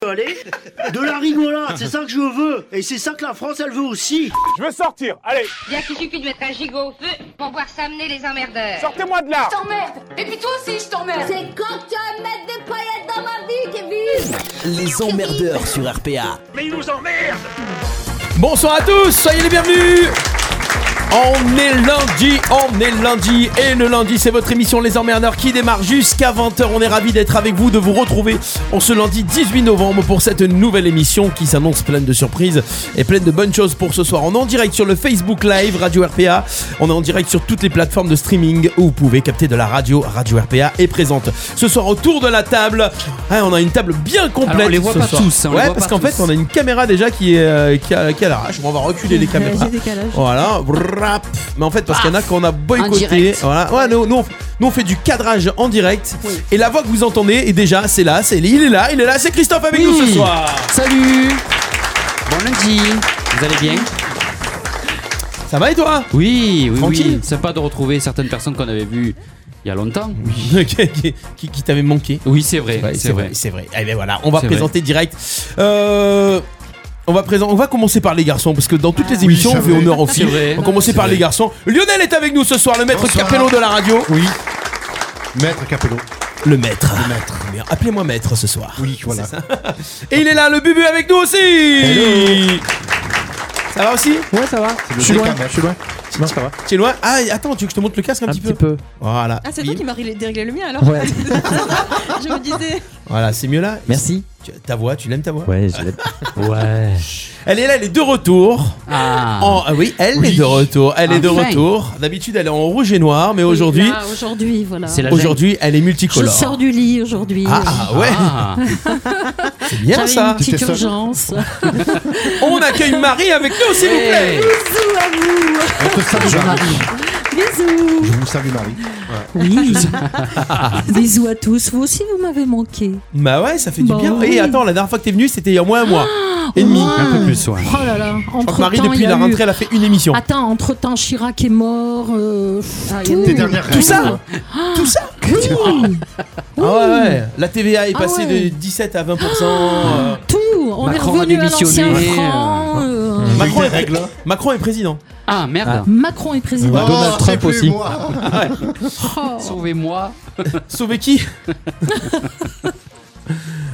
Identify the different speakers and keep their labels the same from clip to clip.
Speaker 1: palais, de la rigolade, c'est ça que je veux. Et c'est ça que la France, elle veut aussi.
Speaker 2: Je veux sortir, allez,
Speaker 3: Bien qu'il suffit de mettre un gigot au feu pour voir s'amener les emmerdeurs.
Speaker 2: sortez-moi de là
Speaker 4: t'emmerde Et puis toi aussi, je t'emmerde
Speaker 5: C'est quand tu vas mettre des paillettes dans ma vie, Kevin
Speaker 6: Les emmerdeurs sur RPA.
Speaker 1: Mais ils nous emmerdent
Speaker 6: Bonsoir à tous, soyez les bienvenus on est lundi, on est lundi, et le lundi c'est votre émission Les Emmerdeurs qui démarre jusqu'à 20h. On est ravis d'être avec vous, de vous retrouver en ce lundi 18 novembre pour cette nouvelle émission qui s'annonce pleine de surprises et pleine de bonnes choses pour ce soir. On est en direct sur le Facebook Live Radio RPA, on est en direct sur toutes les plateformes de streaming où vous pouvez capter de la radio. Radio RPA est présente. Ce soir autour de la table, hein, on a une table bien complète.
Speaker 7: Alors, on les voit
Speaker 6: ce
Speaker 7: pas
Speaker 6: soir.
Speaker 7: tous, hein, on les
Speaker 6: ouais,
Speaker 7: voit
Speaker 6: parce
Speaker 7: pas
Speaker 6: qu'en fait
Speaker 7: tous.
Speaker 6: on a une caméra déjà qui est euh, qui a, qui a l'arrache. Bon, on va reculer les caméras. Voilà, brap. Mais en fait, parce qu'il y en a qu'on a boycotté.
Speaker 7: Indirect.
Speaker 6: Voilà, ouais, nous, nous, on, nous, on fait du cadrage en direct. Et la voix que vous entendez est déjà, c'est là, c'est il est là, il est là, c'est Christophe avec nous ce soir.
Speaker 7: Salut Bon lundi Vous allez bien
Speaker 6: Ça va et toi
Speaker 7: Oui, oui,
Speaker 6: Tranquille.
Speaker 7: oui. Sympa de retrouver certaines personnes qu'on avait vues il y a longtemps.
Speaker 6: Qui, qui, qui- qui t'avait manqué.
Speaker 7: Oui, c'est vrai,
Speaker 6: Ouais,
Speaker 7: c'est vrai.
Speaker 6: C'est vrai. Eh bien voilà, on va
Speaker 7: C'est vrai.
Speaker 6: présenter direct. Euh, On va, présent- on va commencer par les garçons, parce que dans toutes les émissions, on fait honneur aux
Speaker 7: C'est
Speaker 6: filles.
Speaker 7: vrai.
Speaker 6: On va commencer
Speaker 7: C'est
Speaker 6: par
Speaker 7: vrai.
Speaker 6: les garçons. Lionel est avec nous ce soir, le maître
Speaker 8: Bonsoir.
Speaker 6: Capello de la radio.
Speaker 8: Oui. Maître Capello.
Speaker 6: Le maître. Le maître. Appelez-moi maître ce soir.
Speaker 8: Oui, voilà.
Speaker 6: Et il est là, le bubu avec nous aussi Ça va aussi
Speaker 9: Ouais, ça va.
Speaker 8: C'est le
Speaker 6: Je suis
Speaker 8: mec
Speaker 6: loin.
Speaker 8: à maître.
Speaker 9: Je suis loin. Non, ça va.
Speaker 6: Tu es loin Ah, attends, tu veux que je te montre le casque un,
Speaker 9: Un
Speaker 6: petit,
Speaker 9: petit peu.
Speaker 6: Voilà.
Speaker 10: Ah, c'est toi
Speaker 6: Oui.
Speaker 10: qui m'as ré- déréglé le mien alors
Speaker 9: Ouais.
Speaker 10: Je me disais.
Speaker 6: Voilà, c'est mieux là
Speaker 9: Merci.
Speaker 6: Tu- Ta voix, tu l'aimes ta voix
Speaker 9: Ouais, je l'ai.
Speaker 7: Ouais.
Speaker 6: Elle est là, elle est de retour.
Speaker 7: Ah.
Speaker 6: En- ah oui, elle est de retour. Elle est de
Speaker 7: Enfin.
Speaker 6: retour. D'habitude, elle est en rouge et noir, mais aujourd'hui,
Speaker 10: Ah, Là, Ah, Aujourd'hui, voilà.
Speaker 7: C'est la gêne.
Speaker 6: aujourd'hui, elle est
Speaker 10: Je
Speaker 6: multicolore.
Speaker 10: sors du lit aujourd'hui.
Speaker 6: Ah, ah, ouais,
Speaker 7: Ah.
Speaker 6: c'est bien
Speaker 10: J'avais
Speaker 6: ça.
Speaker 10: une petite
Speaker 8: T'étais seule
Speaker 10: urgence.
Speaker 6: On accueille Marie avec nous, s'il vous plaît.
Speaker 7: Hey.
Speaker 8: On te salue, Marie.
Speaker 10: Bisous.
Speaker 8: Je vous salue, Marie.
Speaker 10: Oui. Bisous à tous. Vous aussi, vous m'avez manqué.
Speaker 6: Bah ouais, ça fait du
Speaker 10: Bah
Speaker 6: bien.
Speaker 10: oui.
Speaker 6: Et attends, la dernière fois que t'es venue, c'était il y a au moins un mois et demi.
Speaker 7: Un peu plus, ouais.
Speaker 10: Oh là là.
Speaker 6: Je crois
Speaker 10: Entre
Speaker 6: que Marie,
Speaker 10: temps,
Speaker 6: depuis la rentrée, elle a fait une émission.
Speaker 10: Attends, entre temps, Chirac est mort. euh, pff,
Speaker 7: Ah,
Speaker 10: tout.
Speaker 8: Tes dernières
Speaker 6: Tout
Speaker 8: règles,
Speaker 6: ça
Speaker 8: hein.
Speaker 6: Tout ça Ah ouais, ouais. La TVA est passée de 17 à 20%. euh,
Speaker 10: Ah Tout. On
Speaker 7: Macron
Speaker 10: est
Speaker 7: a
Speaker 10: revenu à l'ancien
Speaker 7: démissionné,
Speaker 10: franc. euh,
Speaker 6: Macron,
Speaker 8: Des
Speaker 6: est
Speaker 8: règles. hein.
Speaker 6: Macron est président.
Speaker 7: Ah, merde.
Speaker 10: Macron est
Speaker 6: Bah,
Speaker 10: président.
Speaker 9: Donald
Speaker 8: Oh, c'est
Speaker 9: Trump
Speaker 8: plus
Speaker 9: aussi.
Speaker 8: moi.
Speaker 10: Oh.
Speaker 7: Sauvez-moi.
Speaker 6: Sauvez qui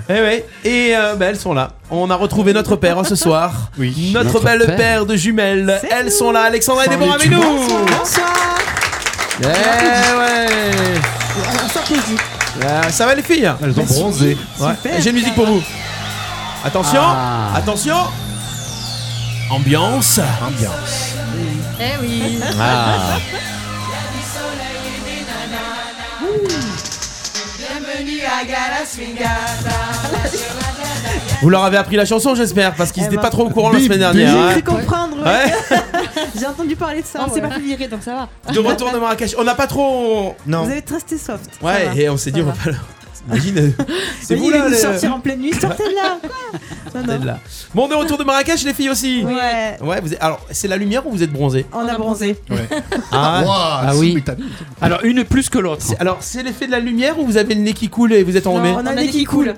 Speaker 6: Eh ouais. Et euh, bah, elles sont là. On a retrouvé notre père hein, ce soir.
Speaker 8: Oui.
Speaker 6: Notre,
Speaker 7: Notre
Speaker 6: belle
Speaker 7: père.
Speaker 6: père de jumelles. Elles sont là. Alexandra et
Speaker 8: Salut,
Speaker 6: Déborah avec
Speaker 8: tu
Speaker 6: nous.
Speaker 10: Bonsoir.
Speaker 6: Eh ouais. Euh, ça va les filles
Speaker 8: Elles ont bronzé.
Speaker 6: Ouais. J'ai une musique pour vous. Attention,
Speaker 7: Ah.
Speaker 6: attention. Ambiance.
Speaker 8: Ambiance.
Speaker 10: Eh oui.
Speaker 6: Ah. Vous leur avez appris la chanson, j'espère, parce qu'ils
Speaker 10: Eh
Speaker 6: n'étaient
Speaker 10: ben,
Speaker 6: pas trop au courant la semaine
Speaker 10: J'ai
Speaker 6: dernière.
Speaker 10: cru
Speaker 6: hein.
Speaker 10: comprendre. ouais.
Speaker 6: Ouais.
Speaker 10: J'ai entendu parler de ça. On s'est pas fait virer, donc ça va.
Speaker 6: De retour de Marrakech. On n'a pas trop.
Speaker 8: Non.
Speaker 10: Vous avez resté soft.
Speaker 6: Ouais, et on s'est dit, on va pas leur. Imagine, euh, C'est vous là, le-
Speaker 10: sortir en pleine nuit. Sortez de là. Quoi
Speaker 6: Vous êtes là. Bon, on est retour de Marrakech, les filles aussi.
Speaker 10: Ouais.
Speaker 6: Ouais, vous êtes- alors c'est la lumière ou vous êtes bronzé
Speaker 10: On a bronzé.
Speaker 8: Ouais.
Speaker 6: Ah,
Speaker 8: Waouh,
Speaker 7: Ah oui.
Speaker 8: simultané.
Speaker 7: Alors, une plus que l'autre.
Speaker 6: C'est- Alors, c'est l'effet de la lumière ou vous avez le nez qui coule et vous êtes Ah. enrhumé
Speaker 10: a des qui coulent.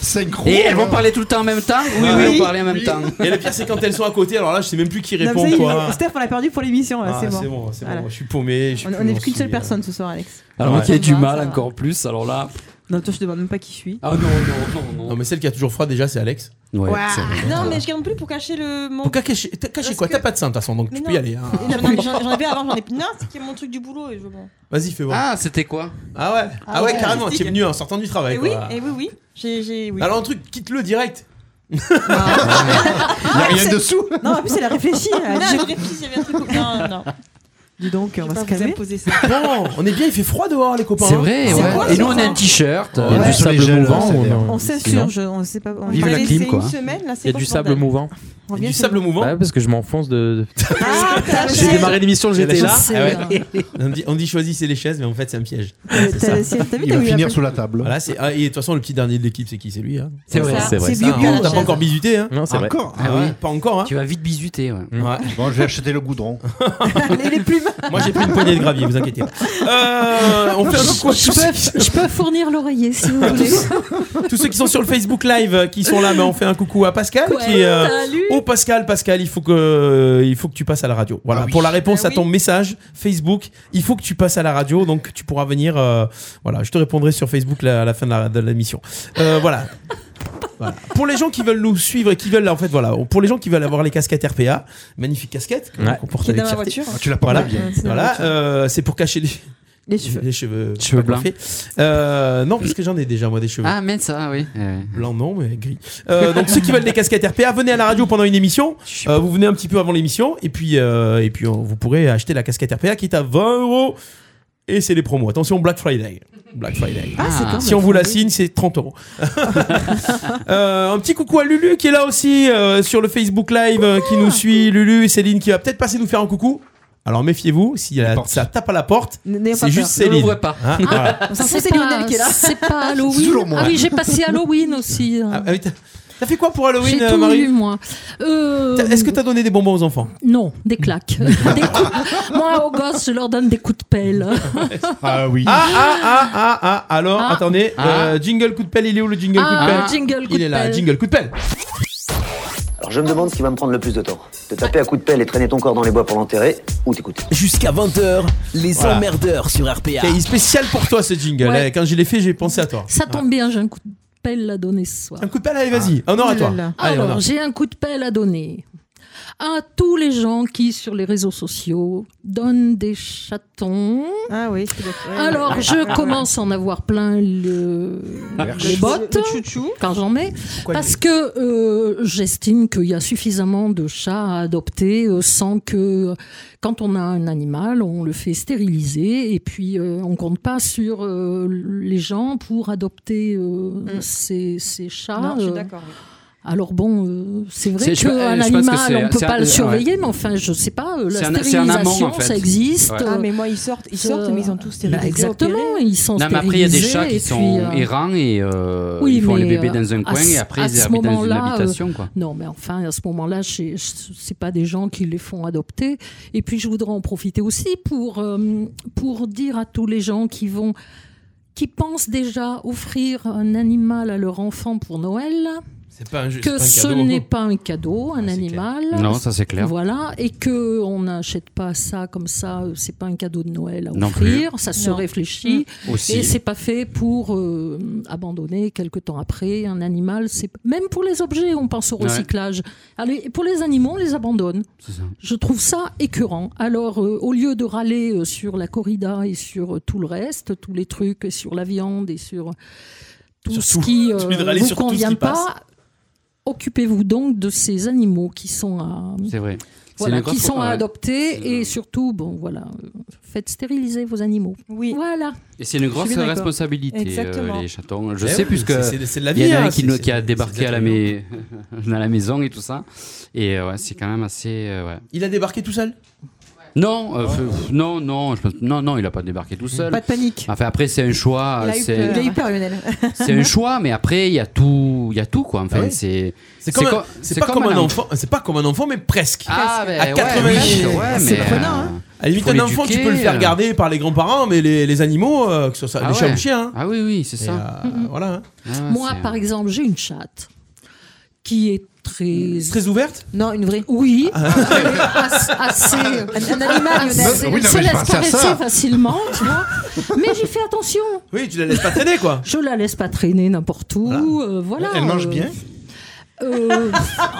Speaker 8: Synchro.
Speaker 7: Et elles vont parler tout le temps en même temps Oui, oui,
Speaker 6: Ouais. Ah Oui.
Speaker 7: elles vont parler en même temps.
Speaker 6: Et le pire, c'est quand elles sont à côté, alors là, je sais même plus qui
Speaker 10: Non,
Speaker 6: répond
Speaker 10: mais ça y est,
Speaker 6: quoi.
Speaker 10: Steph, on l'a perdu pour l'émission. là,
Speaker 6: Ah,
Speaker 10: c'est bon.
Speaker 6: c'est bon, c'est bon,
Speaker 10: Voilà.
Speaker 6: je suis paumé. je suis
Speaker 10: On
Speaker 6: plus
Speaker 10: on est
Speaker 6: dans
Speaker 10: qu'une
Speaker 6: ce-
Speaker 10: seule personne ce soir, Alex.
Speaker 7: Alors,
Speaker 6: Ouais.
Speaker 7: moi qui ai du
Speaker 10: Ça va,
Speaker 7: mal
Speaker 10: ça va.
Speaker 7: encore plus, alors là.
Speaker 10: Non, toi, je te demande même pas qui je suis.
Speaker 7: Ah non, non, non,
Speaker 6: Non, mais celle qui a toujours froid déjà, c'est Alex.
Speaker 7: non. Ouais,
Speaker 10: Ouah.
Speaker 7: c'est vrai.
Speaker 11: Non, mais je garde plus pour cacher le mon.
Speaker 6: Pour cacher, t'as caché
Speaker 11: Parce
Speaker 6: quoi
Speaker 11: que-
Speaker 6: T'as pas de sein de toute façon, donc
Speaker 11: Mais
Speaker 6: tu peux
Speaker 11: non.
Speaker 6: y aller. hein.
Speaker 11: Non, mais J'en j'en avais avant, j'en ai plus. Non, c'est mon truc du boulot. Et je... bon.
Speaker 6: Vas-y, fais voir.
Speaker 7: Ah, c'était quoi
Speaker 6: Ah ouais Ah ouais,
Speaker 11: ouais.
Speaker 6: carrément, tu es venu en sortant du
Speaker 10: Eh
Speaker 6: travail
Speaker 11: Et Eh oui,
Speaker 6: quoi.
Speaker 11: et oui, oui. J'ai, j'ai, oui.
Speaker 6: Alors, un truc, quitte-le direct.
Speaker 8: Il y a rien dessous.
Speaker 10: Non, en plus, elle a réfléchi.
Speaker 11: non,
Speaker 10: elle a dit-
Speaker 11: j'ai réfléchi, j'avais un truc. au- Non, non.
Speaker 10: Dis donc, on va
Speaker 11: Je
Speaker 10: se
Speaker 11: vais pas vous
Speaker 10: calmer.
Speaker 11: imposer ça.
Speaker 6: Bon, on est bien, il fait froid dehors, les copains.
Speaker 7: C'est
Speaker 6: hein.
Speaker 7: vrai,
Speaker 10: C'est
Speaker 7: ouais.
Speaker 10: quoi,
Speaker 7: Et
Speaker 10: ça
Speaker 7: nous, on a un t-shirt.
Speaker 8: Il y a
Speaker 7: euh,
Speaker 8: du sable
Speaker 7: gel,
Speaker 8: mouvant,
Speaker 7: euh,
Speaker 8: ou non
Speaker 10: On
Speaker 7: Sinon-
Speaker 10: s'insurge. On sait pas. on-
Speaker 9: Vive la
Speaker 11: Allez,
Speaker 9: clim,
Speaker 11: c'est
Speaker 9: quoi. hein.
Speaker 11: Une semaine, là, c'est
Speaker 9: Il y a
Speaker 11: quoi
Speaker 9: du
Speaker 11: ce
Speaker 9: sable
Speaker 11: bordel
Speaker 9: mouvant.
Speaker 12: On
Speaker 6: Du
Speaker 12: revient sur-
Speaker 6: sable mouvant.
Speaker 13: Ouais, parce que je m'enfonce de.
Speaker 12: Ah, t'as
Speaker 13: J'ai
Speaker 12: la
Speaker 13: démarré l'émission, j'étais là.
Speaker 12: chaise.
Speaker 6: Ah ouais. on, dit, on dit choisissez les chaises, mais en fait c'est un piège.
Speaker 12: T'as- T'as t'as vu,
Speaker 1: Il
Speaker 12: t'as
Speaker 1: va
Speaker 12: eu
Speaker 1: finir
Speaker 12: la
Speaker 1: sous la table.
Speaker 6: Voilà, c'est, ah, et de toute façon, le petit dernier de l'équipe, c'est qui C'est lui. Hein.
Speaker 13: C'est vrai,
Speaker 12: ça.
Speaker 13: c'est vrai.
Speaker 12: C'est
Speaker 6: Ça,
Speaker 12: vieux
Speaker 6: hein,
Speaker 12: gars, la
Speaker 6: t'as
Speaker 12: chaise.
Speaker 6: pas encore bisuté. Hein
Speaker 13: Non, c'est vrai.
Speaker 1: Encore
Speaker 6: Ah ouais, Pas encore. Hein
Speaker 13: Tu vas vite bisuter, ouais.
Speaker 6: Ouais.
Speaker 1: Bon, je vais acheter le goudron.
Speaker 6: Moi j'ai pris une poignée de gravier, vous inquiétez pas. Euh, on fait un peu quoi
Speaker 12: Je peux, je peux fournir l'oreiller si vous voulez.
Speaker 6: Tous ceux qui sont sur le Facebook Live euh, qui sont là, mais on fait un coucou à Pascal qui est. euh,
Speaker 12: Salut.
Speaker 6: Oh Pascal, Pascal, il faut que il faut que tu passes à la radio. Voilà
Speaker 1: Ah oui.
Speaker 6: pour la réponse
Speaker 8: Ah
Speaker 6: à ton
Speaker 8: oui.
Speaker 6: message Facebook. Il faut que tu passes à la radio, donc tu pourras venir. euh, voilà, je te répondrai sur Facebook la- à la fin de la- de l'émission. Euh, voilà. Voilà. Pour les gens qui veulent nous suivre et qui veulent en fait voilà pour les gens qui veulent avoir les casquettes RPA magnifique casquette qu'on
Speaker 13: Ouais.
Speaker 6: porte
Speaker 8: Qui est
Speaker 6: avec
Speaker 8: dans ma
Speaker 6: fierté.
Speaker 8: voiture.
Speaker 1: Ah, tu l'as pas
Speaker 6: voilà
Speaker 1: bien.
Speaker 6: voilà euh, c'est pour cacher les,
Speaker 12: Les cheveux.
Speaker 6: les cheveux
Speaker 13: Cheveux
Speaker 6: pas coiffés. Euh, non parce que j'en ai déjà moi des cheveux
Speaker 7: Ah, mais ça, oui. Euh,
Speaker 6: Blanc non, mais gris. Euh, donc ceux qui veulent des casquettes RPA, venez à la radio pendant une émission. Euh, vous venez un petit peu avant l'émission et puis euh, et puis euh, vous pourrez acheter la casquette RPA qui est à 20 euros. Et c'est les promos. Attention Black Friday. Black Friday.
Speaker 12: Ah, c'est
Speaker 7: Ah.
Speaker 12: quand
Speaker 6: Si on vous la signe, c'est 30 euros. Euh, un petit coucou à Lulu qui est là aussi euh, sur le Facebook Live euh, qui nous suit. Lulu et Céline qui va peut-être passer nous faire un coucou. Alors méfiez-vous, si elle-
Speaker 1: porte.
Speaker 6: ça tape à la porte,
Speaker 12: N'ayez pas
Speaker 6: c'est juste
Speaker 12: peur.
Speaker 7: ne
Speaker 6: Céline.
Speaker 7: l'ouvre pas.
Speaker 6: Hein, voilà.
Speaker 12: On s'en fout,
Speaker 10: C'est
Speaker 12: c'est
Speaker 10: pas-
Speaker 12: Lionel qui est là.
Speaker 10: C'est pas
Speaker 1: C'est toujours
Speaker 10: Halloween.
Speaker 1: moi.
Speaker 10: Ah oui, j'ai passé Halloween aussi.
Speaker 6: Ah, ah oui, t'as- T'as fait quoi pour
Speaker 10: J'ai
Speaker 6: Halloween, euh,
Speaker 10: tout
Speaker 6: Marie
Speaker 10: eu, moi. Euh,
Speaker 6: T'as- Est-ce que t'as donné des bonbons aux enfants
Speaker 10: Non, des claques. Des coups- Moi, aux gosses, je leur donne des coups de pelle.
Speaker 1: Ah oui.
Speaker 6: Ah ah ah ah ah Alors
Speaker 10: Ah.
Speaker 6: attendez, euh, jingle coup de pelle, il est où le jingle coup de
Speaker 10: Ah,
Speaker 6: pelle
Speaker 10: jingle, coup
Speaker 6: Il
Speaker 10: de
Speaker 6: est là,
Speaker 10: pelle.
Speaker 6: jingle coup de pelle.
Speaker 14: Alors je me demande ce qui va me prendre le plus de temps. Te taper à coups de pelle et traîner ton corps dans les bois pour l'enterrer, ou t'écouter.
Speaker 15: Jusqu'à 20h, les
Speaker 6: Voilà.
Speaker 15: emmerdeurs sur RPA.
Speaker 6: Ok, Il est spécial pour toi ce jingle.
Speaker 10: Ouais.
Speaker 6: Eh, Quand je l'ai fait, j'ai pensé à toi.
Speaker 10: Ça tombe bien, j'ai un coup de pelle à donner ce soir.
Speaker 6: Un coup de pelle, allez vas-y. Honor à
Speaker 8: Oh
Speaker 6: toi.
Speaker 8: là là.
Speaker 6: Allez,
Speaker 10: Alors,
Speaker 6: honor.
Speaker 10: j'ai un coup de pelle à donner à tous les gens qui, sur les réseaux sociaux, donnent des chatons.
Speaker 8: Ah oui, c'est d'accord. Ouais,
Speaker 10: Alors,
Speaker 8: ouais.
Speaker 10: je commence à en avoir plein le- les bottes.
Speaker 8: Le chouchou.
Speaker 10: quand j'en ai,
Speaker 6: Pourquoi
Speaker 10: parce que euh, j'estime qu'il y a suffisamment de chats à adopter euh, sans que, quand on a un animal, on le fait stériliser et puis euh, on compte pas sur euh, les gens pour adopter euh, ces, ces chats.
Speaker 8: Mm. non, je suis
Speaker 10: euh,
Speaker 8: d'accord. oui.
Speaker 10: alors bon, euh, c'est vrai
Speaker 7: C'est- je- euh,
Speaker 10: qu'un
Speaker 7: je pense que
Speaker 10: animal,
Speaker 7: c'est-
Speaker 10: on peut
Speaker 7: c'est
Speaker 10: pas
Speaker 7: un-
Speaker 10: le
Speaker 7: euh,
Speaker 10: surveiller, mais enfin, je sais pas, euh, la
Speaker 7: C'est un- c'est un
Speaker 10: stérilisation,
Speaker 7: amant, en fait.
Speaker 10: ça existe.
Speaker 7: Ouais.
Speaker 8: Ah,
Speaker 10: euh,
Speaker 8: mais moi, ils sortent, ils sortent,
Speaker 10: euh,
Speaker 8: mais ils ont tous stérilisés.
Speaker 10: bah,
Speaker 8: opérés.
Speaker 10: exactement, ils sont
Speaker 7: Non, mais après, il y a
Speaker 10: stérilisés.
Speaker 7: des chats
Speaker 10: et
Speaker 7: qui
Speaker 10: puis,
Speaker 7: sont
Speaker 10: euh,
Speaker 7: errants et euh,
Speaker 10: oui,
Speaker 7: ils font les
Speaker 10: mais,
Speaker 7: bébés
Speaker 10: euh,
Speaker 7: dans un
Speaker 10: à
Speaker 7: coin
Speaker 10: ce-
Speaker 7: et après,
Speaker 10: à
Speaker 7: ils
Speaker 10: ce
Speaker 7: habitent dans une
Speaker 10: moment-là, euh,
Speaker 7: habitation, quoi.
Speaker 10: Non, mais enfin, à ce moment-là, c'est c'est pas des gens qui les font adopter. Et puis, je voudrais en profiter aussi pour, euh, pour dire à tous les gens qui vont, qui pensent déjà offrir un animal à leur enfant pour Noël,
Speaker 6: C'est pas un jeu,
Speaker 10: que
Speaker 6: c'est
Speaker 10: ce
Speaker 6: pas un
Speaker 10: n'est
Speaker 6: cadeau.
Speaker 10: pas un cadeau, un
Speaker 6: Ah, c'est
Speaker 10: animal.
Speaker 7: Non, ça, c'est clair.
Speaker 10: Voilà, et que on n'achète pas ça comme ça, euh, c'est pas un cadeau de Noël à
Speaker 7: Non Mm.
Speaker 10: offrir, ça se
Speaker 8: Non.
Speaker 10: réfléchit, et
Speaker 7: Aussi.
Speaker 10: c'est pas fait pour euh, abandonner quelque temps après un animal. C'est même pour les objets, on pense au
Speaker 7: Ouais.
Speaker 10: recyclage. Allez, pour les animaux, on les abandonne.
Speaker 7: C'est ça.
Speaker 10: Je trouve ça écœurant. Alors, euh, au lieu de râler euh, sur la corrida et sur euh, tout le reste, tous les trucs, et sur la viande et sur tout
Speaker 6: Sur
Speaker 10: ce
Speaker 6: tout.
Speaker 10: qui euh,
Speaker 6: Au lieu de râler
Speaker 10: vous
Speaker 6: sur tout ce qui
Speaker 10: convient
Speaker 6: passe.
Speaker 10: pas, occupez-vous donc de ces animaux qui sont à,
Speaker 7: C'est vrai. C'est
Speaker 10: voilà,
Speaker 7: une
Speaker 10: qui
Speaker 7: grosse-
Speaker 10: sont à
Speaker 7: ouais.
Speaker 10: adopter
Speaker 7: C'est-
Speaker 10: et surtout, bon, voilà, euh, faites stériliser vos animaux.
Speaker 8: Oui.
Speaker 10: Voilà.
Speaker 7: Et c'est une
Speaker 8: suis
Speaker 7: grosse
Speaker 8: bien d'accord.
Speaker 7: responsabilité, euh,
Speaker 8: Exactement.
Speaker 7: les chatons. Je
Speaker 6: Eh
Speaker 7: sais,
Speaker 6: oui,
Speaker 7: puisque.
Speaker 6: c'est- c'est c'est de la
Speaker 7: Il
Speaker 6: vie.
Speaker 7: y en a
Speaker 6: hein,
Speaker 7: un qui,
Speaker 6: c'est-
Speaker 7: nous-
Speaker 6: c'est-
Speaker 7: qui a
Speaker 6: c'est
Speaker 7: débarqué à la,
Speaker 6: des animaux.
Speaker 7: mais- dans la maison et tout ça. Et euh, ouais, c'est quand même assez. euh, ouais.
Speaker 6: Il a débarqué tout seul
Speaker 7: Non, euh, f- non, non, je pense- non, non, il a pas débarqué tout seul.
Speaker 8: Pas de panique.
Speaker 7: Enfin, après, c'est un choix.
Speaker 6: Ah,
Speaker 8: Il
Speaker 7: euh,
Speaker 8: a eu peur.
Speaker 7: c'est-
Speaker 8: Il a eu peur, Lionel.
Speaker 7: C'est un choix, mais après, il y a tout, il y a tout quoi. Enfin,
Speaker 6: Ah oui.
Speaker 7: c'est.
Speaker 6: C'est comme
Speaker 7: co-
Speaker 6: un- c'est pas comme un enfant, c'est pas comme un enfant mais presque.
Speaker 7: Ah, ben,
Speaker 6: À
Speaker 7: ouais,
Speaker 6: 80
Speaker 7: oui,
Speaker 6: ans.
Speaker 7: ouais,
Speaker 8: C'est
Speaker 7: mais,
Speaker 8: prenant, hein.
Speaker 7: euh,
Speaker 6: À la limite
Speaker 7: Faut
Speaker 6: un enfant tu
Speaker 7: l'éduquer,
Speaker 6: peux le faire
Speaker 7: euh.
Speaker 6: garder par les grands-parents mais les, les animaux euh, que ce soit
Speaker 7: Ah
Speaker 6: les chats
Speaker 7: ouais.
Speaker 6: ou chiens. hein.
Speaker 7: Ah oui, oui, c'est
Speaker 6: Et,
Speaker 7: ça.
Speaker 6: euh, voilà. hein.
Speaker 7: Ah,
Speaker 10: Moi,
Speaker 7: c'est-
Speaker 10: par exemple, j'ai une chatte qui est très.
Speaker 6: Très ouverte
Speaker 8: Non, une vraie.
Speaker 10: Oui, elle est as- assez.
Speaker 8: Un, un animal,
Speaker 10: assez-
Speaker 8: Lionel.
Speaker 1: Ah. Oui, non, mais
Speaker 10: elle se
Speaker 1: je
Speaker 10: laisse
Speaker 1: pensais à ça.
Speaker 10: caresser facilement, tu vois. Mais j'y fais attention.
Speaker 6: Oui, tu la laisses pas traîner quoi.
Speaker 10: Je la laisse pas traîner n'importe où. euh, Voilà.
Speaker 1: Elle mange
Speaker 10: euh,
Speaker 1: bien.
Speaker 10: euh,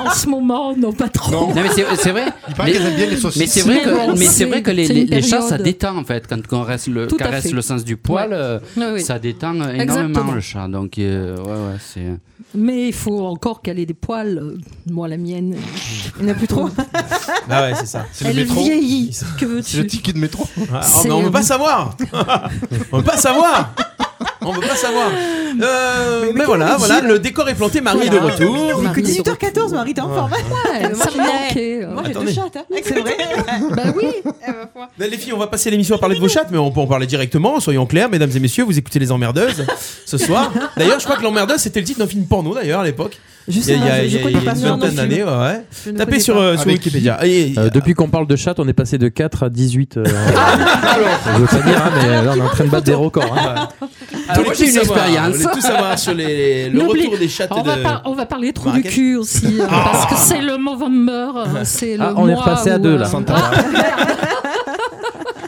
Speaker 10: En ce moment, non, pas trop.
Speaker 7: Non, mais c'est c'est vrai.
Speaker 1: Il paraît
Speaker 7: Mais,
Speaker 1: qu'elles aiment bien les
Speaker 7: mais
Speaker 1: saucisses.
Speaker 7: c'est vrai
Speaker 10: Mais bon,
Speaker 7: que, mais c'est
Speaker 10: c'est-
Speaker 7: vrai que les,
Speaker 10: c'est une
Speaker 7: les, les chats,
Speaker 10: période.
Speaker 7: ça détend en fait. Quand on caresse le,
Speaker 10: Tout à
Speaker 7: caresse
Speaker 10: fait.
Speaker 7: le sens du poil,
Speaker 10: Ouais.
Speaker 7: euh,
Speaker 10: Oui, oui.
Speaker 7: ça détend énormément
Speaker 10: Exactement.
Speaker 7: le chat. Donc, euh, ouais, ouais, c'est.
Speaker 10: Mais il faut encore qu'elle ait des poils. euh, Moi, la mienne,
Speaker 8: Il n'y en a plus trop.
Speaker 6: Ah ouais, c'est ça.
Speaker 1: C'est le
Speaker 10: elle
Speaker 1: métro.
Speaker 10: vieillit. Que
Speaker 1: C'est le
Speaker 10: veux-tu
Speaker 1: ticket de métro.
Speaker 6: Ah,
Speaker 10: C'est,
Speaker 6: mais on
Speaker 10: euh,
Speaker 6: veut pas savoir. on veut pas savoir. On veut pas savoir. Euh, mais voilà,
Speaker 8: comment
Speaker 6: voilà,
Speaker 8: dit-
Speaker 6: le décor est planté,
Speaker 10: Ah,
Speaker 6: Marie est de
Speaker 8: Voilà.
Speaker 6: retour.
Speaker 8: Il est que 18h14, Marie, t'es en
Speaker 6: Ouais.
Speaker 8: forme.
Speaker 10: Ouais,
Speaker 8: Moi,
Speaker 10: ça
Speaker 8: j'ai-
Speaker 10: me manquait, euh.
Speaker 8: Moi, j'ai deux
Speaker 6: Attendez.
Speaker 8: chattes. hein. C'est vrai.
Speaker 10: Bah oui.
Speaker 6: Là, Bah, les filles, on va passer l'émission à parler de vos chattes, mais on peut en parler directement. Soyons clairs, mesdames et messieurs, vous écoutez Les Emmerdeuses ce soir. D'ailleurs, je crois que L'Emmerdeuse, c'était le titre d'un film porno, d'ailleurs, à l'époque. Il
Speaker 8: Je
Speaker 6: y a-
Speaker 8: sais pas,
Speaker 6: il y a-
Speaker 8: je-
Speaker 6: il
Speaker 8: je
Speaker 6: y a
Speaker 8: connais
Speaker 6: une
Speaker 8: pas ce genre de
Speaker 6: vingtaine d'années,
Speaker 8: film.
Speaker 6: ouais.
Speaker 8: Je ne
Speaker 6: Tapez
Speaker 8: connais
Speaker 6: sur,
Speaker 8: pas. Ah,
Speaker 6: euh, sur
Speaker 9: Avec-
Speaker 6: Wikipédia.
Speaker 9: Euh, depuis qu'on parle de chat, on est passé de 4 à 18. euh,
Speaker 6: Ah,
Speaker 9: je veux pas dire, hein, mais là, on est en train de battre des records. hein.
Speaker 6: Alors,
Speaker 9: Toute une
Speaker 6: on voulait tout savoir,
Speaker 9: expérience.
Speaker 6: On voulait tout savoir sur les, le
Speaker 10: N'oublie-
Speaker 6: retour des chattes
Speaker 10: on,
Speaker 6: et de.
Speaker 10: va par- on va parler trou du
Speaker 6: Marrakech. Ah.
Speaker 10: cul aussi, euh, parce que c'est le Movember. euh, c'est
Speaker 9: Ah,
Speaker 10: le
Speaker 9: on est
Speaker 10: mois
Speaker 9: repassé à
Speaker 10: où,
Speaker 9: deux
Speaker 10: euh,
Speaker 9: là.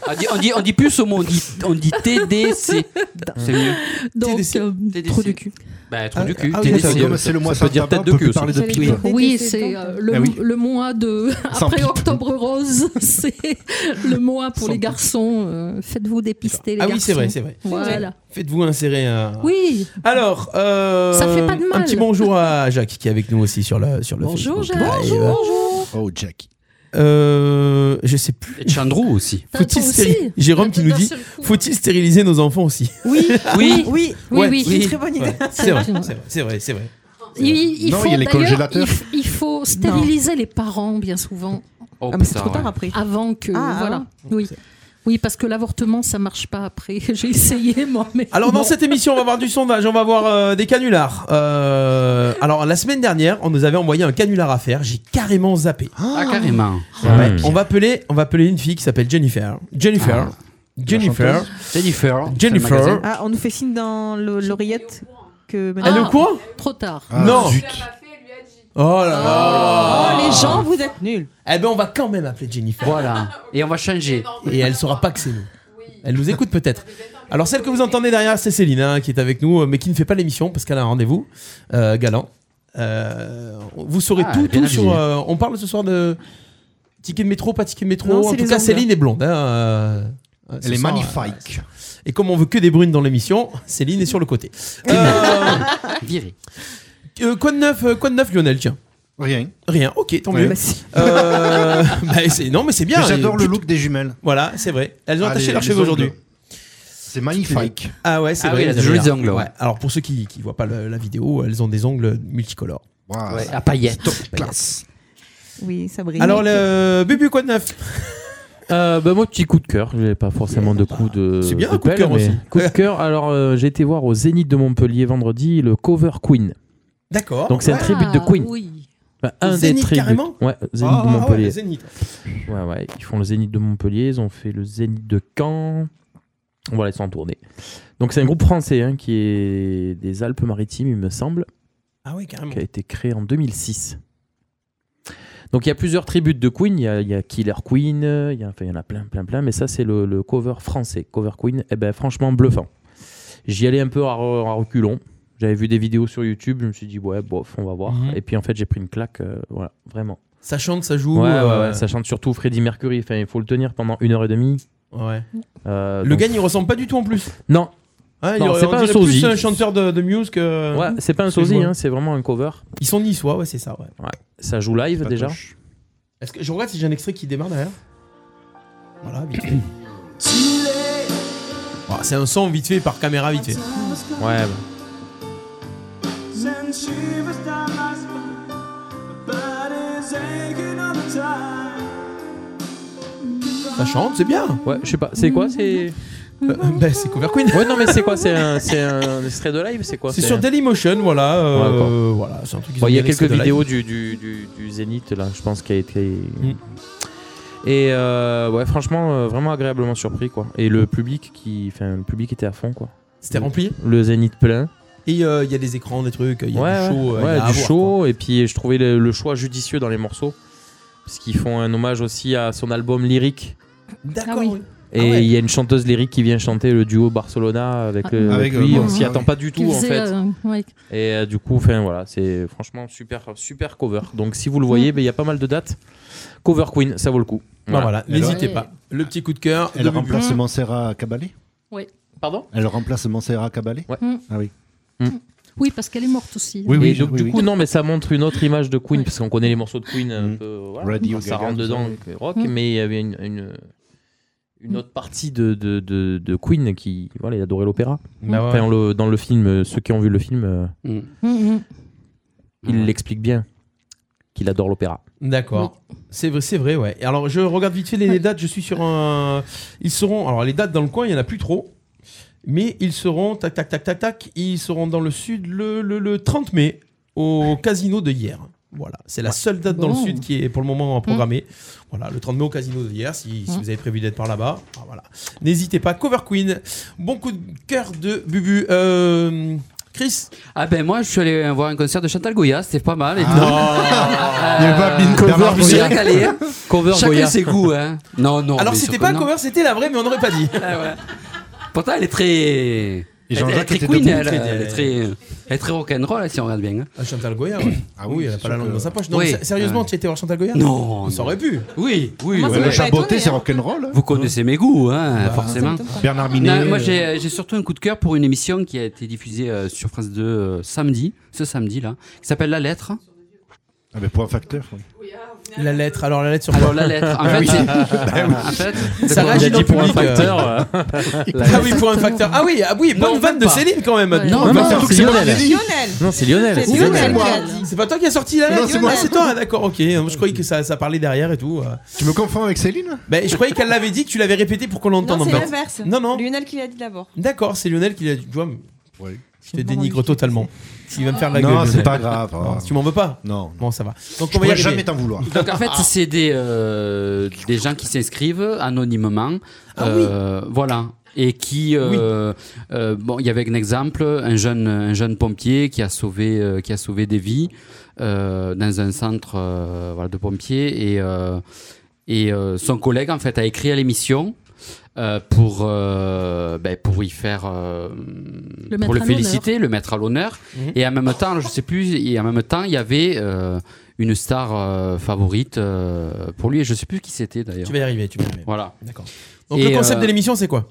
Speaker 13: On dit, on dit, on dit plus au mot, on dit, on dit TDC. C'est mieux.
Speaker 10: Donc, euh, trou du cul.
Speaker 13: Bah,
Speaker 7: trou du cul.
Speaker 1: ah oui,
Speaker 7: TDC,
Speaker 1: d'accord,
Speaker 7: euh,
Speaker 1: mais c'est le
Speaker 7: ça
Speaker 1: mois
Speaker 7: peut
Speaker 1: sans
Speaker 7: dire
Speaker 1: tabac,
Speaker 7: tête de
Speaker 1: on peut
Speaker 7: cul aussi.
Speaker 1: parler de pipe.
Speaker 10: Oui, c'est euh,
Speaker 6: Eh
Speaker 10: le,
Speaker 7: Ah oui.
Speaker 10: le mois de.
Speaker 1: Sans
Speaker 10: Après
Speaker 1: pipe.
Speaker 10: Octobre Rose, c'est le mois pour les garçons. euh, Faites-vous dépister, les
Speaker 6: Ah
Speaker 10: garçons.
Speaker 6: oui, c'est vrai, c'est vrai. Ah,
Speaker 10: Voilà.
Speaker 6: Faites-vous insérer euh, un.
Speaker 10: Oui.
Speaker 6: Alors, euh,
Speaker 10: Ça fait pas de
Speaker 6: un
Speaker 10: mal.
Speaker 6: petit bonjour à Jacques qui est avec nous aussi sur le, sur le
Speaker 10: Bonjour,
Speaker 6: Facebook.
Speaker 10: Jacques.
Speaker 6: Live.
Speaker 10: Bonjour,
Speaker 1: Oh, Jack.
Speaker 6: Euh, je sais plus.
Speaker 7: Et Chandrou aussi.
Speaker 6: Faut-il
Speaker 10: Toi
Speaker 6: stéri-
Speaker 10: aussi
Speaker 6: Jérôme qui nous
Speaker 10: d'un
Speaker 6: dit
Speaker 10: seul coup. hein.
Speaker 6: faut-il stériliser nos enfants aussi
Speaker 8: Oui,
Speaker 13: oui,
Speaker 8: oui,
Speaker 6: Ouais,
Speaker 8: oui, c'est une très bonne idée.
Speaker 6: Ouais, C'est vrai, c'est vrai, c'est vrai, c'est vrai.
Speaker 10: Il, il
Speaker 6: Non,
Speaker 10: faut,
Speaker 6: il y a les
Speaker 10: d'ailleurs,
Speaker 6: congélateurs.
Speaker 10: Il, f- il faut stériliser les parents bien souvent.
Speaker 13: Oh,
Speaker 8: Ah, mais c'est
Speaker 13: putain,
Speaker 8: trop tard
Speaker 13: ouais.
Speaker 8: après.
Speaker 10: Avant que.
Speaker 8: Ah,
Speaker 10: voilà. Oui. oui, parce que l'avortement, ça marche pas après. J'ai essayé moi, mais.
Speaker 6: Alors dans
Speaker 10: bon.
Speaker 6: cette émission, on va voir du sondage, on va voir euh, des canulars. Euh, alors la semaine dernière, on nous avait envoyé un canular à faire. J'ai carrément zappé.
Speaker 7: Ah, carrément.
Speaker 6: Ouais. On va appeler, on va appeler une fille qui s'appelle Jennifer. Jennifer. Jennifer.
Speaker 7: Ah. Jennifer.
Speaker 6: Oh, Jennifer.
Speaker 8: Ah, on nous fait signe dans le- l'oreillette que.
Speaker 6: Elle est au courant
Speaker 10: Ah,
Speaker 6: Ah,
Speaker 10: Trop tard.
Speaker 6: non. Oh là là.
Speaker 8: Oh, les gens, vous êtes nuls.
Speaker 6: Eh ben on va quand même appeler Jennifer.
Speaker 7: Ah. Voilà. Et on va changer.
Speaker 6: Et elle saura pas que c'est nous. Elle nous écoute peut-être. Alors celle que vous entendez derrière, c'est Céline hein, qui est avec nous, euh, mais qui ne fait pas l'émission parce qu'elle a un rendez-vous euh, galant. Euh, vous saurez
Speaker 7: Ah, elle
Speaker 6: tout,
Speaker 7: est bien
Speaker 6: tout sur.
Speaker 7: habillée.
Speaker 6: euh, on parle ce soir de ticket de métro, pas ticket de métro.
Speaker 8: Non,
Speaker 6: en
Speaker 8: c'est
Speaker 6: tout
Speaker 8: les
Speaker 6: cas,
Speaker 8: angles.
Speaker 6: Céline est blonde. hein, euh, euh, ce
Speaker 1: Elle est
Speaker 6: soir,
Speaker 1: magnifique.
Speaker 6: euh, et comme on veut que des brunes dans l'émission, Céline est sur le côté. Euh,
Speaker 7: Viré.
Speaker 6: euh, quoi de neuf, euh, quoi de neuf, Lionel Tiens.
Speaker 1: Rien.
Speaker 6: Rien. Ok, tant
Speaker 1: Oui.
Speaker 6: mieux.
Speaker 1: Bah,
Speaker 6: Euh, bah, c'est- non, mais c'est bien. euh,
Speaker 1: Mais J'adore
Speaker 6: Et-
Speaker 1: le look des jumelles.
Speaker 6: Voilà, c'est vrai. Elles ont
Speaker 1: Ah,
Speaker 6: attaché
Speaker 1: les-
Speaker 6: leurs
Speaker 1: les
Speaker 6: cheveux
Speaker 1: ongles.
Speaker 6: aujourd'hui.
Speaker 1: C'est magnifique.
Speaker 6: Ah ouais, c'est
Speaker 7: Ah
Speaker 6: vrai.
Speaker 7: oui, elles
Speaker 6: les
Speaker 7: ont
Speaker 6: avaient
Speaker 7: des
Speaker 6: l'air.
Speaker 7: ongles, ouais.
Speaker 6: Alors pour ceux qui qui voient pas le- la vidéo, elles ont des ongles multicolores.
Speaker 1: Waouh.
Speaker 7: Ouais,
Speaker 9: ah,
Speaker 7: à paillettes.
Speaker 6: Classe.
Speaker 8: Oui, ça brille.
Speaker 6: Alors le Bubu quoi de neuf
Speaker 9: Euh, bah, moi, petit coup de cœur. J'ai pas forcément de coup de.
Speaker 6: Eh, bah, C'est bien, un coup de
Speaker 9: pelle,
Speaker 6: cœur
Speaker 9: mais-
Speaker 6: aussi.
Speaker 9: Coup de cœur. Alors, euh, j'ai été voir au Zénith de Montpellier vendredi le cover Queen.
Speaker 6: D'accord.
Speaker 9: Donc, c'est un
Speaker 6: Ouais.
Speaker 9: tribute de Queen.
Speaker 10: Ah, oui.
Speaker 9: Bah,
Speaker 6: Au
Speaker 9: un des
Speaker 6: Zénith,
Speaker 9: tributes.
Speaker 6: carrément
Speaker 9: Ouais, Zénith
Speaker 6: Ah,
Speaker 9: de
Speaker 6: ouais,
Speaker 9: Montpellier.
Speaker 6: le Zénith.
Speaker 9: Ouais, ouais, ils font le Zénith de Montpellier, ils ont fait le Zénith de Caen. Voilà, ils sont en tournée. Donc c'est un groupe français hein, qui est des Alpes-Maritimes, il me semble,
Speaker 6: Ah oui, carrément.
Speaker 9: qui a été créé en 2006. Donc il y a plusieurs tributes de Queen, il y a, il y a Killer Queen, euh, il y, a, enfin, il y en a plein, plein, plein, mais ça c'est le, le cover français, cover Queen, et ben franchement bluffant. J'y allais un peu à, re- à reculons, j'avais vu des vidéos sur YouTube, je me suis dit ouais, bof, on va voir.
Speaker 6: Mhm.
Speaker 9: Et puis en fait j'ai pris une claque, euh, voilà, vraiment.
Speaker 6: Ça chante, ça joue.
Speaker 9: Ouais, ouais,
Speaker 6: euh,
Speaker 9: ouais, ça chante surtout Freddie Mercury. Enfin, il faut le tenir pendant une heure et demie.
Speaker 6: ouais.
Speaker 9: Euh,
Speaker 6: Le
Speaker 9: donc-
Speaker 6: gars, il ressemble pas du tout en plus.
Speaker 9: Non,
Speaker 6: Hein, il
Speaker 9: Non,
Speaker 6: aurait-
Speaker 9: c'est
Speaker 6: on
Speaker 9: pas un
Speaker 6: dirait
Speaker 9: sosie.
Speaker 6: plus un chanteur de, de Muse que.
Speaker 9: ouais, c'est pas un sosie,
Speaker 6: Excuse-moi.
Speaker 9: hein, c'est vraiment un cover.
Speaker 6: Ils sont niçois, ouais, c'est ça. Ouais.
Speaker 9: Ouais. Ça joue live déjà.
Speaker 6: Est-ce que je regarde si j'ai un extrait qui démarre derrière Voilà, vite fait. Ah, c'est un son vite fait par caméra vite fait.
Speaker 9: Ouais. bah.
Speaker 6: Ça chante, c'est bien.
Speaker 9: Ouais, je sais pas. C'est quoi C'est.
Speaker 6: Euh, bah, c'est Cover Queen.
Speaker 9: Ouais, non, mais c'est quoi C'est un, c'est un extrait de live C'est quoi
Speaker 6: C'est sur Dailymotion, voilà.
Speaker 9: Ouais,
Speaker 6: euh,
Speaker 9: d'accord.
Speaker 6: voilà, c'est un truc. qu'ils
Speaker 9: Bon,
Speaker 6: ont
Speaker 9: il y a
Speaker 6: bien laissé
Speaker 9: quelques
Speaker 6: de live. Mm.
Speaker 9: vidéos du, du, du, du Zénith là, je pense, qui a été. Et euh, ouais, franchement, euh, vraiment agréablement surpris quoi. Et le public qui, enfin, le public était à fond quoi.
Speaker 6: C'était rempli.
Speaker 9: Le Zénith plein.
Speaker 6: Et euh, il y a des écrans, des trucs, il y a
Speaker 9: ouais,
Speaker 6: du show.
Speaker 9: ouais,
Speaker 6: euh, il y a
Speaker 9: ouais,
Speaker 6: à
Speaker 9: du
Speaker 6: voir,
Speaker 9: show, et puis je trouvais le, le choix judicieux dans les morceaux parce qu'ils font un hommage aussi à son album lyrique
Speaker 6: quoi. D'accord.
Speaker 10: Ah oui.
Speaker 6: oui.
Speaker 9: et il
Speaker 6: ouais.
Speaker 9: y a une chanteuse lyrique qui vient chanter le duo Barcelona avec, le-
Speaker 1: Avec,
Speaker 9: avec lui
Speaker 1: euh,
Speaker 9: on s'y
Speaker 1: ouais.
Speaker 9: attend pas du
Speaker 10: Ah, Qui
Speaker 9: tout en
Speaker 10: faisait,
Speaker 9: fait
Speaker 10: euh, ouais.
Speaker 9: et euh, du coup enfin voilà c'est franchement super super cover donc si vous le
Speaker 10: Mm.
Speaker 9: voyez ben, il y a pas mal de dates cover Queen ça vaut le coup
Speaker 6: Bah, voilà,
Speaker 1: Elle
Speaker 6: n'hésitez
Speaker 10: aurait-
Speaker 6: pas. Le petit coup de cœur.
Speaker 1: Elle
Speaker 6: de
Speaker 1: remplace Montserrat Cabalé
Speaker 9: pardon
Speaker 1: Elle remplace Montserrat Cabalé
Speaker 9: Ouais.
Speaker 10: Mm.
Speaker 1: Ah oui.
Speaker 10: Oui, parce qu'elle est morte aussi.
Speaker 1: Oui, oui,
Speaker 9: et donc
Speaker 1: oui,
Speaker 9: du
Speaker 1: oui.
Speaker 9: coup non mais ça montre une autre image de Queen
Speaker 10: Ouais.
Speaker 9: parce qu'on connaît les morceaux de Queen euh, un
Speaker 1: Mm.
Speaker 9: peu voilà,
Speaker 1: Radio
Speaker 9: ça
Speaker 1: Gaga,
Speaker 9: rentre
Speaker 1: tout ça,
Speaker 9: dedans
Speaker 1: oui.
Speaker 9: donc, rock
Speaker 10: Mm.
Speaker 9: mais il y avait une, une- une autre partie de, de, de, de Queen qui voilà, il adorait l'opéra.
Speaker 7: Bah ouais.
Speaker 9: Enfin, on le- dans le film, euh, ceux qui ont vu le film, euh, il l'explique bien qu'il adore l'opéra.
Speaker 6: D'accord. C'est vrai, c'est vrai, ouais. Et alors, je regarde vite fait les, les dates. Je suis sur un. Ils seront. Alors, les dates dans le coin, il y en a plus trop. Mais ils seront. Tac, tac, tac, tac, tac. Ils seront dans le sud le, le- le 30 mai au casino de hier. Voilà. C'est la seule date dans le
Speaker 9: Bon.
Speaker 6: sud qui est pour le moment programmée. Voilà, le 30 mai au casino de hier, si, si vous avez prévu d'être par là-bas. Ah, voilà. N'hésitez pas. Cover Queen. Bon coup de cœur de Bubu. Euh, Chris
Speaker 7: Ah ben moi je suis allé voir un concert de Chantal Goya, c'était pas mal. Et tout.
Speaker 6: Ah. Il y avait pas
Speaker 7: Euh,
Speaker 6: Bin- Cover
Speaker 7: Bernard
Speaker 6: Goya.
Speaker 7: Chirac allait.
Speaker 6: Cover
Speaker 7: Chacun
Speaker 6: Goya.
Speaker 7: ses goûts. Hein. Non, non.
Speaker 6: Alors,
Speaker 7: bien
Speaker 6: c'était
Speaker 7: sûr
Speaker 6: pas
Speaker 7: que
Speaker 6: un
Speaker 7: non.
Speaker 6: cover, c'était la vraie, mais on n'aurait pas dit.
Speaker 7: Pourtant, elle est très. Elle, elle est
Speaker 6: Jean-Jacques
Speaker 7: très
Speaker 6: était
Speaker 7: queen,
Speaker 6: debout,
Speaker 7: elle,
Speaker 6: très-
Speaker 7: elle est très, elle est très rock'n'roll hein, si on regarde bien. hein.
Speaker 6: Ah, Chantal Goya, ouais. Ah oui, elle a
Speaker 7: c'est
Speaker 6: pas la
Speaker 7: sûr
Speaker 6: langue
Speaker 7: que-
Speaker 6: dans sa poche. Non,
Speaker 7: Oui.
Speaker 6: mais s- sérieusement,
Speaker 7: Ouais.
Speaker 6: tu étais voir Chantal Goya
Speaker 7: Non,
Speaker 6: Ça aurait pu.
Speaker 7: Oui, oui.
Speaker 6: Moi, ça
Speaker 7: oui.
Speaker 6: m'aurait pas La chaboté, étonné, c'est hein.
Speaker 1: rock'n'roll.
Speaker 7: Vous connaissez mes goûts, hein,
Speaker 6: Bah,
Speaker 7: forcément.
Speaker 6: ça m'étonne pas. Bernard Minet,
Speaker 7: Non, moi,
Speaker 6: euh,
Speaker 7: j'ai j'ai surtout un coup de cœur pour une émission qui a été diffusée euh, sur France 2 euh, samedi, ce samedi là, qui s'appelle La Lettre.
Speaker 1: Ah, mais point facteur.
Speaker 6: La lettre, alors la lettre sur
Speaker 7: Alors, la lettre, en
Speaker 6: Ah
Speaker 7: fait,
Speaker 6: oui.
Speaker 7: c'est-
Speaker 6: Bah oui.
Speaker 7: en fait, c'est
Speaker 6: ça
Speaker 7: quoi
Speaker 6: réagit
Speaker 7: Il a
Speaker 6: dans
Speaker 7: dit
Speaker 6: le
Speaker 7: pour un
Speaker 6: public, euh.
Speaker 7: facteur, euh, la
Speaker 6: Ah oui,
Speaker 7: lettre.
Speaker 6: pour un facteur. Ah oui, ah oui, bonne
Speaker 7: Non,
Speaker 6: vanne
Speaker 7: même
Speaker 6: de
Speaker 7: pas.
Speaker 6: Céline quand même.
Speaker 7: Ouais. Non,
Speaker 6: Bah,
Speaker 7: non,
Speaker 6: surtout
Speaker 7: c'est
Speaker 6: que moi
Speaker 7: Lionel.
Speaker 6: qui l'ai dit.
Speaker 7: Lionel. Non, c'est Lionel. C'est
Speaker 6: C'est
Speaker 7: Lionel.
Speaker 6: Lionel.
Speaker 7: Lionel.
Speaker 6: C'est pas toi qui as sorti la
Speaker 7: Non,
Speaker 6: lettre.
Speaker 7: c'est moi.
Speaker 6: Ah, c'est toi, ah, d'accord, ok. Moi, je croyais que ça, ça parlait derrière et tout. Tu me confonds avec Céline Je croyais qu'elle l'avait dit, que tu l'avais répété pour qu'on l'entende
Speaker 11: Non, c'est
Speaker 6: en fait.
Speaker 11: l'inverse.
Speaker 6: Non, non.
Speaker 11: Lionel qui l'a dit d'abord.
Speaker 6: D'accord, c'est Lionel qui l'a dit. Tu vois, je te dénigre totalement. Il va me faire de la
Speaker 1: Non,
Speaker 6: gueule.
Speaker 1: c'est
Speaker 6: Lionel.
Speaker 1: pas grave.
Speaker 6: Non, Tu m'en veux pas
Speaker 1: Non.
Speaker 6: Bon, ça va. Donc,
Speaker 1: Je
Speaker 6: on va
Speaker 1: pourrais
Speaker 6: y arriver.
Speaker 1: jamais t'en vouloir.
Speaker 7: Donc en fait, c'est des, euh, des gens qui s'inscrivent anonymement. Euh, Voilà. Et qui, euh, euh, bon, il y avait un exemple, un jeune, un jeune pompier qui a sauvé, euh, qui a sauvé des vies euh, dans un centre euh, voilà, de pompiers. Et, euh, et euh, son collègue, en fait, a écrit à l'émission euh, pour, euh, ben, pour y faire. euh,
Speaker 10: Le
Speaker 7: pour
Speaker 10: mettre
Speaker 7: le
Speaker 10: à l'honneur.
Speaker 7: féliciter, le mettre à l'honneur.
Speaker 10: Mhm.
Speaker 7: Et en même temps, je sais plus, et en même temps, il y avait euh, une star euh, favorite euh, pour lui, et je sais plus qui c'était d'ailleurs.
Speaker 6: Tu vas y arriver, tu vas y arriver.
Speaker 7: Voilà. euh,
Speaker 6: D'accord. Donc, le concept de l'émission, c'est quoi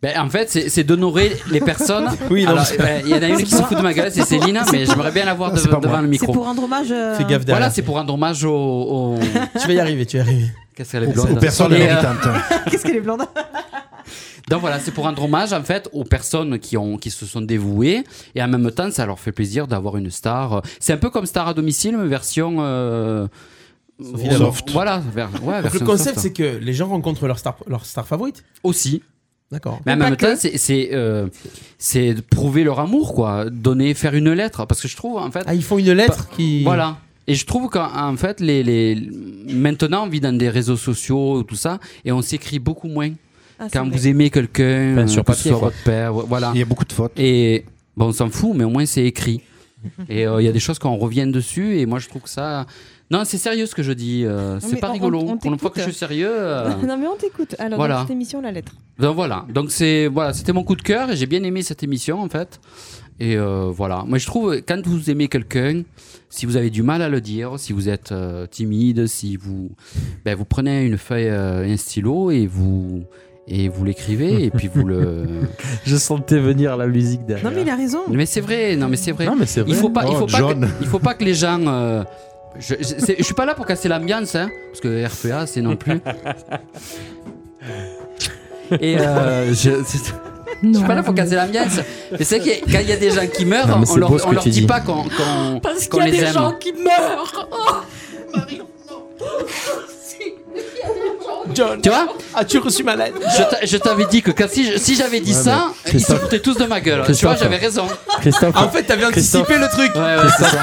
Speaker 7: ben, en fait, c'est c'est d'honorer les personnes.
Speaker 6: Oui, non,
Speaker 7: Alors,
Speaker 6: c'est-
Speaker 7: ben, il y en a une qui se fout de ma gueule, c'est Céline,
Speaker 11: C'est
Speaker 7: mais
Speaker 11: pour-
Speaker 7: j'aimerais bien la voir
Speaker 11: Ah, c'est
Speaker 7: de-
Speaker 11: pas
Speaker 7: devant
Speaker 11: moi.
Speaker 7: le micro.
Speaker 11: C'est pour rendre hommage. euh,
Speaker 7: Fais gaffe Voilà, c'est pour rendre hommage au. au-
Speaker 6: Tu vas y arriver, tu vas y arriver.
Speaker 7: Qu'est-ce qu'elle est
Speaker 6: Aux-
Speaker 7: blonde
Speaker 6: aux personnes
Speaker 7: Et, euh,
Speaker 11: Qu'est-ce qu'elle est blonde
Speaker 7: Donc voilà, c'est pour rendre hommage en fait aux personnes qui, ont, qui se sont dévouées et en même temps ça leur fait plaisir d'avoir une star. euh, C'est un peu comme Star à domicile, mais version euh,
Speaker 6: D'abord.
Speaker 7: Voilà, ver- ouais,
Speaker 6: Donc, le
Speaker 7: version
Speaker 6: concept,
Speaker 7: soft. hein.
Speaker 6: c'est que les gens rencontrent leur star, leur star favorite.
Speaker 7: Aussi.
Speaker 6: D'accord.
Speaker 7: Mais en même temps, c'est c'est euh, c'est de prouver leur amour, quoi. Donner, faire une lettre, parce que je trouve en fait. Bah,
Speaker 6: Ah, ils font une lettre qui.
Speaker 7: Voilà. Et je trouve qu'en en fait, les, les maintenant on vit dans des réseaux sociaux tout ça, et on s'écrit beaucoup moins.
Speaker 11: Ah, c'est
Speaker 7: Quand
Speaker 11: vrai.
Speaker 7: vous aimez quelqu'un,
Speaker 9: Enfin, sur
Speaker 7: euh, que
Speaker 9: papier,
Speaker 7: ce soit
Speaker 9: quoi.
Speaker 7: votre père, vo- voilà.
Speaker 1: Il y a beaucoup de fautes.
Speaker 7: Et bon, on s'en fout, mais au moins c'est écrit. Et euh, il y a des choses qu'on revient dessus, et moi je trouve que ça. Non, c'est sérieux ce que je dis. euh,
Speaker 11: Non,
Speaker 7: c'est
Speaker 11: mais
Speaker 7: pas
Speaker 11: on-
Speaker 7: rigolo.
Speaker 11: on- on
Speaker 7: Pour une fois que je
Speaker 11: t'écoute.
Speaker 7: suis sérieux.
Speaker 6: Ah.
Speaker 7: euh,
Speaker 11: Non, mais on t'écoute. Alors,
Speaker 7: Voilà.
Speaker 11: dans cette émission, la lettre.
Speaker 7: donc voilà, donc c'est voilà, c'était mon coup de cœur et j'ai bien aimé cette émission en fait. Et euh, voilà, moi je trouve quand vous aimez quelqu'un, si vous avez du mal à le dire, si vous êtes euh, timide, si vous ben, vous prenez une feuille euh, et un stylo et vous et vous l'écrivez et puis vous le
Speaker 9: Je sentais venir la musique derrière.
Speaker 11: Non, mais il a raison.
Speaker 7: mais c'est vrai, non mais c'est vrai.
Speaker 9: Non, mais c'est
Speaker 7: Il
Speaker 9: vrai.
Speaker 7: faut pas, il
Speaker 9: Oh,
Speaker 7: faut pas,
Speaker 9: John.
Speaker 7: que, il faut pas que les gens. euh, je, je, c'est- je suis pas là pour casser l'ambiance, hein, parce que RPA c'est non plus. Et euh, je, c'est- je suis pas là pour casser l'ambiance. Mais c'est vrai que quand il y a des gens qui meurent,
Speaker 9: Non, mais
Speaker 7: on
Speaker 9: c'est
Speaker 7: leur,
Speaker 9: beau ce
Speaker 7: on
Speaker 9: que
Speaker 7: leur
Speaker 9: tu
Speaker 7: dit
Speaker 9: dis.
Speaker 7: pas qu'on qu'on-
Speaker 2: Parce
Speaker 7: qu'on
Speaker 2: qu'il y a
Speaker 7: les
Speaker 2: des
Speaker 7: aime.
Speaker 2: gens qui meurent.
Speaker 6: John.
Speaker 7: Tu vois
Speaker 6: As-tu reçu ma lettre
Speaker 7: Je t'a- Je t'avais dit que quand- si, je- si j'avais dit
Speaker 9: Ouais,
Speaker 7: ça,
Speaker 9: mais
Speaker 7: ils se
Speaker 9: Christophe-
Speaker 7: foutaient tous de ma gueule. Tu vois,
Speaker 9: Christophe.
Speaker 7: j'avais raison.
Speaker 9: Christophe.
Speaker 6: En fait, t'avais anticipé le truc.
Speaker 7: Ouais, ouais, c'est ça.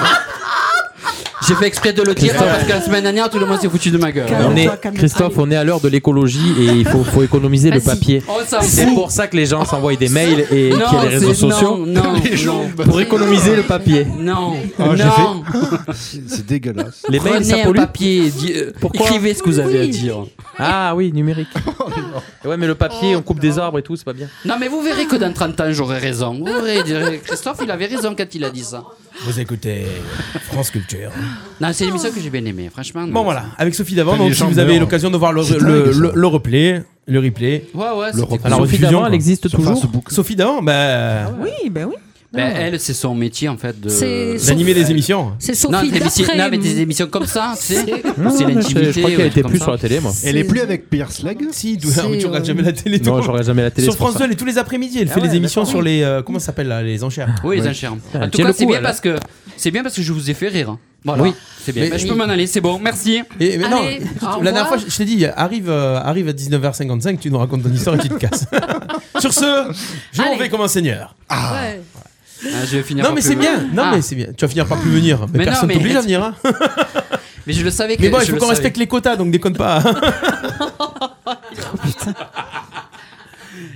Speaker 7: J'ai fait exprès de le dire parce que la semaine dernière, tout le monde s'est foutu de ma gueule.
Speaker 9: On est, Christophe, on est à l'heure de l'écologie et il faut, faut économiser le
Speaker 7: Vas-y. Oh,
Speaker 9: papier.
Speaker 13: Oh,
Speaker 7: On s'en
Speaker 9: C'est
Speaker 7: fout.
Speaker 9: pour ça que les gens s'envoient des mails et qu'il y a les réseaux
Speaker 7: c'est- non,
Speaker 9: sociaux.
Speaker 7: non, non.
Speaker 9: Pour économiser le papier.
Speaker 7: Non,
Speaker 1: Ah, j'ai
Speaker 7: non.
Speaker 1: fait- C'est c'est dégueulasse.
Speaker 9: Les mails, ça
Speaker 7: Prenez un
Speaker 9: pollue.
Speaker 7: papier et di- euh, écrivez ce que vous avez à dire.
Speaker 9: Ah oui, numérique. ouais, mais le papier, on coupe des arbres et tout, c'est pas bien.
Speaker 7: Non, mais vous verrez que dans 30 ans, j'aurai raison. Vous verrez, direz, Christophe, il avait raison quand il a dit ça.
Speaker 6: Vous écoutez France Culture.
Speaker 7: Non, c'est l'émission que j'ai bien aimée, franchement.
Speaker 6: Bon voilà, avec Sophie d'avant,
Speaker 7: Putain,
Speaker 6: donc
Speaker 7: les
Speaker 6: si
Speaker 7: gens
Speaker 6: vous avez
Speaker 7: meurent.
Speaker 6: l'occasion de voir le,
Speaker 7: C'est
Speaker 6: le,
Speaker 7: dingue, ça.
Speaker 6: le- le replay, le replay.
Speaker 7: Ouais, ouais, c'était
Speaker 6: à la
Speaker 7: cool.
Speaker 6: rediffusion,
Speaker 9: d'avant, elle Ah
Speaker 6: quoi.
Speaker 9: existe Sur toujours Facebook.
Speaker 6: Sophie d'avant, bah.
Speaker 11: Oui, ben oui.
Speaker 13: Ben, elle, c'est son métier en fait
Speaker 10: C'est
Speaker 13: de
Speaker 10: Sophie- D'animer
Speaker 6: les émissions.
Speaker 10: c'est
Speaker 13: non,
Speaker 10: Sophie
Speaker 13: des émissions,
Speaker 10: d'après.
Speaker 13: non, mais des émissions comme ça, tu sais.
Speaker 10: C'est-
Speaker 13: Ou C'est
Speaker 9: mais je-
Speaker 13: l'intimité.
Speaker 9: je crois
Speaker 13: ou
Speaker 9: qu'elle
Speaker 13: un
Speaker 9: était
Speaker 13: truc
Speaker 9: plus
Speaker 13: comme
Speaker 9: sur la
Speaker 13: ça.
Speaker 9: télé, moi.
Speaker 1: Elle est plus euh, avec Pierce Leg
Speaker 6: Si, tu
Speaker 9: C'est,
Speaker 6: tu regardes
Speaker 9: euh,
Speaker 6: jamais la télé.
Speaker 9: non,
Speaker 6: toi.
Speaker 9: je regarde jamais la télé,
Speaker 6: Sur
Speaker 9: c'est pour
Speaker 6: France
Speaker 9: ça.
Speaker 6: 2, elle est tous les après-midi. Elle
Speaker 9: Ah
Speaker 6: fait
Speaker 9: ouais,
Speaker 6: les émissions
Speaker 9: d'accord.
Speaker 6: sur les. euh, Comment ça s'appelle là Les enchères.
Speaker 13: Oui, les
Speaker 6: Ouais.
Speaker 13: enchères.
Speaker 9: Ah,
Speaker 13: En tout
Speaker 9: tiens
Speaker 13: cas,
Speaker 9: le
Speaker 13: c'est
Speaker 9: coup,
Speaker 13: bien
Speaker 9: elle.
Speaker 13: parce que c'est bien parce que je vous ai fait rire. hein. Voilà.
Speaker 9: Oui.
Speaker 13: C'est bien.
Speaker 6: Mais-
Speaker 13: Ben, je peux m'en aller, c'est bon. Merci.
Speaker 6: Et, mais non,
Speaker 13: Allez,
Speaker 6: tu-
Speaker 13: au
Speaker 6: la dernière
Speaker 13: revoir.
Speaker 6: fois, je je t'ai dit, arrive, euh, arrive à 19h55, tu nous racontes ton histoire et tu te casses. Sur ce, je m'en vais comme un seigneur.
Speaker 10: Ouais.
Speaker 13: Ah, je vais finir
Speaker 6: Non
Speaker 13: par
Speaker 6: mais
Speaker 13: plus
Speaker 6: c'est
Speaker 13: venir.
Speaker 6: bien, non
Speaker 13: Ah.
Speaker 6: mais c'est bien. Tu vas finir par plus venir,
Speaker 13: Mais
Speaker 6: mais,
Speaker 13: non,
Speaker 6: personne
Speaker 13: mais-
Speaker 6: t'oblige à venir. hein.
Speaker 13: Mais je le savais que
Speaker 6: Mais bon,
Speaker 13: je
Speaker 6: il faut
Speaker 13: le
Speaker 6: qu'on
Speaker 13: savais.
Speaker 6: respecte les quotas, donc déconne pas.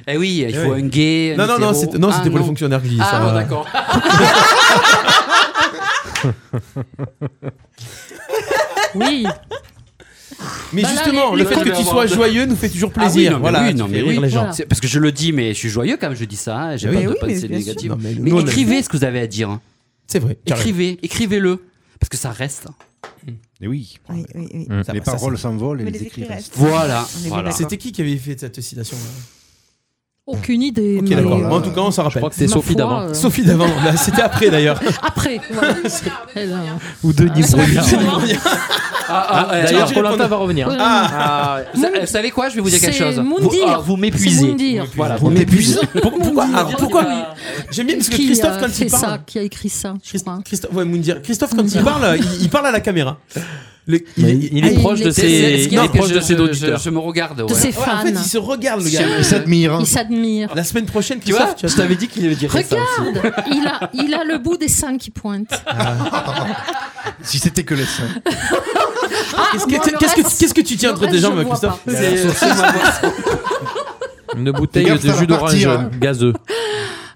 Speaker 13: Eh oui, il
Speaker 6: Eh
Speaker 13: faut
Speaker 6: oui.
Speaker 13: un gay. un
Speaker 6: Non, non, non,
Speaker 13: hétéro.
Speaker 6: c'était non,
Speaker 13: Ah,
Speaker 6: c'était pour les fonctionnaires qui disaient
Speaker 13: Ah,
Speaker 6: ça.
Speaker 13: bon, d'accord.
Speaker 10: Oui.
Speaker 6: Mais
Speaker 10: Bah là,
Speaker 6: justement,
Speaker 10: les-
Speaker 6: le
Speaker 10: les
Speaker 6: fait que
Speaker 10: quotas-
Speaker 6: tu sois joyeux nous fait toujours
Speaker 13: Ah oui,
Speaker 6: plaisir.
Speaker 13: non, mais
Speaker 6: voilà,
Speaker 13: oui,
Speaker 6: tu
Speaker 13: non,
Speaker 6: fais
Speaker 13: mais
Speaker 6: rire
Speaker 13: oui.
Speaker 6: les gens.
Speaker 13: C'est- Parce que je le dis, mais je suis joyeux quand je dis ça. hein, J'ai
Speaker 6: Mais
Speaker 13: pas
Speaker 6: oui,
Speaker 13: de
Speaker 6: oui, mais
Speaker 13: pensée
Speaker 6: bien sûr.
Speaker 13: négative.
Speaker 6: Non, mais
Speaker 13: mais
Speaker 6: nous, on aime
Speaker 13: écrivez
Speaker 6: bien.
Speaker 13: ce que vous avez à dire. hein.
Speaker 6: C'est vrai. carrément.
Speaker 13: Écrivez, écrivez-le. Parce que ça reste.
Speaker 1: Et oui.
Speaker 8: Oui, oui, oui.
Speaker 1: Mm. Les
Speaker 6: Ça va, ça,
Speaker 1: paroles
Speaker 6: c'est-
Speaker 1: s'envolent et
Speaker 8: Mais
Speaker 1: les écrits restent.
Speaker 13: Voilà.
Speaker 8: On est
Speaker 13: voilà.
Speaker 8: bien
Speaker 6: C'était qui qui avait fait cette citation là
Speaker 10: Aucune idée.
Speaker 6: Ok,
Speaker 10: mais,
Speaker 6: d'accord.
Speaker 13: Bah,
Speaker 10: euh,
Speaker 6: En tout cas, on s'en rappelle.
Speaker 9: crois que c'est
Speaker 10: ma
Speaker 9: Sophie
Speaker 10: foi,
Speaker 9: d'avant.
Speaker 10: euh,
Speaker 6: Sophie d'avant, là, c'était après d'ailleurs.
Speaker 10: Après. voilà. Elle a-
Speaker 9: Ou Denis Brognard.
Speaker 13: Ah, ah, ouais,
Speaker 9: D'ailleurs,
Speaker 13: tiens,
Speaker 9: Colanta va revenir.
Speaker 10: Ouais,
Speaker 13: ah, vous, vous savez quoi Je vais vous dire quelque
Speaker 10: C'est
Speaker 13: chose. Vous,
Speaker 10: Moundir.
Speaker 7: oh,
Speaker 13: ah, vous
Speaker 10: C'est
Speaker 13: m'épuisez.
Speaker 10: Moundir.
Speaker 13: Voilà,
Speaker 6: Vous
Speaker 13: vous
Speaker 6: m'épuisez.
Speaker 13: m'épuisez.
Speaker 6: Pourquoi Alors,
Speaker 10: Oui.
Speaker 6: pourquoi J'aime bien parce que
Speaker 10: qui
Speaker 6: Christophe,
Speaker 10: euh,
Speaker 6: quand
Speaker 10: fait
Speaker 6: il
Speaker 10: ça,
Speaker 6: parle.
Speaker 10: qui a écrit ça, je
Speaker 6: Christ-
Speaker 10: crois.
Speaker 6: Christophe, ouais, Moundir. Christophe, quand il parle, il, il parle à la caméra. Le- il,
Speaker 9: Mais Il est
Speaker 10: il
Speaker 9: proche
Speaker 10: est-
Speaker 9: de
Speaker 13: C'est- c'est-
Speaker 9: ses
Speaker 13: ce qui
Speaker 9: il
Speaker 13: est
Speaker 9: est
Speaker 13: que
Speaker 9: proche
Speaker 13: je-
Speaker 9: de ses
Speaker 13: je-
Speaker 9: auditeurs.
Speaker 13: Je je me regarde.
Speaker 10: De
Speaker 13: ouais.
Speaker 10: ses
Speaker 6: Ouais, en
Speaker 10: fans.
Speaker 6: fait, il se regarde, le gars.
Speaker 1: Ils s'admirent.
Speaker 10: Il s'admire.
Speaker 6: La semaine prochaine,
Speaker 13: Tu vois
Speaker 6: Christophe,
Speaker 13: Je t'avais dit qu'il dirait ça. aussi.
Speaker 10: Regarde, il a, il a le bout des seins qui pointent.
Speaker 6: Ah,
Speaker 1: Si c'était que les seins.
Speaker 6: Qu'est-ce
Speaker 10: Ah, moi,
Speaker 6: que-
Speaker 10: le
Speaker 6: qu'est-ce que-
Speaker 10: reste-
Speaker 6: qu'est-ce que tu tiens
Speaker 10: le
Speaker 6: entre tes
Speaker 10: reste,
Speaker 6: jambes,
Speaker 10: je vois
Speaker 6: Christophe
Speaker 10: pas.
Speaker 13: C'est- c'est ma voix.
Speaker 9: Une bouteille
Speaker 1: Regarde,
Speaker 9: de
Speaker 1: ça va
Speaker 9: jus d'orange
Speaker 1: partir, hein.
Speaker 9: gazeux.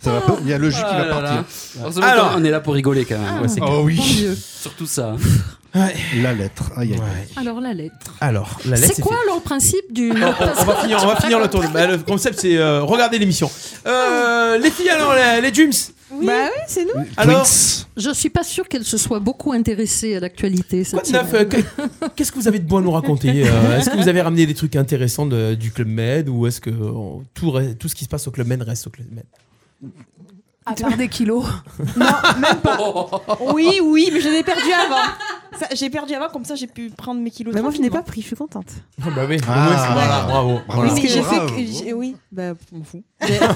Speaker 1: Ça va pas- Il y a le jus qui
Speaker 13: Ah
Speaker 1: va
Speaker 13: là là.
Speaker 1: partir.
Speaker 13: Heureusement
Speaker 6: Alors.
Speaker 13: qu'on est là pour rigoler quand même. Ouais, c'est
Speaker 1: Oh
Speaker 10: Mon
Speaker 1: oui.
Speaker 10: Dieu.
Speaker 13: surtout ça.
Speaker 1: La lettre. Aïe, aïe, aïe.
Speaker 6: Ouais.
Speaker 10: Alors la lettre.
Speaker 6: Alors, la lettre,
Speaker 10: C'est quoi alors le principe du
Speaker 6: fait. on, on va finir, on va finir le tour. de- bah, le concept, c'est euh, regarder l'émission. Euh, les filles, alors, les, les Jums.
Speaker 8: Bah oui, c'est nous.
Speaker 6: Alors,
Speaker 1: Twinks.
Speaker 10: Je suis pas sûre qu'elle se soit beaucoup intéressée à l'actualité
Speaker 6: quoi
Speaker 10: cette
Speaker 6: de neuf,
Speaker 10: semaine.
Speaker 6: euh, que- Qu'est-ce que vous avez de bon à nous raconter Euh, Est-ce que vous avez ramené des trucs intéressants de- du Club Med ou est-ce que on- tout, re- tout ce qui se passe au Club Med reste au Club Med
Speaker 12: À part des kilos.
Speaker 8: Oui, oui, mais j'en ai perdu avant. Ça, J'ai perdu avant, comme ça j'ai pu prendre mes kilos.
Speaker 12: Mais moi, je n'ai pas
Speaker 8: tranquillement.
Speaker 12: pris, je suis contente.
Speaker 6: Ah Bah oui,
Speaker 1: Ah,
Speaker 6: au moins, c'est- voilà,
Speaker 1: ouais.
Speaker 6: bravo.
Speaker 1: Bravo.
Speaker 6: voilà.
Speaker 8: Oui, mais j'ai fait
Speaker 1: Bravo.
Speaker 8: que. j'ai- Oui, bah, on m'en fout. J'avais
Speaker 1: Vous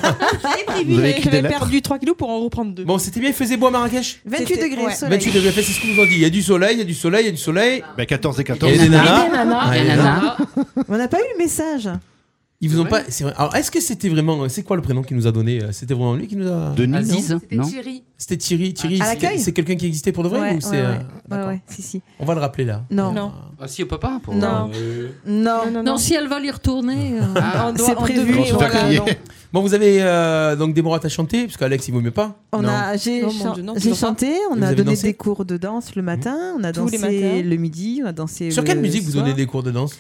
Speaker 11: Eh
Speaker 8: prévu,
Speaker 1: avez
Speaker 8: mais
Speaker 1: écrit
Speaker 8: j'avais
Speaker 1: des lettres
Speaker 8: perdu 3 kilos pour en reprendre 2.
Speaker 6: Bon, c'était bien, il faisait beau à Marrakech
Speaker 12: 28
Speaker 8: C'était-
Speaker 12: degrés,
Speaker 8: ouais.
Speaker 12: soleil.
Speaker 6: 28 degrés, c'est ce qu'on nous a dit. Il y a du soleil, il y a du soleil, il y a du soleil.
Speaker 1: Ben, 14 et
Speaker 6: Il y
Speaker 1: 14.
Speaker 6: a des nanas. Ah, il y a des nanas.
Speaker 8: On n'a pas eu le message.
Speaker 6: Ils vous ont
Speaker 13: Ouais.
Speaker 6: pas. c'est vrai. Alors, est-ce que c'était vraiment. C'est quoi le prénom qu'il nous a donné euh, C'était vraiment lui qui nous a.
Speaker 1: Denis,
Speaker 13: Aziz, non
Speaker 11: Thierry.
Speaker 6: Ah, C'était Thierry. Thierry,
Speaker 8: À
Speaker 6: c'est-
Speaker 8: l'accueil
Speaker 6: c'est quelqu'un qui existait pour de vrai
Speaker 8: ouais,
Speaker 6: ou
Speaker 8: ouais,
Speaker 6: c'est,
Speaker 8: ouais.
Speaker 6: euh,
Speaker 8: Ouais,
Speaker 6: d'accord.
Speaker 8: ouais, si, si.
Speaker 6: On va le rappeler là.
Speaker 8: Non.
Speaker 6: Euh,
Speaker 8: Non.
Speaker 13: Ah si, on peut pas. pour-
Speaker 8: Non.
Speaker 13: Euh,
Speaker 8: Non, non,
Speaker 10: Non, si elle va l'y retourner. euh,
Speaker 13: Ah,
Speaker 8: On doit-
Speaker 12: C'est
Speaker 8: on
Speaker 12: prévu.
Speaker 8: devrait-
Speaker 1: On se fait
Speaker 8: voilà,
Speaker 1: crier.
Speaker 8: non.
Speaker 6: Bon, vous avez euh, donc des morats à chanter, parce qu'Alex, il vaut mieux pas.
Speaker 8: On
Speaker 1: Non.
Speaker 8: a, Ah, j'ai,
Speaker 11: Oh mon
Speaker 8: chan-
Speaker 11: Dieu, non,
Speaker 8: j'ai
Speaker 11: tu vas pas
Speaker 8: chanté,
Speaker 6: Et
Speaker 8: on
Speaker 6: vous
Speaker 8: a
Speaker 6: avez
Speaker 8: donné
Speaker 6: dansé
Speaker 8: des cours de danse le matin, on a
Speaker 11: Tous les
Speaker 8: dansé
Speaker 11: matins.
Speaker 8: le midi, on a dansé.
Speaker 6: Sur
Speaker 8: le
Speaker 6: quelle musique vous
Speaker 8: soir.
Speaker 6: donnez des cours de danse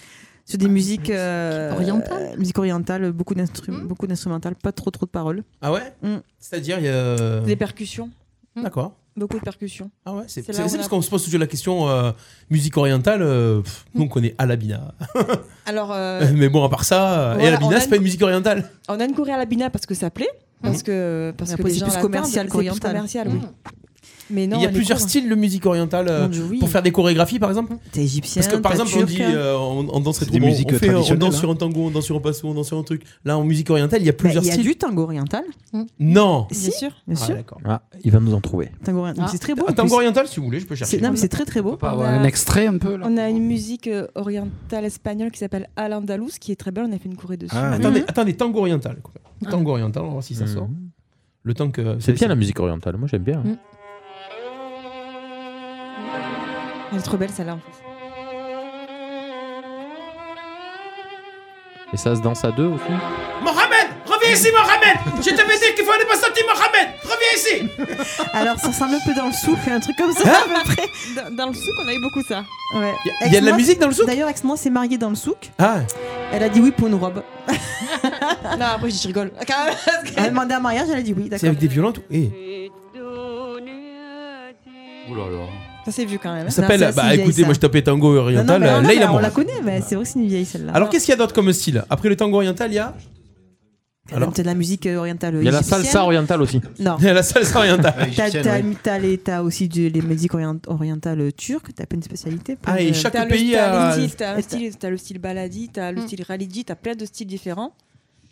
Speaker 8: Sur
Speaker 11: Bah,
Speaker 8: des musiques euh,
Speaker 10: Orientale
Speaker 8: euh, musique orientale, beaucoup d'instru-
Speaker 10: Hmm.
Speaker 8: beaucoup d'instrumentales, pas trop trop de paroles.
Speaker 6: Ah ouais
Speaker 8: Mm.
Speaker 6: C'est-à-dire, il y a.
Speaker 11: Des percussions.
Speaker 6: D'accord.
Speaker 11: Beaucoup de percussions.
Speaker 6: Ah ouais, c'est
Speaker 11: C'est là
Speaker 6: c'est-
Speaker 11: où
Speaker 6: c'est
Speaker 11: on
Speaker 6: parce
Speaker 11: a-
Speaker 6: qu'on se pose toujours la question euh, musique orientale. euh, pff, nous, on connaît Alabina.
Speaker 11: Alors, euh,
Speaker 6: Mais bon, à part ça, euh, et
Speaker 11: voilà, on
Speaker 6: Alabina,
Speaker 11: a
Speaker 6: c'est
Speaker 11: une-
Speaker 6: pas une musique orientale.
Speaker 11: on a une choré à la Bina parce que ça plaît. Parce que, parce
Speaker 8: Mais
Speaker 11: que
Speaker 8: après,
Speaker 11: les
Speaker 8: c'est
Speaker 11: gens
Speaker 8: plus
Speaker 11: l'attendent,
Speaker 8: commercial
Speaker 11: c'est plus
Speaker 8: qu'oriental.
Speaker 11: commercial, oui.
Speaker 10: Mm.
Speaker 11: Mais non,
Speaker 6: il y a
Speaker 11: elle est
Speaker 6: plusieurs
Speaker 11: courte.
Speaker 6: styles de musique orientale euh,
Speaker 8: Mon Dieu, oui.
Speaker 6: pour faire des chorégraphies, par exemple.
Speaker 8: T'es égyptien.
Speaker 6: Parce que par
Speaker 8: t'as
Speaker 6: exemple, on dit,
Speaker 8: turc.
Speaker 6: euh, on, on danse
Speaker 1: C'est
Speaker 6: trop-
Speaker 1: des
Speaker 6: on-
Speaker 1: musiques
Speaker 6: on, fait, euh, on
Speaker 1: traditionnelles,
Speaker 6: danse
Speaker 1: hein.
Speaker 6: sur un tango, on danse sur un passo, on danse sur un truc. Là, en musique orientale, il y a
Speaker 8: Bah,
Speaker 6: plusieurs
Speaker 8: il y a
Speaker 6: styles.
Speaker 8: du tango oriental.
Speaker 6: Non.
Speaker 8: Si,
Speaker 11: Mm. Bien sûr.
Speaker 8: bien
Speaker 6: Ah,
Speaker 8: sûr.
Speaker 6: d'accord.
Speaker 9: Ah, il va nous en trouver.
Speaker 8: Tango oriental.
Speaker 10: Ah.
Speaker 8: C'est très beau. en
Speaker 6: Un tango
Speaker 8: plus.
Speaker 6: oriental, si vous voulez, je peux chercher.
Speaker 8: C'est- Non, mais c'est très très
Speaker 13: on
Speaker 8: beau.
Speaker 13: peut pas avoir
Speaker 11: On a-
Speaker 13: un
Speaker 6: hein,
Speaker 13: extrait un peu là.
Speaker 11: On a une musique euh, orientale espagnole qui s'appelle Al-Andalus qui est très belle. On a fait une choré dessus.
Speaker 1: Ah, Mm. oui.
Speaker 6: Attendez, attendez, tango oriental. quoi.
Speaker 11: Ah.
Speaker 6: Tango oriental, on va voir si ça sort.
Speaker 9: Mhm.
Speaker 6: Le temps que.
Speaker 9: C'est bien la musique orientale, moi j'aime bien.
Speaker 10: Mm.
Speaker 11: Elle est trop belle celle-là en fait.
Speaker 9: Et ça se danse à deux aussi
Speaker 6: Mohamed Reviens ici, Mohamed Je t'avais dit qu'il fallait pas sortir, Mohamed Reviens ici
Speaker 8: Alors, ça ressemble un peu dans le souk, un truc comme ça à
Speaker 6: Ah.
Speaker 8: peu près.
Speaker 11: Dans, dans le souk, on a eu beaucoup ça.
Speaker 8: Ouais.
Speaker 6: Il Hein y, a de la
Speaker 8: Ex-moi,
Speaker 6: musique dans le souk
Speaker 8: D'ailleurs, ex-moi s'est mariée dans le souk.
Speaker 6: Ah
Speaker 8: Elle a dit oui pour une robe.
Speaker 11: non, après, je rigole.
Speaker 8: Elle a demandé un mariage, elle a dit oui.
Speaker 6: C'est
Speaker 8: D'accord.
Speaker 6: avec des violentes Eh,
Speaker 13: Oh là là.
Speaker 11: Ça, c'est vu quand même.
Speaker 6: Ça s'appelle.
Speaker 8: c'est
Speaker 6: Bah
Speaker 8: vieille,
Speaker 6: écoutez,
Speaker 8: ça.
Speaker 6: moi je tapais tango
Speaker 8: Non, non,
Speaker 6: oriental.
Speaker 8: mais
Speaker 6: euh,
Speaker 8: non,
Speaker 6: Leila
Speaker 8: mais on
Speaker 6: Moura.
Speaker 8: la connaît, mais c'est vrai que c'est une vieille celle-là.
Speaker 6: Alors qu'est-ce qu'il y a d'autre comme style Après le tango oriental, il y a.
Speaker 8: Alors, même, t'as de la musique euh, orientale.
Speaker 9: Il y a la
Speaker 8: égyptienne.
Speaker 9: salsa orientale aussi.
Speaker 8: Non.
Speaker 6: Il y a la salsa orientale.
Speaker 8: T'as t'as- t'as les- t'as aussi du- les musiques orient- orientales turques, t'as pas une spécialité plein
Speaker 6: Ah, et
Speaker 8: de-
Speaker 6: chaque
Speaker 8: T'as le
Speaker 6: pays
Speaker 8: style
Speaker 6: a-
Speaker 8: indie, T'as le style- t'as le style baladi, t'as
Speaker 11: Hmm.
Speaker 8: le style ralidi, t'as plein de styles différents.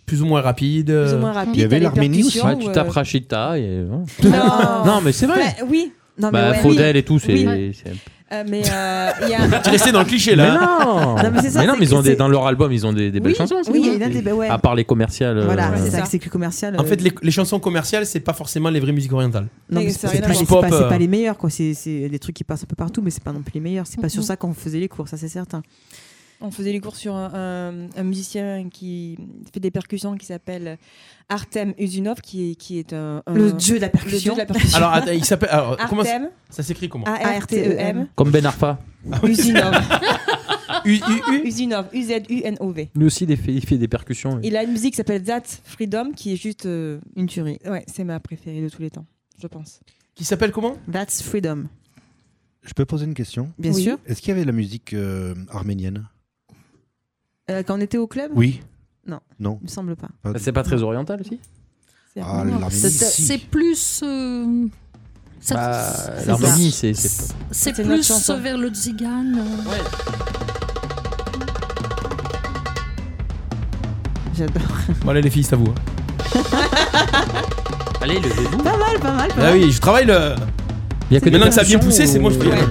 Speaker 6: Plus ou moins rapide. euh,
Speaker 8: Plus ou moins rapide, Il y avait t'as les l'Arménie aussi. percussions,
Speaker 9: Ouais, tu
Speaker 8: euh,
Speaker 9: tapes Rachita. Et... Non.
Speaker 11: Ah.
Speaker 8: Non.
Speaker 9: mais c'est vrai.
Speaker 8: Bah, oui. Non, mais
Speaker 9: Bah,
Speaker 8: ouais.
Speaker 9: Faudel et tout,
Speaker 8: Oui.
Speaker 9: c'est.
Speaker 8: Ouais.
Speaker 9: c'est-
Speaker 8: Euh, mais euh, il y a.
Speaker 6: T'es resté dans le cliché là.
Speaker 9: Mais
Speaker 6: hein.
Speaker 9: non
Speaker 8: Non, mais c'est ça,
Speaker 9: non,
Speaker 8: c'est
Speaker 9: mais ils
Speaker 8: que
Speaker 9: ont des,
Speaker 8: c'est-
Speaker 9: dans leur album, ils ont des, des belles
Speaker 8: Oui,
Speaker 9: chansons.
Speaker 8: oui, il y en a des- bah ouais.
Speaker 9: À part les commerciales. euh,
Speaker 8: Voilà,
Speaker 9: ouais.
Speaker 8: c'est ça, c'est que le commercial.
Speaker 6: En
Speaker 8: euh,
Speaker 6: fait, les, les chansons commerciales, c'est pas forcément les vraies musiques orientales.
Speaker 8: Non, mais c'est
Speaker 6: Ah, c'est
Speaker 8: c'est pas,
Speaker 6: plus
Speaker 8: c'est
Speaker 6: pop.
Speaker 8: pas- c'est
Speaker 6: euh.
Speaker 8: pas les meilleurs, quoi. C'est c'est des trucs qui passent un peu partout, mais c'est pas non plus les meilleurs. C'est pas sur
Speaker 11: Mhm.
Speaker 8: ça qu'on faisait les cours, ça c'est certain.
Speaker 11: On faisait les cours sur un, un- un musicien qui fait des percussions qui s'appelle Artem Uzunov, qui est, qui est un, un-
Speaker 8: Le dieu de la percussion.
Speaker 11: le dieu de la percussion.
Speaker 6: Alors, attends, il s'appelle. alors,
Speaker 11: Artem.
Speaker 6: comment ça- ça s'écrit comment
Speaker 8: E
Speaker 11: A-R-T-E-M.
Speaker 9: Comme Ben Arfa.
Speaker 11: Usinov.
Speaker 6: U- U-
Speaker 11: Usinov. U-Z-U-N-O-V.
Speaker 9: Lui aussi, il fait, il fait des percussions.
Speaker 11: Il a une musique qui s'appelle That Freedom, qui est juste. euh,
Speaker 8: Une tuerie.
Speaker 11: Ouais, c'est ma préférée de tous les temps, je pense.
Speaker 6: Qui s'appelle comment
Speaker 8: That's Freedom.
Speaker 1: Je peux poser une question
Speaker 8: Bien Oui. sûr.
Speaker 1: Est-ce qu'il y avait de la musique euh, arménienne
Speaker 8: Euh, quand on était au club
Speaker 1: Oui.
Speaker 8: Non.
Speaker 1: Non.
Speaker 8: Il me semble pas.
Speaker 9: C'est pas très oriental aussi
Speaker 8: C'est
Speaker 1: Ah,
Speaker 8: vraiment-
Speaker 1: l'Arménie,
Speaker 10: C'est-
Speaker 1: si.
Speaker 10: C'est plus. euh, ça-
Speaker 9: Bah,
Speaker 10: c'est-
Speaker 9: L'Arménie,
Speaker 10: c'est-
Speaker 9: c'est. c'est-
Speaker 10: C'est
Speaker 11: C'est notre
Speaker 10: plus
Speaker 11: chanson.
Speaker 10: vers le Tzigane. euh.
Speaker 8: J'adore.
Speaker 6: Bon, allez, les filles, c'est à vous. hein.
Speaker 7: Allez, levez-vous.
Speaker 8: Pas mal, pas mal. Pas
Speaker 6: Ah
Speaker 8: mal.
Speaker 6: oui, je travaille le.
Speaker 9: Il y a que des
Speaker 6: Maintenant que ça a bien
Speaker 9: percussions
Speaker 6: poussé, c'est
Speaker 9: ou-
Speaker 6: bon, je peux y aller.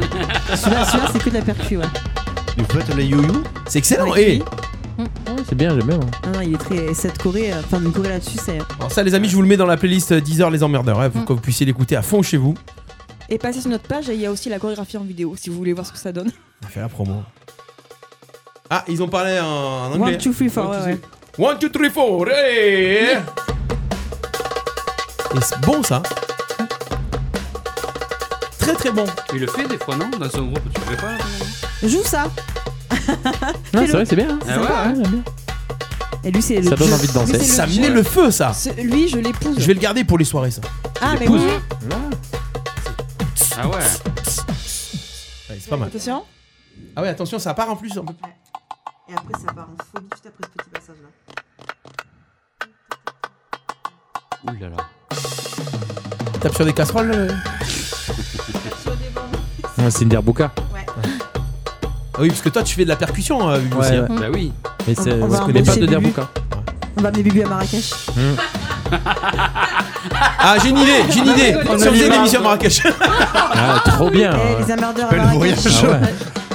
Speaker 8: Celui-là, celui-là, c'est que de la percu, ouais.
Speaker 1: Vous faites les yo-yo
Speaker 6: C'est excellent. Eh.
Speaker 8: Ouais,
Speaker 6: Et
Speaker 8: oui.
Speaker 9: C'est Ah bien, j'aime bien. hein. moi.
Speaker 8: Ah non, il est très. Cette Corée, euh, enfin, une Corée là-dessus, c'est.
Speaker 6: Alors ça, les amis, je vous le mets dans la playlist euh, 10 heures les emmerdeurs, hein, pour que vous puissiez l'écouter à fond chez vous.
Speaker 11: Et passez sur notre page, il y a aussi la chorégraphie en vidéo, si vous voulez voir ce que ça donne.
Speaker 6: On a fait la promo. Ah, ils ont parlé en, en anglais.
Speaker 8: One, two, three, four.
Speaker 6: One,
Speaker 8: Ouais,
Speaker 6: two,
Speaker 8: ouais.
Speaker 6: three. One, two, three, four, hey Et c'est bon ça. Très très bon.
Speaker 7: Il le fait des fois, non Dans son groupe, tu le fais pas
Speaker 8: Joue ça.
Speaker 9: Non, c'est vrai, c'est bien. hein.
Speaker 7: Ah ouais,
Speaker 9: Ouais, j'aime bien.
Speaker 8: Et lui, c'est.
Speaker 9: Ça
Speaker 8: le-
Speaker 9: donne envie de danser.
Speaker 8: Lui, c'est
Speaker 6: Ça
Speaker 8: le-
Speaker 6: met le feu ça.
Speaker 11: Ce- lui, je l'épouse.
Speaker 6: Je vais le garder pour les soirées ça.
Speaker 11: Ah, mais
Speaker 9: L'épouse.
Speaker 11: oui.
Speaker 7: Ah ouais.
Speaker 6: Ouais, c'est pas mal.
Speaker 11: Attention.
Speaker 6: Ah ouais, attention, ça part en plus. un peu.
Speaker 8: Et après, ça part en folie juste après ce petit passage-là.
Speaker 7: Ouh là là.
Speaker 6: Tape sur des casseroles. euh.
Speaker 9: Ouais, C'est une derbuka.
Speaker 6: Ah oui, parce que toi tu fais de la percussion, euh, Hugo,
Speaker 9: Ouais,
Speaker 6: aussi, hein.
Speaker 9: ouais.
Speaker 7: Bah oui.
Speaker 9: Mais c'est-
Speaker 8: on va
Speaker 9: je connais pas
Speaker 8: embaucher
Speaker 9: de
Speaker 8: Bubu.
Speaker 9: derbuka.
Speaker 8: On va amener Bubu à Marrakech.
Speaker 6: Ah, j'ai une idée, j'ai une idée. Si on faisait une émission à Marrakech.
Speaker 9: Ah, trop bien.
Speaker 8: Eh,
Speaker 9: ouais.
Speaker 8: les emmerdeurs à
Speaker 1: Bel
Speaker 8: Marrakech.
Speaker 1: voyage.
Speaker 9: Ah ouais.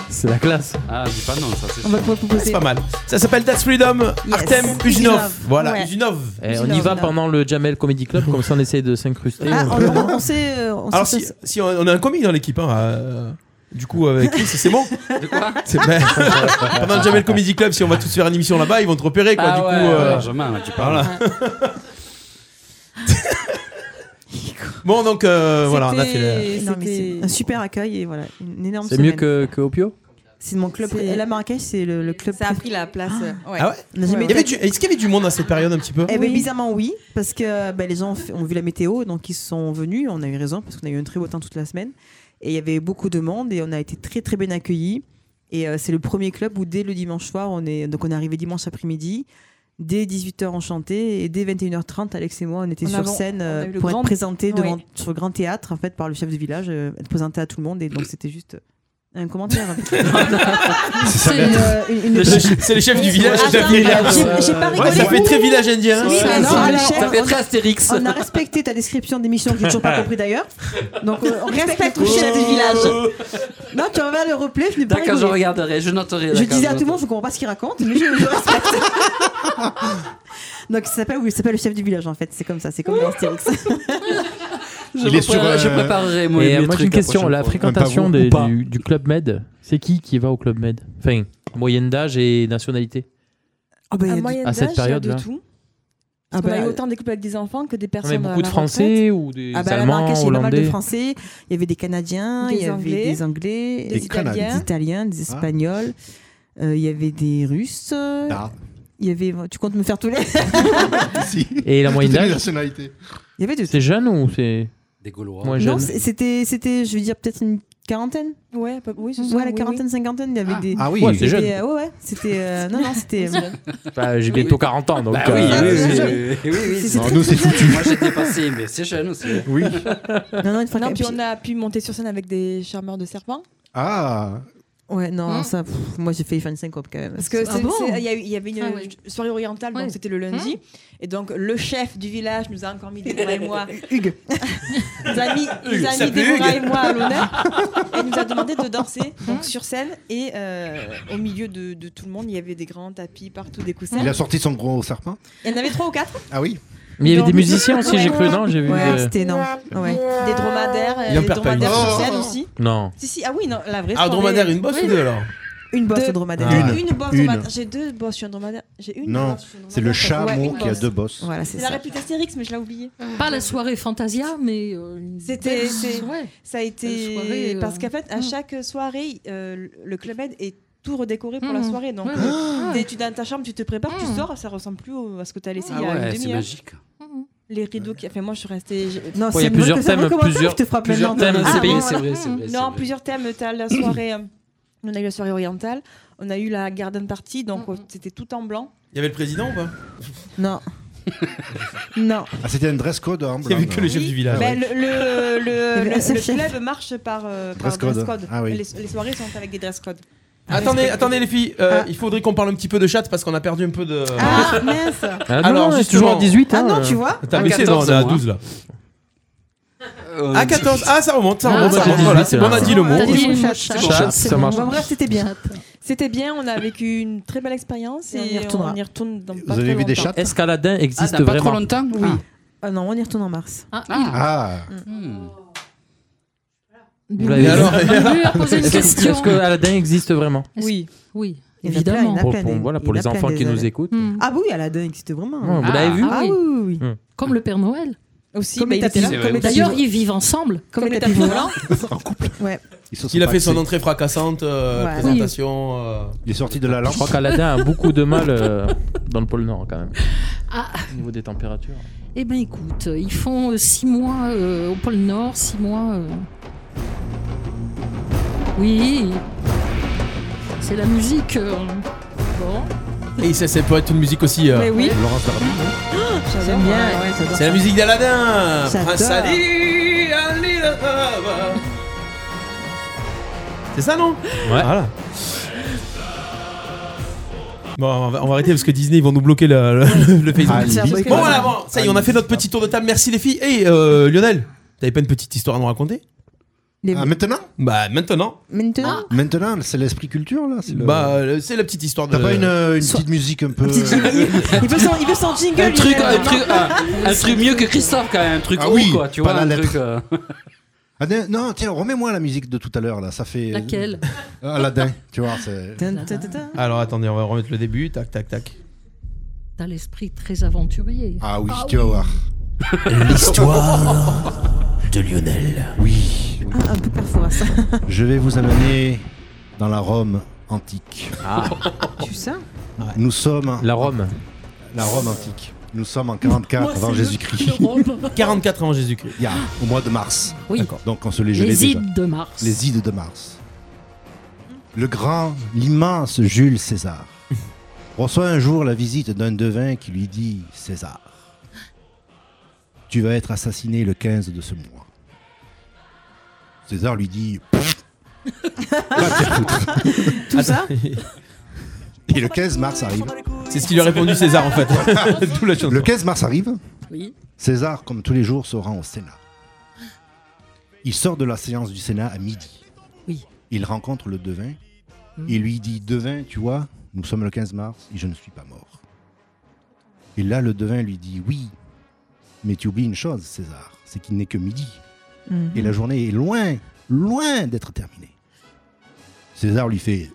Speaker 9: C'est la classe.
Speaker 7: Ah, dis pas non, ça c'est
Speaker 8: On va pouvoir
Speaker 6: C'est
Speaker 8: proposer.
Speaker 6: pas mal. Ça s'appelle That's Freedom,
Speaker 8: Yes.
Speaker 6: Artem
Speaker 8: Uzinov.
Speaker 6: Uzinov. Voilà,
Speaker 8: Ouais.
Speaker 6: Uzinov.
Speaker 9: Eh, on y va pendant le Jamel Comedy Club, comme ça on essaye de s'incruster.
Speaker 8: Ah, on, on- on sait. euh, On
Speaker 6: Alors,
Speaker 8: sait
Speaker 6: si, si on- on a un comique dans l'équipe, hein, euh, du coup, avec Chris, c'est bon
Speaker 7: De quoi
Speaker 6: C'est- ben, Pendant le Jamel Comedy Club, si on va tous faire une émission là-bas, ils vont te repérer, quoi.
Speaker 7: Ah
Speaker 6: du
Speaker 7: ouais,
Speaker 6: coup, euh,
Speaker 7: largement, là, tu parles.
Speaker 6: voilà. Bon, donc, euh, voilà, on a fait.
Speaker 11: C'était-
Speaker 8: Non, mais
Speaker 11: c'était-
Speaker 8: c'est un super accueil et voilà, une énorme
Speaker 9: C'est mieux
Speaker 8: semaine.
Speaker 9: que, que Opio
Speaker 8: C'est mon club.
Speaker 11: C'est-
Speaker 8: Et la Marrakech, c'est le, le club.
Speaker 11: Ça a pris la place. euh, ouais.
Speaker 6: Ah ouais
Speaker 8: On n'a
Speaker 6: le-
Speaker 8: jamais
Speaker 6: Il y avait
Speaker 8: été-
Speaker 6: du- Est-ce qu'il y avait du monde à cette période un petit peu
Speaker 8: Eh ben,
Speaker 11: Oui.
Speaker 8: bizarrement, oui, parce que bah, les gens ont fait- ont vu la météo, donc ils sont venus. On a eu raison, parce qu'on a eu un très beau temps toute la semaine. Et il y avait beaucoup de monde, et on a été très, très bien accueillis. Et euh, c'est le premier club où, dès le dimanche soir, on est, donc on est arrivé dimanche après-midi, dès 18h enchanté, et dès 21h30, Alex et moi, on était
Speaker 11: On
Speaker 8: sur
Speaker 11: avait-
Speaker 8: scène
Speaker 11: on a
Speaker 8: euh,
Speaker 11: eu le
Speaker 8: pour
Speaker 11: grand-
Speaker 8: être présenté
Speaker 11: Oui.
Speaker 8: devant, sur le grand théâtre, en fait, par le chef de village, euh, être présenté à tout le monde. Et donc, c'était juste euh, Ah. un commentaire.
Speaker 10: C'est, euh,
Speaker 8: une,
Speaker 6: Le chef- C'est les chefs du village qui
Speaker 8: Attends,
Speaker 6: t'appellent.
Speaker 8: j'ai- j'ai
Speaker 6: Ouais,
Speaker 8: pas rigolé.
Speaker 6: ça fait très village indien.
Speaker 8: Oui, mais
Speaker 6: hein.
Speaker 8: non, alors,
Speaker 7: Ça fait très Astérix.
Speaker 8: on a respecté ta description d'émission que j'ai toujours
Speaker 6: Ah.
Speaker 8: pas compris d'ailleurs. Donc euh, on respecte le
Speaker 7: Oh.
Speaker 8: chef du village. Non, tu regardes le replay, je n'ai pas
Speaker 7: D'accord, je
Speaker 8: rigolé.
Speaker 7: regarderai, je noterai.
Speaker 8: Je
Speaker 7: d'accord,
Speaker 8: disais à tout
Speaker 7: noterai.
Speaker 8: le monde, je comprends pas ce qu'il raconte, mais je, je respecte. Donc ça s'appelle oui, ça s'appelle le chef du village en fait, c'est comme ça, c'est comme dans Astérix.
Speaker 7: Je,
Speaker 1: Il est sur,
Speaker 7: préparerai- je
Speaker 1: euh,
Speaker 7: préparerai moi.
Speaker 9: Et
Speaker 7: mes
Speaker 9: euh, moi j'ai une
Speaker 7: trucs la
Speaker 9: question
Speaker 7: prochaine
Speaker 9: la
Speaker 7: fois.
Speaker 9: fréquentation
Speaker 1: Même pas vous,
Speaker 9: des-
Speaker 1: ou pas
Speaker 9: du, du club Med, c'est qui qui va au club Med Enfin, moyenne d'âge et nationalité.
Speaker 8: Ah bah, il y a
Speaker 11: À
Speaker 8: du-
Speaker 11: moyenne
Speaker 9: à
Speaker 11: d'âge,
Speaker 9: cette
Speaker 11: il y a de
Speaker 9: période-là.
Speaker 11: tout.
Speaker 8: Ah
Speaker 11: on
Speaker 8: bah,
Speaker 11: a eu autant des couples avec des enfants que des
Speaker 9: Non,
Speaker 11: personnes.
Speaker 9: mais
Speaker 11: à
Speaker 9: beaucoup de
Speaker 11: la
Speaker 9: Français ou des
Speaker 8: ah bah, à la
Speaker 9: Allemands,
Speaker 8: Marrakech, il y avait pas mal de
Speaker 9: Hollandais
Speaker 8: Français, il y avait des Canadiens,
Speaker 11: Des
Speaker 8: il y avait
Speaker 11: Anglais.
Speaker 8: des Anglais,
Speaker 11: Des
Speaker 8: des,
Speaker 1: Canadiens.
Speaker 11: Italiens. Ah.
Speaker 8: Italiens, des Espagnols, euh, il y avait des Russes, euh,
Speaker 1: Ah,
Speaker 8: il y avait tu comptes me faire tous les
Speaker 1: si.
Speaker 9: Et la moyenne
Speaker 1: Toutes les
Speaker 9: d'âge
Speaker 1: nationalités.
Speaker 8: Il y avait de
Speaker 9: C'est jeune ou c'est
Speaker 7: Des Gaulois.
Speaker 9: moins
Speaker 8: Non,
Speaker 9: jeune
Speaker 8: c'est- c'était, c'était, je veux dire, peut-être une Quarantaine
Speaker 11: Ouais, pas- oui, c'est ça,
Speaker 8: Ouais, la
Speaker 11: oui,
Speaker 8: quarantaine,
Speaker 11: oui.
Speaker 8: cinquantaine, il y avait des.
Speaker 9: Ah oui. Ouais, c'est jeune.
Speaker 8: c'était- ouais, ouais, c'était. euh, non, non, c'était.
Speaker 9: Bah, j'ai bientôt 40 ans, donc. euh,
Speaker 7: Bah oui, oui, oui, oui, oui, oui. Non, nous, c'est foutu.
Speaker 8: euh,
Speaker 7: Moi, j'étais passé, mais c'est jeune aussi. Oui.
Speaker 8: non, non, une fois
Speaker 11: Non,
Speaker 8: que-
Speaker 11: puis on a pu monter sur scène avec des charmeurs de serpents.
Speaker 1: Ah
Speaker 8: Ouais, non,
Speaker 11: Hein
Speaker 8: ça, pff, moi j'ai failli faire une syncope quand même.
Speaker 11: Parce que
Speaker 8: Ah
Speaker 11: c'est-
Speaker 8: bon
Speaker 11: c'est- il y, a eu- il y avait une
Speaker 12: Ah ouais.
Speaker 11: soirée orientale,
Speaker 12: Ouais.
Speaker 11: donc c'était le lundi.
Speaker 8: Hein
Speaker 11: Et donc le chef du village nous a encore mis Déborah et moi.
Speaker 8: Hugues.
Speaker 11: nous a mis, nous a
Speaker 8: Hugues,
Speaker 11: mis
Speaker 8: ça pue,
Speaker 11: Déborah et
Speaker 8: Hugues.
Speaker 11: moi à l'honneur. et nous a demandé de danser
Speaker 8: Hein
Speaker 11: donc, sur scène. Et euh, au milieu de, de tout le monde, il y avait des grands tapis partout, des coussins.
Speaker 1: Il a sorti son gros serpent
Speaker 11: Il y en avait trois ou quatre.
Speaker 1: Ah oui
Speaker 9: Mais il y avait
Speaker 11: Donc-
Speaker 9: des musiciens aussi, j'ai
Speaker 11: Ouais.
Speaker 9: cru, non J'ai vu.
Speaker 8: Ouais,
Speaker 9: euh,
Speaker 8: c'était énorme. Ouais.
Speaker 11: Des dromadaires. euh,
Speaker 9: Il en
Speaker 11: des
Speaker 9: perd pas une.
Speaker 11: dromadaires sur
Speaker 9: Oh.
Speaker 11: scène aussi.
Speaker 9: Non.
Speaker 11: Si, si, ah oui, non, la vraie
Speaker 6: Ah,
Speaker 11: soirée.
Speaker 6: dromadaire, une bosse
Speaker 11: Oui.
Speaker 6: ou deux alors
Speaker 8: Une bosse
Speaker 11: Deux.
Speaker 8: au dromadaire.
Speaker 11: Une,
Speaker 1: Une.
Speaker 11: une bosse
Speaker 1: Ah. Une.
Speaker 11: dromadaire. J'ai deux bosses sur un dromadaire. J'ai une
Speaker 1: Non,
Speaker 11: bosse sur un dromadaire.
Speaker 1: c'est le
Speaker 11: Ouais,
Speaker 1: chameau
Speaker 11: une
Speaker 1: qui a
Speaker 11: bosse.
Speaker 1: deux bosses.
Speaker 8: Voilà,
Speaker 11: C'est la réplique Astérix, mais je l'ai oublié.
Speaker 10: Euh, Pas la soirée Fantasia, mais euh,
Speaker 11: C'était, c'est-
Speaker 10: ouais.
Speaker 11: ça a été
Speaker 10: Belle soirée, euh,
Speaker 11: parce qu'en fait, à chaque soirée, euh, le Club Med est tout redécoré pour la
Speaker 9: Hmm.
Speaker 10: Mhm.
Speaker 11: soirée. Donc,
Speaker 10: Ouais.
Speaker 11: euh,
Speaker 10: Ah.
Speaker 11: dès- tu es dans ta chambre, tu te prépares, tu sors, ça ressemble plus au- à ce que tu as laissé
Speaker 7: Hmm. Ah
Speaker 11: il y a
Speaker 7: ouais,
Speaker 11: une
Speaker 7: c'est
Speaker 11: demi-heure.
Speaker 7: magique.
Speaker 11: Les rideaux qui. Enfin, moi, je suis restée. j'ai-
Speaker 8: Non,
Speaker 9: Ouais, il y a plusieurs thèmes, plusieurs- plusieurs thèmes, c'est payé,
Speaker 11: Ah, bon,
Speaker 9: c'est vrai, c'est vrai, c'est
Speaker 11: Non,
Speaker 9: vrai.
Speaker 11: plusieurs thèmes. T'as la soirée. euh, on a eu la soirée orientale. On a eu la garden party. Donc, euh, c'était tout en blanc.
Speaker 6: Il y avait le président ou pas
Speaker 8: Non. non.
Speaker 1: Ah, c'était un dress code en blanc.
Speaker 6: Il y avait que le chef du village.
Speaker 11: Ben, le- le,
Speaker 8: Il y
Speaker 11: le,
Speaker 8: avait
Speaker 11: le-
Speaker 8: un seul
Speaker 11: le
Speaker 8: chef.
Speaker 11: club marche par, euh, par
Speaker 1: Dress code.
Speaker 11: dress code.
Speaker 1: Ah oui.
Speaker 11: les, les soirées sont avec des dress codes.
Speaker 6: Attendez, attendez les filles, euh,
Speaker 11: Ah.
Speaker 6: il faudrait qu'on parle un petit peu de chat parce qu'on a perdu un peu de.
Speaker 8: Ah, mince.
Speaker 9: Ah non, non, c'est toujours à
Speaker 6: Ah
Speaker 16: Ah,
Speaker 9: 18. hein.
Speaker 6: T'as
Speaker 9: À
Speaker 6: baissé,
Speaker 9: 14,
Speaker 6: non, on est à
Speaker 9: moi.
Speaker 6: 12 là. Ah, À 14, ah ça remonte, ça
Speaker 9: Ah,
Speaker 6: remonte,
Speaker 9: Euh,
Speaker 6: ça
Speaker 9: ça
Speaker 6: remonte.
Speaker 9: remonte.
Speaker 6: Voilà, c'est bon, on a
Speaker 9: T'as
Speaker 6: dit le mot.
Speaker 9: dit le mot
Speaker 6: Chat,
Speaker 9: chat, chat, ça marche.
Speaker 11: Bon, bref, c'était bien. C'était bien, on a vécu une très belle expérience et on y retourne, dans pas très longtemps.
Speaker 9: Escaladin existe
Speaker 7: Ah, dans pas
Speaker 9: vraiment.
Speaker 7: trop longtemps
Speaker 8: Oui. Ah non, on y retourne en mars.
Speaker 10: Ah.
Speaker 1: Ah.
Speaker 9: Vous l'avez
Speaker 6: Et
Speaker 9: vu
Speaker 6: alors Et alors
Speaker 9: Est-ce que-
Speaker 6: Est-ce que-
Speaker 9: Est-ce que Aladdin existe vraiment
Speaker 8: Oui.
Speaker 10: Oui,
Speaker 8: Il y en a plein, il y en
Speaker 10: évidemment. Hmm.
Speaker 8: a
Speaker 9: Pour-
Speaker 8: plein
Speaker 9: pour-
Speaker 8: des-
Speaker 9: voilà,
Speaker 8: il y
Speaker 9: pour
Speaker 8: en a
Speaker 9: les
Speaker 8: plein
Speaker 9: enfants
Speaker 8: des
Speaker 9: qui nous
Speaker 8: Aladdin.
Speaker 9: écoutent.
Speaker 8: Ah oui, Aladdin existe vraiment.
Speaker 9: Ouais, vous l'avez vu
Speaker 8: Ah oui, oui.
Speaker 9: Hmm.
Speaker 10: Comme le Père Noël.
Speaker 11: Aussi,
Speaker 8: Comme bah, les il était tapis- là. comme les tapis
Speaker 10: D'ailleurs,
Speaker 8: volants.
Speaker 10: ils vivent ensemble.
Speaker 8: Comme les tapis volants. Ouais.
Speaker 6: Il a fait son entrée fracassante, euh,
Speaker 8: Ouais. Oui.
Speaker 6: présentation. euh.
Speaker 1: Il est sorti de la lampe.
Speaker 9: Je crois qu'Aladin a beaucoup de mal euh, dans le pôle Nord quand même.
Speaker 8: Ah.
Speaker 9: Au niveau des températures.
Speaker 10: Eh bien, écoute, euh, ils font euh, six mois euh, au pôle Nord, six mois. euh. Oui, c'est la musique. euh, Bon.
Speaker 6: Et ça, ça peut être une musique aussi. euh,
Speaker 10: Mais oui.
Speaker 1: Laurence Hardy.
Speaker 8: J'aime bien. Ah, ouais, j'adore
Speaker 6: C'est la
Speaker 8: ça.
Speaker 6: musique d'Aladin
Speaker 8: J'adore.
Speaker 6: Prince Ali, Ali le Roi. C'est ça, non Voilà. Bon, on va, on va arrêter parce que Disney ils vont nous bloquer le, le- le
Speaker 1: Ali. C'est un
Speaker 6: Facebook.
Speaker 1: truc
Speaker 6: Bon
Speaker 1: comme
Speaker 6: voilà,
Speaker 1: ça.
Speaker 6: bon, ça y est, on a fait notre petit tour de table. Merci les filles. Et euh, Lionel, t'avais pas une petite histoire à nous raconter
Speaker 8: Les-
Speaker 1: Ah, maintenant
Speaker 6: Bah maintenant.
Speaker 8: Maintenant,
Speaker 1: Maintenant, c'est l'esprit culture là c'est le-
Speaker 6: Bah euh, c'est la petite histoire de.
Speaker 1: T'as pas une, euh, une petite musique un peu.
Speaker 10: Ah.
Speaker 8: il veut son, il veut son jingle.
Speaker 7: Un truc,
Speaker 8: Lionel.
Speaker 7: un truc, un, un truc mieux que Christophe quand même, un truc
Speaker 1: Ah
Speaker 7: haut,
Speaker 1: oui,
Speaker 7: quoi, tu
Speaker 1: pas
Speaker 7: vois, un
Speaker 1: la
Speaker 7: truc. euh,
Speaker 1: Ah, non, non, tiens, remets-moi la musique de tout à l'heure là, ça fait. euh,
Speaker 10: Laquelle
Speaker 1: Ah, Aladdin, tu vois, c'est.
Speaker 8: Dun, dun, dun, dun.
Speaker 6: Alors attendez, on va remettre le début. Tac, tac, tac.
Speaker 10: T'as l'esprit très aventurier.
Speaker 1: Ah oui, tu vas voir.
Speaker 6: L'histoire de Lionel.
Speaker 1: Oui,
Speaker 8: Ah, un peu perforat ça.
Speaker 1: je vais vous amener dans la Rome antique.
Speaker 7: Ah.
Speaker 9: Ah.
Speaker 8: Tu sais
Speaker 1: Nous sommes.
Speaker 9: La Rome.
Speaker 1: La Rome antique. Nous sommes en 44 avant Jésus-Christ.
Speaker 6: 44 ans Jésus-Christ.
Speaker 1: Il y a au mois de mars.
Speaker 10: Oui.
Speaker 1: D'accord. Donc on se les gelait
Speaker 10: Les
Speaker 1: déjà.
Speaker 10: îles de Mars.
Speaker 1: Les îles de Mars. Le grand, l'immense Jules César reçoit un jour la visite d'un devin qui lui dit César, tu vas être assassiné le 15 de ce mois. César lui dit Pfff, va te faire foutre.
Speaker 8: Tout ça
Speaker 1: Et le 15 mars arrive.
Speaker 6: C'est ce qu'il lui a répondu César en fait. D'où la chose.
Speaker 1: Le 15 mars arrive.
Speaker 10: Oui.
Speaker 1: César, comme tous les jours, se rend au Sénat. Il sort de la séance du Sénat à midi.
Speaker 10: Oui.
Speaker 1: Il rencontre le devin.
Speaker 10: Mm.
Speaker 1: Il lui dit Devin, tu vois, nous sommes le 15 mars et je ne suis pas mort. Et là, le devin lui dit Oui, mais tu oublies une chose, César, c'est qu'il n'est que midi.
Speaker 6: Mm.
Speaker 1: Et la journée est loin, loin d'être terminée. César lui fait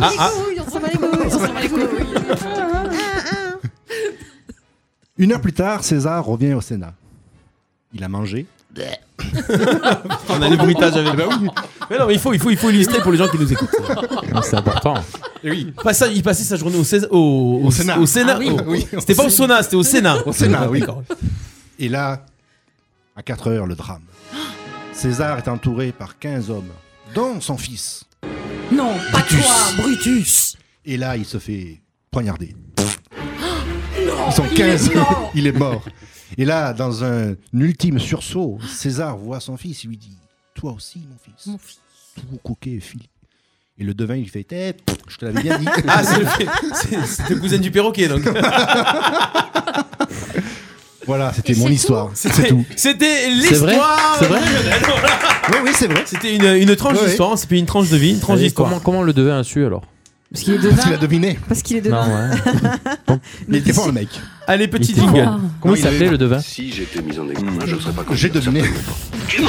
Speaker 6: Ah, ah. ah.
Speaker 1: Une heure plus tard, César revient au Sénat. Il a mangé. Bah
Speaker 6: On a les bruitages avec. Bah Mais non, mais il faut, il faut, il faut illustrer pour les gens qui nous écoutent.
Speaker 9: C'est important.
Speaker 6: Et oui. Passa- il passait sa journée au, Cés- au, au-
Speaker 1: Au Sénat.
Speaker 6: au Sénat.
Speaker 10: Ah oui.
Speaker 6: au-
Speaker 1: Oui.
Speaker 6: C'était pas au sauna, c'était au Sénat.
Speaker 1: Au Sénat, oui.
Speaker 6: D'accord.
Speaker 1: Et là, à 4 heures, le drame. César est entouré par 15 hommes, dont son fils.
Speaker 10: Non, pas toi, Brutus
Speaker 1: Et là, il se fait poignarder.
Speaker 10: Non,
Speaker 1: Ils sont
Speaker 10: il
Speaker 1: 15,
Speaker 10: est mort.
Speaker 1: il est mort. Et là, dans un ultime sursaut, César voit son fils, il lui dit Toi aussi, mon fils.
Speaker 10: Mon fils.
Speaker 1: Tout coquet et fili. Et le devin, il fait Eh, pff, Je te l'avais bien dit.
Speaker 6: Ah, c'est le- c'est- c'était le cousin du perroquet, donc.
Speaker 1: Voilà, c'était
Speaker 6: Et
Speaker 1: mon
Speaker 6: c'est
Speaker 1: histoire.
Speaker 6: tout
Speaker 1: C'est tout.
Speaker 6: C'était
Speaker 1: C'est vrai
Speaker 6: l'histoire
Speaker 1: C'est vrai
Speaker 6: régionale, voilà.
Speaker 1: Oui, oui, c'est vrai.
Speaker 6: C'était une, une tranche
Speaker 9: Ouais, ouais.
Speaker 6: d'histoire, c'était une tranche de vie, une tranche
Speaker 9: Allez,
Speaker 6: d'histoire.
Speaker 9: Comment, comment le devin a su alors
Speaker 11: Parce qu'il est
Speaker 1: Parce qu'il a deviné.
Speaker 11: Parce qu'il est
Speaker 9: Non, ouais.
Speaker 1: Il était fort, le mec.
Speaker 6: Allez, petit
Speaker 9: Il était
Speaker 6: jingle.
Speaker 9: fort. Comment il s'appelait, le devin
Speaker 17: Si j'étais
Speaker 9: Mm.
Speaker 17: mis en examen, je ne serais pas
Speaker 1: J'ai deviné.
Speaker 17: Tu mens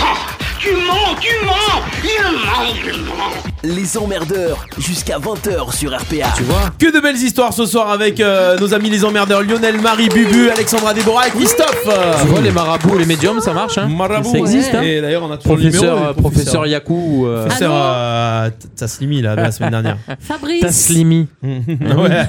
Speaker 17: Tu mens Tu mens Il ment,
Speaker 15: Les emmerdeurs, jusqu'à 20h sur RPA.
Speaker 6: Tu vois Que de belles histoires ce soir avec euh, nos amis les emmerdeurs Lionel, Marie, Bubu, Alexandra, Déborah et Christophe.
Speaker 9: Tu vois, les marabouts, les médiums, ça marche. Hein
Speaker 10: Ah
Speaker 6: Marabouts,
Speaker 9: ça existe.
Speaker 6: ouais.
Speaker 9: hein.
Speaker 6: Et d'ailleurs, on a toujours le
Speaker 9: professeur,
Speaker 6: numéro, le
Speaker 9: euh, professeur Yaku. ou,
Speaker 10: Ah
Speaker 9: euh,
Speaker 6: Professeur euh, T- Taslimi là, de la semaine dernière.
Speaker 10: Fabrice.
Speaker 9: Taslimi.
Speaker 6: ouais.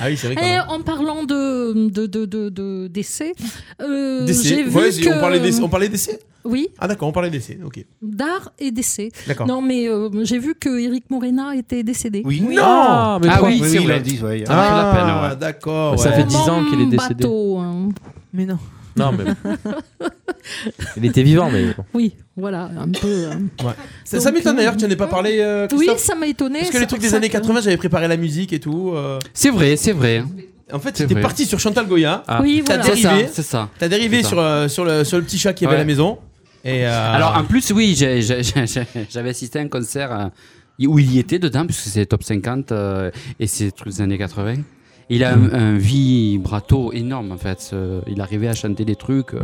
Speaker 6: Ah oui, c'est vrai. quand
Speaker 10: Et
Speaker 6: même.
Speaker 10: eh, en parlant de de de de, de décès, euh,
Speaker 6: Décès.
Speaker 10: j'ai vu
Speaker 6: Ouais, si,
Speaker 10: que euh,
Speaker 6: on parlait d'essai- on parlait d'essai
Speaker 10: Oui,
Speaker 6: Ah d'accord, on parlait d'essai, ok.
Speaker 10: d'art et décès.
Speaker 6: D'accord.
Speaker 10: Non, mais euh, j'ai vu que Eric Morena était décédé.
Speaker 6: Non
Speaker 9: Ah, mais
Speaker 6: pourquoi
Speaker 9: oui, c'est
Speaker 6: il
Speaker 9: vrai.
Speaker 6: a dit, ouais.
Speaker 9: Ça fait la peine,
Speaker 6: Ah,
Speaker 9: ouais.
Speaker 6: d'accord.
Speaker 9: Ça
Speaker 6: ouais.
Speaker 9: fait 10 ans qu'il est décédé.
Speaker 10: Mmh, Bateau. hein.
Speaker 8: Mais non.
Speaker 9: Non, mais. il était vivant, mais. bon.
Speaker 10: Oui, voilà, un peu. euh,
Speaker 6: Ouais. Ça,
Speaker 10: Donc,
Speaker 6: ça m'étonne d'ailleurs que tu n'en aies pas parlé. euh,
Speaker 10: Oui,
Speaker 6: Christophe.
Speaker 10: ça m'a étonné.
Speaker 6: Parce que les
Speaker 10: c'est
Speaker 6: trucs
Speaker 10: pour
Speaker 6: des
Speaker 10: ça
Speaker 6: années
Speaker 10: que-
Speaker 6: 80, j'avais préparé la musique et tout. euh.
Speaker 7: C'est vrai, c'est vrai.
Speaker 6: En fait,
Speaker 7: C'est
Speaker 6: t'étais
Speaker 7: vrai.
Speaker 6: parti sur Chantal Goya.
Speaker 7: Ah. Oui,
Speaker 6: T'as
Speaker 7: voilà. C'est
Speaker 6: dérivé.
Speaker 7: ça, c'est ça.
Speaker 6: T'as dérivé
Speaker 7: C'est ça.
Speaker 6: sur, euh, sur, le, sur le petit chat qui avait
Speaker 7: Ouais.
Speaker 6: à la maison. Et euh,
Speaker 7: Alors en plus, oui, j'ai- j'ai- j'ai- j'ai- j'avais assisté à un concert euh, où il y était dedans, puisque c'est top 50 euh, et c'est tous les années 80. Il a un, un vibrato énorme en fait. ce- il arrivait à chanter des trucs. euh,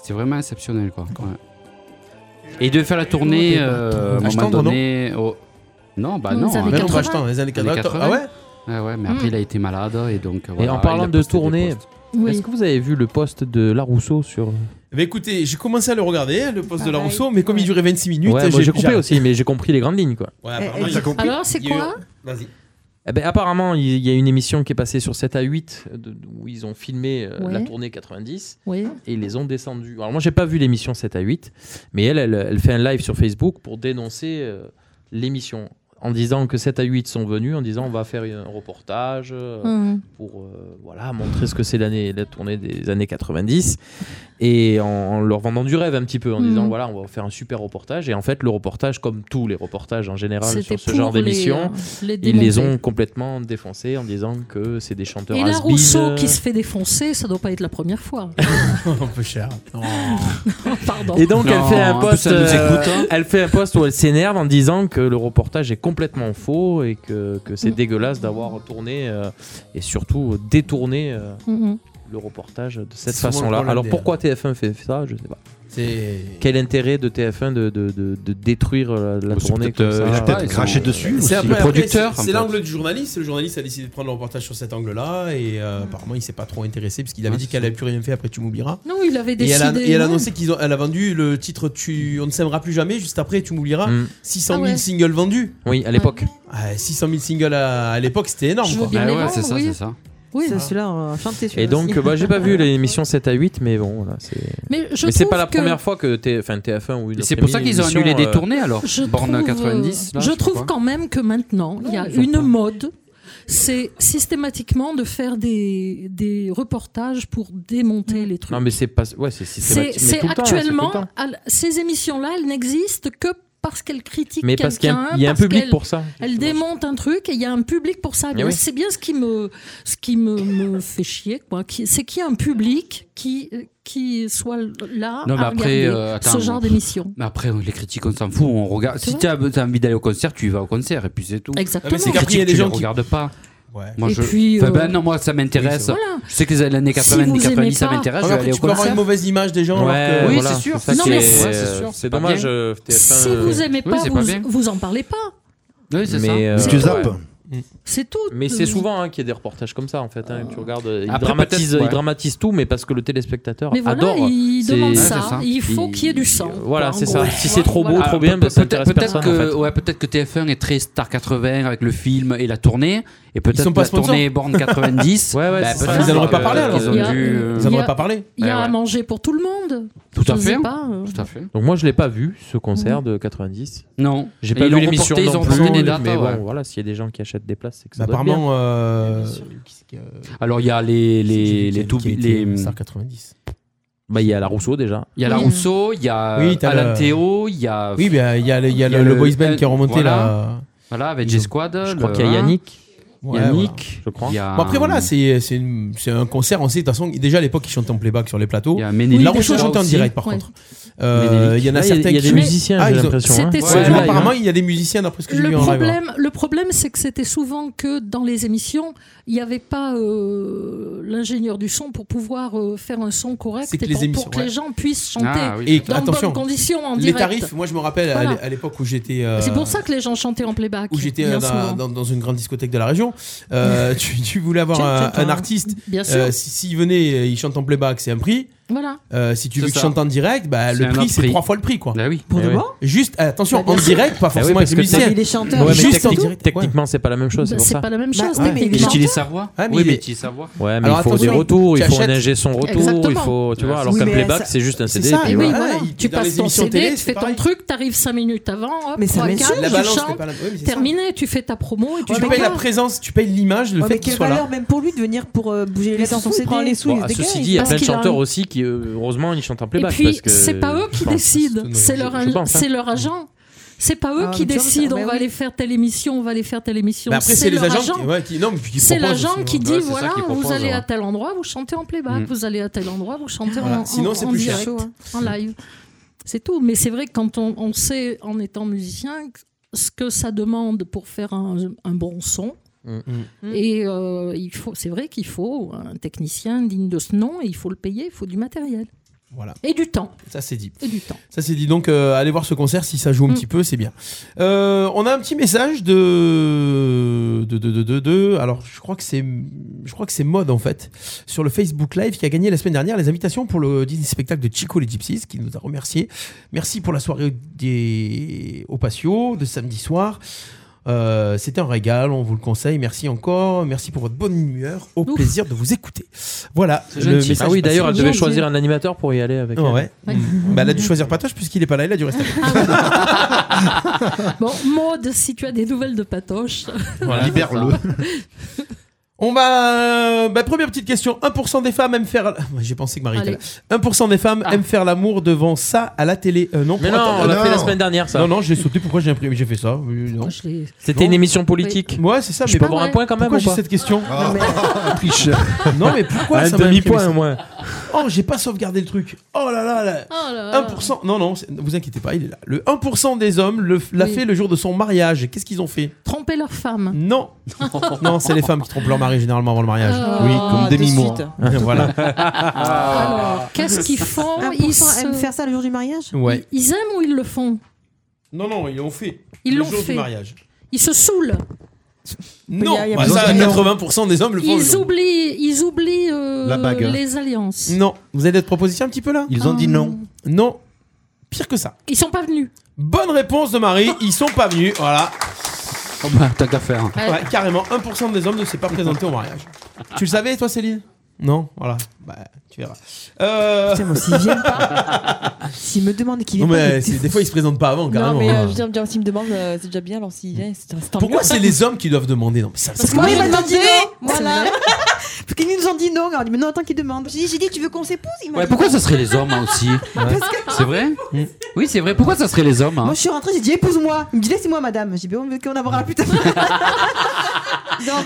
Speaker 7: C'était vraiment exceptionnel quoi. Ouais. Et de faire la tournée euh, à un
Speaker 6: Achetant,
Speaker 7: moment
Speaker 6: non
Speaker 7: donné. au- Non, bah
Speaker 6: Dans
Speaker 7: non.
Speaker 6: les années
Speaker 7: hein.
Speaker 6: 80. Achetant, les années 80. Ah ouais
Speaker 7: Ouais, ouais, mais après
Speaker 6: Mm.
Speaker 7: il a été malade et donc.
Speaker 9: Et en parlant de tournée,
Speaker 10: Oui.
Speaker 9: est-ce que vous avez vu le poste de Larousseau sur.
Speaker 6: bah écoutez, j'ai commencé à le regarder, le poste de la Rousseau, mais comme il durait 26 minutes,
Speaker 9: ouais, moi, j'ai coupé
Speaker 6: j'arrête.
Speaker 9: aussi, mais j'ai compris les grandes lignes, quoi.
Speaker 6: Ouais, apparemment, il-
Speaker 10: Alors, c'est
Speaker 6: il y a eu-
Speaker 10: quoi
Speaker 6: Vas-y.
Speaker 9: Eh ben, apparemment, il y a une émission qui est passée sur 7 à 8 de- de- où ils ont filmé euh,
Speaker 10: Ouais.
Speaker 9: la tournée 90
Speaker 10: Oui.
Speaker 9: et ils les ont descendus. Alors, moi, j'ai pas vu l'émission 7 à 8, mais elle, elle, elle fait un live sur Facebook pour dénoncer euh, l'émission en disant que 7 à 8 sont venus, en disant on va faire un reportage euh,
Speaker 10: Mhm.
Speaker 9: pour euh, voilà, montrer ce que c'est l'année, la tournée des années 90 et en, en leur vendant du rêve un petit peu, en
Speaker 10: Mhm.
Speaker 9: disant voilà, on va faire un super reportage. Et en fait, le reportage, comme tous les reportages en général
Speaker 10: C'était
Speaker 9: sur ce
Speaker 10: pour
Speaker 9: genre
Speaker 10: les,
Speaker 9: d'émission,
Speaker 10: euh, les
Speaker 9: ils les
Speaker 10: démonter.
Speaker 9: ont complètement défoncés en disant que c'est des chanteurs
Speaker 10: Et la
Speaker 9: has-been,
Speaker 10: Rousseau qui
Speaker 9: euh,
Speaker 10: se fait défoncer, ça doit pas être la première fois. Oh.
Speaker 6: Un peu cher.
Speaker 10: Pardon.
Speaker 9: Et donc elle fait un
Speaker 7: en plus,
Speaker 9: post,
Speaker 7: elle nous
Speaker 9: euh,
Speaker 7: écoute, hein.
Speaker 9: elle fait un post où elle s'énerve en disant que le reportage est complètement faux et que, que c'est dégueulasse d'avoir tourné euh, et surtout détourné euh,
Speaker 10: Mhm.
Speaker 9: le reportage de cette
Speaker 6: C'est souvent le
Speaker 9: façon-là.
Speaker 6: problème
Speaker 9: Alors
Speaker 6: des-
Speaker 9: pourquoi TF1 fait fait ça Je sais pas.
Speaker 6: C'est-
Speaker 9: Quel intérêt de TF1 de, de- de- de détruire la, la tournée Ah,
Speaker 1: peut-être, euh, il a peut-être craché dessus
Speaker 6: C'est un peu
Speaker 9: le
Speaker 6: après,
Speaker 9: producteur.
Speaker 6: c'est- C'est l'angle du journaliste. Le journaliste a décidé de prendre le reportage sur cet angle-là et
Speaker 10: Mm.
Speaker 6: euh, apparemment il s'est pas trop intéressé parce qu'il avait dit qu'elle n'avait plus rien fait après tu m'oublieras.
Speaker 10: Non, il avait
Speaker 6: Et elle a,
Speaker 10: décidé,
Speaker 6: et elle a
Speaker 10: ouais.
Speaker 6: annoncé qu'elle a vendu le titre tu, On ne s'aimera plus jamais juste après tu m'oublieras.
Speaker 9: Mm.
Speaker 6: 600
Speaker 10: Ah
Speaker 6: 000
Speaker 10: ouais.
Speaker 6: singles vendus.
Speaker 9: Oui, à l'époque.
Speaker 6: Ah, 600 000 singles à, à l'époque c'était énorme.
Speaker 10: Je veux
Speaker 6: quoi.
Speaker 10: bien Ah les ouais, vendre, c'est ça, oui. c'est
Speaker 9: Bah ça.
Speaker 10: Oui.
Speaker 8: Ça, Celui-là, on va chanter celui-là
Speaker 9: Et donc,
Speaker 8: aussi.
Speaker 9: bah, j'ai pas vu l'émission 7 à 8, mais bon, voilà, c'est.
Speaker 10: Mais je
Speaker 9: c'est
Speaker 10: trouve
Speaker 9: pas la
Speaker 10: que-
Speaker 9: première fois que T- enfin, TF1 ou une
Speaker 7: Et c'est
Speaker 9: autre
Speaker 7: pour ça
Speaker 9: émi-
Speaker 7: qu'ils ont
Speaker 9: émission,
Speaker 7: annulé des
Speaker 9: euh,
Speaker 7: tournées, alors.
Speaker 10: Je
Speaker 7: Borne
Speaker 10: trouve,
Speaker 7: 90, là,
Speaker 10: euh,
Speaker 7: je
Speaker 10: je
Speaker 7: sais pas
Speaker 10: trouve
Speaker 7: quoi.
Speaker 10: quand même que maintenant, il y a
Speaker 7: ils ont
Speaker 10: une
Speaker 7: pas.
Speaker 10: mode, c'est systématiquement de faire des, des reportages pour
Speaker 7: Mm.
Speaker 10: démonter les trucs.
Speaker 9: Non, mais c'est pas. Ouais, c'est
Speaker 10: C'est
Speaker 9: systématique. mais
Speaker 10: c'est
Speaker 9: tout le temps,
Speaker 10: actuellement,
Speaker 9: c'est tout le temps.
Speaker 10: à l- ces émissions-là, elles n'existent que parce qu'elles critiquent
Speaker 9: Mais
Speaker 10: quelqu'un.
Speaker 9: parce qu'il y a un- il y a un
Speaker 10: parce
Speaker 9: public
Speaker 10: qu'elles-
Speaker 9: pour ça.
Speaker 10: Elles démontent un truc et il y a un public pour ça.
Speaker 9: Mais
Speaker 10: Bien,
Speaker 9: oui.
Speaker 10: C'est bien ce qui me, ce qui me, me fait chier. quoi. Qui- C'est qu'il y a un public qui, qui soit là
Speaker 7: Non, mais
Speaker 10: Ah, à
Speaker 7: après,
Speaker 10: regarder
Speaker 7: euh, attends,
Speaker 10: ce genre d'émission.
Speaker 7: Mais après, les critiques, on s'en fout. On regarde. Si tu as, envie d'aller au concert, tu y vas au concert et puis c'est tout.
Speaker 10: Exactement.
Speaker 7: Mais c'est
Speaker 10: Après,
Speaker 7: qu'après, il y a des gens qui regardent pas. Moi,
Speaker 10: Et
Speaker 7: je...
Speaker 10: puis,
Speaker 7: Enfin,
Speaker 10: euh,
Speaker 7: ben non, moi, ça m'intéresse.
Speaker 10: Oui, c'est vrai.
Speaker 7: Je sais que les années
Speaker 10: Si
Speaker 7: 80,
Speaker 10: vous aimez
Speaker 7: 90, ça
Speaker 10: pas-
Speaker 7: m'intéresse. je
Speaker 6: Ouais,
Speaker 7: vais
Speaker 6: après,
Speaker 7: aller au
Speaker 6: tu peux avoir
Speaker 7: concert.
Speaker 6: une mauvaise image des gens.
Speaker 9: Ouais,
Speaker 6: alors que-
Speaker 7: Oui,
Speaker 9: voilà,
Speaker 7: c'est sûr.
Speaker 9: ça
Speaker 7: Non,
Speaker 9: qui
Speaker 7: mais
Speaker 9: est-
Speaker 7: c'est-
Speaker 9: ouais,
Speaker 7: c'est sûr,
Speaker 9: C'est
Speaker 7: c'est pas
Speaker 9: dommage.
Speaker 7: bien.
Speaker 9: euh, TF1,
Speaker 10: Si
Speaker 9: euh,
Speaker 10: vous aimez
Speaker 9: oui,
Speaker 10: pas,
Speaker 9: c'est
Speaker 10: vous,
Speaker 9: bien.
Speaker 10: vous en parlez pas.
Speaker 7: Oui, c'est ça.
Speaker 9: Mais, euh,
Speaker 1: Tu zappes.
Speaker 9: ouais.
Speaker 10: C'est tout. euh,
Speaker 9: Mais c'est souvent hein, qu'il y a des reportages comme ça en fait. hein, que tu regardes, euh, ils
Speaker 7: Après,
Speaker 9: dramatisent,
Speaker 7: peut-être, ouais.
Speaker 9: ils dramatisent tout, mais parce que le téléspectateur
Speaker 10: Mais voilà,
Speaker 9: adore.
Speaker 10: il
Speaker 9: C'est-
Speaker 10: demande
Speaker 9: Ouais,
Speaker 10: ça.
Speaker 9: c'est
Speaker 10: Il faut qu'il y ait du sang,
Speaker 9: Voilà,
Speaker 10: quoi, en
Speaker 9: c'est
Speaker 10: gros.
Speaker 9: ça. Si c'est trop beau,
Speaker 10: Voilà.
Speaker 9: trop
Speaker 7: Ah,
Speaker 9: bien,
Speaker 7: peut-
Speaker 9: ben, ça
Speaker 7: peut-être-
Speaker 9: intéresse
Speaker 7: peut-être
Speaker 9: personne. en
Speaker 7: que,
Speaker 9: fait.
Speaker 7: ouais, peut-être que TF1 est très star 80 avec le film et la tournée, Et peut-être
Speaker 6: sont pas
Speaker 7: la
Speaker 6: sponsors.
Speaker 7: tournée Born 90.
Speaker 6: Ouais, ouais,
Speaker 7: bah,
Speaker 6: c'est ça.
Speaker 7: peut-être
Speaker 6: Ils en auraient pas
Speaker 7: que-
Speaker 6: parlé, alors.
Speaker 7: qu'ils ont
Speaker 6: Il y a-
Speaker 7: dû, euh,
Speaker 6: Ils en auraient pas parlé.
Speaker 10: Il y a
Speaker 9: Ouais,
Speaker 10: à
Speaker 9: ouais.
Speaker 10: manger pour tout le monde.
Speaker 9: Tout
Speaker 10: Je
Speaker 9: à
Speaker 10: sais
Speaker 9: fait.
Speaker 10: pas, euh.
Speaker 9: Donc moi je l'ai pas vu ce concert
Speaker 10: Mhm.
Speaker 9: de 90.
Speaker 7: Non.
Speaker 9: j'ai
Speaker 7: Et ils
Speaker 9: pas vu
Speaker 7: l'ont
Speaker 9: l'émission
Speaker 7: reporté, ils
Speaker 9: non
Speaker 7: ont
Speaker 9: plus,
Speaker 7: reporté des dates,
Speaker 6: hein,
Speaker 9: mais bon
Speaker 7: ouais.
Speaker 9: voilà, s'il y a des gens qui achètent des places, c'est que ça
Speaker 6: Bah,
Speaker 9: doit être bien.
Speaker 6: apparemment, euh,
Speaker 7: Alors il y a les les les tout les
Speaker 6: Star 90. euh,
Speaker 9: Bah il y a la Rousseau déjà.
Speaker 7: Il y a la Rousseau, il y a
Speaker 6: Oui, t'as
Speaker 7: Alan
Speaker 6: le-
Speaker 7: Théo, il y a Ben,
Speaker 6: Oui, bah, il y a le- il y a le- le boys band qui est remonté,
Speaker 7: voilà.
Speaker 6: là.
Speaker 7: Voilà, avec G-Squad.
Speaker 9: Je crois qu'il y a Yannick.
Speaker 6: Ouais,
Speaker 7: Yannick,
Speaker 9: je crois.
Speaker 7: Il y a-
Speaker 6: Bon, après voilà, c'est c'est une- c'est un concert, on sait de toute façon, déjà à l'époque ils chantaient en playback sur les plateaux.
Speaker 7: Ménélique.
Speaker 6: La Rousseau
Speaker 7: Oui,
Speaker 6: chantait en
Speaker 7: aussi.
Speaker 6: direct par
Speaker 7: Ouais.
Speaker 6: contre. Euh,
Speaker 9: Ménélique.
Speaker 6: Il y en a
Speaker 9: Là, il y a-
Speaker 6: certains
Speaker 9: il y a des
Speaker 6: qui-
Speaker 9: musiciens,
Speaker 6: Ah,
Speaker 9: j'ai
Speaker 6: ils ont-
Speaker 9: l'impression, hein. C'était
Speaker 6: Ouais,
Speaker 9: sur
Speaker 6: ouais,
Speaker 9: le live,
Speaker 6: Apparemment
Speaker 9: hein.
Speaker 6: il y a des musiciens d'après ce que j'ai
Speaker 10: Le
Speaker 6: vu en live. hein.
Speaker 10: problème, le problème, c'est que c'était souvent que dans les émissions, il n'y avait pas euh, l'ingénieur du son pour pouvoir euh, faire un son correct
Speaker 6: C'est que
Speaker 10: et
Speaker 6: les
Speaker 10: pour,
Speaker 6: émissions,
Speaker 10: pour que
Speaker 6: ouais.
Speaker 10: les gens puissent chanter
Speaker 8: Ah
Speaker 9: Ah,
Speaker 6: Et
Speaker 10: dans de
Speaker 6: attention,
Speaker 10: bonnes conditions en
Speaker 6: les
Speaker 10: direct.
Speaker 6: tarifs, moi je me rappelle à
Speaker 10: Voilà.
Speaker 6: l'é- à l'époque où j'étais. euh,
Speaker 10: C'est pour ça que les gens chantaient en playback.
Speaker 6: où j'étais
Speaker 10: bien
Speaker 6: euh,
Speaker 10: souvent.
Speaker 6: dans, dans- dans une grande discothèque de la région, euh, tu, tu voulais avoir
Speaker 10: Tiens,
Speaker 6: un,
Speaker 10: tiens,
Speaker 6: un
Speaker 10: toi.
Speaker 6: artiste.
Speaker 10: Bien sûr.
Speaker 6: euh, si- S'il venait, euh, il chante en playback, c'est un prix.
Speaker 10: Voilà.
Speaker 6: Euh, si
Speaker 7: C'est
Speaker 6: tu veux qu'il
Speaker 7: ça.
Speaker 6: chante en direct, bah,
Speaker 7: C'est
Speaker 6: le
Speaker 7: un
Speaker 6: prix
Speaker 7: autre
Speaker 6: c'est
Speaker 7: prix.
Speaker 6: trois fois le prix quoi.
Speaker 7: Bah oui.
Speaker 9: Pour de Eh bon oui.
Speaker 6: Juste attention
Speaker 9: Bah,
Speaker 6: en
Speaker 9: bien sûr.
Speaker 6: direct, pas
Speaker 9: Bah oui,
Speaker 6: forcément
Speaker 9: parce
Speaker 6: avec les
Speaker 9: que t'as-
Speaker 6: musiciens.
Speaker 9: Il est chanteur. Ouais, mais
Speaker 6: Juste en
Speaker 9: technique-
Speaker 6: direct.
Speaker 9: techniquement, c'est pas la même chose, c'est Bah, pour c'est ça. pas
Speaker 10: la même chose,
Speaker 6: ouais,
Speaker 10: mais il est
Speaker 6: il est
Speaker 10: chanteur.
Speaker 7: utilise sa voix.
Speaker 6: Ouais, Ah, mais
Speaker 7: oui,
Speaker 6: il
Speaker 7: mais
Speaker 6: est-
Speaker 7: utilise sa voix.
Speaker 9: Ouais, mais
Speaker 6: Alors,
Speaker 9: il faut des
Speaker 6: attention,
Speaker 9: retours, il
Speaker 6: tu
Speaker 9: faut un
Speaker 6: achètes-
Speaker 9: ingé son retour, il
Speaker 10: Exactement.
Speaker 9: faut, tu vois,
Speaker 10: Ouais,
Speaker 9: alors
Speaker 10: oui,
Speaker 9: qu'un
Speaker 10: mais
Speaker 9: playback
Speaker 10: ça-
Speaker 9: c'est juste un
Speaker 10: c'est
Speaker 9: CD.
Speaker 10: ça,
Speaker 9: et puis
Speaker 10: oui,
Speaker 9: voilà.
Speaker 10: voilà.
Speaker 6: il-
Speaker 10: Ah, Tu
Speaker 6: dans les
Speaker 10: passes ton
Speaker 6: émissions
Speaker 10: CD,
Speaker 6: télé,
Speaker 10: tu
Speaker 6: c'est
Speaker 10: fais ton
Speaker 6: pareil.
Speaker 10: truc, t'arrives 5 minutes avant, hop,
Speaker 8: Mais ça
Speaker 10: trois
Speaker 8: mène
Speaker 10: quarts,
Speaker 8: sur-
Speaker 6: La
Speaker 10: tu
Speaker 6: balance, c'est
Speaker 10: chantes,
Speaker 6: pas la- ouais, mais c'est ça.
Speaker 10: terminé, tu fais ta promo et
Speaker 6: Tu
Speaker 10: tu te
Speaker 6: payes la
Speaker 10: barres.
Speaker 6: présence, tu payes l'image, le
Speaker 8: Ouais,
Speaker 6: fait
Speaker 8: mais
Speaker 6: qu'il
Speaker 8: quelle
Speaker 6: soit
Speaker 8: valeur
Speaker 6: là.
Speaker 8: même pour lui de venir pour euh, bouger les
Speaker 11: s'en
Speaker 8: sons,
Speaker 11: fout,
Speaker 8: prend les sous,
Speaker 9: Bon,
Speaker 8: il se
Speaker 9: à
Speaker 8: dégage.
Speaker 9: ceci dit, il y a
Speaker 10: parce
Speaker 9: plein de
Speaker 10: qu'il a
Speaker 9: chanteurs
Speaker 10: un-
Speaker 9: aussi qui, euh, heureusement, ils chantent en
Speaker 10: Et
Speaker 9: playback.
Speaker 10: puis,
Speaker 9: parce que-
Speaker 10: c'est pas eux qui
Speaker 9: je pense.
Speaker 10: décident, c'est leur,
Speaker 9: je pense, hein.
Speaker 10: c'est leur agent. C'est pas eux
Speaker 8: Ah,
Speaker 10: qui
Speaker 8: mais tu vois,
Speaker 10: décident,
Speaker 8: mais
Speaker 10: on va
Speaker 8: oui.
Speaker 10: aller faire telle émission, on va aller faire telle émission.
Speaker 6: Mais Bah, après, c'est les
Speaker 10: leur
Speaker 6: agents
Speaker 10: agent.
Speaker 6: qui- ouais, qui- non, mais puis qui
Speaker 10: C'est
Speaker 6: proposent
Speaker 10: l'agent
Speaker 6: aussi,
Speaker 10: qui
Speaker 6: ouais.
Speaker 10: dit
Speaker 6: Ouais, c'est ça
Speaker 10: voilà,
Speaker 6: qui propose, hein.
Speaker 10: vous allez à
Speaker 6: ouais.
Speaker 10: tel endroit, vous chantez en playback,
Speaker 7: Mm.
Speaker 10: vous allez à tel endroit, vous chantez
Speaker 6: Voilà.
Speaker 10: en,
Speaker 6: Sinon,
Speaker 10: en-
Speaker 6: c'est
Speaker 10: en
Speaker 6: plus cher.
Speaker 10: direct, en live. C'est tout. Mais c'est vrai que quand on, on sait, en étant musicien, ce que ça demande pour faire un, un bon son,
Speaker 8: Mm.
Speaker 10: et euh, il faut, c'est vrai qu'il faut un technicien digne de ce nom, et il faut le payer, il faut du matériel.
Speaker 6: Voilà.
Speaker 10: Et du temps.
Speaker 6: Ça c'est dit.
Speaker 10: Et du temps. Mm.
Speaker 6: Ça c'est dit. Donc euh, allez voir ce concert si ça joue un petit peu, c'est bien. Euh, on a un petit message de de de de, de- de- Alors je crois que c'est je crois que c'est mode en fait sur le Facebook Live qui a gagné la semaine dernière les invitations pour le Disney spectacle de Chico les Gypsies qui nous a remercié. Merci pour la soirée des au patio de samedi soir. Euh, C'était un régal, on vous le conseille. Merci encore, merci pour votre bonne humeur. Au plaisir de vous écouter. Voilà. le message
Speaker 9: Ah oui, d'ailleurs, elle
Speaker 6: passé.
Speaker 9: devait choisir un animateur pour y aller avec
Speaker 6: Oh,
Speaker 9: elle.
Speaker 6: ouais. Bah, elle a dû choisir Patoche puisqu'il est pas là, il a dû rester. avec nous.
Speaker 10: Bon, Maud, si tu as des nouvelles de Patoche.
Speaker 6: Voilà, On va. euh, bah, première petite question. 1% des femmes aiment faire. J'ai pensé que Marie était
Speaker 10: Allez.
Speaker 6: là. 1% des femmes aiment faire l'amour devant ça à la télé. Euh, non,
Speaker 9: Mais
Speaker 6: pour-
Speaker 9: non,
Speaker 6: attends,
Speaker 9: on l'a fait la semaine dernière, ça.
Speaker 6: Non, non, j'ai sauté. Pourquoi j'ai imprimé J'ai fait ça Euh, non.
Speaker 9: C'était
Speaker 6: Non.
Speaker 9: une émission politique.
Speaker 6: Ouais, c'est ça.
Speaker 9: Je
Speaker 6: mais
Speaker 9: peux avoir un point quand même
Speaker 6: Pourquoi
Speaker 9: ou
Speaker 6: j'ai
Speaker 9: pas Ah.
Speaker 6: cette question
Speaker 1: Triche.
Speaker 6: Non, mais pourquoi
Speaker 9: Un
Speaker 6: ça m'a imprimé
Speaker 9: demi-point,
Speaker 6: ça
Speaker 9: moi.
Speaker 6: Oh, j'ai pas sauvegardé le truc. Oh là là, là.
Speaker 10: Oh là là.
Speaker 6: 1%. Non, non, c'est- ne vous inquiétez pas, il est là. Le 1% des hommes le- l'a
Speaker 10: Oui.
Speaker 6: fait le jour de son mariage. Qu'est-ce qu'ils ont fait
Speaker 10: Tromper leur femme.
Speaker 6: Non. non, c'est les femmes qui trompent leur mari généralement avant le mariage.
Speaker 10: Ah, Oui, comme
Speaker 8: Demi de Moore. suite.
Speaker 6: voilà.
Speaker 10: Ah. Alors, qu'est-ce qu'ils font ils,
Speaker 8: 1%
Speaker 10: se-
Speaker 8: aiment faire ça le jour du mariage
Speaker 6: Ouais.
Speaker 10: ils aiment ou ils le font
Speaker 6: Non, non, ils l'ont fait.
Speaker 10: Ils
Speaker 6: le
Speaker 10: l'ont
Speaker 6: jour
Speaker 10: fait.
Speaker 6: du mariage.
Speaker 10: Ils se saoulent.
Speaker 6: Non,
Speaker 8: y a- y a
Speaker 6: bah
Speaker 8: plus
Speaker 6: ça,
Speaker 8: de-
Speaker 6: 80% des hommes le font. le
Speaker 10: Ils
Speaker 6: jour.
Speaker 10: oublient, ils oublient euh,
Speaker 6: La bague.
Speaker 10: les alliances.
Speaker 6: Non, vous avez des propositions un petit peu là
Speaker 1: Ils
Speaker 11: Euh.
Speaker 1: ont dit non.
Speaker 6: Non, pire que ça.
Speaker 10: Ils sont pas venus.
Speaker 6: Bonne réponse de Marie, ils sont pas venus, voilà.
Speaker 7: Oh, bah, Tant qu'à faire.
Speaker 10: Ouais.
Speaker 6: Ouais, carrément, 1% des hommes ne s'est pas présenté au mariage. Tu le savais toi Céline Non, voilà. Bah, tu verras. Euh,
Speaker 8: Putain, moi, s'ils viennent pas, s'ils me demandent qu'ils
Speaker 6: Non
Speaker 8: viennent pas,
Speaker 6: mais
Speaker 8: je-
Speaker 6: c'est- des fois ils se présentent pas avant
Speaker 11: Non,
Speaker 6: carrément.
Speaker 11: mais euh,
Speaker 6: hein.
Speaker 11: je veux dire, bien, s'ils me demandent, euh, c'est déjà bien, alors s'ils viennent, c'est c'est tant
Speaker 6: Pourquoi
Speaker 11: mieux.
Speaker 6: c'est les hommes qui doivent demander Non, mais ça,
Speaker 11: Parce
Speaker 6: ça-
Speaker 11: que moi,
Speaker 8: Oui,
Speaker 11: ils
Speaker 8: ils
Speaker 11: m'ont
Speaker 8: m'ont
Speaker 11: demandé.
Speaker 8: demandé.
Speaker 11: Voilà.
Speaker 8: Parce qu'ils nous ont dit non, on a dit mais non, attends qu'ils demandent. J'ai dit, j'ai dit, tu veux qu'on s'épouse Il m'a
Speaker 7: Ouais,
Speaker 8: dit
Speaker 7: pourquoi
Speaker 8: non.
Speaker 7: ça serait les hommes hein, aussi C'est vrai
Speaker 6: Mm.
Speaker 7: Oui, c'est vrai. Pourquoi ça serait les hommes hein
Speaker 8: Moi je suis rentrée, j'ai dit épouse-moi. Il me dit laissez-moi madame. J'ai dit on veut qu'on en parlera plus tard.
Speaker 11: Donc,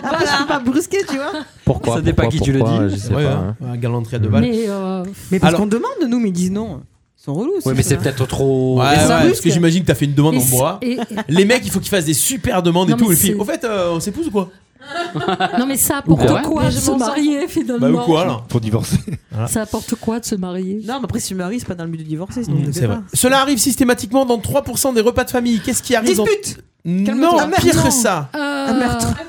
Speaker 8: Après je peux pas brusquer, tu vois.
Speaker 9: Pourquoi
Speaker 6: ça dépend à qui tu le
Speaker 9: pourquoi,
Speaker 6: dis.
Speaker 9: Je sais
Speaker 6: Ouais,
Speaker 9: pas.
Speaker 6: hein.
Speaker 9: hein.
Speaker 6: Ouais, galanterie à deux balles.
Speaker 10: Mais euh,
Speaker 8: Mais parce
Speaker 6: Alors-
Speaker 8: qu'on demande nous, mais ils disent non. Ils sont relous.
Speaker 7: Oui, mais c'est peut-être trop.
Speaker 6: Ouais, ouais,
Speaker 8: ça
Speaker 6: parce
Speaker 8: brusque.
Speaker 6: que j'imagine que t'as fait une demande
Speaker 10: et
Speaker 6: en
Speaker 10: c'est-
Speaker 6: bois.
Speaker 10: et-
Speaker 6: Les mecs, il faut qu'ils fassent des super demandes
Speaker 10: Non,
Speaker 6: et tout.
Speaker 10: mais
Speaker 6: Et puis,
Speaker 10: c'est-
Speaker 6: au fait, euh, on s'épouse ou quoi
Speaker 10: non mais ça apporte
Speaker 7: Bah ouais.
Speaker 10: quoi
Speaker 11: Mais
Speaker 10: de
Speaker 11: je
Speaker 10: se
Speaker 11: m'en sors.
Speaker 10: marier finalement
Speaker 6: Bah, ou quoi alors
Speaker 1: Pour divorcer.
Speaker 10: Ça apporte quoi de se marier
Speaker 8: Non, mais après si je me marie, c'est pas dans le but de divorcer, sinon
Speaker 6: Mmh,
Speaker 8: on le
Speaker 6: c'est
Speaker 8: fait
Speaker 6: vrai.
Speaker 8: pas.
Speaker 6: Cela arrive systématiquement dans 3% des repas de famille. Qu'est-ce qui arrive
Speaker 8: Dispute
Speaker 6: dans...
Speaker 8: Calme-toi.
Speaker 6: Non,
Speaker 8: Un meurtre.
Speaker 6: pire que ça.
Speaker 10: Euh,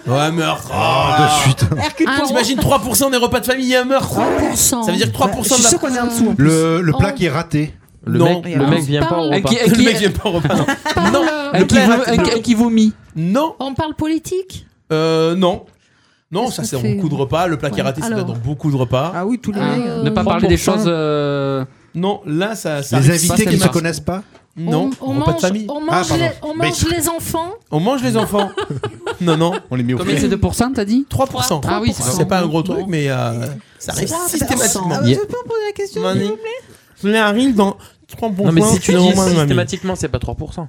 Speaker 6: Ouais, meurtre.
Speaker 1: de suite.
Speaker 8: Hercule
Speaker 10: Ah,
Speaker 8: Poirot.
Speaker 6: T'imagines 3% des repas de famille, il y a un meurtre.
Speaker 10: 3%.
Speaker 6: Ça veut dire 3%
Speaker 8: Je suis
Speaker 6: de la...
Speaker 8: sûr qu'on est en dessous.
Speaker 1: Le, le plat
Speaker 10: Oh.
Speaker 1: qui est raté.
Speaker 9: Le,
Speaker 6: Non.
Speaker 9: mec, le mec vient pas au
Speaker 7: Et
Speaker 9: repas.
Speaker 7: qui- et
Speaker 6: Ah. Le
Speaker 7: qui-
Speaker 6: mec vient pas au repas.
Speaker 10: Parle-
Speaker 6: Non,
Speaker 10: Euh,
Speaker 7: Un
Speaker 6: le
Speaker 7: qui
Speaker 6: plat
Speaker 7: vo-
Speaker 6: raté.
Speaker 7: un qui- un qui vomit.
Speaker 6: Non,
Speaker 10: On parle politique
Speaker 6: euh, non. Non,
Speaker 10: Qu'est-ce
Speaker 6: ça
Speaker 10: qu'on
Speaker 6: c'est dans
Speaker 10: fait,
Speaker 6: beaucoup de
Speaker 10: euh,
Speaker 6: repas. Le plat qui est
Speaker 10: ouais.
Speaker 6: raté, c'est là
Speaker 10: Alors.
Speaker 6: dans beaucoup de repas.
Speaker 8: Ah oui, tous
Speaker 10: les Ah, mecs, euh,
Speaker 7: ne pas parler des choses. euh,
Speaker 6: Non, là, ça. ça
Speaker 1: Les
Speaker 6: arrive pas,
Speaker 1: invités qui
Speaker 6: c'est
Speaker 1: ne se
Speaker 6: pas-
Speaker 1: connaissent pas
Speaker 6: Non,
Speaker 10: on, on
Speaker 6: repas de
Speaker 10: mange,
Speaker 6: famille.
Speaker 10: on
Speaker 6: Ah,
Speaker 10: mange
Speaker 6: pardon.
Speaker 10: les, on
Speaker 6: Mais-
Speaker 10: mange les enfants.
Speaker 6: On mange les enfants. non, non. On les met au
Speaker 7: Combien c'est de pourcent, t'as dit
Speaker 6: 3%.
Speaker 7: Ah oui,
Speaker 6: c'est pas un gros truc, mais euh, ça arrive
Speaker 8: Trois
Speaker 6: systématiquement.
Speaker 8: personnes. Ah, je peux en poser la question,
Speaker 6: Mani-
Speaker 8: s'il vous plaît
Speaker 6: Cela arrive dans 3 bons
Speaker 9: Non, mais
Speaker 6: points,
Speaker 9: si tu
Speaker 6: non,
Speaker 9: dis
Speaker 6: moi, mamie.
Speaker 9: systématiquement, c'est pas 3%.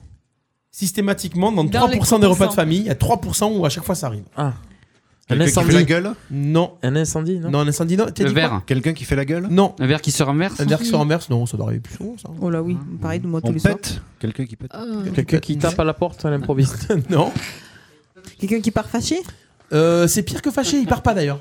Speaker 6: Systématiquement, dans,
Speaker 9: Dans les
Speaker 6: 3% des repas de
Speaker 9: 3%.
Speaker 6: famille, il y a 3% où à chaque fois ça arrive.
Speaker 9: Ah.
Speaker 6: Quelqu'un qui fait la gueule Non.
Speaker 9: Un incendie, non
Speaker 6: Non, un incendie, non. T'as
Speaker 7: Le
Speaker 6: dit quoi
Speaker 7: verre.
Speaker 1: Quelqu'un qui fait la gueule
Speaker 6: Non.
Speaker 7: Un verre qui se renverse
Speaker 6: Un verre qui se renverse, non, ça doit arriver plus souvent, ça.
Speaker 8: Oh là oui, pareil de moi tous
Speaker 1: On
Speaker 8: les soirs.
Speaker 1: pète Quelqu'un qui pète
Speaker 6: Quelqu'un qui tape
Speaker 9: à la porte à l'improviste.
Speaker 6: non.
Speaker 8: Quelqu'un qui part fâché
Speaker 6: Euh, c'est pire que fâché, il part pas d'ailleurs.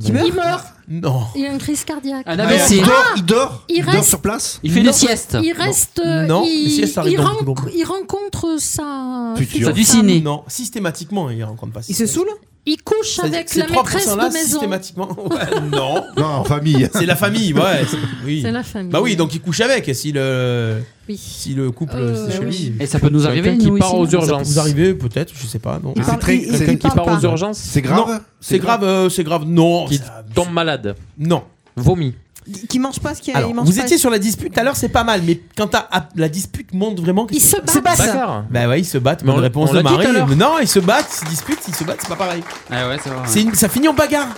Speaker 8: Qui
Speaker 10: Il meurt.
Speaker 6: Non. Ah,
Speaker 10: Il y a une crise cardiaque.
Speaker 7: Un AVC.
Speaker 1: Il dort, il dort,
Speaker 10: Il
Speaker 1: il dort
Speaker 10: reste-
Speaker 1: sur place.
Speaker 7: Il fait des siestes.
Speaker 10: Il reste. euh,
Speaker 6: Non, les
Speaker 10: il,
Speaker 6: siestes, ça arrive
Speaker 10: il
Speaker 6: dans
Speaker 10: ren-
Speaker 6: le couloir.
Speaker 10: il rencontre sa.
Speaker 7: Futur. Ça, du
Speaker 10: femme.
Speaker 7: ciné.
Speaker 6: Non, systématiquement, il rencontre pas.
Speaker 8: Il se saoule
Speaker 10: Il couche
Speaker 6: C'est-à-dire
Speaker 10: avec
Speaker 6: que ces
Speaker 10: la maîtresse
Speaker 6: 3% là,
Speaker 10: de maison.
Speaker 6: systématiquement. Ouais, non.
Speaker 1: Non, en famille.
Speaker 6: C'est la famille, ouais. c'est- Oui.
Speaker 10: C'est la famille.
Speaker 6: Bah oui, donc il couche avec. Et si le,
Speaker 10: Oui.
Speaker 6: si le couple
Speaker 10: Euh,
Speaker 6: c'est chez lui.
Speaker 10: oui.
Speaker 7: Et ça peut nous
Speaker 9: Quelqu'un
Speaker 7: arriver,
Speaker 9: qui
Speaker 7: nous
Speaker 9: part
Speaker 7: aussi.
Speaker 9: aux
Speaker 6: Ça peut
Speaker 9: urgences.
Speaker 6: vous arriver, peut-être, je sais pas. Non.
Speaker 1: Il
Speaker 8: parle-
Speaker 1: très-
Speaker 8: il- il
Speaker 1: c'est-
Speaker 9: Quelqu'un qui
Speaker 8: parle
Speaker 9: part
Speaker 8: pas.
Speaker 9: aux urgences.
Speaker 1: C'est
Speaker 6: Non,
Speaker 1: grave
Speaker 6: c'est grave, euh, c'est grave. Non,
Speaker 9: Qui
Speaker 6: ça-
Speaker 9: tombe malade.
Speaker 6: non.
Speaker 9: Vomit.
Speaker 8: Qui- Qui mange pas ce qu'il y a
Speaker 6: Alors,
Speaker 8: il mange
Speaker 6: vous
Speaker 8: pas
Speaker 6: étiez sur la dispute tout à l'heure, c'est pas mal, mais quand t'as- ah, la dispute monte vraiment.
Speaker 10: Il se
Speaker 8: C'est
Speaker 10: bat.
Speaker 8: pas ça.
Speaker 9: Bagarre.
Speaker 6: Bah ouais, ils se battent.
Speaker 9: Mais on-
Speaker 6: Bonne réponse
Speaker 9: on
Speaker 6: de
Speaker 9: l'a dit
Speaker 6: Marie.
Speaker 9: tout à l'heure.
Speaker 6: Mais Non, ils se battent, ils se disputent, ils se battent, c'est pas pareil.
Speaker 7: Ah ouais, c'est vrai.
Speaker 6: C'est une- ça finit en bagarre.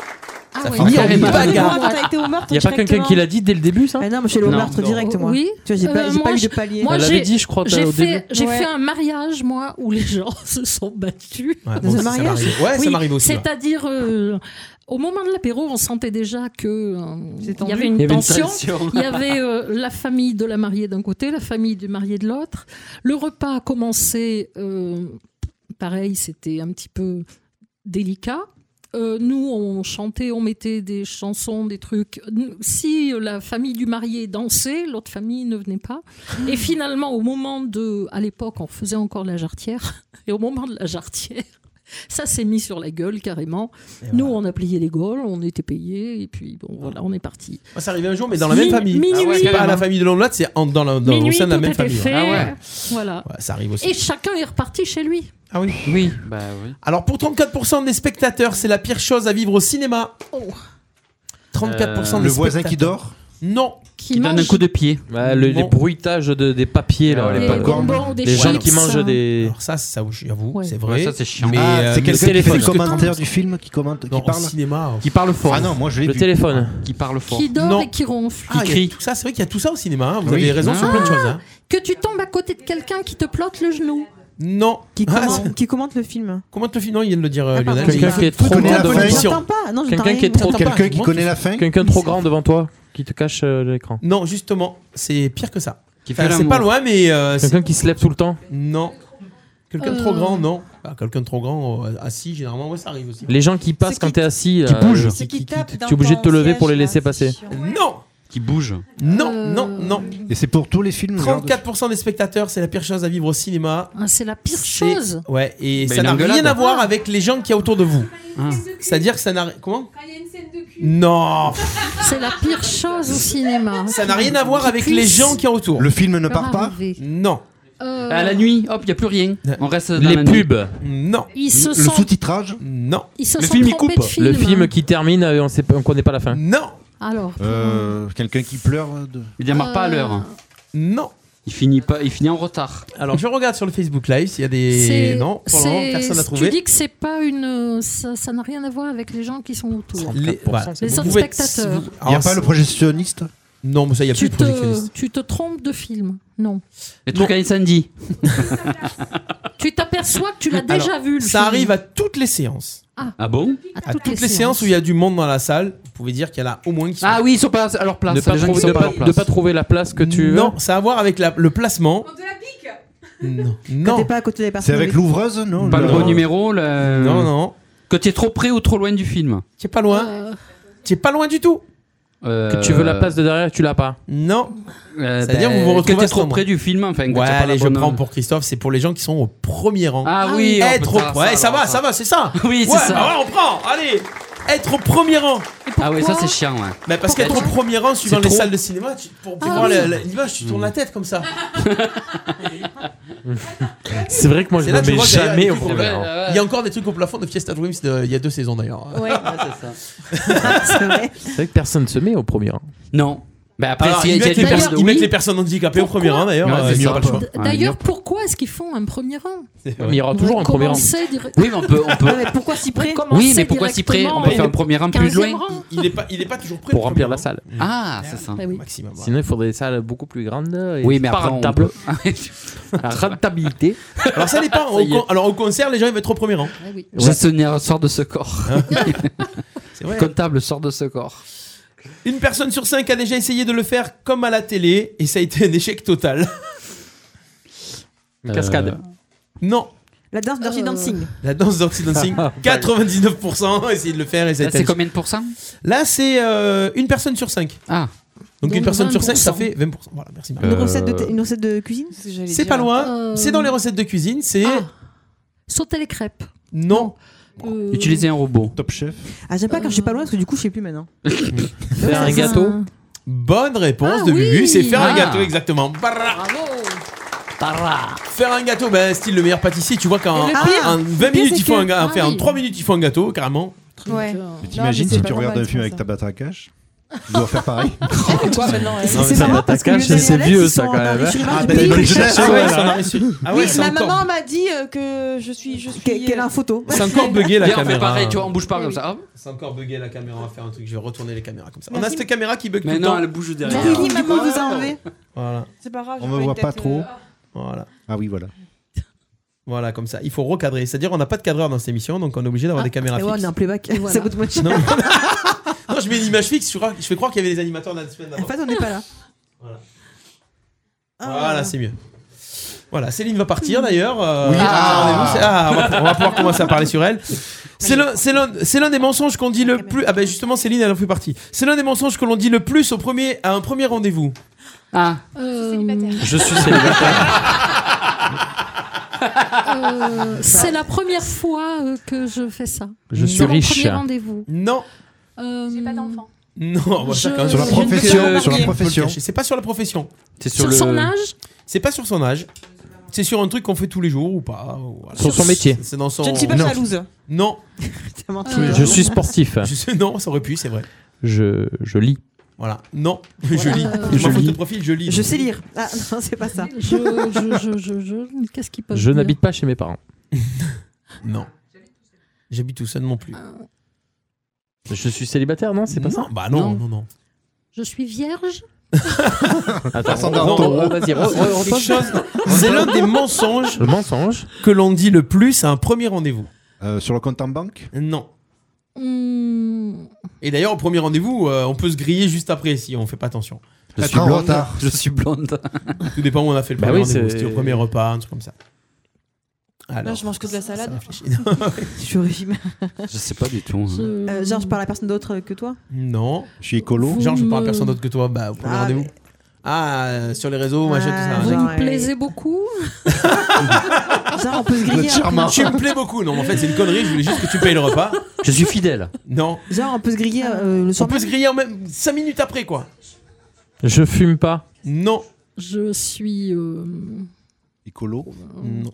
Speaker 10: Ah
Speaker 6: ça
Speaker 10: ouais.
Speaker 6: finit en
Speaker 9: Carrément.
Speaker 6: bagarre.
Speaker 8: Quand t'as été au meurtre
Speaker 9: Il y a pas quelqu'un
Speaker 8: directement.
Speaker 9: qui l'a dit dès le début, ça
Speaker 8: Ah non, moi je suis allée au
Speaker 7: Non,
Speaker 6: non.
Speaker 8: meurtre direct, moi.
Speaker 10: Oui.
Speaker 8: Tu vois, j'ai pas,
Speaker 10: Euh,
Speaker 8: j'ai pas
Speaker 10: moi,
Speaker 8: eu de
Speaker 10: je-
Speaker 8: palier.
Speaker 10: Moi,
Speaker 9: Elle
Speaker 10: j'ai-
Speaker 9: l'avait dit, je crois,
Speaker 10: J'ai
Speaker 9: au
Speaker 10: fait,
Speaker 9: début.
Speaker 10: j'ai
Speaker 8: Ouais.
Speaker 10: fait un mariage, moi, où les gens se sont battus.
Speaker 6: Ouais,
Speaker 8: Dans
Speaker 6: bon,
Speaker 8: un
Speaker 6: ça
Speaker 8: mariage
Speaker 6: m'arrive. Ouais, ça
Speaker 10: Oui,
Speaker 6: m'arrive aussi. hein. ouais.
Speaker 10: C'est-à-dire, euh, au moment de l'apéro, on sentait déjà que euh,
Speaker 8: C'est
Speaker 10: il
Speaker 8: tendu.
Speaker 10: y avait une
Speaker 7: Il y avait une
Speaker 10: tension.
Speaker 7: tension.
Speaker 10: Il y avait euh, la famille de la mariée d'un côté, la famille du marié de l'autre. Le repas a commencé, euh, pareil, c'était un petit peu délicat. Euh, nous, on chantait, on mettait des chansons, des trucs. Nous- Si euh, la famille du marié dansait, l'autre famille ne venait pas. Et finalement, au moment de. À l'époque, on faisait encore la jarretière. Et au moment de la jarretière, ça s'est mis sur la gueule carrément. Nous, on a plié les gaules, on était payés, et puis
Speaker 6: Ah.
Speaker 10: bon, voilà, on est parti.
Speaker 6: Moi, ça arrivait un jour, mais dans la même
Speaker 10: Min-
Speaker 6: famille. Ah
Speaker 10: minuit.
Speaker 6: C'est pas à la famille de l'homme là, c'est en- dans la, dans, au
Speaker 10: Minuit,
Speaker 6: sein de la
Speaker 10: tout
Speaker 6: même
Speaker 10: était
Speaker 6: famille. hein.
Speaker 10: fait.
Speaker 6: ouais.
Speaker 7: Ah ouais.
Speaker 10: Voilà.
Speaker 6: Ouais, ça arrive aussi.
Speaker 10: Et chacun est reparti chez lui.
Speaker 6: Ah oui.
Speaker 7: Oui. Bah oui.
Speaker 6: Alors pour 34% des spectateurs, c'est la pire chose à vivre au cinéma.
Speaker 10: Oh.
Speaker 6: 34%
Speaker 7: Euh,
Speaker 6: des
Speaker 1: Le voisin qui
Speaker 6: spectateurs.
Speaker 1: dort
Speaker 6: Non.
Speaker 10: Qui
Speaker 7: Il donne un
Speaker 10: mange
Speaker 7: coup de pied.
Speaker 9: Ouais, le- Les
Speaker 6: Bon.
Speaker 9: bruitages de- des papiers, là.
Speaker 7: Ah, les
Speaker 9: les-
Speaker 10: des
Speaker 1: popcorn.
Speaker 10: bonbons, des
Speaker 9: les gens
Speaker 10: chips.
Speaker 9: qui mangent des.
Speaker 6: Alors ça, ça j'avoue,
Speaker 10: Ouais.
Speaker 6: c'est
Speaker 7: Ouais,
Speaker 6: vrai.
Speaker 7: ça, c'est chiant.
Speaker 6: Mais
Speaker 1: Ah,
Speaker 6: euh,
Speaker 1: c'est
Speaker 6: le
Speaker 1: quelqu'un qui fait
Speaker 6: téléphone.
Speaker 1: le commentaire du film qui commente,
Speaker 6: Non,
Speaker 1: qui
Speaker 6: au
Speaker 1: parle.
Speaker 6: cinéma.
Speaker 7: Qui parle fort.
Speaker 1: Ah non, moi je l'ai
Speaker 9: Le
Speaker 1: vu.
Speaker 9: téléphone.
Speaker 7: Qui parle fort.
Speaker 10: Qui dort
Speaker 6: Oh. Non.
Speaker 10: et qui ronfle. Ah.
Speaker 6: Ah, il y a
Speaker 7: crie.
Speaker 6: tout ça, c'est vrai qu'il y a tout ça au cinéma. hein. Vous
Speaker 1: Oui.
Speaker 6: avez raison sur plein de choses. hein.
Speaker 10: Que tu tombes à côté de quelqu'un qui te plotte le genou.
Speaker 6: Non.
Speaker 8: Qui
Speaker 6: Ah,
Speaker 8: commente,
Speaker 6: c'est-
Speaker 8: qui commente le film
Speaker 6: Comment te le film Non, il vient de le dire euh,
Speaker 8: Ah, pardon.
Speaker 6: Lionel.
Speaker 9: Quelqu'un
Speaker 6: Il-
Speaker 9: qui est trop
Speaker 1: connaît
Speaker 9: grand
Speaker 1: la
Speaker 9: devant
Speaker 1: fin.
Speaker 9: toi.
Speaker 8: J'entends pas. Non, j'entends
Speaker 9: Quelqu'un
Speaker 8: rien.
Speaker 9: qui est trop-
Speaker 6: J'entends pas.
Speaker 1: Quelqu'un qui
Speaker 6: Moi,
Speaker 1: connaît la fin
Speaker 9: Quelqu'un trop grand devant toi qui te cache euh, l'écran.
Speaker 6: Non, justement, c'est pire que ça.
Speaker 7: Qui fait
Speaker 6: Enfin, Ah, c'est
Speaker 7: l'amour.
Speaker 6: pas loin, mais euh, c'est-
Speaker 9: Quelqu'un qui se lève tout le temps.
Speaker 6: non. Quelqu'un de trop
Speaker 10: Euh.
Speaker 6: grand, non. Ah, Quelqu'un de trop grand, euh, assis, généralement, ouais, ça arrive aussi.
Speaker 9: Les gens qui passent
Speaker 8: C'est
Speaker 9: quand
Speaker 8: qui-
Speaker 9: t'es assis.
Speaker 7: Qui
Speaker 9: là,
Speaker 7: bougent.
Speaker 8: C'est qui
Speaker 6: Qui- qui-
Speaker 8: tape
Speaker 9: t'es
Speaker 8: dans
Speaker 9: obligé de te
Speaker 8: ton
Speaker 9: lever pour les
Speaker 8: siège,
Speaker 9: laisser
Speaker 8: là,
Speaker 9: passer.
Speaker 8: c'est chiant.
Speaker 6: Non,
Speaker 7: Qui bouge.
Speaker 6: non,
Speaker 10: Euh.
Speaker 6: non, non.
Speaker 1: Et c'est pour tous les films. genre de-
Speaker 6: 34% des spectateurs, c'est la pire chose à vivre au cinéma.
Speaker 10: Ah, c'est la pire
Speaker 6: C'est-
Speaker 10: chose.
Speaker 6: Ouais, et
Speaker 9: Bah,
Speaker 7: Mais
Speaker 6: ça
Speaker 7: Bah, une
Speaker 6: n'a rien
Speaker 7: engueulade.
Speaker 6: à voir avec les gens qui y a autour de vous.
Speaker 7: Ah.
Speaker 6: C'est-à-dire que ça n'a. Comment Non
Speaker 10: C'est la pire chose au cinéma.
Speaker 6: Ça n'a rien à voir
Speaker 10: Qui
Speaker 6: avec
Speaker 10: puisse
Speaker 6: les gens qui y a autour.
Speaker 1: Le film ne
Speaker 10: leur
Speaker 1: part pas
Speaker 10: arriver.
Speaker 6: Non, Euh,
Speaker 10: Euh,
Speaker 7: À la nuit, hop, y a plus rien. On reste dans
Speaker 9: Les
Speaker 7: la nuit.
Speaker 9: pubs.
Speaker 6: non,
Speaker 10: Ils se
Speaker 1: Le
Speaker 10: sont,
Speaker 1: sous-titrage
Speaker 6: non,
Speaker 10: ils se
Speaker 7: le
Speaker 10: sont
Speaker 7: film, il
Speaker 10: trompés
Speaker 7: coupe.
Speaker 10: de film.
Speaker 9: Le film qui termine, euh, on sait pas- on connaît pas la fin.
Speaker 6: non,
Speaker 10: Alors.
Speaker 1: Euh, Quelqu'un qui pleure de...
Speaker 7: Il démarre pas à
Speaker 9: Euh,
Speaker 7: l'heure.
Speaker 6: non.
Speaker 7: Il finit pas, il finit en retard.
Speaker 6: Alors je regarde sur le Facebook Live s'il y a
Speaker 10: C'est-
Speaker 6: des. Non, pour le moment,
Speaker 10: c'est-
Speaker 6: personne n'a
Speaker 10: Tu
Speaker 6: trouvé.
Speaker 10: dis que c'est pas une, ça ça n'a rien à voir avec les gens qui sont autour.
Speaker 6: Les, voilà.
Speaker 10: Les
Speaker 6: Vous
Speaker 10: autres
Speaker 6: pouvez être-
Speaker 10: spectateurs.
Speaker 6: vous-
Speaker 1: Il n'y a
Speaker 6: Alors,
Speaker 1: pas le
Speaker 6: Ah, c'est-
Speaker 1: projectionniste
Speaker 6: Non, mais ça, il n'y a plus
Speaker 10: Tu
Speaker 6: de
Speaker 10: te,
Speaker 6: projectionniste.
Speaker 10: tu te trompes de film, non
Speaker 7: Les trucs à incendie.
Speaker 10: Tu t'aperçois que tu l'as
Speaker 6: Alors,
Speaker 10: déjà vu. Le
Speaker 6: Ça
Speaker 10: film.
Speaker 6: arrive à toutes les séances.
Speaker 7: Ah bon
Speaker 10: À
Speaker 6: À toutes, les, séances où il y a du monde dans la salle, vous pouvez dire qu'il y en a au moins qui sont.
Speaker 7: Ah oui, ils sont pas à leur place.
Speaker 9: Ne pas,
Speaker 7: les gens qui
Speaker 9: trouver-
Speaker 7: sont
Speaker 9: de
Speaker 7: pas
Speaker 9: pas-
Speaker 7: à leur
Speaker 9: de
Speaker 7: place.
Speaker 9: pas trouver la place que tu veux.
Speaker 6: Non, ça a à voir avec la- le placement. Non,
Speaker 8: Quand t'es
Speaker 6: non,
Speaker 8: pas à côté des
Speaker 1: C'est
Speaker 8: personnes.
Speaker 1: avec l'ouvreuse, non
Speaker 7: Pas
Speaker 1: le-
Speaker 7: le bon numéro. le-
Speaker 6: non, non.
Speaker 7: Que t'es trop près ou trop loin du film.
Speaker 6: T'es pas loin.
Speaker 10: Euh,
Speaker 6: T'es pas loin du tout.
Speaker 9: Que tu veux la place de derrière, tu l'as pas.
Speaker 6: Non.
Speaker 7: Euh,
Speaker 6: C'est-à-dire
Speaker 7: ben,
Speaker 6: vous vous retrouvez
Speaker 7: que
Speaker 6: à
Speaker 7: t'es
Speaker 6: ce
Speaker 7: trop
Speaker 6: moment.
Speaker 7: près du film, enfin. que
Speaker 6: Ouais,
Speaker 7: t'as pas la
Speaker 6: allez, je
Speaker 7: bonne-
Speaker 6: prends pour Christophe. C'est pour les gens qui sont au premier rang.
Speaker 7: Ah
Speaker 10: Ah oui,
Speaker 7: oui, on peut
Speaker 6: Être au
Speaker 7: faire
Speaker 6: Ouais, ça
Speaker 7: alors,
Speaker 6: va, ça va, c'est ça.
Speaker 7: Oui, c'est
Speaker 6: Ouais,
Speaker 7: ça.
Speaker 6: bah ouais, on prend. Allez. être au premier rang.
Speaker 7: Ah ouais, ça c'est chiant, ouais.
Speaker 6: Mais parce qu'être au premier rang, suivant
Speaker 7: C'est
Speaker 6: les
Speaker 7: trop.
Speaker 6: salles de cinéma, tu- pour, pour
Speaker 7: Ah
Speaker 6: voir
Speaker 7: oui.
Speaker 6: la- la- l'image, tu tournes la tête comme ça.
Speaker 9: C'est vrai que moi je
Speaker 6: C'est
Speaker 9: ne
Speaker 6: là que
Speaker 9: mets
Speaker 6: vois qu'il y a
Speaker 9: jamais
Speaker 6: des
Speaker 9: au
Speaker 6: trucs
Speaker 9: premier
Speaker 6: plafond.
Speaker 9: rang.
Speaker 6: Il y a encore des trucs au plafond de Fiesta Dreams de- il y a deux saisons d'ailleurs.
Speaker 9: Ouais.
Speaker 7: c'est
Speaker 6: c'est vrai.
Speaker 9: C'est vrai que personne ne se met au premier rang.
Speaker 7: Non. Bah après,
Speaker 6: Alors,
Speaker 7: s'il y a-
Speaker 6: ils, mettent
Speaker 7: s'il y
Speaker 6: les
Speaker 7: a des
Speaker 6: pers-
Speaker 7: personnes-
Speaker 6: ils mettent
Speaker 7: oui.
Speaker 6: les personnes handicapées au premier rang d'ailleurs.
Speaker 7: Ouais,
Speaker 6: euh,
Speaker 7: c'est
Speaker 6: il n'y
Speaker 7: ça.
Speaker 6: aura pas le choix.
Speaker 10: D'ailleurs, pourquoi est-ce qu'ils font un premier rang
Speaker 7: Il y aura Ah, toujours un
Speaker 10: Comment on sait dire-
Speaker 7: Oui, mais on peut. On peut...
Speaker 10: Ouais, mais pourquoi s'y prendre
Speaker 7: Oui, mais pourquoi s'y prendre On peut
Speaker 10: directement
Speaker 7: faire un premier rang plus
Speaker 10: 15e
Speaker 7: loin.
Speaker 10: rang
Speaker 6: Il n'est pas, il est pas toujours prêt.
Speaker 9: Pour remplir la salle.
Speaker 7: Ah, c'est ça.
Speaker 6: Bah Maximum.
Speaker 9: Sinon, il faudrait des salles beaucoup plus grandes. Et
Speaker 7: Oui, mais
Speaker 9: pas
Speaker 7: après, on Ah,
Speaker 9: rentables.
Speaker 7: La
Speaker 9: rentabilité.
Speaker 6: Alors ça dépend.
Speaker 7: Ça
Speaker 6: Au
Speaker 7: y est.
Speaker 6: con- Alors au concert, les gens ils vont être au premier rang.
Speaker 7: Gestionnaire euh, sort de ce corps.
Speaker 6: Hein vrai.
Speaker 7: Comptable sort de ce corps.
Speaker 6: Une personne sur cinq a déjà essayé de le faire comme à la télé et ça a été un échec total.
Speaker 9: Cascade.
Speaker 7: Euh,
Speaker 6: Non.
Speaker 8: La danse Dirty Dancing.
Speaker 6: Euh, La danse Dirty Dancing, 99% a essayé de le faire et ça
Speaker 7: Ah,
Speaker 6: a
Speaker 7: Là,
Speaker 6: été
Speaker 7: c'est
Speaker 6: un-
Speaker 7: combien de pourcents
Speaker 6: Là, c'est euh, une personne sur cinq.
Speaker 7: Ah. Euh.
Speaker 6: Donc,
Speaker 8: Donc
Speaker 6: une personne sur cinq, ça
Speaker 8: 20%.
Speaker 6: fait 20%. Voilà, merci Marie.
Speaker 8: Une, recette de thé- une recette de cuisine
Speaker 6: Euh, C'est pas loin.
Speaker 8: Euh,
Speaker 6: C'est dans les recettes de cuisine. C'est
Speaker 10: Sauter les crêpes.
Speaker 6: non.
Speaker 10: Euh,
Speaker 7: Utiliser un robot.
Speaker 1: Top chef.
Speaker 8: Ah, j'aime pas quand je suis pas loin parce que du coup, je sais plus maintenant.
Speaker 6: Faire
Speaker 8: un gâteau.
Speaker 6: Bonne réponse
Speaker 8: Ah
Speaker 6: de Bubu,
Speaker 8: oui.
Speaker 6: c'est faire un
Speaker 8: Ah.
Speaker 6: gâteau exactement.
Speaker 10: Bravo
Speaker 6: Faire un gâteau, ben, style le meilleur pâtissier, tu vois qu'en
Speaker 10: Et le
Speaker 6: en
Speaker 10: pire,
Speaker 6: 20
Speaker 10: le pire,
Speaker 6: minutes
Speaker 10: c'est
Speaker 6: il faut
Speaker 10: que-
Speaker 6: un gâteau,
Speaker 10: ah
Speaker 6: enfin, en
Speaker 10: oui.
Speaker 6: 3 minutes il faut un gâteau carrément.
Speaker 11: Ouais.
Speaker 1: Mais t'imagines si tu regardes un film avec Tabata Cash Tu dois faire pareil.
Speaker 9: Non, mais ça, Tabata Cash, c'est vieux ça quand
Speaker 6: Euh,
Speaker 9: même.
Speaker 1: Ah, ben, bonne jeunesse,
Speaker 6: Ah ouais,
Speaker 1: ouais,
Speaker 6: ça
Speaker 1: ouais.
Speaker 6: en a reçu. Ah ouais,
Speaker 11: Oui,
Speaker 6: c'est
Speaker 11: ma
Speaker 6: encore-
Speaker 11: maman m'a dit euh, que je suis. Je suis euh,
Speaker 8: Quelle photo
Speaker 6: C'est encore bugué la
Speaker 7: Viens, on fait
Speaker 6: caméra.
Speaker 7: pareil, tu vois, on bouge pas comme ça. Hop.
Speaker 6: C'est encore bugué la caméra, on va faire un truc, je vais retourner les caméras comme ça. On a
Speaker 7: Merci.
Speaker 6: cette caméra qui bug tout
Speaker 7: Mais
Speaker 6: le
Speaker 7: non,
Speaker 6: temps.
Speaker 7: elle bouge derrière.
Speaker 8: Merci, maman, vous enlevez.
Speaker 6: Voilà.
Speaker 11: C'est pas grave.
Speaker 1: On me voit pas
Speaker 11: euh,
Speaker 1: trop.
Speaker 6: euh, Voilà.
Speaker 1: Ah oui, voilà.
Speaker 6: Voilà, comme ça. Il faut recadrer. C'est-à-dire, on n'a pas de cadreur dans cette émission, donc on est obligé d'avoir des caméras
Speaker 8: Et Eh ouais, on est
Speaker 6: fixes.
Speaker 8: en playback. Ça coûte moins cher.
Speaker 6: Non. non, je mets une image fixe, je, crois- je fais croire qu'il y avait des animateurs dans la semaine
Speaker 8: En
Speaker 6: d'avant.
Speaker 8: fait, on n'est pas là. Ah.
Speaker 6: Voilà, c'est mieux. Voilà, Céline va partir d'ailleurs. euh,
Speaker 8: Oui.
Speaker 6: ah, on est bon, c'est- ah, on, va, on va pouvoir commencer à parler sur elle. C'est l'un- c'est l'un c'est l'un des mensonges qu'on dit le plus. Ah ben justement, Céline, elle en fait partie. C'est l'un des mensonges que l'on dit le plus au premier, à un premier rendez-vous.
Speaker 7: Ah.
Speaker 9: Je suis célibataire.
Speaker 10: Euh, c'est la première fois euh, que je fais ça.
Speaker 9: Je suis
Speaker 10: Dans mon
Speaker 9: riche.
Speaker 10: premier rendez-vous. Euh,
Speaker 6: Non.
Speaker 10: J'ai pas d'enfant.
Speaker 6: Non, bah,
Speaker 10: Je-
Speaker 6: chacun
Speaker 10: Sur la
Speaker 6: son-
Speaker 10: profession,
Speaker 6: Faut le
Speaker 1: sur la
Speaker 6: cacher,
Speaker 1: profession.
Speaker 6: faut le cacher. C'est pas sur la profession.
Speaker 7: C'est
Speaker 10: Sur le- son âge
Speaker 6: C'est pas sur son âge. C'est sur un truc qu'on fait tous les jours ou pas. ou voilà.
Speaker 9: Sur son métier.
Speaker 6: C'est dans son.
Speaker 8: Je ne suis pas
Speaker 6: Non.
Speaker 8: jalouse.
Speaker 6: Non. Euh,
Speaker 9: Je suis sportif.
Speaker 6: Je sais- non, ça aurait pu, c'est vrai.
Speaker 9: Je, je lis.
Speaker 6: Voilà. Non, je lis. Je
Speaker 9: Je
Speaker 6: m'en fous de
Speaker 9: lis.
Speaker 6: ton profil, je lis.
Speaker 8: Je sais lire. Ah non, c'est pas ça.
Speaker 10: Je, je, je, je, je- Qu'est-ce qui peut
Speaker 9: Je n'habite pas chez mes parents.
Speaker 6: Non. J'habite tout seul non plus.
Speaker 9: Euh. Je suis célibataire, non C'est pas ça
Speaker 6: Non, bah non, non, non.
Speaker 10: Je suis vierge.
Speaker 9: Attends,
Speaker 6: Non,
Speaker 9: non,
Speaker 6: non,
Speaker 9: non, vas-y, re- re-
Speaker 6: quelque
Speaker 9: repose.
Speaker 6: chose. C'est l'un des mensonges
Speaker 9: Le mensonge.
Speaker 6: que l'on dit le plus à un premier rendez-vous.
Speaker 1: Euh, sur le compte en banque
Speaker 6: Non.
Speaker 10: Hmm.
Speaker 6: Et d'ailleurs, au premier rendez-vous, euh, on peut se griller juste après si on fait pas attention.
Speaker 7: Je
Speaker 1: Être
Speaker 7: suis
Speaker 1: en
Speaker 7: blonde.
Speaker 1: retard.
Speaker 7: Je suis blonde.
Speaker 6: Tout dépend où on a fait le
Speaker 9: Bah
Speaker 6: premier
Speaker 9: oui,
Speaker 6: rendez-vous.
Speaker 9: c'est-
Speaker 6: C'était au premier repas, un truc comme ça. Alors,
Speaker 11: Là, je mange que de la salade.
Speaker 8: Je suis au régime.
Speaker 7: Je sais pas du tout. hein.
Speaker 8: Euh, genre, je parle à personne d'autre que toi
Speaker 6: Non.
Speaker 1: Je suis écolo.
Speaker 6: Genre, je parle à
Speaker 10: me-
Speaker 6: personne d'autre que toi. Bah, au premier
Speaker 8: Ah,
Speaker 6: rendez-vous.
Speaker 8: mais-
Speaker 6: Ah, euh, sur les réseaux, machin,
Speaker 8: Ah,
Speaker 6: tout ça.
Speaker 8: genre,
Speaker 10: Vous me plaisez beaucoup.
Speaker 8: Genre, on peut se griller.
Speaker 1: Notre
Speaker 8: après.
Speaker 1: charmant.
Speaker 6: Tu me plais beaucoup. Non, mais en fait, c'est une connerie. Je voulais juste que tu payes le repas.
Speaker 7: Je suis fidèle.
Speaker 6: Non.
Speaker 8: Genre, on peut se griller euh, le
Speaker 6: On
Speaker 8: soir.
Speaker 6: peut se griller en même 5 minutes après, quoi.
Speaker 9: Je fume pas.
Speaker 6: Non.
Speaker 10: Je suis. euh,
Speaker 1: Écolo.
Speaker 6: Non.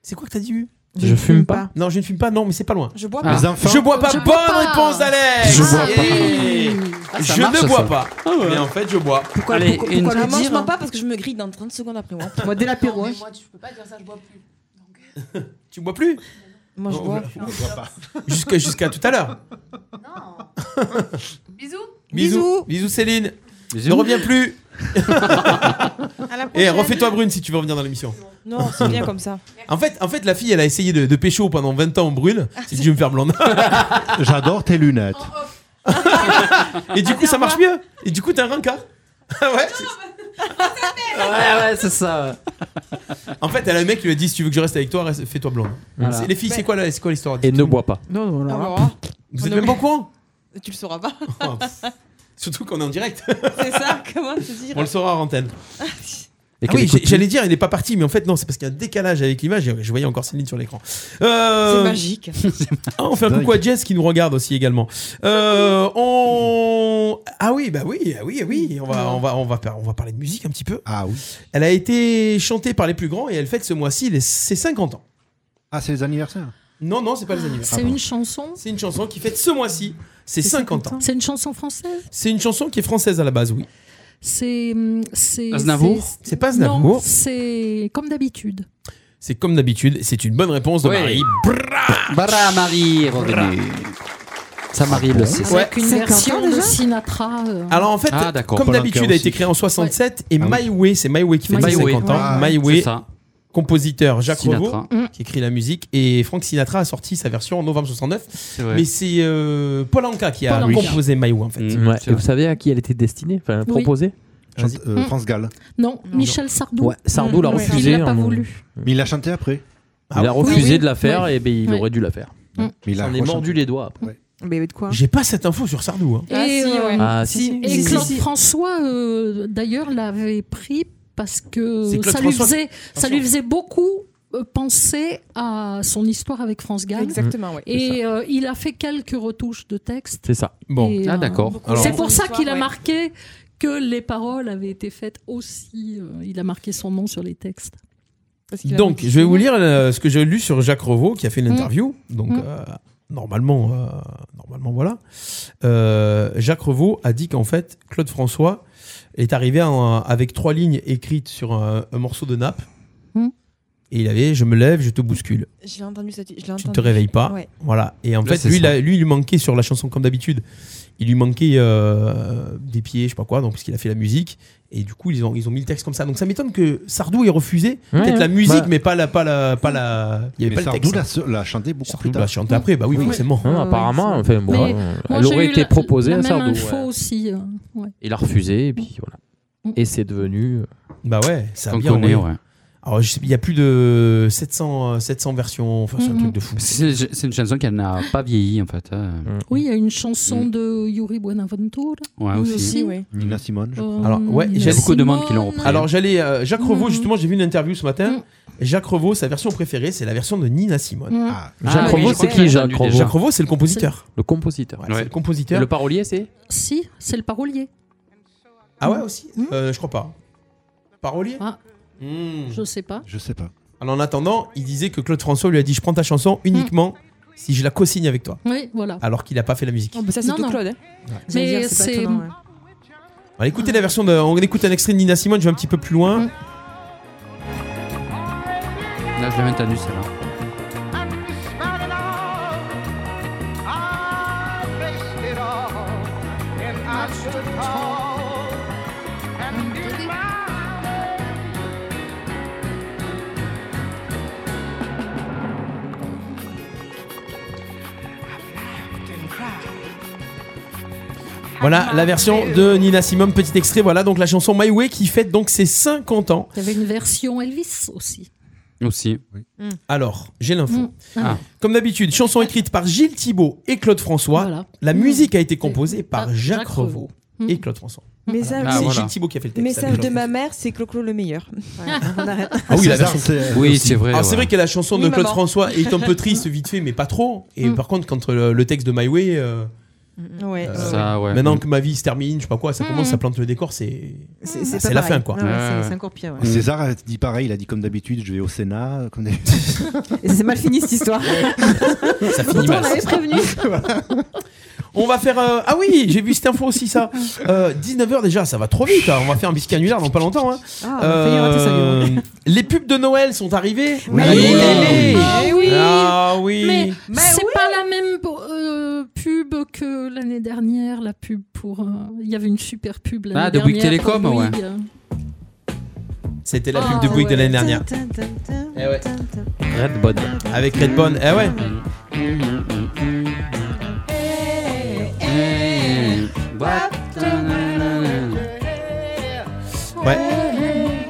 Speaker 6: C'est quoi que t'as dit
Speaker 9: Je, fume pas.
Speaker 6: Non, je ne fume pas. Non, mais c'est pas loin.
Speaker 11: Je bois
Speaker 7: Ah.
Speaker 11: pas.
Speaker 1: Les enfants.
Speaker 6: Je bois pas.
Speaker 10: Je
Speaker 6: Bonne
Speaker 10: bois pas.
Speaker 6: réponse, Alex.
Speaker 7: Je bois pas.
Speaker 6: Yeah.
Speaker 7: Ah, ça
Speaker 6: je
Speaker 7: marche,
Speaker 6: ne bois
Speaker 7: ça.
Speaker 6: pas. Mais en fait, je bois.
Speaker 8: Pourquoi,
Speaker 7: Allez,
Speaker 8: pourquoi,
Speaker 7: une-
Speaker 8: pourquoi le
Speaker 11: Maman, je
Speaker 8: dire
Speaker 11: mens pas parce que je me grille dans 30 secondes après moi.
Speaker 8: Moi, dès l'apéro. hein.
Speaker 6: Tu bois plus
Speaker 11: Moi, je
Speaker 6: Non,
Speaker 11: bois.
Speaker 1: Je vois pas.
Speaker 6: Jusqu'à jusqu'à tout à l'heure. Bisous. Bisous. Bisous, Céline. Ne reviens plus.
Speaker 11: À la
Speaker 6: Et
Speaker 11: prochaine.
Speaker 6: refais-toi brune si tu veux revenir dans l'émission.
Speaker 11: Non, c'est bien comme ça. Ah,
Speaker 6: En fait, en fait, la fille, elle a essayé de, de pécho pendant 20 ans en brune. C'est dû me faire blonde.
Speaker 1: J'adore tes lunettes.
Speaker 6: Et du coup, ça marche mieux. Et du coup, t'es un rencard. Ah ouais.
Speaker 7: Ouais, ouais, c'est ça. ouais.
Speaker 6: En fait, elle a un mec qui lui a dit si tu veux que je reste avec toi, reste- fais-toi blonde.
Speaker 7: Voilà.
Speaker 6: C'est- Les filles, c'est quoi la- c'est quoi l'histoire
Speaker 9: Et ne bois pas.
Speaker 8: Non, non,
Speaker 11: On va
Speaker 8: non.
Speaker 11: voir.
Speaker 6: Vous êtes
Speaker 11: On
Speaker 6: même pas au courant
Speaker 11: Tu le sauras pas.
Speaker 6: Oh, pff. Surtout qu'on est en direct.
Speaker 11: C'est ça, comment te dire
Speaker 6: On le saura en antenne. Ah oui, j'ai- j'allais dire, il n'est pas parti, mais en fait, non, c'est parce qu'il y a un décalage avec l'image. et Je voyais encore Céline sur l'écran. Euh,
Speaker 11: C'est magique.
Speaker 6: Ah, on fait un
Speaker 11: dingue.
Speaker 6: coucou à Jess qui nous regarde aussi également. Euh, on... Ah oui, bah oui, ah oui, ah oui. On va, on, va, on, va, par- on va parler de musique un petit peu.
Speaker 1: Ah oui.
Speaker 6: Elle a été chantée par les plus grands et elle fête ce mois-ci les- ses 50 ans.
Speaker 1: Ah, c'est les anniversaires
Speaker 6: Non, non, c'est pas les anniversaires.
Speaker 10: C'est une chanson
Speaker 6: C'est une chanson qui fête ce mois-ci ses 50 ans.
Speaker 10: C'est une chanson française
Speaker 6: C'est une chanson qui est française à la base, oui.
Speaker 10: C'est. hum, c'est-
Speaker 6: Aznavour C'est pas Aznavour.
Speaker 10: Non, c'est comme d'habitude.
Speaker 6: C'est comme d'habitude, c'est une bonne réponse de
Speaker 7: Ouais.
Speaker 6: Marie.
Speaker 7: Bra Marie, revenue. Ça Marie le sait.
Speaker 10: Avec une
Speaker 6: 50
Speaker 10: version
Speaker 6: ans
Speaker 10: de
Speaker 6: déjà
Speaker 10: Sinatra. euh,
Speaker 6: Alors en fait,
Speaker 7: Ah, d'accord.
Speaker 6: comme
Speaker 7: Paul
Speaker 6: d'habitude,
Speaker 7: Anka
Speaker 6: a été
Speaker 7: aussi.
Speaker 6: créé en 67
Speaker 9: Ah
Speaker 6: et
Speaker 7: Ah
Speaker 6: My Way, c'est My Way qui fait
Speaker 7: My
Speaker 6: ses
Speaker 7: Way.
Speaker 6: 50 ans.
Speaker 7: Ah,
Speaker 6: My
Speaker 7: c'est
Speaker 6: Way,
Speaker 7: ça.
Speaker 6: compositeur Jacques Revaux,
Speaker 7: Sinatra.
Speaker 9: Mm.
Speaker 6: qui écrit la musique, et Frank Sinatra a sorti sa version en novembre 69.
Speaker 7: vrai.
Speaker 6: Mais c'est euh, Paul Anka qui a
Speaker 10: Paul Anka.
Speaker 6: composé My Way en fait.
Speaker 9: Mm, Ouais. Et vous savez à qui elle était destinée Enfin,
Speaker 10: Oui.
Speaker 9: proposée
Speaker 1: Chante- euh,
Speaker 10: Mm.
Speaker 1: France Gall.
Speaker 10: Non, Michel Sardou.
Speaker 9: Ouais, Sardou l'a
Speaker 10: Mm, ouais.
Speaker 9: refusé. hein.
Speaker 10: Il l'a pas
Speaker 1: hein.
Speaker 9: en-
Speaker 10: voulu.
Speaker 1: Mais il l'a chanté après.
Speaker 9: Il a
Speaker 1: Ah oui.
Speaker 9: refusé
Speaker 1: Oui, oui.
Speaker 9: de la faire
Speaker 1: Oui.
Speaker 9: et ben, il
Speaker 10: Oui.
Speaker 9: aurait dû la faire.
Speaker 1: Mais il a
Speaker 9: On est
Speaker 1: rechanté.
Speaker 9: mordu les doigts après.
Speaker 8: Mais de quoi
Speaker 6: J'ai pas cette info sur Sardou. hein.
Speaker 10: Et,
Speaker 8: Ah, si,
Speaker 10: euh,
Speaker 8: ouais.
Speaker 9: Ah, si, si,
Speaker 10: et
Speaker 9: si, si,
Speaker 10: Claude
Speaker 9: si.
Speaker 10: François, euh, d'ailleurs, l'avait pris parce que
Speaker 9: C'est Claude
Speaker 10: ça lui,
Speaker 9: François.
Speaker 10: faisait, ça
Speaker 9: Attention.
Speaker 10: lui faisait beaucoup euh, penser à son histoire avec France Gall.
Speaker 11: Exactement, ouais.
Speaker 10: Et euh, il a fait quelques retouches de texte.
Speaker 9: C'est ça.
Speaker 6: Bon.
Speaker 10: Et,
Speaker 6: Ah,
Speaker 10: euh,
Speaker 6: d'accord.
Speaker 10: beaucoup-
Speaker 6: Alors-
Speaker 10: C'est pour ça qu'il a
Speaker 11: Ouais.
Speaker 10: marqué que les paroles avaient été faites aussi. euh, il a marqué son nom sur les textes.
Speaker 6: Donc, je vais vous lire euh, ce que j'ai lu sur Jacques Revaux qui a fait une
Speaker 10: Mm.
Speaker 6: interview. Donc,
Speaker 10: Mm.
Speaker 6: euh, normalement, euh, normalement, voilà. Euh, Jacques Revaux a dit qu'en fait, Claude François est arrivé en- avec trois lignes écrites sur un, un morceau de nappe.
Speaker 10: Mm.
Speaker 6: Et il avait Je me lève, je te bouscule.
Speaker 11: J'ai entendu ça. Tu
Speaker 9: Ah
Speaker 6: Tu ne te réveilles pas. Voilà. Et en
Speaker 7: Là,
Speaker 6: fait,
Speaker 7: c'est
Speaker 6: lui, il
Speaker 7: ça.
Speaker 6: a- lui, il lui manquait sur la chanson comme d'habitude. Il lui manquait euh, des pieds, je sais pas quoi, donc parce qu'il a fait la musique. Et du coup, ils ont, ils ont mis le texte comme ça. Donc ça m'étonne que Sardou ait refusé.
Speaker 9: Ouais,
Speaker 6: Peut-être
Speaker 9: ouais.
Speaker 6: la musique,
Speaker 9: Bah.
Speaker 6: mais pas la, pas la, pas la. Il y avait
Speaker 1: Mais
Speaker 6: pas le
Speaker 1: Sardou l'a
Speaker 6: texte.
Speaker 1: se- l'a chanté beaucoup
Speaker 6: Sardou
Speaker 1: plus tard.
Speaker 6: l'a chanté après, bah oui, forcément.
Speaker 9: Non, apparemment, enfin, bon,
Speaker 10: Mais
Speaker 9: euh,
Speaker 10: moi,
Speaker 9: elle
Speaker 10: j'ai
Speaker 9: aurait
Speaker 10: eu
Speaker 9: été
Speaker 10: la-
Speaker 9: proposée
Speaker 10: la
Speaker 9: à
Speaker 10: même
Speaker 9: Sardou.
Speaker 10: info
Speaker 9: ouais.
Speaker 10: aussi. euh, ouais.
Speaker 9: Il a refusé et puis voilà. Et c'est devenu. euh,
Speaker 6: Bah ouais, ça a
Speaker 7: On
Speaker 6: bien
Speaker 7: connaît,
Speaker 6: envoyé.
Speaker 7: ouais.
Speaker 6: Alors, je sais- il y a plus de 700, euh, 700 versions. Enfin, c'est un truc de fou.
Speaker 7: C'est c'est une chanson qui n'a pas vieilli en fait. hein.
Speaker 10: Oui, il y a une chanson
Speaker 7: Mm.
Speaker 10: de Yuri Buenaventura.
Speaker 7: Ouais, aussi.
Speaker 10: ouais.
Speaker 1: Nina Simone, je crois.
Speaker 10: Euh,
Speaker 6: Mm. Alors, ouais,
Speaker 10: Nina
Speaker 6: j'ai
Speaker 7: beaucoup de monde qui l'ont
Speaker 10: Simone.
Speaker 7: repris.
Speaker 6: Alors j'allais euh, Jacques Revaux
Speaker 10: Mhm.
Speaker 6: justement j'ai vu une interview ce matin. Jacques Revaux sa version préférée c'est la version de Nina Simone.
Speaker 10: Mhm.
Speaker 1: Ah.
Speaker 9: Jacques
Speaker 6: Ah oui,
Speaker 9: Revaux,
Speaker 6: je crois
Speaker 9: c'est qui
Speaker 6: que
Speaker 9: Jacques
Speaker 6: j'ai
Speaker 9: Revaux
Speaker 6: entendu déjà. Jacques Revaux c'est le compositeur.
Speaker 9: Le compositeur.
Speaker 6: Ouais, C'est le compositeur.
Speaker 9: Le parolier, c'est
Speaker 10: Si, c'est Mm. le parolier.
Speaker 6: Ah ouais aussi Euh, Je crois pas. Parolier
Speaker 10: Ah.
Speaker 6: Mhm.
Speaker 10: Je sais pas.
Speaker 1: Je sais pas.
Speaker 6: Alors en attendant il disait que Claude François lui a dit je prends ta chanson uniquement si je la co-signe avec toi.
Speaker 10: Oui, voilà.
Speaker 6: Alors qu'il a pas fait la musique.
Speaker 11: Oh, bah ça, c'est
Speaker 10: Non,
Speaker 11: tout
Speaker 10: non.
Speaker 11: Claude. hein. J'allais
Speaker 10: Mais
Speaker 11: dire,
Speaker 10: c'est-
Speaker 11: pas étonnant, ouais.
Speaker 6: Alors, écoutez la version de on écoute un extrait de Nina Simone je vais un petit peu plus loin.
Speaker 7: Là, je l'avais entendu celle-là.
Speaker 6: Voilà la version de Nina Simone petit extrait voilà donc la chanson My Way qui fête donc ses 50 ans.
Speaker 10: Il y avait une version Elvis aussi.
Speaker 7: Aussi.
Speaker 11: Mm.
Speaker 6: Alors, j'ai l'info.
Speaker 10: Mm. Ah.
Speaker 6: Comme d'habitude, chanson écrite par Gilles Thibault et Claude François.
Speaker 10: Voilà.
Speaker 6: La musique a été composée par
Speaker 10: Ah,
Speaker 6: Jacques,
Speaker 10: Jacques
Speaker 6: Revaux
Speaker 10: Revaux.
Speaker 6: et Claude François.
Speaker 11: Message,
Speaker 6: c'est
Speaker 7: voilà.
Speaker 6: Gilles Thibault qui a fait le texte.
Speaker 11: message
Speaker 6: avec
Speaker 11: de
Speaker 6: Claude
Speaker 11: ma mère, c'est Clo-Clo le meilleur. Voilà, on arrête.
Speaker 6: François. Ah oui, la
Speaker 1: César,
Speaker 6: version.
Speaker 1: c'est-
Speaker 7: Oui,
Speaker 1: aussi.
Speaker 7: c'est vrai.
Speaker 6: Alors c'est
Speaker 7: ouais.
Speaker 6: vrai que la chanson
Speaker 11: Oui,
Speaker 6: de Claude
Speaker 11: maman.
Speaker 6: François est un peu triste vite fait mais pas trop et
Speaker 10: Mm.
Speaker 6: par contre quand le, le texte de My Way euh,
Speaker 11: Ouais.
Speaker 7: Ça, ouais.
Speaker 6: maintenant que ma vie se termine je sais pas quoi ça
Speaker 10: Mm.
Speaker 6: commence ça plante le décor c'est
Speaker 8: C'est- c'est
Speaker 6: bah,
Speaker 8: pas
Speaker 6: la
Speaker 8: pareil.
Speaker 6: fin quoi
Speaker 8: Ouais, ouais, c'est-
Speaker 7: Ouais.
Speaker 8: c'est encore pire. ouais.
Speaker 1: César a dit pareil, il a dit comme d'habitude, je vais au Sénat. Comme d'habitude.
Speaker 8: Et C'est mal fini cette histoire.
Speaker 6: ça finit
Speaker 8: Pourtant,
Speaker 6: mal
Speaker 8: on avait prévenu.
Speaker 6: on va faire euh, ah oui j'ai vu cette info aussi ça 19h déjà ça va trop vite hein. on va faire un biscuit annular dans pas longtemps hein.
Speaker 8: Ah, on a failli rater ça, dis donc.
Speaker 6: Euh, les pubs de Noël sont arrivées.
Speaker 1: Oui.
Speaker 6: Ah oui.
Speaker 10: Ah oui.
Speaker 6: Ah oui.
Speaker 10: Mais, c'est pas la même euh, pub que l'année dernière, la pub pour. euh, Il y avait une super pub l'année
Speaker 7: Ah, de
Speaker 10: dernière.
Speaker 7: Bouygues Télécom,
Speaker 10: pour Bouygues.
Speaker 7: ouais.
Speaker 6: C'était la pub
Speaker 10: Ah,
Speaker 6: de Bouygues de l'année dernière.
Speaker 8: Tin, tin, tin,
Speaker 6: Eh ouais.
Speaker 8: tin, tin.
Speaker 9: Red Bod.
Speaker 6: Avec Redbone. Eh ouais. Ouais.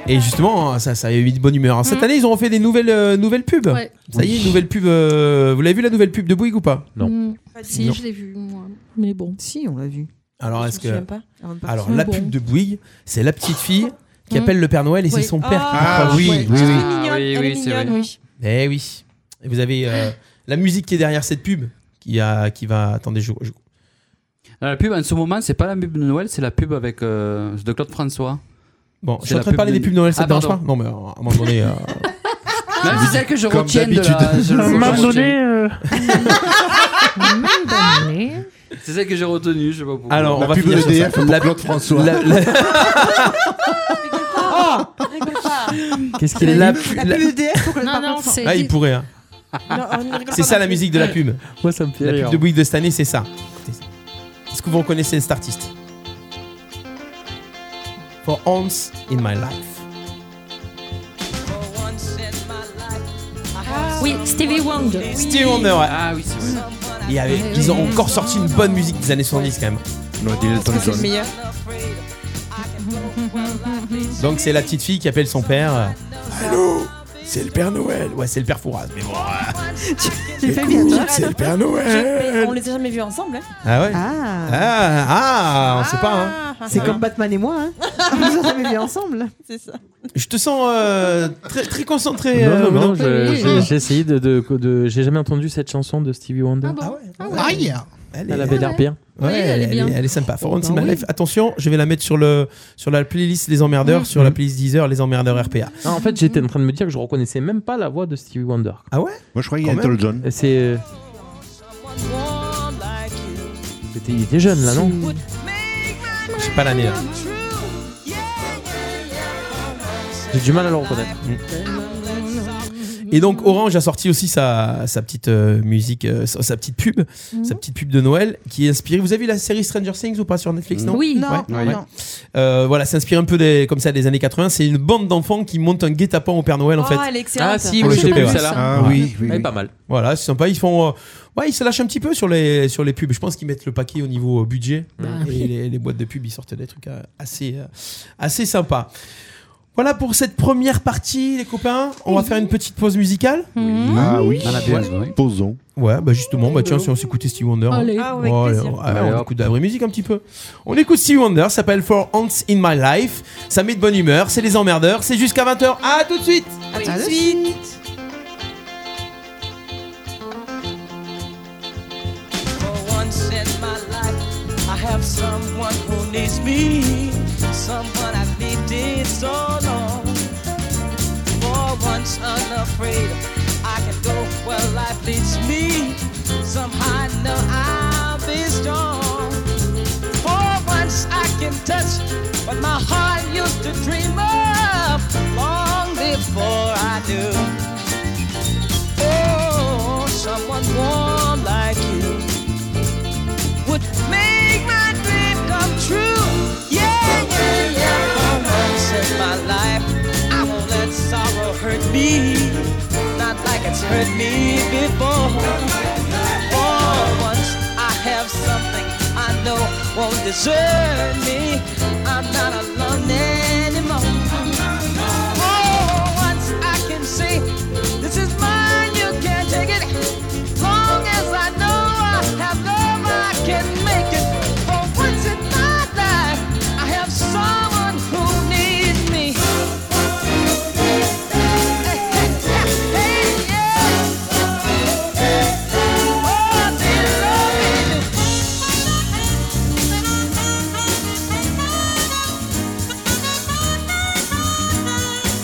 Speaker 6: Et justement, hein, ça, ça a eu de bonne humeur. hein. Cette année, ils ont refait des nouvelles, euh, nouvelles pubs.
Speaker 10: Mm. Ouais.
Speaker 6: Ça y est, une nouvelle pub. euh, vous l'avez vu la nouvelle pub de Bouygues ou pas
Speaker 9: Non.
Speaker 10: Mm. Si,
Speaker 6: Non.
Speaker 10: je l'ai vu, moi. Mais bon. Ah,
Speaker 8: Si, on l'a vu.
Speaker 6: Alors,
Speaker 11: Je me
Speaker 6: est-ce que.
Speaker 11: souviens pas.
Speaker 8: Avant de partir.
Speaker 6: Alors, la
Speaker 10: Bon.
Speaker 6: pub de Bouygues, c'est la petite fille qui appelle le Père Noël et c'est
Speaker 11: Oui.
Speaker 6: son père qui
Speaker 11: Mmh. Ah,
Speaker 6: l'approche.
Speaker 11: oui, oui, oui. Elle est mignonne, elle est mignonne, oui.
Speaker 6: Eh oui. Et vous avez euh, la musique qui est derrière cette pub qui, a, qui va. Attendez, je, je-
Speaker 13: Euh, La pub, en ce moment, c'est pas la pub de Noël, c'est la pub avec euh, de Claude François.
Speaker 6: Bon,
Speaker 13: C'est
Speaker 6: je suis en
Speaker 13: la
Speaker 6: train de parler des pubs de Noël, ça
Speaker 13: Ah,
Speaker 6: te dérange
Speaker 13: pardon.
Speaker 6: pas Non, mais euh, à un moment donné. euh,
Speaker 13: Non, c'est celle que je
Speaker 6: Comme
Speaker 13: retiens de la-
Speaker 6: d'habitude.
Speaker 13: je- je-
Speaker 6: À un moment
Speaker 13: je-
Speaker 6: donné,
Speaker 13: C'est celle que j'ai retenue, je sais pas pourquoi.
Speaker 6: Alors, on va finir sur ça. La- la- la-
Speaker 18: Ah
Speaker 6: Qu'est-ce qu'il la pu- la-
Speaker 10: Non, non, c'est-
Speaker 6: Ah, il pourrait. hein. C'est ça la musique de la pub.
Speaker 9: Moi, ça me fait
Speaker 6: La
Speaker 9: rire.
Speaker 6: pub de Bouygues de cette année, c'est ça. Écoutez ça. Est-ce que vous reconnaissez cet artiste For once in my life.
Speaker 10: Ah, Oui, Stevie Wonder.
Speaker 6: Stevie Wonder, ouais. Ah oui, c'est vrai. Et avec- ils ont encore sorti une bonne musique des années 70 quand même. Donc c'est la petite fille qui appelle son père. euh, Allô C'est le Père Noël Ouais, c'est le Père Fouras, mais bon. euh,
Speaker 11: J'ai fait
Speaker 6: écoute,
Speaker 11: bien.
Speaker 6: C'est le Père Noël
Speaker 11: On les a jamais vus ensemble. hein.
Speaker 6: Ah ouais Ah, ah, on sait pas, hein.
Speaker 8: C'est
Speaker 6: Ah.
Speaker 8: comme Batman et moi. Hein. Nous on avait vu ensemble. C'est ça.
Speaker 6: Je te sens euh, très, très concentré.
Speaker 9: Non,
Speaker 6: euh,
Speaker 9: non, non,
Speaker 6: Bruno.
Speaker 9: je- j'ai j'ai essayé de. de, de- j'ai jamais entendu cette chanson de Stevie Wonder.
Speaker 6: Ah
Speaker 10: Ah,
Speaker 6: Aïe
Speaker 9: Elle avait l'air bien.
Speaker 6: Ouais,
Speaker 9: Ah Oui,
Speaker 6: elle,
Speaker 9: elle
Speaker 6: elle
Speaker 9: est
Speaker 6: est
Speaker 9: bien.
Speaker 6: elle est sympa. For once in
Speaker 9: Bah
Speaker 6: my
Speaker 9: oui.
Speaker 6: life. Attention, je vais la mettre sur, le, sur la playlist Les Emmerdeurs, sur la playlist Deezer, Les Emmerdeurs RPA.
Speaker 9: Non, en fait, j'étais en train de me dire que je reconnaissais même pas la voix de Stevie Wonder.
Speaker 6: Ah ouais
Speaker 9: Moi, je croyais
Speaker 6: qu'il y avait Elton
Speaker 9: John. C'est. euh, C'était- Il était jeune là, non
Speaker 6: Je sais pas l'année là.
Speaker 9: J'ai du mal à le reconnaître.
Speaker 6: Mm. Et donc Orange a sorti aussi sa, sa petite euh, musique, euh, sa, sa petite pub,
Speaker 9: Mhm.
Speaker 6: sa petite pub de Noël qui est inspirée. Vous avez vu la série Stranger Things ou pas sur Netflix non
Speaker 8: Oui. Non, non, non.
Speaker 6: Euh, voilà, c'est inspiré un peu des, comme ça des années 80. C'est une bande d'enfants qui montent un guet-apens au Père Noël en
Speaker 8: Oh,
Speaker 6: fait.
Speaker 8: elle est excellente. Ah, si,
Speaker 6: Pour
Speaker 9: oui,
Speaker 6: le
Speaker 9: j'ai
Speaker 6: choper,
Speaker 9: vu
Speaker 6: ouais.
Speaker 9: celle-là.
Speaker 6: Ah,
Speaker 9: Ouais.
Speaker 6: oui, oui,
Speaker 9: Elle est
Speaker 6: oui.
Speaker 9: pas mal.
Speaker 6: Voilà, c'est sympa. Ils font, euh, ouais, ils se lâchent un petit peu sur les sur les pubs. Je pense qu'ils mettent le paquet au niveau euh, budget.
Speaker 1: Ah
Speaker 9: Bah
Speaker 6: Et
Speaker 9: oui.
Speaker 6: les, les boîtes de pub, ils sortent des trucs euh, assez euh, assez sympas. Voilà pour cette première partie, les copains. On va faire une petite pause musicale.
Speaker 1: Ah oui.
Speaker 6: On a bien besoin.
Speaker 1: Posons.
Speaker 6: Ouais, bah justement, bah tiens, si on s'écoutait Stevie Wonder.
Speaker 1: Allez.
Speaker 6: hein.
Speaker 1: Ah ouais, avec
Speaker 6: Ouais,
Speaker 1: plaisir.
Speaker 6: on-
Speaker 1: Allez,
Speaker 6: on
Speaker 1: hop.
Speaker 6: écoute de la vraie musique un petit peu. On écoute Stevie Wonder, ça s'appelle For Once in My Life. Ça met de bonne humeur, c'est les emmerdeurs, c'est jusqu'à 20h. À tout de suite
Speaker 8: À tout de suite.
Speaker 2: For once in my life, I have someone who needs me, someone I've needed so long. For once unafraid, I can go where life leads me. Somehow I know I'll be strong. For once I can touch what my heart used to dream of long before I knew. Oh, someone warm like you would make my dream come true. Yeah, yeah, yeah. For once in my life, I won't let sorrow hurt me, not like it's hurt me before. For once, I have something I know won't desert me. I'm not alone anymore. For once, I can say this is mine. You can't take it. Long as I know I have love, I can make it. For once in my life, I have someone who needs me. Hey, hey, hey, hey, yeah. Oh, dear Lord, baby.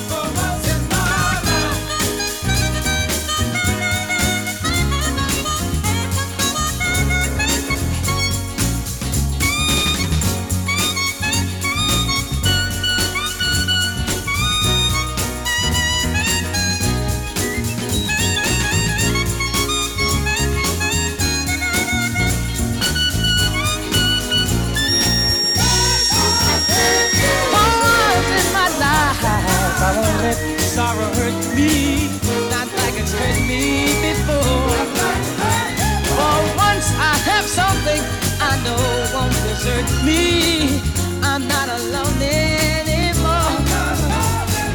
Speaker 2: For once in my life. once in my life I won't let sorrow hurt me Not like it's hurt me before For once I have something I know won't desert me I'm not alone anymore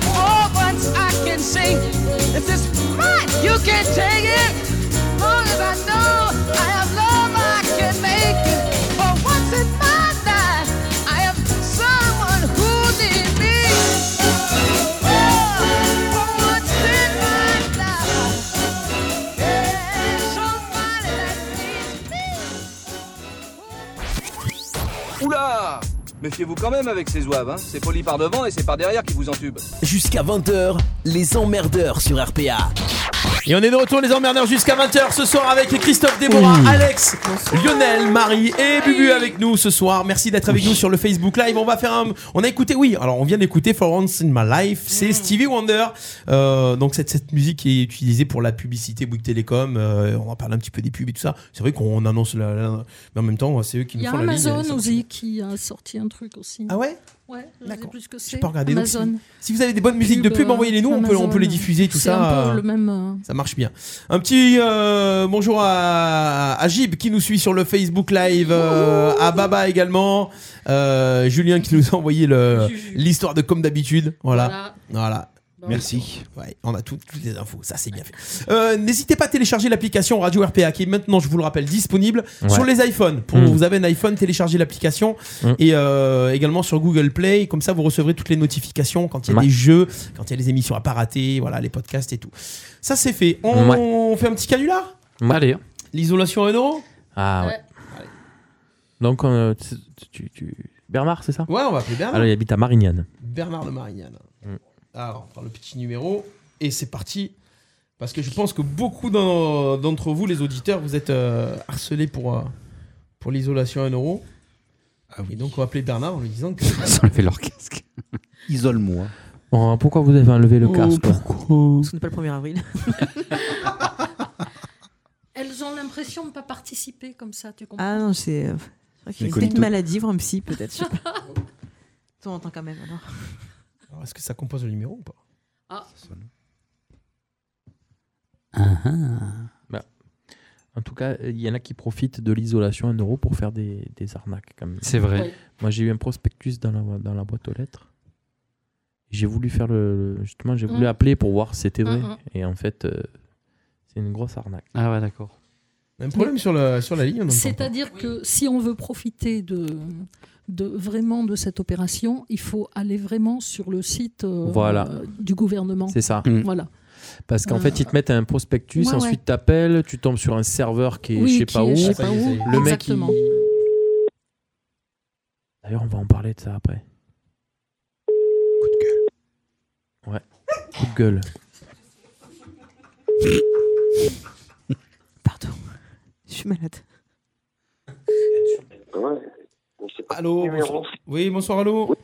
Speaker 2: For once I can sing This is mine, you can take it Long as I know I have love I can make it For once in my life I have someone who needs me
Speaker 18: Méfiez-vous quand même avec ces zouaves, hein. c'est poli par devant et c'est par derrière qui vous entube.
Speaker 15: Jusqu'à 20h, les emmerdeurs sur RPA.
Speaker 6: Et on est de retour les emmerdeurs jusqu'à 20h ce soir avec Christophe Déborah,
Speaker 15: Oui.
Speaker 6: Alex, Lionel, Marie et Bubu avec nous ce soir. Merci d'être avec nous sur le Facebook Live. On va faire un... On a écouté, oui, alors on vient d'écouter For Once in My Life,
Speaker 10: Mm.
Speaker 6: c'est Stevie Wonder. Euh, donc cette, cette musique est utilisée pour la publicité Bouygues Télécom. Euh, on va parler un petit peu des pubs et tout ça. C'est vrai qu'on annonce la, la- Mais en même temps, c'est eux qui
Speaker 10: Il
Speaker 6: nous
Speaker 10: y a
Speaker 6: font la ligne.
Speaker 10: Amazon
Speaker 6: Ça-
Speaker 10: aussi qui a sorti un truc aussi.
Speaker 6: Ah ouais
Speaker 10: Ouais, je sais plus ce que c'est.
Speaker 6: J'ai pas regardé. Donc, si,
Speaker 10: Amazon.
Speaker 6: si vous avez des bonnes musiques de pub,
Speaker 10: euh,
Speaker 6: envoyez-les nous, on peut, on peut les
Speaker 10: Amazon.
Speaker 6: diffuser, tout
Speaker 10: C'est
Speaker 6: ça.
Speaker 10: un peu
Speaker 6: euh,
Speaker 10: le même, euh,
Speaker 6: Ça marche bien. Un petit euh, bonjour à, à Gib qui nous suit sur le Facebook Live, euh, à Baba également, euh, Julien qui nous a envoyé le- l'histoire de comme d'habitude. Voilà. Voilà.
Speaker 1: Merci.
Speaker 6: Ouais, on a tout- toutes les infos, ça c'est bien fait. Euh, N'hésitez pas à télécharger l'application Radio RPA qui est maintenant, je vous le rappelle, disponible
Speaker 9: Ouais.
Speaker 6: sur les iPhones. Pour
Speaker 9: Mm.
Speaker 6: vous avez un iPhone, téléchargez l'application
Speaker 9: Mm.
Speaker 6: et euh, également sur Google Play. Comme ça, vous recevrez toutes les notifications quand il y a
Speaker 9: Ouais.
Speaker 6: des jeux, quand il y a les émissions à pas rater, voilà, les podcasts et tout. Ça c'est fait. On,
Speaker 9: Ouais.
Speaker 6: on fait un petit canular.
Speaker 9: Allez.
Speaker 6: L'isolation Renault.
Speaker 9: Ah ouais.
Speaker 6: Ouais.
Speaker 9: Donc, euh, tu, tu- tu- Bernard, c'est ça
Speaker 6: Ouais, on va appeler Bernard.
Speaker 9: Alors, il habite à Marignane. Mm.
Speaker 6: Bernard de Marignane. Alors, on prend le petit numéro et c'est parti. Parce que je pense que beaucoup d'en- d'entre vous, les auditeurs, vous êtes euh, harcelés pour, euh, pour l'isolation à 1 euro.
Speaker 8: Ah
Speaker 6: Et donc, on va appeler Bernard en lui disant que.
Speaker 7: Ils ont levé leur casque.
Speaker 1: Isole-moi.
Speaker 9: Oh, pourquoi vous avez enlevé le
Speaker 6: Oh,
Speaker 9: casque
Speaker 8: Ce n'est pas le 1er avril.
Speaker 10: Elles ont l'impression de ne pas participer comme ça, tu comprends
Speaker 8: Ah non, c'est. euh, c'est vrai qu'il y a une
Speaker 6: Incognito.
Speaker 8: petite maladie, voir un psy peut-être. je sais pas. Toi, on entend quand même. Alors.
Speaker 6: Alors, Est-ce que ça compose le numéro ou pas
Speaker 9: Bah, En tout cas, il y en a qui profitent de l'isolation à un euro pour faire des, des arnaques. quand même.
Speaker 7: C'est vrai. Oui.
Speaker 9: Moi, j'ai eu un prospectus dans la, dans la boîte aux lettres. J'ai voulu faire le. le- Justement, j'ai voulu
Speaker 7: Mm.
Speaker 9: appeler pour voir si c'était vrai.
Speaker 7: Mm, mm.
Speaker 9: Et en fait, euh, c'est une grosse arnaque.
Speaker 7: Ah ouais, d'accord.
Speaker 6: Même problème sur, la- sur la ligne. on entend pas.
Speaker 10: C'est-à-dire que si on veut profiter de, de vraiment de cette opération, il faut aller vraiment sur le site euh,
Speaker 9: Voilà.
Speaker 10: euh, du gouvernement.
Speaker 9: C'est ça.
Speaker 10: Voilà.
Speaker 9: Parce qu'en
Speaker 10: Euh,
Speaker 9: fait, ils te mettent un prospectus,
Speaker 10: ouais, ouais.
Speaker 9: ensuite t'appelles, tu tombes sur un serveur qui est
Speaker 10: Oui,
Speaker 9: je sais
Speaker 10: qui
Speaker 9: pas
Speaker 10: est
Speaker 9: où.
Speaker 10: je sais pas où,
Speaker 9: Le mec, il-
Speaker 10: exactement.
Speaker 9: D'ailleurs, on va en parler de ça après. Coup de gueule. Ouais. Coup de gueule.
Speaker 8: Je suis malade.
Speaker 6: Allô bonsoir. Oui, bonsoir, allô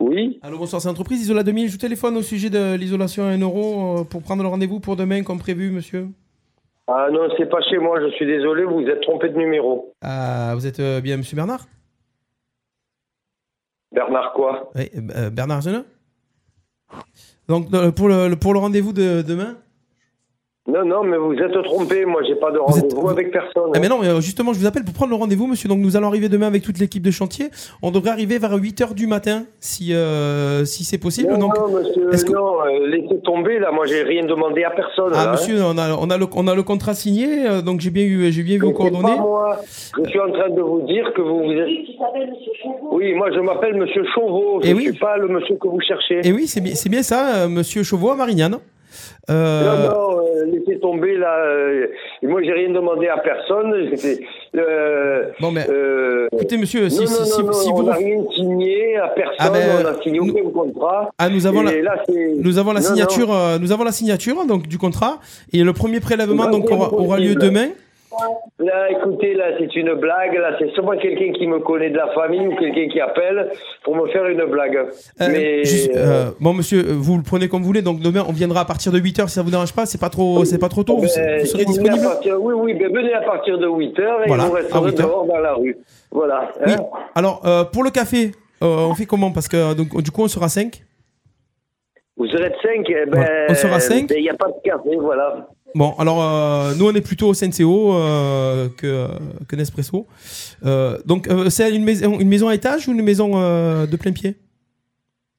Speaker 6: Oui Allô, bonsoir, c'est entreprise Isola 2000. Je vous téléphone au sujet de l'isolation à 1 euro euh, pour prendre le rendez-vous pour demain comme prévu, monsieur.
Speaker 16: Ah non, c'est pas chez moi, je suis désolé, vous vous êtes trompé de numéro.
Speaker 6: Ah, vous êtes euh, bien monsieur Bernard
Speaker 16: Bernard quoi
Speaker 6: Oui, euh, Bernard Arsenault Donc, euh, pour le, le- pour le rendez-vous de demain
Speaker 16: Non, non, mais vous êtes trompé, moi j'ai pas de rendez-vous avec personne.
Speaker 6: Ah, mais non, mais euh, justement, je vous appelle pour prendre le rendez-vous, monsieur. Donc, nous allons arriver demain avec toute l'équipe de chantier. On devrait arriver vers 8h du matin, si, euh, si c'est possible.
Speaker 16: Non,
Speaker 6: Donc,
Speaker 16: non, monsieur,
Speaker 6: est-ce que-
Speaker 16: non, euh, laissez tomber là, moi j'ai rien demandé à personne.
Speaker 6: Ah,
Speaker 16: là, hein.
Speaker 6: monsieur, on a, on a, le, on a le contrat signé, euh, donc j'ai bien eu, j'ai bien eu vos
Speaker 16: C'est pas
Speaker 6: coordonnées.
Speaker 16: moi, je suis en train de vous dire que vous vous êtes. Oui, moi je m'appelle monsieur Chauveau, je
Speaker 6: Eh
Speaker 16: ne
Speaker 6: oui.
Speaker 16: suis pas le monsieur que vous cherchez.
Speaker 6: Et Eh oui, c'est bien, c'est bien ça, euh, monsieur Chauveau à Marignane. Euh,
Speaker 16: Non, non, euh, laissez tomber là. euh, moi, j'ai rien demandé à personne. j'étais, Euh,
Speaker 6: bon, mais. écoutez, monsieur, si-
Speaker 16: non,
Speaker 6: si-
Speaker 16: non,
Speaker 6: si-
Speaker 16: non,
Speaker 6: si
Speaker 16: non,
Speaker 6: vous
Speaker 16: On n'a
Speaker 6: ref-
Speaker 16: rien signé à personne,
Speaker 6: Ah, ben,
Speaker 16: on a signé aucun contrat.
Speaker 6: Ah, nous avons
Speaker 16: et
Speaker 6: la-
Speaker 16: là, c'est-
Speaker 6: Nous avons la
Speaker 16: Non, non.
Speaker 6: signature, euh, nous avons la signature donc du contrat et le premier prélèvement
Speaker 16: Bah,
Speaker 6: donc
Speaker 16: c'est
Speaker 6: aura, aura lieu
Speaker 16: impossible.
Speaker 6: demain.
Speaker 16: Là, écoutez, là, c'est une blague. Là, c'est sûrement quelqu'un qui me connaît de la famille ou quelqu'un qui appelle pour me faire une blague.
Speaker 6: Euh,
Speaker 16: Mais.
Speaker 6: juste, euh, bon monsieur, euh, vous le prenez comme vous voulez. Donc demain, on viendra à partir de 8 h si ça vous dérange pas. C'est pas trop, c'est pas trop tôt. Vous,
Speaker 16: euh,
Speaker 6: vous serez
Speaker 16: venez à
Speaker 6: disponible.
Speaker 16: partir- Oui, oui, ben, venez à partir de 8h et
Speaker 6: Voilà,
Speaker 16: vous
Speaker 6: à
Speaker 16: resterez
Speaker 6: 8 heures.
Speaker 16: dehors dans la rue. Voilà.
Speaker 6: Oui.
Speaker 16: hein.
Speaker 6: Alors euh, pour le café, euh, on fait comment Parce que donc du coup, on sera 5
Speaker 16: Vous serez de 5, eh ben,
Speaker 6: Voilà. On sera cinq.
Speaker 16: Il n'y a pas de café, voilà.
Speaker 6: Bon, alors euh, nous on est plutôt au CNCO euh, que, que Nespresso. Euh, donc euh, c'est une maison, une maison à étage ou une maison euh, de plein pied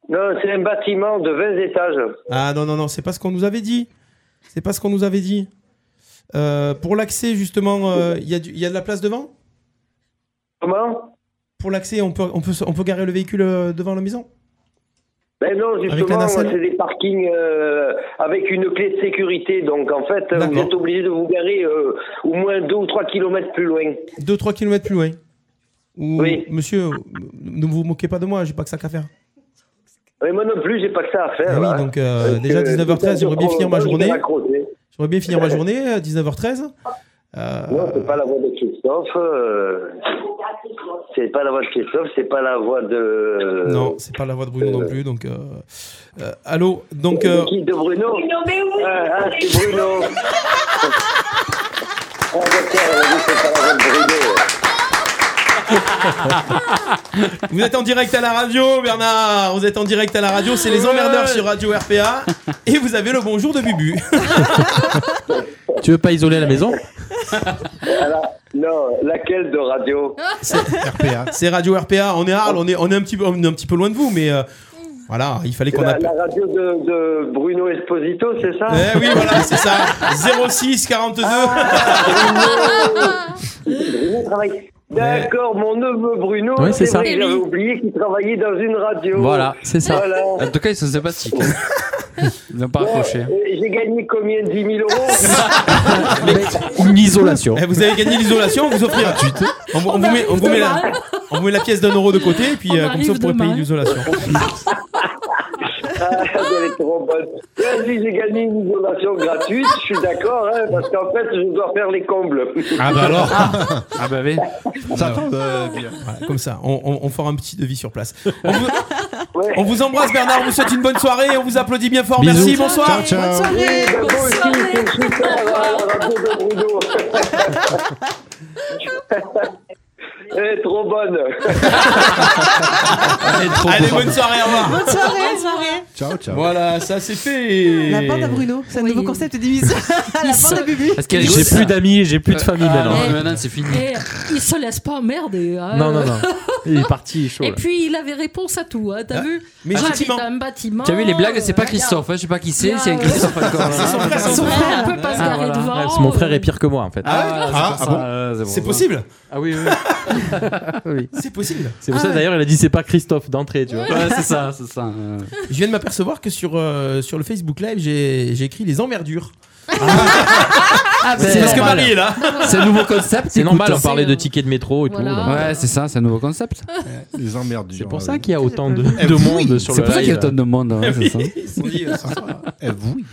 Speaker 16: Non, c'est un bâtiment de 20 étages.
Speaker 6: Ah non, non, non, c'est pas ce qu'on nous avait dit. C'est pas ce qu'on nous avait dit. Euh, pour l'accès, justement, euh, il y, a du- il y a de la place devant
Speaker 16: Comment
Speaker 6: Pour l'accès, on peut, on, peut, se- on peut garer le véhicule euh, devant la maison
Speaker 16: Ben non,
Speaker 6: Avec la
Speaker 16: justement, moi,
Speaker 6: nacelle
Speaker 16: c'est des parkings euh, avec une clé de sécurité. Donc, en fait, euh, vous
Speaker 6: D'accord.
Speaker 16: êtes obligé de vous garer euh, au moins 2 ou 3 kilomètres plus loin.
Speaker 6: 2-3 km plus loin.
Speaker 19: Ou, Monsieur, ne vous moquez pas de moi, j'ai pas que ça qu'à faire.
Speaker 16: Mais moi non plus, j'ai pas que ça à faire.
Speaker 19: Eh oui,
Speaker 16: là.
Speaker 19: donc euh,
Speaker 16: Parce
Speaker 19: déjà
Speaker 16: que
Speaker 19: 19h13, j'aimerais bien
Speaker 16: je
Speaker 19: finir ma
Speaker 16: vais
Speaker 19: journée.
Speaker 16: m'accrocher.
Speaker 19: J'aimerais bien finir ma journée, euh, 19h13. Euh,
Speaker 16: Non, c'est pas la voix de Christophe. euh, C'est pas la voix de Christophe, c'est pas la voix de. euh,
Speaker 19: non, c'est pas la voix de Bruno non plus, donc. euh, euh, allô, donc.
Speaker 16: De
Speaker 19: euh,
Speaker 16: qui De Bruno Ah, ah, c'est Bruno Ah, d'accord, elle a dit que c'est pas la voix de Bruno.
Speaker 6: Vous êtes en direct à la radio, Bernard. Vous êtes en direct à la radio. C'est les emmerdeurs sur Radio RPA. Et vous avez le bonjour de Bubu.
Speaker 9: Tu veux pas isoler la maison
Speaker 16: Alors, non, laquelle de radio
Speaker 6: RPA. C'est Radio RPA. On est à Arles. On est, on est un, petit peu, on est un petit peu loin de vous, mais euh, voilà, il fallait qu'on
Speaker 16: la,
Speaker 6: appelle.
Speaker 16: la radio de, de Bruno Esposito, c'est ça
Speaker 6: Eh oui, voilà, c'est ça. 06 42.
Speaker 16: Ah. Bruno travaille. D'accord, mon neveu Bruno,
Speaker 7: Ouais, c'est
Speaker 16: c'est
Speaker 7: ça.
Speaker 16: vrai, j'avais oublié qu'il travaillait dans une radio.
Speaker 7: Voilà, c'est ça.
Speaker 16: Voilà.
Speaker 7: En tout cas, ils sont sympathiques.
Speaker 13: hein.
Speaker 7: Ils n'ont pas
Speaker 16: Bon,
Speaker 7: accroché.
Speaker 16: euh, J'ai gagné combien 10 000 euros
Speaker 9: Une isolation.
Speaker 6: Eh, vous avez gagné l'isolation, on vous offrira. On, vous- on vous met, on vous met la, on vous met la pièce d'un euro de côté, et puis
Speaker 16: On
Speaker 6: euh, comme ça, vous
Speaker 16: arrive
Speaker 6: pourrez
Speaker 16: demain.
Speaker 6: payer l'isolation.
Speaker 16: Ah, elle est trop bonne. Vas-y, j'ai gagné une isolation gratuite, je suis d'accord, hein, parce qu'en fait, je dois faire les combles.
Speaker 6: Ah bah alors
Speaker 7: Ah bah oui
Speaker 6: Ça tombe Comme ça, on, on- on fera un petit devis sur place. On vous, on vous embrasse Bernard, on vous souhaite une bonne soirée, on vous applaudit bien fort,
Speaker 19: Bisous.
Speaker 6: merci, bonsoir
Speaker 19: Ciao, ciao. Bonne
Speaker 16: Oui, bah, moi aussi, c'est super, la- la radio de Bruno. Elle est trop bonne.
Speaker 6: Allez, bonne soirée, au revoir
Speaker 8: Bonne soirée, bonne soirée.
Speaker 6: Ciao, ciao Voilà, ça c'est fait
Speaker 8: La bande à Bruno, c'est un nouveau concept d'émission. La bande à Bubu.
Speaker 6: Ah,
Speaker 9: J'ai plus d'amis, j'ai
Speaker 13: Euh,
Speaker 9: plus de famille
Speaker 7: Ah,
Speaker 9: maintenant.
Speaker 7: non, mais maintenant, c'est fini.
Speaker 10: Et euh, il se laisse pas emmerder. hein.
Speaker 9: Non, non, non. Il est parti, il est chaud.
Speaker 10: Et
Speaker 9: là.
Speaker 10: puis il avait réponse à tout, hein, t'as
Speaker 9: Ah,
Speaker 10: vu
Speaker 9: mais
Speaker 10: J'habite
Speaker 9: effectivement.
Speaker 10: un bâtiment. euh,
Speaker 7: Tu as vu les blagues, c'est pas Christophe, hein, je sais pas qui c'est, c'est un Christophe encore. Ah, C'est son frère,
Speaker 10: son frère. On peut pas se garer devant.
Speaker 9: Ouais, Ah, c'est mon frère est pire que moi en fait.
Speaker 6: Ah,
Speaker 9: c'est pour
Speaker 6: ah
Speaker 9: ça,
Speaker 6: bon
Speaker 9: euh, pour
Speaker 6: C'est
Speaker 9: ça.
Speaker 6: possible
Speaker 9: Ah oui, oui. oui.
Speaker 6: C'est possible Ah
Speaker 9: C'est pour ça d'ailleurs il a dit c'est pas Christophe d'entrée, tu vois.
Speaker 6: Ouais, c'est ça,
Speaker 7: c'est ça.
Speaker 6: Je viens de m'apercevoir que sur, euh, sur le Facebook Live, j'ai j'ai écrit les emmerdures.
Speaker 7: Ah,
Speaker 6: c'est parce que Marie est là
Speaker 7: C'est un nouveau concept.
Speaker 9: C'est normal,
Speaker 7: écoute.
Speaker 9: on parlait de tickets
Speaker 19: Oh,
Speaker 9: de métro et tout. donc. euh,
Speaker 7: Ouais, c'est ça, c'est un nouveau concept.
Speaker 1: Les emmerdes.
Speaker 9: C'est pour ça qu'il y a autant de,
Speaker 6: Eh
Speaker 9: de
Speaker 6: oui.
Speaker 9: monde sur le
Speaker 7: C'est pour ça qu'il y a
Speaker 9: live.
Speaker 7: autant de monde, hein, c'est ça.
Speaker 1: Eh oui.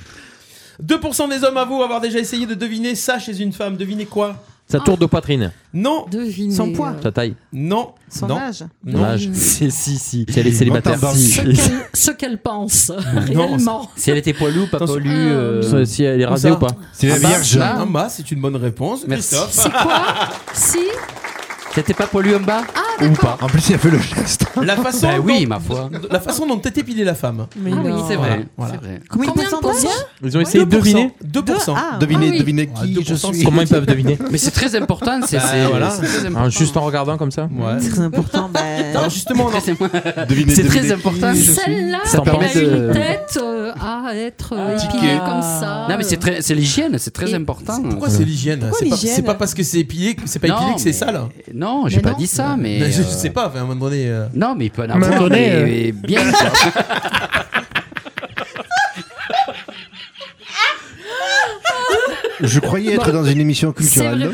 Speaker 6: 2% des hommes avouent avoir déjà essayé de deviner ça chez une femme. Devinez quoi Ah.
Speaker 9: Sa tour de poitrine,
Speaker 6: Non
Speaker 8: Sans poids.
Speaker 9: sa taille,
Speaker 6: Non
Speaker 8: Son
Speaker 6: non.
Speaker 8: âge.
Speaker 6: Non.
Speaker 9: son âge.
Speaker 7: Si, si, si.
Speaker 9: Si elle est célibataire.
Speaker 10: Ce qu'elle- ce qu'elle pense, réellement.
Speaker 7: Si elle était poilue ou pas poilue. euh,
Speaker 9: Si- Si elle est rasée ou pas
Speaker 7: C'est la
Speaker 6: Ah bah,
Speaker 7: Vierge.
Speaker 6: là, en bas, c'est une bonne réponse.
Speaker 7: Merci.
Speaker 6: Christophe.
Speaker 10: C'est quoi Si
Speaker 7: C'était pas poilue en bas
Speaker 1: Ou pas. En plus, il a fait le geste.
Speaker 6: La façon.
Speaker 7: Bah oui,
Speaker 6: dont-
Speaker 7: ma foi.
Speaker 6: La façon dont t'es épilée la femme.
Speaker 10: Mais Ah oui, non.
Speaker 7: c'est vrai,
Speaker 6: Voilà.
Speaker 7: c'est vrai.
Speaker 8: Combien de
Speaker 10: Combien de
Speaker 8: pourcentage
Speaker 10: pourcents
Speaker 9: Ils ont essayé de deviner
Speaker 6: 2%.
Speaker 8: Ah,
Speaker 1: Devinez,
Speaker 10: Ah oui.
Speaker 1: devinez qui je suis.
Speaker 9: Comment ils peuvent deviner
Speaker 7: Mais c'est très important, c'est
Speaker 6: Bah,
Speaker 7: c'est-
Speaker 6: voilà.
Speaker 7: c'est très important.
Speaker 9: Hein, Juste en regardant comme ça
Speaker 6: Ouais.
Speaker 8: C'est très important. ben,
Speaker 6: Alors justement, non.
Speaker 1: Devinez,
Speaker 7: C'est
Speaker 1: devinez
Speaker 7: très
Speaker 1: qui
Speaker 7: important.
Speaker 1: je suis.
Speaker 10: Celle-là,
Speaker 7: Ça permet
Speaker 10: elle a
Speaker 7: de-
Speaker 10: une tête euh, à être euh,
Speaker 1: Tiquée.
Speaker 10: épilée comme ça.
Speaker 7: Non, mais c'est très- c'est l'hygiène, c'est très
Speaker 10: Et-
Speaker 7: important.
Speaker 6: Pourquoi c'est l'hygiène
Speaker 8: Pourquoi
Speaker 6: C'est pas,
Speaker 8: l'hygiène
Speaker 6: c'est pas parce que c'est épilé, que- c'est pas épilé que c'est
Speaker 7: mais-
Speaker 6: sale.
Speaker 7: Non, j'ai
Speaker 10: Mais
Speaker 7: pas
Speaker 10: non.
Speaker 7: dit ça, mais.
Speaker 6: Je, je
Speaker 7: euh,
Speaker 6: sais pas. enfin, À un moment donné. euh,
Speaker 7: Non, mais il peut en
Speaker 19: un moment
Speaker 7: avoir.
Speaker 19: donné,
Speaker 7: mais-
Speaker 19: euh.
Speaker 7: mais bien. quoi.
Speaker 1: Je croyais
Speaker 10: Bah,
Speaker 1: être dans une émission culturelle.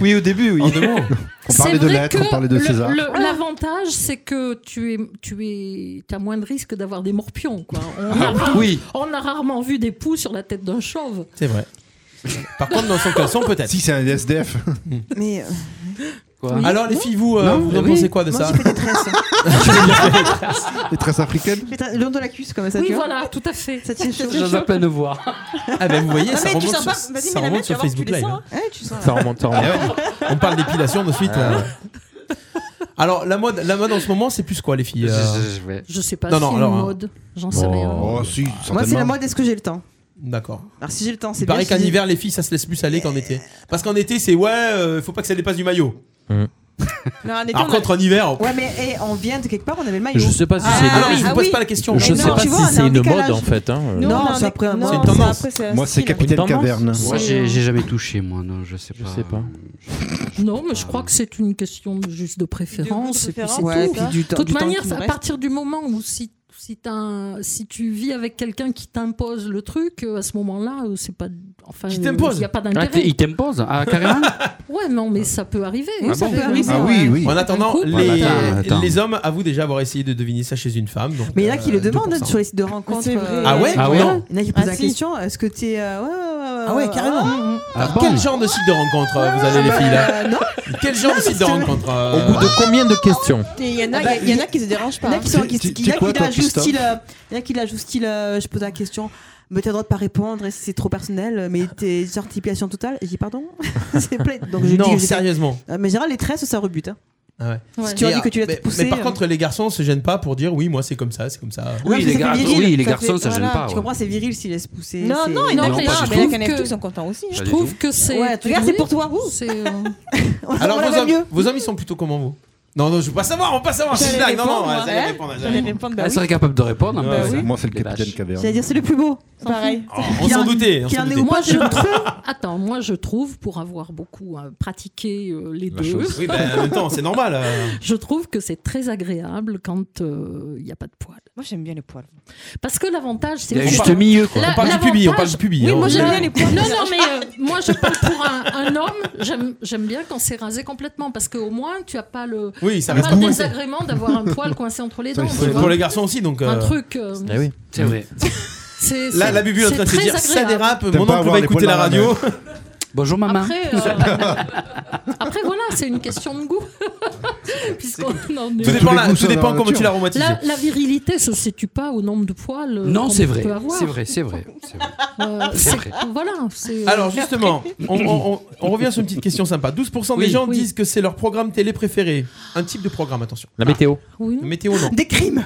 Speaker 6: Oui, au début, oui. En deux mots.
Speaker 1: On parlait de
Speaker 10: vrai
Speaker 1: lettres,
Speaker 10: que
Speaker 1: on parlait de
Speaker 10: le-
Speaker 1: César.
Speaker 10: le- L'avantage, c'est que tu es, tu es, as moins de risque d'avoir des morpions. Quoi. On, a rare-
Speaker 6: oui.
Speaker 10: on a rarement vu des poux sur la tête d'un chauve.
Speaker 6: C'est vrai. Par contre, dans son caleçon, peut-être.
Speaker 1: Si c'est un SDF.
Speaker 8: Mais euh,
Speaker 7: Quoi
Speaker 6: Alors, les filles, vous, euh,
Speaker 7: Non,
Speaker 6: vous en
Speaker 7: oui.
Speaker 6: pensez quoi de
Speaker 8: moi,
Speaker 6: ça
Speaker 8: j'ai fait des tresses. hein.
Speaker 1: Les traces africaines.
Speaker 8: J'ai tra- Le long de la cuisse, comme ça,
Speaker 10: Oui,
Speaker 8: tu vois.
Speaker 10: voilà, tout à fait.
Speaker 8: Ça tient chaud.
Speaker 7: J'ose à peine voir.
Speaker 6: Ah ben, vous voyez, ça
Speaker 20: mais tu
Speaker 6: remonte
Speaker 20: sens pas-
Speaker 6: sur,
Speaker 20: vas-y, mets la
Speaker 6: ça remonte
Speaker 20: main, tu
Speaker 6: sur
Speaker 20: vas voir que
Speaker 6: Facebook
Speaker 20: tu les
Speaker 6: Live.
Speaker 20: sens,
Speaker 6: hein.
Speaker 8: Ouais, Eh, tu sens.
Speaker 9: Ça remonte, ça
Speaker 6: Ah
Speaker 9: remonte.
Speaker 6: ouais. On parle d'épilation de suite. là. Alors, la mode, la mode en ce moment, c'est plus quoi, les filles euh
Speaker 7: Je- je- je vais-
Speaker 10: Je sais pas
Speaker 6: Non,
Speaker 10: si
Speaker 6: non,
Speaker 10: c'est une
Speaker 6: alors, hein.
Speaker 10: mode. J'en sais rien.
Speaker 1: Oh, si,
Speaker 8: Moi, c'est la
Speaker 1: certainement.
Speaker 8: mode, est-ce que j'ai le temps
Speaker 6: D'accord.
Speaker 8: Alors, si j'ai le temps, c'est
Speaker 6: Il paraît
Speaker 8: bien,
Speaker 6: qu'en
Speaker 8: si j'ai-
Speaker 6: hiver, les filles, ça se laisse plus aller qu'en été. Parce qu'en été, c'est ouais, euh, faut pas que ça dépasse du maillot.
Speaker 8: Non, en été,
Speaker 6: Par
Speaker 8: on a-
Speaker 6: Ah, contre, en hiver, on-
Speaker 8: Ouais, mais eh, on vient de quelque part, on avait le maillot.
Speaker 9: Je sais pas si c'est
Speaker 8: Ah,
Speaker 6: alors, je
Speaker 8: ah
Speaker 6: vous pose
Speaker 8: oui.
Speaker 6: pas la question.
Speaker 9: une... Je
Speaker 8: non,
Speaker 9: sais pas
Speaker 8: tu vois,
Speaker 9: si
Speaker 8: on est en
Speaker 9: c'est une mode
Speaker 8: décalage.
Speaker 9: en fait. hein.
Speaker 8: Nous, on
Speaker 6: Non,
Speaker 8: a un
Speaker 6: c'est
Speaker 8: dé-
Speaker 6: après un-
Speaker 8: non,
Speaker 6: c'est une tendance.
Speaker 8: après, c'est un
Speaker 1: Moi, c'est
Speaker 8: style.
Speaker 1: Capitaine
Speaker 9: Une tendance
Speaker 1: Caverne.
Speaker 7: Moi, j'ai j'ai jamais touché, moi, non, je sais pas.
Speaker 9: Je sais pas.
Speaker 10: Non, mais je crois que c'est une question de- juste de préférence. et puis c'est
Speaker 8: Ouais,
Speaker 10: tout.
Speaker 8: puis du
Speaker 10: De
Speaker 8: temps-
Speaker 10: toute
Speaker 8: du temps
Speaker 10: manière,
Speaker 8: qui nous
Speaker 10: à
Speaker 8: reste.
Speaker 10: partir du moment où si si, t'as un- si tu vis avec quelqu'un qui t'impose le truc, euh, à ce moment-là, euh, c'est pas. Enfin,
Speaker 7: Qui
Speaker 10: euh,
Speaker 7: t'impose
Speaker 10: Il n'y a pas
Speaker 7: Ah, t'es-
Speaker 10: d'intérêt.
Speaker 7: il t'impose Ah, carrément
Speaker 10: ouais, non, mais ça peut arriver.
Speaker 6: Ah
Speaker 10: ça
Speaker 6: bon
Speaker 10: peut arriver, ouais.
Speaker 6: En attendant,
Speaker 10: Un couple,
Speaker 6: les,
Speaker 10: attends, attends.
Speaker 6: les hommes avouent déjà avoir essayé de deviner ça chez une femme. donc,
Speaker 8: Mais il y en a qui
Speaker 6: euh,
Speaker 8: le demandent hein,
Speaker 6: 2%.
Speaker 8: sur les sites de rencontres.
Speaker 6: C'est vrai.
Speaker 8: euh,
Speaker 6: Ah ouais Ah ouais Non.
Speaker 8: Il y en a qui posent
Speaker 6: Ah
Speaker 8: la
Speaker 6: si.
Speaker 8: question est-ce que t'es. euh, ouais, ouais, ouais, ouais,
Speaker 6: Ah ouais,
Speaker 8: ouais,
Speaker 6: carrément.
Speaker 8: ouais, Bah, ouais.
Speaker 6: Ah, Quel genre de site de rencontre euh, vous avez les filles
Speaker 8: Ah,
Speaker 6: là Quel genre de site de rencontre euh,
Speaker 9: Au bout de combien de questions
Speaker 8: Et Il y en a,
Speaker 9: Ah bah,
Speaker 8: il y en a qui se dérangent pas. Il y en a qui, sont, qui,
Speaker 9: Tu-
Speaker 8: qui-
Speaker 9: tu
Speaker 8: il y en a
Speaker 9: quoi,
Speaker 8: qui
Speaker 9: toi,
Speaker 8: la jouent
Speaker 9: Christophe
Speaker 8: style, euh, il y en a qui la jouent style, euh, je pose la question. Mais t'as le droit de pas répondre, et c'est trop personnel, mais t'es genre typiation totale. Et je dis pardon, c'est plaît. Donc je
Speaker 6: Non,
Speaker 8: dis que j'ai-
Speaker 6: sérieusement.
Speaker 8: Euh, Mais général, les tresses, ça rebute. hein.
Speaker 6: Ah ouais.
Speaker 8: Si Ouais. tu as
Speaker 6: Et,
Speaker 8: dit que tu l'as
Speaker 6: mais-
Speaker 8: poussé,
Speaker 6: Mais par
Speaker 8: euh,
Speaker 6: contre, les garçons se gênent pas pour dire oui, moi c'est comme ça, c'est comme ça.
Speaker 8: Non, parce que ça fait viril. fait-
Speaker 6: gêne
Speaker 8: voilà, Tu comprends, c'est viril s'ils laissent pousser.
Speaker 11: Non,
Speaker 8: c'est-
Speaker 11: non, ils Non, n'ont pas pas du tout. hein, Mais les Canadiens, ils sont contents aussi. hein.
Speaker 6: Je Pas du trouve tout.
Speaker 10: que c'est-
Speaker 8: Ouais, regarde, c'est pour toi. ouh.
Speaker 10: euh,
Speaker 6: Alors
Speaker 8: on la
Speaker 6: vos
Speaker 8: va
Speaker 6: hommes, vos hommes, ils sont plutôt comment vous Non, non, je veux pas savoir, on veut pas savoir. C'est une
Speaker 8: J'allais
Speaker 6: blague. Non, non,
Speaker 8: répondre,
Speaker 6: ouais,
Speaker 8: moi.
Speaker 6: j'allais
Speaker 8: Ouais,
Speaker 6: répondre.
Speaker 8: j'allais répondre, bah
Speaker 7: Elle
Speaker 8: oui.
Speaker 7: serait capable de répondre. hein,
Speaker 6: Bah oui.
Speaker 1: Moi, c'est le capitaine Caverne.
Speaker 8: J'allais dire, c'est le plus beau. Pareil.
Speaker 6: on s'en doutait. on
Speaker 8: qu'il
Speaker 6: s'en
Speaker 8: en est
Speaker 6: doutait.
Speaker 8: ou
Speaker 10: Moi,
Speaker 8: pas,
Speaker 10: je trouve. Attends, moi, je trouve, pour avoir beaucoup euh, pratiqué euh, les deux.
Speaker 6: Oui, bah, en même temps, c'est normal. euh.
Speaker 10: Je trouve que c'est très agréable quand euh, il n'y a pas de poils.
Speaker 11: Moi, j'aime bien les poils.
Speaker 10: Parce que l'avantage, c'est
Speaker 6: Il y a
Speaker 10: que-
Speaker 6: juste milieu, quoi.
Speaker 10: La-
Speaker 6: On parle du pubi, on parle du pubi, Oui, hein, moi, on- j'aime bien
Speaker 10: Non,
Speaker 6: les poils.
Speaker 10: Non, non, mais euh, moi, je parle pour un, un homme. J'aime- J'aime bien quand c'est rasé complètement parce qu'au moins, tu n'as pas le,
Speaker 6: Oui, ça
Speaker 10: t'as
Speaker 6: reste
Speaker 10: pas le
Speaker 6: coincé.
Speaker 10: désagrément d'avoir un poil coincé entre les dents. tu
Speaker 6: C'est
Speaker 10: vois.
Speaker 6: pour les garçons aussi, donc.
Speaker 10: Un
Speaker 6: euh,
Speaker 10: truc. euh,
Speaker 6: Eh oui.
Speaker 7: C'est vrai.
Speaker 10: c'est-
Speaker 6: Là,
Speaker 10: c'est-
Speaker 6: la bubu est en
Speaker 10: c'est
Speaker 6: train de se
Speaker 10: très
Speaker 6: dire ça
Speaker 10: agréable.
Speaker 6: dérape,
Speaker 7: T'aimes
Speaker 6: mon
Speaker 7: pas
Speaker 6: oncle
Speaker 7: avoir
Speaker 6: va
Speaker 7: les
Speaker 6: écouter la
Speaker 7: poils dans la
Speaker 6: radio.
Speaker 7: Bonjour maman.
Speaker 10: Après, euh, Après, voilà, c'est une question de goût. Puisqu'on en est-
Speaker 6: Tout dépend, la- tout dépend comment tu l'aromatises.
Speaker 10: La, la virilité se situe pas au nombre de poils. euh,
Speaker 7: Non,
Speaker 10: qu'on
Speaker 7: c'est vrai.
Speaker 10: peut avoir.
Speaker 7: C'est vrai, c'est vrai. c'est vrai.
Speaker 10: Euh,
Speaker 7: C'est
Speaker 10: c'est-
Speaker 7: vrai.
Speaker 10: Voilà. c'est- euh,
Speaker 6: Alors justement, on, on- on- on revient sur une petite question sympa. 12% des
Speaker 10: Oui.
Speaker 6: gens
Speaker 10: Oui.
Speaker 6: disent que c'est leur programme télé préféré. Un type de programme, attention.
Speaker 10: Ah.
Speaker 9: La météo.
Speaker 10: Oui.
Speaker 6: La météo, non.
Speaker 8: Des crimes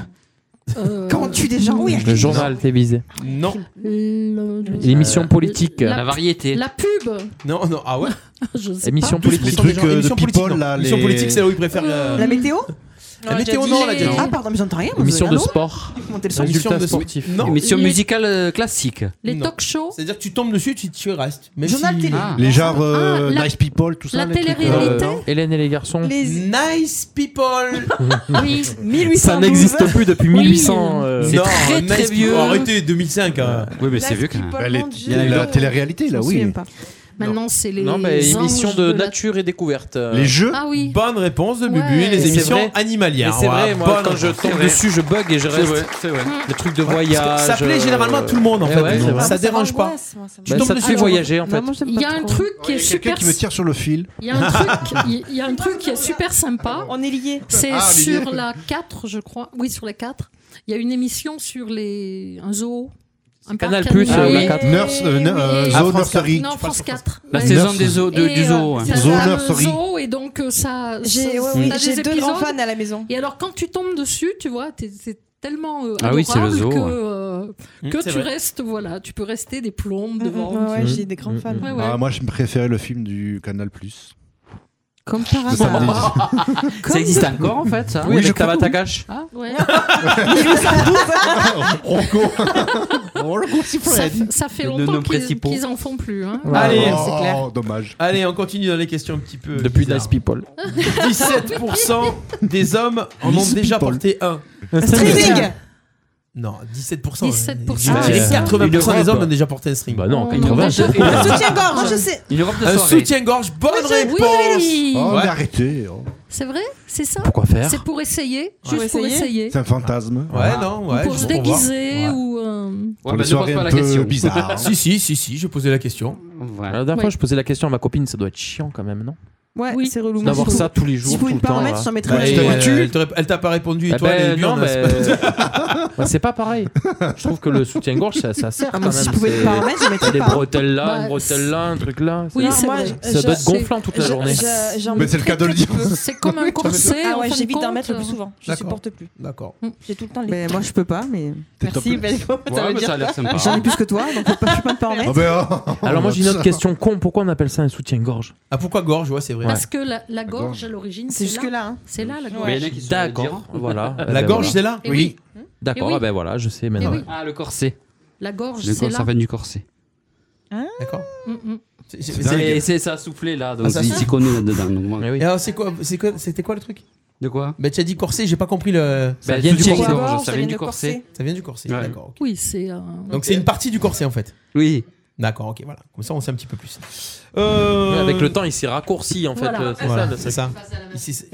Speaker 10: Euh,
Speaker 8: Quand on tue des gens, oui.
Speaker 9: Le journal télévisé.
Speaker 6: Non.
Speaker 10: le- le-
Speaker 9: L'émission politique.
Speaker 10: La variété. La pub.
Speaker 6: Non, non, ah ouais
Speaker 10: Je sais
Speaker 9: Émission
Speaker 10: pas.
Speaker 9: politique.
Speaker 1: Les trucs, euh, de
Speaker 6: Émission politique,
Speaker 1: people,
Speaker 6: non.
Speaker 1: là,
Speaker 6: Émission
Speaker 1: les-
Speaker 6: politique, c'est là où ils préfèrent. euh,
Speaker 8: La météo
Speaker 6: La météo, non, on l'a déjà dit.
Speaker 8: Ah, pardon, mais j'entends rien. moi,
Speaker 9: Émission
Speaker 8: je-
Speaker 9: de
Speaker 8: allô
Speaker 9: sport.
Speaker 8: Montez le son.
Speaker 9: Résultats
Speaker 6: Émission de-
Speaker 9: sportifs.
Speaker 6: Non.
Speaker 7: Émission musicale euh, classique.
Speaker 10: Les
Speaker 6: Non.
Speaker 10: talk shows.
Speaker 6: C'est-à-dire que tu tombes dessus, tu, tu restes. Même
Speaker 8: Journal
Speaker 6: si-
Speaker 8: télé.
Speaker 1: Les genres euh,
Speaker 10: Ah, la-
Speaker 1: Nice People, tout ça.
Speaker 10: la
Speaker 1: les trucs,
Speaker 10: télé-réalité.
Speaker 1: euh,
Speaker 9: Hélène et les garçons.
Speaker 8: Les
Speaker 6: Nice people
Speaker 10: Oui.
Speaker 9: Ça
Speaker 8: 1812.
Speaker 9: n'existe plus depuis 1800. euh,
Speaker 7: C'est très, très
Speaker 6: Nice
Speaker 7: vieux.
Speaker 6: People, Arrêtez, 2005. hein.
Speaker 7: Oui, mais
Speaker 8: Nice
Speaker 7: c'est vieux quand même.
Speaker 8: people,
Speaker 1: Bah, les-
Speaker 8: mon
Speaker 1: il y a
Speaker 8: Dieu.
Speaker 1: la télé-réalité, là,
Speaker 8: Je m'en
Speaker 1: oui.
Speaker 8: souviens pas.
Speaker 10: Maintenant, c'est les.
Speaker 9: Non, mais
Speaker 10: anges
Speaker 9: émission de
Speaker 10: la-
Speaker 9: nature et découverte. euh.
Speaker 1: Les jeux
Speaker 10: Ah oui.
Speaker 6: Bonne réponse de Bubu,
Speaker 10: Ouais.
Speaker 6: les
Speaker 9: C'est
Speaker 6: émissions
Speaker 9: vrai.
Speaker 6: animalières.
Speaker 9: Mais c'est
Speaker 6: Voilà,
Speaker 9: vrai, moi,
Speaker 6: bonne
Speaker 9: quand je
Speaker 6: réponse.
Speaker 9: tombe dessus, je bug et
Speaker 7: C'est
Speaker 9: je reste.
Speaker 7: vrai, c'est vrai.
Speaker 9: Le truc de
Speaker 6: Parce
Speaker 9: voyage.
Speaker 6: que Ça plaît
Speaker 9: euh,
Speaker 6: généralement à tout le monde en
Speaker 9: eh
Speaker 6: fait.
Speaker 9: ouais, c'est vrai.
Speaker 6: ça dérange pas.
Speaker 9: Tu tombes dessus, voyager en fait.
Speaker 10: Il y a un truc qui est
Speaker 1: Il y a quelqu'un
Speaker 10: super.
Speaker 1: qui me tire sur le fil.
Speaker 10: Il y a un truc. il y a un truc qui est super sympa.
Speaker 8: On est liés.
Speaker 10: C'est
Speaker 1: Ah, Olivier.
Speaker 10: sur la 4, je crois. Oui, sur la 4. Il y a une émission sur les un zoo. Un
Speaker 9: Canal
Speaker 10: parc
Speaker 9: Plus,
Speaker 10: animalier.
Speaker 9: euh, la 4.
Speaker 1: Nurse, euh, nu- euh,
Speaker 10: Et-
Speaker 1: Zoo
Speaker 9: France
Speaker 1: Nursery.
Speaker 10: Non, Ah, France 4.
Speaker 7: La
Speaker 10: Ouais.
Speaker 7: saison des zoos- de-
Speaker 10: Et,
Speaker 7: du zoo.
Speaker 10: euh,
Speaker 7: hein.
Speaker 10: ça
Speaker 1: Zoo
Speaker 10: s'appelle
Speaker 1: Nursery.
Speaker 10: Zoo, et donc euh, ça.
Speaker 11: J'ai
Speaker 10: ça-
Speaker 11: ouais,
Speaker 10: ça
Speaker 11: oui,
Speaker 10: a des
Speaker 11: j'ai deux
Speaker 10: épisodes.
Speaker 11: grands fans à la maison.
Speaker 10: Et alors, quand tu tombes dessus, tu vois, t'es- c'est tellement euh,
Speaker 7: Ah
Speaker 10: adorable
Speaker 7: oui, c'est le zoo,
Speaker 10: que,
Speaker 7: ouais.
Speaker 10: euh,
Speaker 6: Mm,
Speaker 10: que
Speaker 6: c'est
Speaker 10: tu
Speaker 6: vrai.
Speaker 10: restes, voilà, tu peux rester des plombes devant. Mm,
Speaker 11: Ouais, Mm, ouais,
Speaker 9: Mmh.
Speaker 11: j'ai des grands fans.
Speaker 10: Ouais, ouais.
Speaker 1: Ah, moi, je préférais le film du Canal Plus.
Speaker 8: Comme par
Speaker 1: Le samedi.
Speaker 8: hasard.
Speaker 7: Ça existe encore en fait, ça
Speaker 9: Oui, avec Tabatakash.
Speaker 10: Ah, ouais.
Speaker 1: Rocco.
Speaker 10: ça, f- ça fait
Speaker 7: Le
Speaker 10: longtemps
Speaker 7: nom
Speaker 10: qu'ils
Speaker 7: principal.
Speaker 10: qu'ils en font plus. hein.
Speaker 6: Allez.
Speaker 1: Oh,
Speaker 8: c'est clair.
Speaker 1: Dommage.
Speaker 6: Allez, on continue dans les questions un petit peu.
Speaker 9: Depuis
Speaker 6: bizarres.
Speaker 9: Nice People.
Speaker 6: 17% des hommes en ont
Speaker 1: Miss
Speaker 6: déjà
Speaker 1: People.
Speaker 6: porté un.
Speaker 8: Streaming
Speaker 6: Non, 17%.
Speaker 10: 17%.
Speaker 6: euh, Je dirais
Speaker 1: Ah,
Speaker 9: Ouais.
Speaker 6: 80% des
Speaker 9: Une
Speaker 6: hommes
Speaker 9: robe.
Speaker 6: ont déjà porté un string.
Speaker 9: Bah non,
Speaker 10: On- on-
Speaker 9: 80.
Speaker 8: Un soutien-gorge Moi, je sais.
Speaker 7: Une robe de
Speaker 6: Un
Speaker 7: soirée.
Speaker 6: soutien-gorge, bonne réponse.
Speaker 10: Oui,
Speaker 1: Oh,
Speaker 6: Ouais.
Speaker 1: mais arrêtez. oh.
Speaker 10: c'est vrai, c'est ça.
Speaker 9: Pourquoi faire
Speaker 10: C'est pour essayer,
Speaker 11: Pour
Speaker 10: juste pour
Speaker 11: essayer.
Speaker 10: essayer.
Speaker 1: C'est un fantasme. Ah.
Speaker 6: Ouais, non, ouais.
Speaker 10: pour
Speaker 6: juste
Speaker 10: se
Speaker 6: pour voir.
Speaker 10: déguiser ou. euh,
Speaker 1: Pour
Speaker 6: bah,
Speaker 1: les soirées un peu bizarres.
Speaker 6: Si, si, si, si, je posais la question.
Speaker 9: La dernière fois,
Speaker 10: Ouais.
Speaker 9: je posais la question à ma copine, ça doit être chiant quand même, non
Speaker 8: Ouais,
Speaker 10: Oui.
Speaker 8: c'est relou. Moi,
Speaker 9: D'avoir
Speaker 8: si
Speaker 9: ça tous les
Speaker 8: vous- Si
Speaker 9: jours,
Speaker 8: vous
Speaker 9: tout
Speaker 8: ne
Speaker 9: le
Speaker 8: pas
Speaker 9: temps.
Speaker 8: remettre,
Speaker 9: là.
Speaker 8: j'en mettrais
Speaker 6: Bah,
Speaker 8: un.
Speaker 6: et,
Speaker 1: je t'aurais
Speaker 6: euh,
Speaker 1: tué.
Speaker 6: elle t'aurait- Elle t'a pas répondu et
Speaker 9: Eh
Speaker 6: toi,
Speaker 9: ben,
Speaker 6: les lui,
Speaker 9: non,
Speaker 6: on a-
Speaker 9: mais- Bah, c'est pas pareil. Je trouve que le soutien-gorge, ça, ça sert
Speaker 8: Ah,
Speaker 9: quand
Speaker 8: moi,
Speaker 9: même.
Speaker 8: si je pouvais
Speaker 9: c'est-
Speaker 8: le paramètre, je mettrais
Speaker 9: Des
Speaker 8: pas.
Speaker 9: bretelles là,
Speaker 10: Bah,
Speaker 9: une bretelle là, un truc là.
Speaker 10: Oui,
Speaker 9: Ça-
Speaker 8: Non,
Speaker 10: c'est
Speaker 8: moi,
Speaker 10: vrai.
Speaker 8: je-
Speaker 9: ça doit
Speaker 8: je-
Speaker 9: être gonflant toute la
Speaker 11: Je-
Speaker 9: journée.
Speaker 11: je- j'en
Speaker 1: Mais c'est le
Speaker 11: mets
Speaker 1: cas de le
Speaker 11: très,
Speaker 1: dire.
Speaker 11: très peu.
Speaker 10: C'est comme un corset.
Speaker 11: Ah
Speaker 10: en
Speaker 11: ouais,
Speaker 10: fin de
Speaker 11: j'évite d'en
Speaker 10: compte.
Speaker 11: mettre le plus souvent. Je
Speaker 6: D'accord.
Speaker 11: supporte plus.
Speaker 6: D'accord.
Speaker 11: J'ai tout le temps les.
Speaker 8: Mais moi, je peux pas, mais
Speaker 1: T'es top-
Speaker 11: Merci, Belgo.
Speaker 7: Ouais,
Speaker 11: veut
Speaker 7: mais
Speaker 11: dire
Speaker 7: ça a l'air sympa.
Speaker 8: j'en ai plus que toi, donc faut pas- je peux pas me
Speaker 1: Oh,
Speaker 8: permettre.
Speaker 1: ben, oh, oh,
Speaker 9: Alors moi, j'ai une autre
Speaker 1: ça.
Speaker 9: question con. Pourquoi on appelle ça un soutien-gorge
Speaker 6: Ah, pourquoi gorge Ouais, c'est vrai.
Speaker 10: Parce que la, la gorge,
Speaker 1: gorge.
Speaker 10: à l'origine,
Speaker 8: C'est
Speaker 10: c'est là.
Speaker 8: jusque-là. hein.
Speaker 10: C'est là la gorge.
Speaker 7: Mais il y en a qui sont
Speaker 9: D'accord,
Speaker 7: différents.
Speaker 9: voilà. Eh
Speaker 6: La
Speaker 9: ben,
Speaker 6: gorge,
Speaker 9: voilà.
Speaker 6: c'est là
Speaker 10: Et oui.
Speaker 9: D'accord,
Speaker 10: Eh oui.
Speaker 9: ah ben voilà, je sais maintenant.
Speaker 10: Eh oui.
Speaker 7: Ah, le corset.
Speaker 10: la gorge,
Speaker 7: Le
Speaker 10: c'est
Speaker 7: corset, ça
Speaker 10: là.
Speaker 7: vient du corset.
Speaker 6: D'accord.
Speaker 10: Mm, mm.
Speaker 6: C'est- c'est-
Speaker 7: C'est
Speaker 6: c'est-
Speaker 7: c'est- ça a soufflé là, donc
Speaker 6: Ah, ça
Speaker 7: il s'y connaît là-dedans. donc moi-
Speaker 9: Eh oui.
Speaker 6: Et alors, c'est quoi, c'est quoi- c'était quoi le truc
Speaker 7: De quoi
Speaker 6: Bah, tu as dit corset, j'ai pas compris le.
Speaker 8: Bah,
Speaker 7: Ça vient du corset, ça vient du corset.
Speaker 6: Ça vient du corset,
Speaker 7: Ouais.
Speaker 6: d'accord. ok.
Speaker 10: Oui, c'est. euh,
Speaker 6: Donc, c'est une partie du corset en fait.
Speaker 7: Oui.
Speaker 6: D'accord, ok, voilà. Comme ça, on sait un petit peu plus. Euh,
Speaker 9: Mais avec le temps, il s'est raccourci en fait.
Speaker 6: Voilà.
Speaker 9: euh, c'est
Speaker 6: Voilà,
Speaker 9: ça. le
Speaker 6: c'est
Speaker 9: truc.
Speaker 6: ça. Ici, c'est-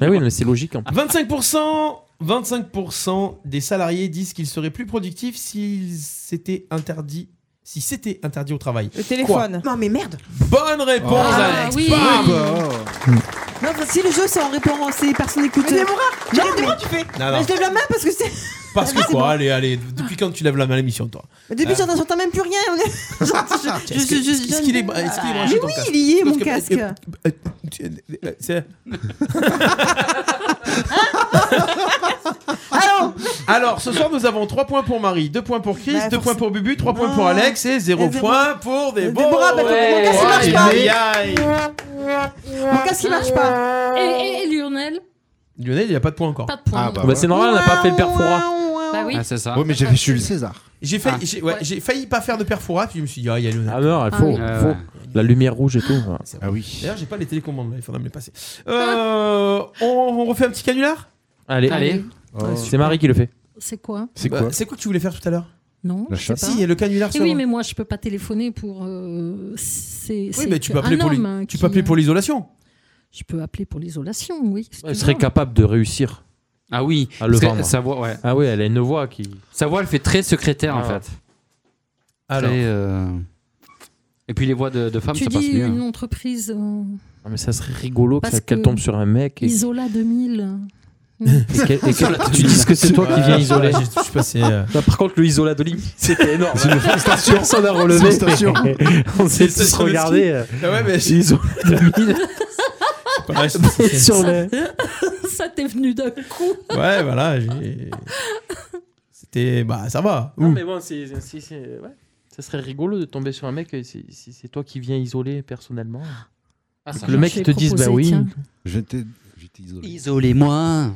Speaker 9: Mais oui, mais c'est logique. En plus.
Speaker 6: 25%, 25% des salariés disent qu'ils seraient plus productifs s'ils s'étaient interdits. Si c'était interdit au travail.
Speaker 8: Le téléphone.
Speaker 6: Quoi
Speaker 8: non, mais merde.
Speaker 6: Bonne réponse,
Speaker 8: Ah,
Speaker 6: Alex.
Speaker 8: oui.
Speaker 6: Bam
Speaker 8: Non, parce que si le jeu, c'est en répondant, c'est personne écoute. Mais Déborah, non, mais... tu fais.
Speaker 6: Non, non.
Speaker 8: je lève la main parce que c'est.
Speaker 6: Parce que
Speaker 8: Ah, c'est
Speaker 6: quoi
Speaker 8: bon.
Speaker 6: Allez, allez. Depuis quand tu lèves la main à l'émission, toi
Speaker 8: Mais Depuis,
Speaker 6: Euh,
Speaker 8: j'entends j'entends même plus rien.
Speaker 6: Est-ce que- est-ce qu'il est, est-ce qu'il est branché
Speaker 8: Ah. Mais
Speaker 6: ton
Speaker 8: oui,
Speaker 6: casque
Speaker 8: il y est,
Speaker 6: Parce
Speaker 8: mon
Speaker 6: que-
Speaker 8: casque.
Speaker 6: euh, euh, euh, c'est-
Speaker 8: Alors,
Speaker 6: Alors, ce soir, nous avons 3 points pour Marie, 2 points pour Chris, 2 points pour Bubu, 3 points pour Alex et 0
Speaker 8: Bah, Ah. Et zéro.
Speaker 6: point pour des
Speaker 8: Déborah, bah, ton- mon casque, il marche pas. Mon casque, il marche pas.
Speaker 10: Et, et Lionel
Speaker 6: Lionel, il n'y a pas de point encore.
Speaker 10: Pas de point.
Speaker 9: Ah,
Speaker 6: bah, c'est normal, on n'a pas fait le perfora.
Speaker 10: Bah oui. Ah.
Speaker 7: c'est ça.
Speaker 1: Oui, mais j'avais Jules César.
Speaker 6: J'ai failli, j'ai- ouais, j'ai failli pas faire de perfora, puis je me suis dit, ah, il y a Lionel.
Speaker 9: Ah non, il
Speaker 6: Ah
Speaker 9: faut,
Speaker 6: oui.
Speaker 9: il faut.
Speaker 6: Ouais.
Speaker 9: La lumière rouge et tout. voilà.
Speaker 1: Ah oui.
Speaker 6: D'ailleurs, j'ai pas les télécommandes, là, il faudra me les passer.
Speaker 10: Ah.
Speaker 6: Euh, on, on refait un petit canular
Speaker 9: Allez.
Speaker 6: Allez.
Speaker 9: Oh. C'est Marie qui le fait.
Speaker 10: C'est quoi
Speaker 1: C'est
Speaker 6: Bah,
Speaker 1: quoi
Speaker 6: C'est quoi que tu voulais faire tout à l'heure
Speaker 10: Non.
Speaker 1: La
Speaker 10: je sais
Speaker 1: chasse.
Speaker 10: pas.
Speaker 6: Si, il y a le canular
Speaker 10: Eh
Speaker 6: sur.
Speaker 10: oui, mais moi, je peux pas téléphoner pour. euh, c'est.
Speaker 6: Oui,
Speaker 10: c'est
Speaker 6: mais tu peux
Speaker 10: qu'un
Speaker 6: appeler pour
Speaker 10: homme,
Speaker 6: l'i-
Speaker 10: hein,
Speaker 6: tu
Speaker 10: qui-
Speaker 6: peux appeler pour l'isolation.
Speaker 10: Je peux appeler pour l'isolation, oui.
Speaker 9: Elle serait capable de réussir.
Speaker 7: Ah oui.
Speaker 9: À le
Speaker 7: Parce que
Speaker 9: vendre.
Speaker 7: sa voix, ouais.
Speaker 9: Ah oui, elle a une voix qui.
Speaker 7: Sa voix, elle fait très secrétaire en
Speaker 9: Ah.
Speaker 7: fait.
Speaker 9: Alors.
Speaker 7: Très, euh, Et puis les voix de, de femmes,
Speaker 10: Tu
Speaker 7: ça passe
Speaker 10: dis
Speaker 7: mieux. hein.
Speaker 10: une entreprise euh,
Speaker 9: Ah, mais ça serait rigolo
Speaker 10: Parce
Speaker 9: que- qu'elle
Speaker 10: que-
Speaker 9: tombe sur un mec et,
Speaker 10: Isola 2000.
Speaker 9: et qu'elle- et qu'elle- tu dises que c'est toi qui viens isoler.
Speaker 6: Ouais, je suis passé. euh,
Speaker 9: Non, Bah, par contre, le isola de ligne, c'était énorme.
Speaker 6: C'est une frustration.
Speaker 9: Personne n'a relevé.
Speaker 6: C'est une station.
Speaker 9: On s'est
Speaker 6: C'est une
Speaker 9: tous
Speaker 6: station de
Speaker 9: regardés. euh,
Speaker 6: ski. Ah ouais, mais-
Speaker 9: Isola 2000.
Speaker 6: ouais, c'est- c'est-
Speaker 9: sur les-
Speaker 10: Ça t'est venu d'un coup.
Speaker 6: Ouais, voilà. j'ai- C'était. Bah, ça va.
Speaker 9: Non,
Speaker 6: Ouh.
Speaker 9: mais bon, c'est. c'est- c'est- ouais. Ça serait rigolo de tomber sur un mec euh, si si c'est toi qui viens isoler personnellement.
Speaker 7: ça
Speaker 9: le mec
Speaker 10: marche.
Speaker 9: il te dise
Speaker 10: J'ai
Speaker 9: bah
Speaker 10: proposé,
Speaker 9: oui.
Speaker 10: tiens.
Speaker 1: J'étais j'étais isolé.
Speaker 7: Isolez-moi.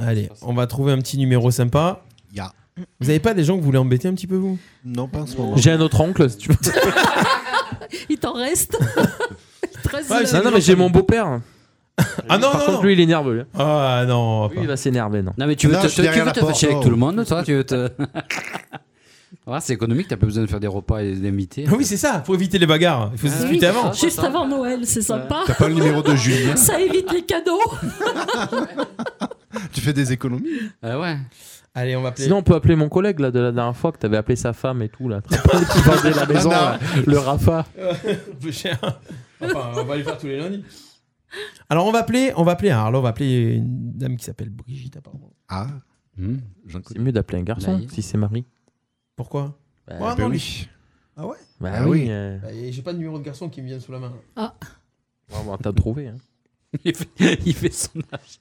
Speaker 6: Allez, on va trouver un petit numéro sympa.
Speaker 1: Ya.
Speaker 6: Vous avez pas des gens que vous voulez embêter un petit peu, vous
Speaker 1: Non, pas en ce moment.
Speaker 9: J'ai un autre oncle si tu veux.
Speaker 10: Il t'en reste. Ah, Il te reste
Speaker 6: Ouais,
Speaker 10: le-
Speaker 6: c'est-
Speaker 9: Ah, Non, non, mais j'ai mon beau-père.
Speaker 6: Ah non,
Speaker 9: Par
Speaker 6: non,
Speaker 9: contre,
Speaker 6: non.
Speaker 9: lui, il est nerveux. lui.
Speaker 6: Ah non.
Speaker 9: Lui, il va s'énerver, non.
Speaker 7: Non, mais tu veux
Speaker 1: Non,
Speaker 7: te,
Speaker 1: je suis
Speaker 7: te- tu
Speaker 1: derrière
Speaker 7: veux
Speaker 1: la
Speaker 7: te
Speaker 1: porte.
Speaker 7: fâcher avec
Speaker 1: Oh.
Speaker 7: tout le monde, toi tu veux te... Ouais, c'est économique, t'as pas besoin de faire des repas et d'inviter.
Speaker 6: Ah oui, c'est ça. Faut éviter les bagarres. Il faut se
Speaker 10: Ah oui,
Speaker 6: discuter avant.
Speaker 10: Juste avant Noël, c'est sympa.
Speaker 1: T'as pas le numéro de Julien
Speaker 10: Ça évite les cadeaux.
Speaker 1: Tu fais des économies
Speaker 7: Ah ouais.
Speaker 6: Allez, on va appeler.
Speaker 9: Sinon, on peut appeler mon collègue là de la dernière fois que t'avais appelé sa femme et tout là. qui vendait la maison, là, le Rafa.
Speaker 6: peu cher. Enfin, on va les faire tous les lundis. Alors, on va appeler. On va appeler. hein. Alors, on va appeler une dame qui s'appelle Brigitte, apparemment.
Speaker 1: Ah,
Speaker 7: Hmm.
Speaker 1: j'en connais.
Speaker 9: C'est mieux d'appeler un garçon
Speaker 7: Bah, il-
Speaker 9: si c'est Marie.
Speaker 6: Pourquoi
Speaker 9: Bah,
Speaker 6: Ah
Speaker 1: Ben
Speaker 6: non,
Speaker 1: oui.
Speaker 6: Ah ouais
Speaker 9: Bah
Speaker 1: Ah
Speaker 9: oui.
Speaker 1: oui.
Speaker 9: euh,
Speaker 6: Bah, J'ai pas de numéro de garçon qui me vient sous la main.
Speaker 9: bon, bon, T'as trouvé. hein.
Speaker 7: Il fait, il fait son âge.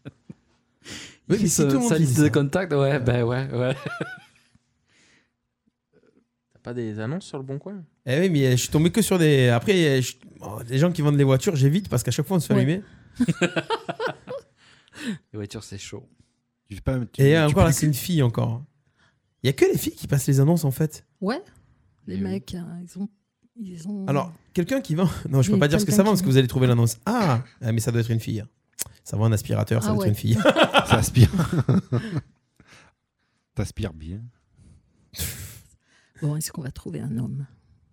Speaker 7: Il
Speaker 6: Oui, mais
Speaker 7: fait
Speaker 6: si
Speaker 7: son-
Speaker 6: tout le monde
Speaker 7: sa
Speaker 6: faisait
Speaker 7: liste
Speaker 6: ça.
Speaker 7: de contacts, ouais,
Speaker 9: Bah
Speaker 7: ben ouais, ouais.
Speaker 9: T'as pas des annonces sur le bon coin
Speaker 6: Eh oui, mais je suis tombé que sur des. Après, je- oh, les gens qui vendent les voitures, j'évite parce qu'à chaque fois, on se fait
Speaker 10: Ouais.
Speaker 6: allumer.
Speaker 7: Les voitures, c'est chaud.
Speaker 1: Tu fais pas, tu-
Speaker 6: Et
Speaker 1: tu
Speaker 6: encore là,
Speaker 1: publies-
Speaker 6: c'est une fille encore. Il y a que les filles qui passent les annonces en fait.
Speaker 10: Ouais, les
Speaker 7: Eh oui.
Speaker 10: mecs, hein, ils ont. Ils ont...
Speaker 6: Alors, quelqu'un qui vend. Non, je
Speaker 10: Il y
Speaker 6: peux
Speaker 10: a
Speaker 6: pas dire ce que
Speaker 10: Mm. quelqu'un
Speaker 6: ça vend
Speaker 10: qui
Speaker 6: parce que
Speaker 10: vend.
Speaker 6: vous allez trouver l'annonce. Ah, ah, mais ça doit être une fille. Ça vend un aspirateur, ça
Speaker 10: Ah
Speaker 6: doit
Speaker 10: ouais.
Speaker 6: être une fille. Ah.
Speaker 1: Ça aspire. T'aspires bien.
Speaker 10: Bon, est-ce qu'on va trouver un homme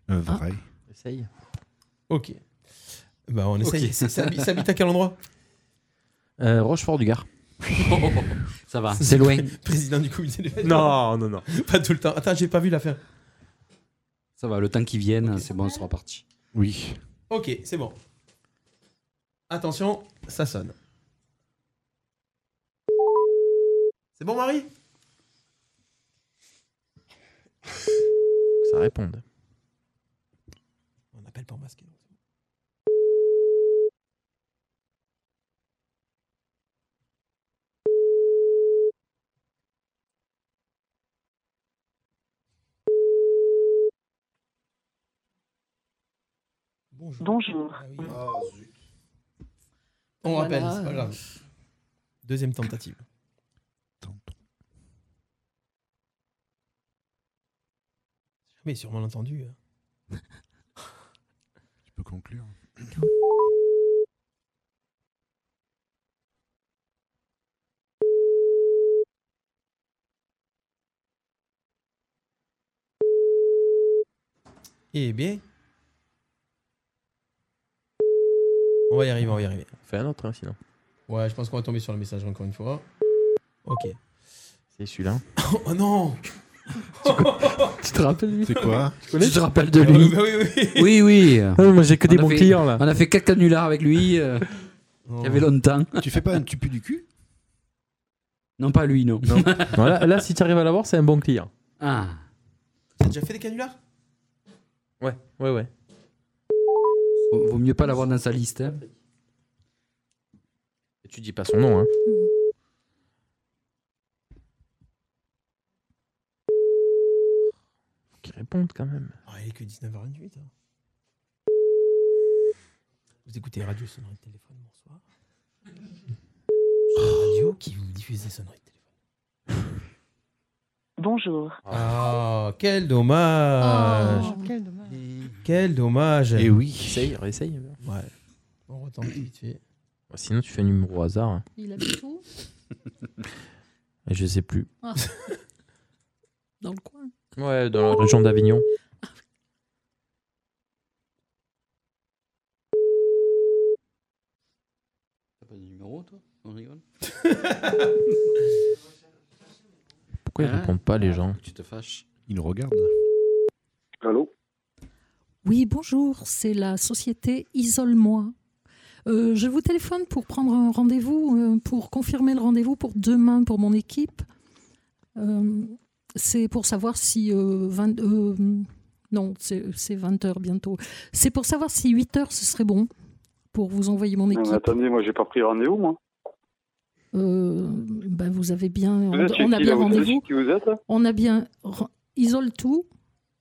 Speaker 1: Un vrai.
Speaker 9: Essaye.
Speaker 6: ok. Bah, on essaye.
Speaker 7: Ok.
Speaker 6: Ça- Ça habi- ça habite à quel endroit
Speaker 9: Euh, Rochefort du Gard.
Speaker 7: Oh, Ça va, c'est loin.
Speaker 6: Président du comité des fêtes.
Speaker 9: Non, non, non.
Speaker 6: Pas tout le temps. Attends, j'ai pas vu l'affaire.
Speaker 7: Ça va, le temps qu'ils viennent, c'est bon, on sera parti.
Speaker 1: Oui.
Speaker 6: Ok, c'est bon. Attention, ça sonne. C'est bon, Marie
Speaker 9: Faut que Ça réponde.
Speaker 6: On appelle par masque. Bonjour.
Speaker 20: Bonjour.
Speaker 6: Ah oui. On rappelle,
Speaker 10: Voilà.
Speaker 6: c'est pas grave. Deuxième tentative. Jamais sur malentendu. hein.
Speaker 1: Tu peux conclure.
Speaker 6: Eh bien. On va y arriver, on va y arriver.
Speaker 9: Fais un autre, hein, sinon.
Speaker 6: Ouais, je pense qu'on va tomber sur le message encore une fois. Ok.
Speaker 9: C'est celui-là.
Speaker 6: Oh non
Speaker 9: tu te rappelles lui
Speaker 1: C'est quoi
Speaker 9: Tu
Speaker 7: Je
Speaker 9: connais
Speaker 7: te rappelle de lui.
Speaker 6: Ah, bah Oui, oui.
Speaker 7: Oui, oui.
Speaker 9: Ouais, moi, j'ai que des
Speaker 7: euh, On a
Speaker 9: bons
Speaker 7: fait-
Speaker 9: clients, là.
Speaker 7: On a fait 4 canulars avec lui. euh, Il y avait longtemps.
Speaker 1: Oh. Tu fais pas un tu pues du cul
Speaker 7: Non, pas lui, non.
Speaker 9: Non, là, là, si tu arrives à l'avoir, c'est un bon client.
Speaker 7: Ah.
Speaker 6: T'as déjà fait des canulars
Speaker 9: Ouais, ouais, ouais.
Speaker 7: Vaut vaut mieux pas l'avoir dans sa liste. hein.
Speaker 9: Et tu dis pas son nom, hein. Qui répondent quand même.
Speaker 6: Ah, il est que 19h28. hein. Vous écoutez Radio Sonnerie de Téléphone, bonsoir. La radio qui vous diffuse des sonneries de téléphone.
Speaker 21: Bonjour.
Speaker 6: Ah, quel dommage
Speaker 8: Oh,
Speaker 21: quel dommage.
Speaker 6: Quel dommage
Speaker 1: Eh oui.
Speaker 9: Essaye, réessaye.
Speaker 6: Ouais. On retente vite fait.
Speaker 9: Bon, Bah, Sinon, tu fais un numéro au hasard. hein.
Speaker 3: Il habite où
Speaker 9: Et Je sais plus.
Speaker 3: Ah. Dans le coin.
Speaker 9: Ouais, dans la région d'Avignon.
Speaker 7: T'as pas de numéro, toi On rigole
Speaker 9: Pourquoi ils
Speaker 7: Hein
Speaker 9: répondent pas, les gens
Speaker 7: Tu te fâches.
Speaker 1: Il nous regarde.
Speaker 22: Allô
Speaker 10: Oui, bonjour, c'est la société Isole-moi. Euh, je vous téléphone pour prendre un rendez-vous, euh, pour confirmer le rendez-vous pour demain pour mon équipe. Euh, c'est pour savoir si euh, 20 euh, non, c'est c'est 20 heures bientôt. C'est pour savoir si 8 heures ce serait bon pour vous envoyer mon
Speaker 16: Non, mais
Speaker 10: équipe.
Speaker 16: attendez, moi j'ai pas pris rendez-vous moi.
Speaker 10: Euh, ben, vous avez bien,
Speaker 16: Vous
Speaker 10: on,
Speaker 16: êtes chez
Speaker 10: on a
Speaker 16: qui,
Speaker 10: bien
Speaker 16: là Vous savez
Speaker 10: rendez-vous.
Speaker 16: chez qui vous êtes là
Speaker 10: On a bien isole tout,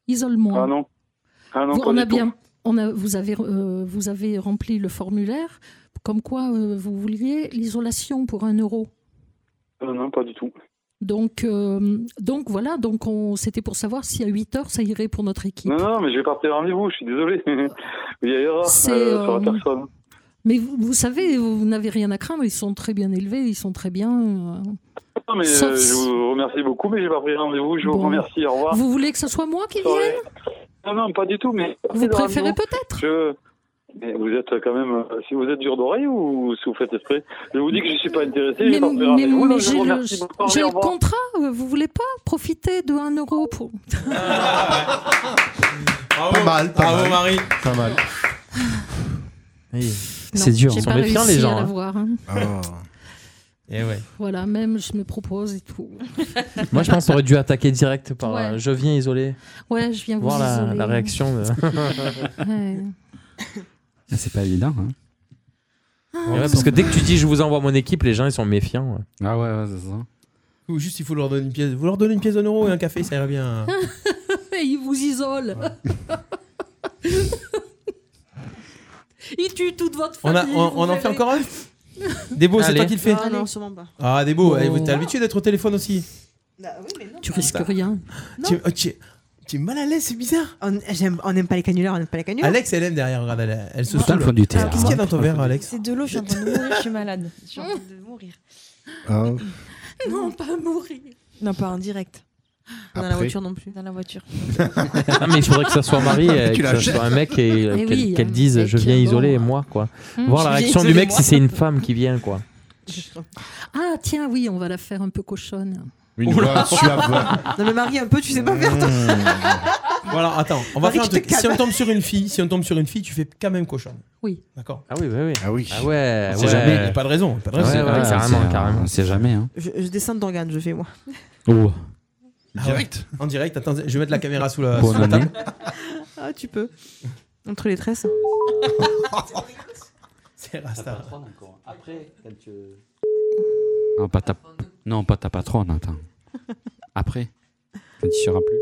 Speaker 10: isole-moi.
Speaker 16: Ah non. Ah non,
Speaker 10: Vous-
Speaker 16: pas
Speaker 10: on
Speaker 16: du
Speaker 10: a
Speaker 16: tout.
Speaker 10: bien, on a, vous avez, euh, vous avez rempli le formulaire, comme quoi euh, vous vouliez l'isolation pour un euro.
Speaker 16: Ah non, pas du tout.
Speaker 10: Donc, euh, donc voilà, donc on, c'était pour savoir si à 8 heures ça irait pour notre équipe.
Speaker 16: Non, non, mais je vais pas pris rendez-vous, je suis désolé. Il y a erreur
Speaker 10: C'est,
Speaker 16: euh, sur
Speaker 10: euh,
Speaker 16: la personne.
Speaker 10: Mais vous, vous savez, vous, vous n'avez rien à craindre, ils sont très bien élevés, ils sont très bien. euh.
Speaker 16: Non, mais
Speaker 10: sauf
Speaker 16: euh, je
Speaker 10: si-
Speaker 16: vous remercie beaucoup, mais j'ai pas pris rendez-vous, je vous
Speaker 10: Bon.
Speaker 16: remercie, au revoir.
Speaker 10: Vous voulez que ce soit moi qui
Speaker 16: Soirée.
Speaker 10: vienne
Speaker 16: Non, non, pas du tout, mais.
Speaker 10: Vous
Speaker 16: Pris
Speaker 10: préférez
Speaker 16: rendez-vous.
Speaker 10: peut-être
Speaker 16: Je- Mais vous êtes quand même. euh, Si vous êtes dur d'oreille ou si vous faites esprit, je vous dis que je suis pas intéressé, j'ai
Speaker 10: Mais,
Speaker 16: pas pris
Speaker 10: mais-
Speaker 16: rendez-vous,
Speaker 10: mais
Speaker 16: donc je
Speaker 10: j'ai
Speaker 16: vous
Speaker 10: le,
Speaker 16: remercie beaucoup, au
Speaker 10: j'ai le
Speaker 16: revoir.
Speaker 10: contrat, euh, vous voulez pas profiter de 1 euro pour...
Speaker 6: Pas mal, pas Bravo, Marie.
Speaker 1: Pas mal.
Speaker 9: C'est
Speaker 10: Non,
Speaker 9: dur,
Speaker 10: j'ai
Speaker 9: ils sont
Speaker 10: pas
Speaker 9: méfiants,
Speaker 10: réussi
Speaker 9: les
Speaker 10: à
Speaker 9: gens. hein.
Speaker 10: l'avoir, hein.
Speaker 6: Ah. Eh ouais.
Speaker 10: Voilà, même je me propose et tout.
Speaker 9: Moi, je pense qu'on aurait dû attaquer direct par
Speaker 10: Ouais.
Speaker 9: euh, je viens isolé.
Speaker 10: Ouais, je viens vous
Speaker 9: Voir la,
Speaker 10: isoler.
Speaker 9: la réaction. de-
Speaker 10: Ouais.
Speaker 7: C'est pas évident. Hein.
Speaker 9: Ouais, parce que dès que tu dis je vous envoie mon équipe, les gens ils sont méfiants. ouais.
Speaker 7: Ah ouais, ouais c'est ça.
Speaker 6: Ou juste, il faut leur donner une pièce. Vous leur donnez une pièce d'un euro et un café, ça ira bien.
Speaker 10: Et il vous isole. il tue toute votre
Speaker 6: On, a,
Speaker 10: famille.
Speaker 6: on,
Speaker 10: vous
Speaker 6: on en fait
Speaker 10: verrez.
Speaker 6: encore un Des beaux, c'est
Speaker 9: Allez.
Speaker 6: toi qui le fais
Speaker 8: Ah non, sûrement pas.
Speaker 6: Ah, des beaux, eh, vous- t'es
Speaker 8: Oh.
Speaker 6: habitué d'être au téléphone aussi.
Speaker 10: Tu risques
Speaker 8: Bah.
Speaker 10: rien.
Speaker 6: Tu, oh, tu- tu es mal à l'aise, c'est bizarre.
Speaker 8: On j'aime- on n'aime pas les canulars, on n'aime pas les canulars.
Speaker 6: Alex, elle aime derrière, regarde, elle, elle se
Speaker 7: Putain,
Speaker 6: saoule.
Speaker 7: le fond du thé,
Speaker 6: Ah,
Speaker 7: là.
Speaker 6: Qu'est-ce qu'il y a dans ton verre, Alex
Speaker 11: C'est de l'eau, je suis en train de mourir, je suis malade. Je suis en train de mourir.
Speaker 1: Ah,
Speaker 11: Non, pas mourir. Non, pas en direct.
Speaker 1: Dans la Après. voiture
Speaker 11: non plus. Dans la voiture.
Speaker 9: Ah, mais il faudrait que ça soit Marie, et
Speaker 1: Tu
Speaker 9: que
Speaker 1: la
Speaker 9: ça soit
Speaker 1: jettes.
Speaker 9: un mec et euh,
Speaker 11: Eh
Speaker 9: qu'elle
Speaker 11: oui,
Speaker 9: qu'elle
Speaker 11: un
Speaker 9: dise je viens isolé moi quoi.
Speaker 10: Hmm,
Speaker 9: Voir
Speaker 10: je
Speaker 9: la
Speaker 10: viens
Speaker 9: réaction du
Speaker 10: isolé,
Speaker 9: mec
Speaker 10: moi.
Speaker 9: si c'est une femme qui vient quoi.
Speaker 10: Ah tiens, oui, on va la faire un peu cochonne.
Speaker 1: Une voix suave.
Speaker 8: Non, mais Marie, un peu, tu sais pas faire, toi.
Speaker 6: Voilà, attends, on va
Speaker 8: Marie,
Speaker 6: faire un
Speaker 8: tu te
Speaker 6: truc. Si
Speaker 8: calmes.
Speaker 6: on tombe sur une fille, si on tombe sur une fille, tu fais quand même cochon.
Speaker 10: Oui.
Speaker 6: D'accord.
Speaker 9: Ah oui, oui, oui.
Speaker 1: Ah oui.
Speaker 9: Ah ouais,
Speaker 7: Euh,
Speaker 6: On
Speaker 9: ouais.
Speaker 6: sait jamais, il y a pas de raison, il y a pas de raison.
Speaker 9: Ouais, ouais,
Speaker 6: Ah, c'est-
Speaker 9: carrément,
Speaker 6: c'est-
Speaker 9: carrément.
Speaker 7: On sait jamais. Hein.
Speaker 8: Je, je descends d'organes, je fais moi.
Speaker 6: Direct Ah En direct, attends, je vais mettre la caméra sous la,
Speaker 7: Bonne
Speaker 6: sous la
Speaker 7: année.
Speaker 6: table.
Speaker 8: Ah, tu peux. Entre les tresses.
Speaker 6: C'est
Speaker 7: Ah,
Speaker 6: Rasta.
Speaker 7: Après, Non, pas ta, non, pas ta patronne, attends. Après, quand tu seras plus.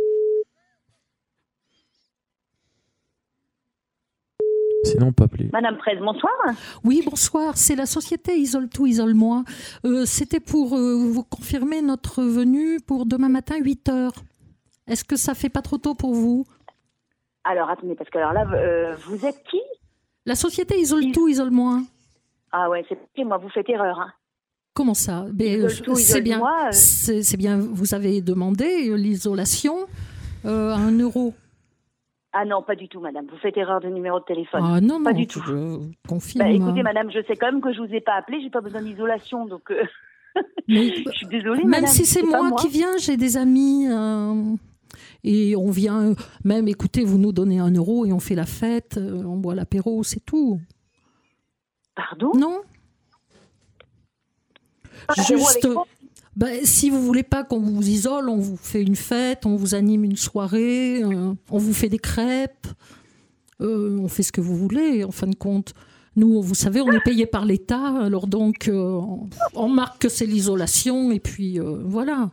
Speaker 9: Sinon on peut appeler.
Speaker 3: Madame Presse, bonsoir.
Speaker 10: Oui, bonsoir. C'est la société Isole tout, isole moi. Euh, C'était pour euh, vous confirmer notre venue pour demain matin 8 heures. Est-ce que ça fait pas trop tôt pour vous
Speaker 3: Alors attendez, parce que alors là, euh, vous êtes qui
Speaker 10: La société Isole tout, isole moi.
Speaker 3: Ah ouais, c'est c'est moi, vous faites erreur. hein.
Speaker 10: Comment ça Ben,
Speaker 3: Isole
Speaker 10: je-
Speaker 3: tout,
Speaker 10: C'est
Speaker 3: isole
Speaker 10: bien.
Speaker 3: moi, euh.
Speaker 10: C'est c'est bien. Vous avez demandé euh, l'isolation euh, à un euro.
Speaker 20: Ah non, pas du tout, madame. Vous faites erreur de numéro de téléphone.
Speaker 10: Ah non, non,
Speaker 20: pas du
Speaker 10: je
Speaker 20: tout.
Speaker 10: confirme.
Speaker 20: Bah, écoutez, madame, je sais quand même que je vous ai pas appelé. J'ai pas besoin d'isolation, donc euh, je suis désolée.
Speaker 10: Même
Speaker 20: madame,
Speaker 10: si c'est
Speaker 20: pas
Speaker 10: moi, qui viens, j'ai des amis. euh, et on vient, euh, même, écoutez, vous nous donnez un euro et on fait la fête, euh, on boit l'apéro, c'est tout.
Speaker 20: Pardon
Speaker 10: Non
Speaker 20: L'apéro avec
Speaker 10: Juste,
Speaker 20: moi
Speaker 10: ben, si vous voulez pas qu'on vous isole, on vous fait une fête, on vous anime une soirée, euh, on vous fait des crêpes, euh, on fait ce que vous voulez, en fin de compte. Nous, vous savez, on est payé par l'État, alors donc euh, on- on marque que c'est l'isolation, et puis euh, voilà.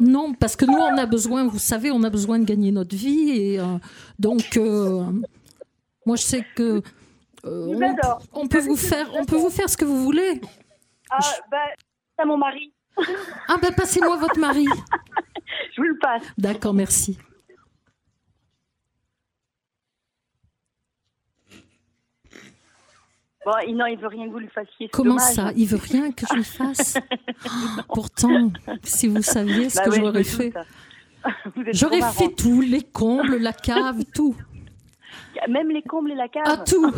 Speaker 10: Non, parce que nous, on a besoin, vous savez, on a besoin de gagner notre vie, et euh, donc euh, moi, je sais que euh,
Speaker 20: Je vous
Speaker 10: on-
Speaker 20: adore.
Speaker 10: on peut vous faire, on peut vous faire ce que vous voulez.
Speaker 20: Ah, bah, c'est mon mari.
Speaker 10: Ah ben passez-moi votre mari.
Speaker 20: Je vous le passe.
Speaker 10: D'accord, merci.
Speaker 20: Bon, il- non, il veut rien que vous lui fassiez. c'est
Speaker 10: Comment
Speaker 20: dommage.
Speaker 10: ça Il veut rien que je le fasse Pourtant, si vous saviez ce
Speaker 20: Bah
Speaker 10: que
Speaker 20: ouais, je me
Speaker 10: j'aurais
Speaker 20: doute.
Speaker 10: fait.
Speaker 20: Vous êtes
Speaker 10: J'aurais
Speaker 20: trop
Speaker 10: fait
Speaker 20: marrant.
Speaker 10: tout, les combles, la cave, tout.
Speaker 20: Même les combles et la cave.
Speaker 10: Ah, tout.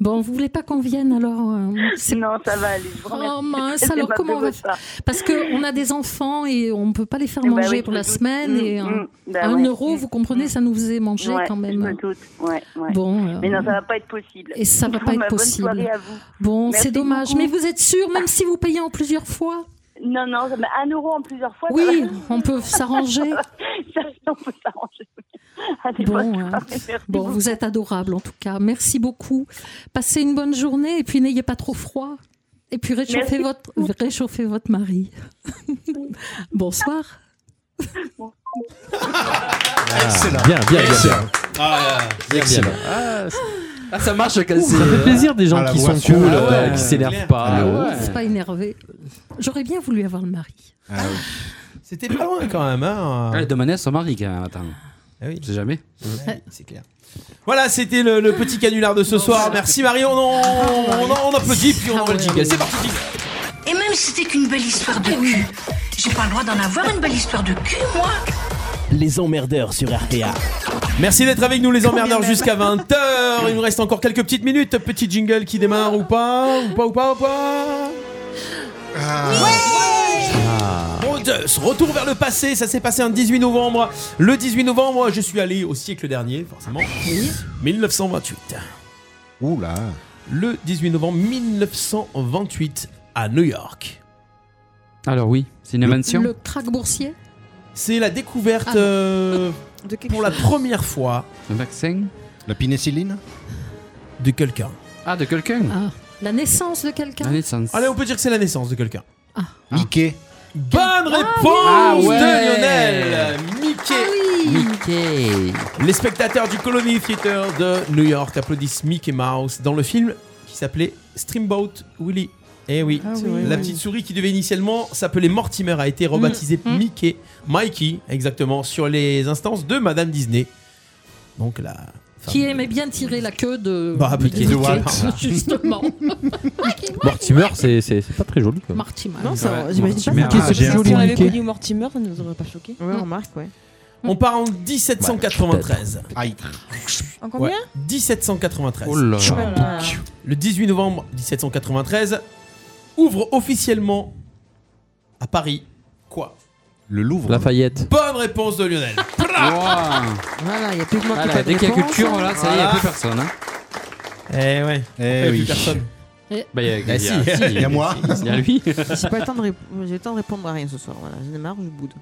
Speaker 10: Bon, vous voulez pas qu'on vienne alors euh, c'est-
Speaker 20: Non, ça va aller. Je vous remercie.
Speaker 10: Oh mince,
Speaker 20: C'est
Speaker 10: alors
Speaker 20: pas
Speaker 10: comment on
Speaker 20: plus
Speaker 10: va
Speaker 20: votre part.
Speaker 10: faire Parce qu'on a des enfants et on ne peut pas les faire
Speaker 20: Eh ben
Speaker 10: manger
Speaker 20: oui, je
Speaker 10: pour
Speaker 20: me
Speaker 10: la
Speaker 20: doute.
Speaker 10: semaine.
Speaker 20: Mm,
Speaker 10: et
Speaker 20: mm,
Speaker 10: un,
Speaker 20: bah
Speaker 10: un
Speaker 20: ouais.
Speaker 10: euro, vous comprenez, ça nous faisait manger
Speaker 20: Ouais,
Speaker 10: quand
Speaker 20: Je
Speaker 10: même.
Speaker 20: me doute. Ouais, ouais.
Speaker 10: Bon, euh,
Speaker 20: Mais non, ça va pas être possible.
Speaker 10: Et ça va
Speaker 20: Bon,
Speaker 10: pas
Speaker 20: bah,
Speaker 10: être possible.
Speaker 20: Bonne soirée à vous.
Speaker 10: Bon,
Speaker 20: Merci
Speaker 10: c'est dommage.
Speaker 20: beaucoup.
Speaker 10: Mais vous êtes sûr, même si vous payez en plusieurs fois
Speaker 20: Non, non, ça- mais un euro en plusieurs fois. ça
Speaker 10: Oui,
Speaker 20: va.
Speaker 10: on peut s'arranger.
Speaker 20: Ça, on peut s'arranger. Allez,
Speaker 10: Bon,
Speaker 20: bonne
Speaker 10: euh,
Speaker 20: soirée, merci
Speaker 10: bon,
Speaker 20: beaucoup.
Speaker 10: vous êtes adorable en tout cas. Merci beaucoup. Passez une bonne journée et puis n'ayez pas trop froid. Et puis réchauffez
Speaker 20: Merci
Speaker 10: votre, réchauffez votre mari. Bonsoir.
Speaker 6: Excellent.
Speaker 9: Bien, bien, bien,
Speaker 6: Excellent.
Speaker 9: bien.
Speaker 6: Ah,
Speaker 9: Bien, bien.
Speaker 6: excellent.
Speaker 9: Ah,
Speaker 7: Ah, ça marche quand
Speaker 9: Ouh,
Speaker 7: c'est.
Speaker 9: ça fait plaisir des gens
Speaker 7: Ah, la
Speaker 9: qui
Speaker 7: voix
Speaker 9: sont
Speaker 7: sur-
Speaker 9: cool,
Speaker 7: Ah ouais,
Speaker 9: euh, qui
Speaker 7: c'est
Speaker 9: s'énervent
Speaker 7: clair.
Speaker 9: pas.
Speaker 7: Ah
Speaker 9: Ouais.
Speaker 7: ouais.
Speaker 10: C'est pas énervé. J'aurais bien voulu avoir le mari.
Speaker 6: Ah C'était pas loin quand même. Hein. Ah
Speaker 7: Elle demandait à son mari quand même. Attends. Je sais jamais.
Speaker 6: c'est clair. Voilà, c'était le, le petit canular de ce soir. Merci Marion. On, on, on applaudit puis on envoie le jingle. C'est parti. jingle.
Speaker 23: Et même si c'était qu'une belle histoire de cul, j'ai pas le droit d'en avoir une belle histoire de cul, moi.
Speaker 15: Les emmerdeurs sur RPA.
Speaker 6: Merci d'être avec nous les emmerdeurs jusqu'à 20h. Il nous reste encore quelques petites minutes. Petit jingle qui démarre ou pas, ou pas, ou pas, ou pas. Bon, de- ce retour vers le passé, ça s'est passé un 18 novembre. Le 18 novembre, je suis allé au siècle dernier, forcément. 1928.
Speaker 1: Oula.
Speaker 6: Le 18 novembre 1928 à New York.
Speaker 7: Alors oui, c'est une invention.
Speaker 10: Le crack boursier
Speaker 6: C'est la découverte
Speaker 10: Ah.
Speaker 6: euh,
Speaker 10: De quelque
Speaker 6: pour la
Speaker 10: chose.
Speaker 6: première fois.
Speaker 7: Le vaccin
Speaker 1: La pénicilline
Speaker 6: De quelqu'un.
Speaker 7: Ah, de quelqu'un
Speaker 10: Ah, La naissance de quelqu'un
Speaker 6: Allez, on peut dire que c'est la naissance de quelqu'un.
Speaker 10: Ah.
Speaker 1: Mickey.
Speaker 6: Bonne réponse
Speaker 7: Ah ouais.
Speaker 6: de Lionel Mickey.
Speaker 7: Mickey.
Speaker 6: Les spectateurs du Colony Theater de New York applaudissent Mickey Mouse dans le film qui s'appelait Streamboat Willie. Eh oui,
Speaker 9: oui,
Speaker 6: la
Speaker 9: oui.
Speaker 6: petite souris qui devait initialement s'appeler Mortimer a été rebaptisée Mickey, Mikey exactement, sur les instances de Madame Disney. Donc la
Speaker 10: qui aimait bien tirer la queue de.
Speaker 6: Bah,
Speaker 10: de
Speaker 6: Mickey. De Walt.
Speaker 10: Justement.
Speaker 9: Mortimer, c'est c'est- c'est pas très joli. quoi.
Speaker 10: Mortimer.
Speaker 8: Non, ça,
Speaker 9: Ouais.
Speaker 8: j'imagine pas.
Speaker 9: Mortimer, ah,
Speaker 8: ça.
Speaker 9: c'est bien
Speaker 8: si on avait
Speaker 9: compliqué.
Speaker 8: connu Mortimer, ça nous aurait pas choqué. Ouais, remarque, ouais.
Speaker 6: On part en 1793. Aïe.
Speaker 8: En combien
Speaker 6: 1793.
Speaker 7: Oh là là.
Speaker 8: Oh là là.
Speaker 6: Le 18 novembre 1793 ouvre officiellement à Paris quoi
Speaker 1: Le Louvre.
Speaker 9: Lafayette.
Speaker 6: Bonne réponse de Lionel. Ah.
Speaker 8: Voilà, il y a plus que moi qui ai
Speaker 7: Voilà,
Speaker 8: pas de
Speaker 7: dès qu'il y a
Speaker 8: réponse,
Speaker 7: culture,
Speaker 8: hein.
Speaker 7: là, ça y est, il n'y a
Speaker 6: Voilà.
Speaker 7: plus personne. Hein.
Speaker 6: Eh ouais. Eh
Speaker 7: oui.
Speaker 6: plus personne.
Speaker 7: Bah, il y a,
Speaker 6: Ah,
Speaker 7: il y a-
Speaker 6: si.
Speaker 7: si,
Speaker 6: Il y a moi.
Speaker 7: Il y a lui.
Speaker 8: J'ai pas le temps de, rép- j'ai le temps de répondre à rien ce soir. Voilà, j'en ai marre, je boude.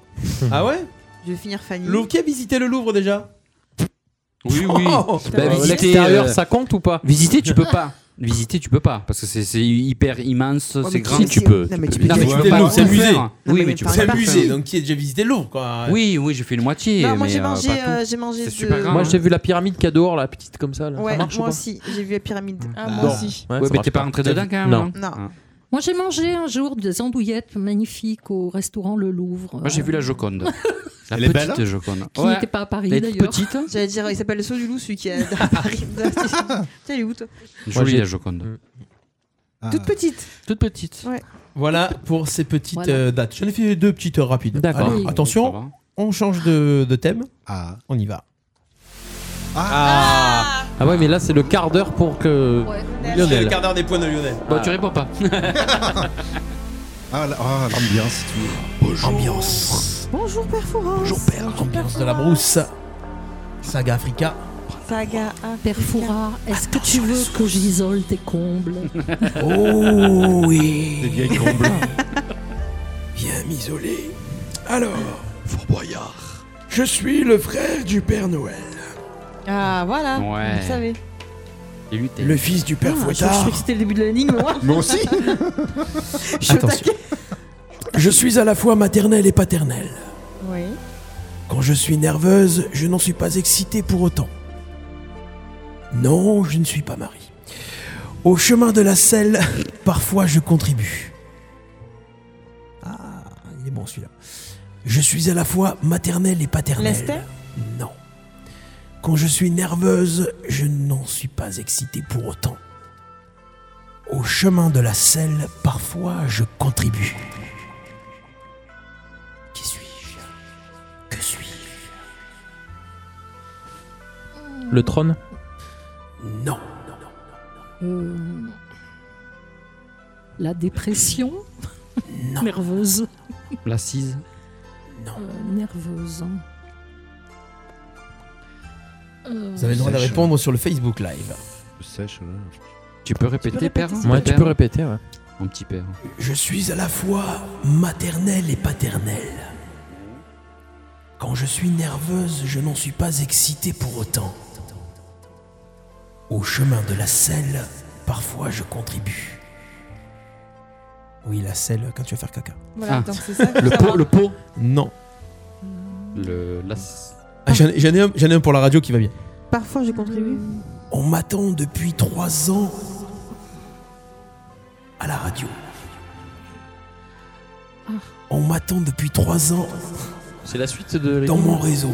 Speaker 6: Ah ouais
Speaker 8: Je vais finir Fanny.
Speaker 6: Louvre, qui a visité le Louvre déjà
Speaker 7: Oui, oui.
Speaker 6: Oh.
Speaker 7: Bah,
Speaker 9: Bah,
Speaker 7: visiter,
Speaker 9: l'extérieur,
Speaker 7: euh,
Speaker 9: ça compte ou pas
Speaker 7: Visiter, tu peux pas. Visiter, tu peux pas. Parce que c'est- c'est hyper immense,
Speaker 9: Ouais,
Speaker 7: c'est
Speaker 9: mais
Speaker 7: grand.
Speaker 9: si, tu peux,
Speaker 7: Non,
Speaker 9: tu
Speaker 7: mais
Speaker 9: peux.
Speaker 7: tu peux
Speaker 9: Non,
Speaker 7: pas
Speaker 9: mais visiter le
Speaker 7: tout
Speaker 9: Louvre, c'est un
Speaker 7: faire.
Speaker 9: musée.
Speaker 8: Non,
Speaker 7: Oui,
Speaker 8: mais
Speaker 7: mais tu peux pas
Speaker 8: par
Speaker 6: C'est un
Speaker 7: tout
Speaker 6: musée,
Speaker 7: faire.
Speaker 6: donc qui a déjà visité le Louvre quoi.
Speaker 7: Oui, oui, j'ai fait une moitié.
Speaker 8: Non, moi,
Speaker 7: mais,
Speaker 8: j'ai
Speaker 7: euh,
Speaker 8: mangé,
Speaker 7: pas tout.
Speaker 8: euh, j'ai mangé
Speaker 7: C'est
Speaker 8: de-
Speaker 7: super hein. grand.
Speaker 9: Moi j'ai vu la pyramide qu'il y a dehors, la petite comme ça. Là.
Speaker 8: Ouais,
Speaker 9: ça marche
Speaker 8: moi
Speaker 9: ou pas
Speaker 8: aussi, j'ai vu la pyramide. Ah,
Speaker 9: Bon. Ouais,
Speaker 7: Ouais,
Speaker 9: ça
Speaker 7: mais
Speaker 9: marche
Speaker 7: t'es pas rentré dedans, quand même, Ah.
Speaker 9: Non.
Speaker 8: Non.
Speaker 10: Moi, j'ai mangé un jour des andouillettes magnifiques au restaurant Le Louvre.
Speaker 7: Moi, j'ai vu la Joconde. La
Speaker 10: Elle est
Speaker 7: petite
Speaker 10: belle
Speaker 7: Joconde.
Speaker 10: Qui n'était pas à Paris,
Speaker 7: Elle est
Speaker 10: d'ailleurs.
Speaker 7: petite.
Speaker 8: J'allais dire, il s'appelle le saut du loup, celui qui est à Paris. Tiens, il est où toi
Speaker 7: Jolie, la Joconde.
Speaker 24: Ah.
Speaker 8: Toute petite.
Speaker 7: Toute petite.
Speaker 8: Ouais.
Speaker 6: Voilà pour ces petites
Speaker 8: Voilà.
Speaker 6: euh, dates. J'en ai fait deux petites euh, rapides.
Speaker 9: D'accord.
Speaker 6: Allez,
Speaker 9: Oui.
Speaker 6: Attention,
Speaker 9: va.
Speaker 6: on change de, de thème.
Speaker 1: Ah.
Speaker 6: On y va.
Speaker 9: Ah. Ah ouais, mais là c'est le quart d'heure pour que
Speaker 6: C'est
Speaker 9: Lionel.
Speaker 6: le quart d'heure des points de Lionel.
Speaker 9: Bon, tu réponds pas.
Speaker 1: Ah, la- ah, l'ambiance, tu Bonjour. Ambiance.
Speaker 8: Bonjour Perforance. Bonjour
Speaker 6: Ambiance de la brousse. Saga Africa.
Speaker 8: Saga
Speaker 10: Perfora, est-ce que tu veux que j'isole tes combles
Speaker 6: Oh oui. Des vieilles
Speaker 10: combles.
Speaker 24: Bien m'isoler. Alors, Fort Boyard, je suis le frère du Père Noël.
Speaker 8: Ah voilà,
Speaker 24: Ouais.
Speaker 8: vous savez.
Speaker 24: Le fils du Père
Speaker 8: Ah, je, je
Speaker 24: Fouettard.
Speaker 8: croyais que c'était le début de l'énigme, moi.
Speaker 24: Moi aussi.
Speaker 8: Je
Speaker 24: Attention. Je suis à la fois maternelle et paternelle.
Speaker 8: Oui.
Speaker 24: Quand je suis nerveuse, je n'en suis pas excitée pour autant. Non, je ne suis pas Marie. Au chemin de la selle, parfois je contribue. Ah, il est bon celui-là. Je suis à la fois maternelle et paternelle.
Speaker 8: Lester
Speaker 24: Non. Quand je suis nerveuse, je n'en suis pas excitée pour autant. Au chemin de la selle, parfois je contribue. Qui suis-je Que suis-je
Speaker 9: Le trône
Speaker 24: Non.
Speaker 10: Euh, La dépression Nerveuse.
Speaker 7: L'assise.
Speaker 10: Euh, nerveuse. Euh,
Speaker 6: Vous avez le droit de
Speaker 1: Sèche.
Speaker 6: répondre sur le Facebook Live.
Speaker 1: Sèche, là.
Speaker 7: Tu peux répéter,
Speaker 24: répéter,
Speaker 7: père
Speaker 24: s'il
Speaker 7: mon
Speaker 24: te plaît. Ouais, tu
Speaker 7: père
Speaker 24: peux
Speaker 9: répéter, ouais.
Speaker 7: Mon petit père.
Speaker 24: Je suis à la fois maternelle et paternelle. Quand je suis nerveuse, je n'en suis pas excitée pour autant. Au chemin de la selle, parfois je contribue. Oui, la selle quand tu vas faire caca.
Speaker 8: Voilà, Ah. donc c'est ça, faut savoir.
Speaker 7: pot
Speaker 6: Non.
Speaker 7: Le, la...
Speaker 6: Ah, J'en ai- j'en ai, un- j'en ai un pour la radio qui va bien.
Speaker 8: Parfois, je contribue.
Speaker 24: On m'attend depuis trois ans à la radio.
Speaker 8: Ah.
Speaker 24: On m'attend depuis trois ans
Speaker 9: C'est la suite de
Speaker 24: dans mon réseau.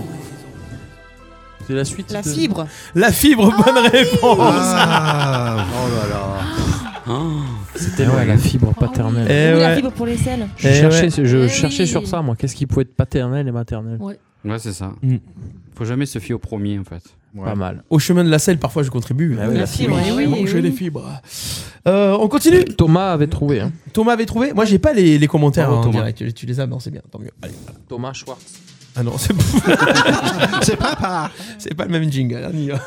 Speaker 9: C'est la suite.
Speaker 8: La
Speaker 9: de-
Speaker 8: fibre. Ah
Speaker 6: La fibre, bonne réponse.
Speaker 1: Ah, oh là là.
Speaker 7: Ah.
Speaker 9: C'était Ah ouais, la fibre paternelle.
Speaker 6: Eh
Speaker 11: Oui, la
Speaker 6: ouais.
Speaker 11: fibre pour les selles.
Speaker 9: Je
Speaker 6: Eh
Speaker 9: cherchais,
Speaker 6: ouais.
Speaker 9: je
Speaker 11: Eh
Speaker 9: cherchais
Speaker 11: oui.
Speaker 9: sur ça, moi. Qu'est-ce qui pouvait être paternel et maternel
Speaker 10: Ouais.
Speaker 7: Ouais, c'est ça. Faut jamais se fier au premier, en fait.
Speaker 9: Mm. Pas mal.
Speaker 6: Au chemin de la selle, parfois je contribue.
Speaker 9: Ah oui, La la fibre,
Speaker 8: fibre. oui, oui,
Speaker 6: Manger
Speaker 8: oui.
Speaker 6: les fibres. Euh, on continue
Speaker 9: Thomas avait trouvé. hein.
Speaker 6: Thomas avait trouvé Moi, j'ai pas les, les commentaires
Speaker 9: Bravo,
Speaker 6: en
Speaker 9: Thomas.
Speaker 6: direct. Tu- Tu les as Non, c'est bien, tant mieux. Allez.
Speaker 9: Thomas Schwartz.
Speaker 6: Ah non, c'est pas... c'est pas... c'est pas le même jingle. hein, on y va.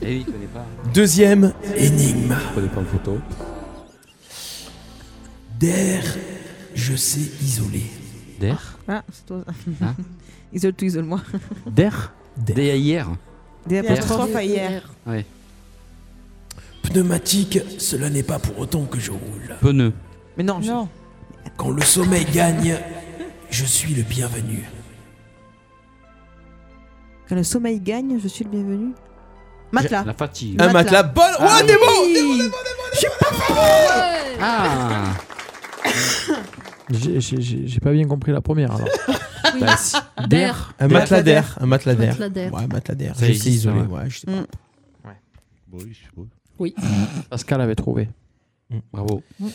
Speaker 7: Eh oui, il connaît pas.
Speaker 6: Deuxième énigme.
Speaker 7: connais pas en photo.
Speaker 24: D'air, je sais isoler.
Speaker 7: D'air
Speaker 8: Ah, c'est toi. Isole-toi, isole-moi.
Speaker 9: D'air
Speaker 7: D.A.I.R.
Speaker 8: Des
Speaker 7: Hier.
Speaker 8: apostrophes à hier.
Speaker 7: Ouais.
Speaker 24: Pneumatique, cela n'est pas pour autant que je roule.
Speaker 7: Pneu.
Speaker 8: Mais non, non.
Speaker 24: Quand le sommeil gagne, je suis le bienvenu.
Speaker 8: Quand le sommeil gagne, je suis le bienvenu. Matelas.
Speaker 7: La fatigue.
Speaker 6: Un matelas. Bonne. Ouais,
Speaker 8: Ah
Speaker 6: des
Speaker 8: oui.
Speaker 6: mots
Speaker 7: Ah
Speaker 6: Ah.
Speaker 9: J'ai- J'ai j'ai- j'ai pas bien compris la première alors. Bah, si.
Speaker 10: D'air.
Speaker 6: Un matelas d'air. Un matelas d'air.
Speaker 10: Matelas d'air.
Speaker 6: Ouais, un matelas d'air.
Speaker 7: Ça
Speaker 6: Je sais
Speaker 7: existe,
Speaker 6: isolé.
Speaker 7: ouais.
Speaker 6: Ouais, je sais pas.
Speaker 8: Mm.
Speaker 1: Oui, je sais pas.
Speaker 10: Oui.
Speaker 9: Pascal avait trouvé.
Speaker 7: Bravo.
Speaker 6: Mm,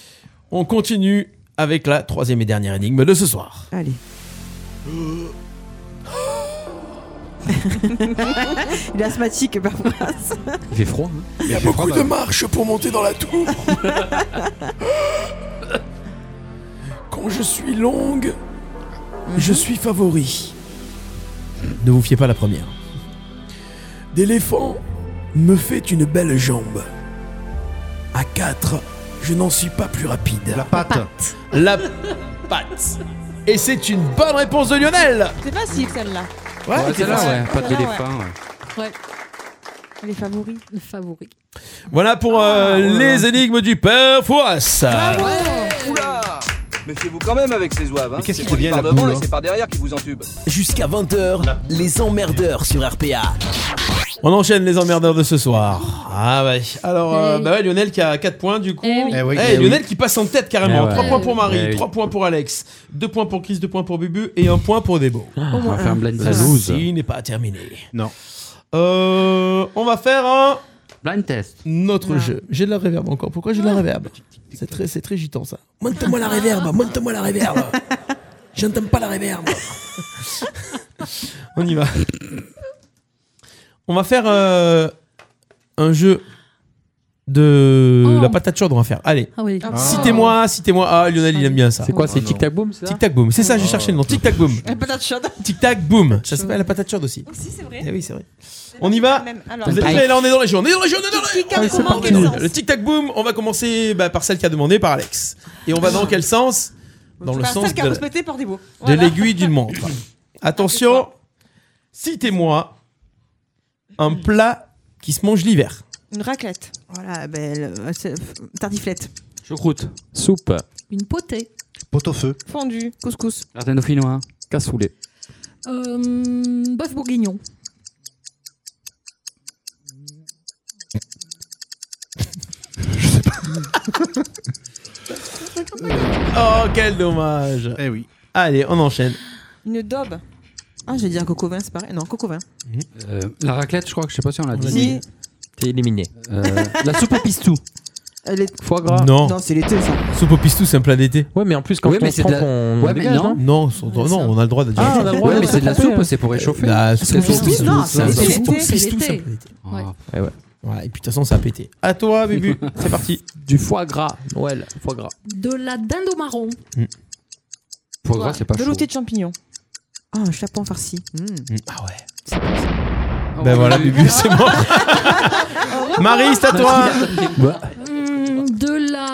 Speaker 6: On continue avec la troisième et dernière énigme de ce soir.
Speaker 8: Allez.
Speaker 10: Euh.
Speaker 8: Il est asthmatique, Barbaras.
Speaker 7: Il fait froid, hein
Speaker 24: Il y a beaucoup de marches pour monter dans la tour.
Speaker 6: Quand je suis longue,
Speaker 10: Mm-hmm.
Speaker 6: je suis favori. Ne vous fiez pas à la première.
Speaker 24: D'éléphant me fait une belle jambe. À 4, je n'en suis pas plus rapide.
Speaker 1: La pâte.
Speaker 6: La patte. Et c'est une bonne réponse de Lionel.
Speaker 8: C'est facile, celle-là.
Speaker 6: Ouais,
Speaker 7: Ouais,
Speaker 6: t'es
Speaker 7: c'est là,
Speaker 6: pas-
Speaker 7: ouais. Pas
Speaker 8: Celle-là,
Speaker 7: d'éléphant. ouais.
Speaker 10: Ouais,
Speaker 8: Les favoris.
Speaker 10: le favori.
Speaker 6: Voilà pour euh, les énigmes du père Fouas.
Speaker 8: Oh,
Speaker 18: Oula
Speaker 7: Bah,
Speaker 18: Méfiez-vous quand même avec ces oeuvres. Hein.
Speaker 1: Mais qu'est-ce
Speaker 18: C'est
Speaker 1: qui
Speaker 18: pas lui
Speaker 1: devient,
Speaker 18: par
Speaker 1: la
Speaker 18: devant
Speaker 1: boule,
Speaker 18: et
Speaker 1: hein
Speaker 18: c'est par derrière qui vous entube.
Speaker 15: Jusqu'à 20h, les emmerdeurs sur RPA.
Speaker 6: On enchaîne les emmerdeurs de ce soir. Ah ouais. Alors, euh, bah ouais, Lionel qui a 4 points du coup.
Speaker 10: Eh oui.
Speaker 1: Eh oui,
Speaker 6: Eh,
Speaker 1: eh oui.
Speaker 6: Lionel qui passe en tête carrément.
Speaker 9: Eh ouais.
Speaker 6: 3 points
Speaker 10: Eh
Speaker 6: pour Marie,
Speaker 7: Eh oui.
Speaker 6: 3 points pour Alex, 2 points pour Chris, 2 points pour Bubu et 1 point pour Debo.
Speaker 7: On va faire un blind
Speaker 6: La
Speaker 7: test.
Speaker 6: Ceci n'est pas terminé.
Speaker 1: Non.
Speaker 6: Euh, on va faire un
Speaker 7: Blind test.
Speaker 6: autre jeu. J'ai de la réverb encore. Pourquoi j'ai de la réverb C'est très, c'est très gitan ça.
Speaker 24: Monte-moi la réverbe, monte-moi la réverbe.
Speaker 25: J'entends pas la réverbe.
Speaker 6: On y va. On va faire euh, un jeu de
Speaker 11: Oh.
Speaker 6: la patate chaude, on va faire. Allez.
Speaker 10: Ah oui.
Speaker 6: Citez-moi, citez-moi. Ah, Lionel, il aime bien ça.
Speaker 9: C'est quoi, c'est Oh, non. tic-tac boom,
Speaker 6: Tic tac boom, c'est ça, j'ai cherché le nom. Tic tac boom.
Speaker 11: La patate chaude.
Speaker 6: Tic tac boom. Ça s'appelle la patate chaude aussi.
Speaker 11: Si, c'est vrai.
Speaker 6: Eh oui, c'est vrai. On y va
Speaker 11: Même. Alors,
Speaker 6: Vous êtes prêts Là, on est dans les jeux. On est dans les jeux, on est dans les jeux.
Speaker 11: Tic-tac, comment,
Speaker 6: parti.
Speaker 11: quel sens
Speaker 6: Le tic tac boom, on va commencer bah, par celle qui a demandé par Alex. Et on va dans quel sens Dans le
Speaker 11: Enfin,
Speaker 6: sens
Speaker 11: Ah. celle qui a
Speaker 6: de la-
Speaker 11: respecté par des mots.
Speaker 6: de
Speaker 11: Voilà.
Speaker 6: l'aiguille d'une montre. Attention, citez-moi un plat qui se mange l'hiver.
Speaker 11: Une raclette.
Speaker 8: Voilà, ben, le- c'est- tartiflette.
Speaker 6: Choucroute.
Speaker 9: Soupe.
Speaker 10: Une potée.
Speaker 1: Pot-au-feu.
Speaker 11: Fondue. Couscous.
Speaker 9: Jardin dauphinois. Cassoulet.
Speaker 10: Euh, bœuf bourguignon. Euh.
Speaker 6: Oh, quel dommage.
Speaker 1: Eh oui.
Speaker 6: Allez, on enchaîne.
Speaker 11: Une daube.
Speaker 8: Ah, j'ai dit un coco vin, c'est pareil. Non, coco vin.
Speaker 7: Euh, la raclette, je crois que je sais pas si on l'a dit. Euh,
Speaker 8: Si.
Speaker 9: T'es éliminé.
Speaker 7: la soupe au pistou.
Speaker 8: Elle est-
Speaker 9: Foie gras.
Speaker 6: Non.
Speaker 8: Non, c'est l'été, ça.
Speaker 6: Soupe au pistou, c'est un plat d'été.
Speaker 9: Ouais, mais en plus, quand
Speaker 7: Oui,
Speaker 9: on
Speaker 7: mais
Speaker 9: se
Speaker 7: c'est de
Speaker 9: trompe,
Speaker 7: la-
Speaker 9: on.
Speaker 7: Ouais, mais
Speaker 9: dégage, hein.
Speaker 7: non.
Speaker 6: Non, sur- non, on a le droit de dire. Bah,
Speaker 9: Ah, on a le droit
Speaker 7: hein. Ouais,
Speaker 9: de
Speaker 7: mais
Speaker 9: se
Speaker 7: c'est de la
Speaker 9: tromper,
Speaker 7: soupe,
Speaker 9: hein.
Speaker 7: c'est pour réchauffer.
Speaker 6: La
Speaker 7: C'est
Speaker 6: soupe au
Speaker 7: soupe,
Speaker 6: pistou,
Speaker 8: non,
Speaker 7: c'est
Speaker 8: c'est-
Speaker 7: la
Speaker 8: c'est-
Speaker 7: soupe.
Speaker 8: l'été,
Speaker 6: Soupe au pistou,
Speaker 10: l'été.
Speaker 6: c'est un plat d'été.
Speaker 10: Ouais.
Speaker 9: Ouais, ouais.
Speaker 6: Voilà, et puis de toute façon, ça a pété. À toi, Bubu. c'est parti.
Speaker 9: Du foie gras. Noël, foie gras.
Speaker 10: De la dinde au marron.
Speaker 7: Mm. Foie gras, c'est pas
Speaker 11: De
Speaker 7: chaud.
Speaker 11: l'outil de champignons.
Speaker 8: Ah, un chapon farci. Mm.
Speaker 6: Ah ouais. Ben voilà, Bubu, c'est mort. Marie, c'est à toi. Bah.
Speaker 10: Hum, de la.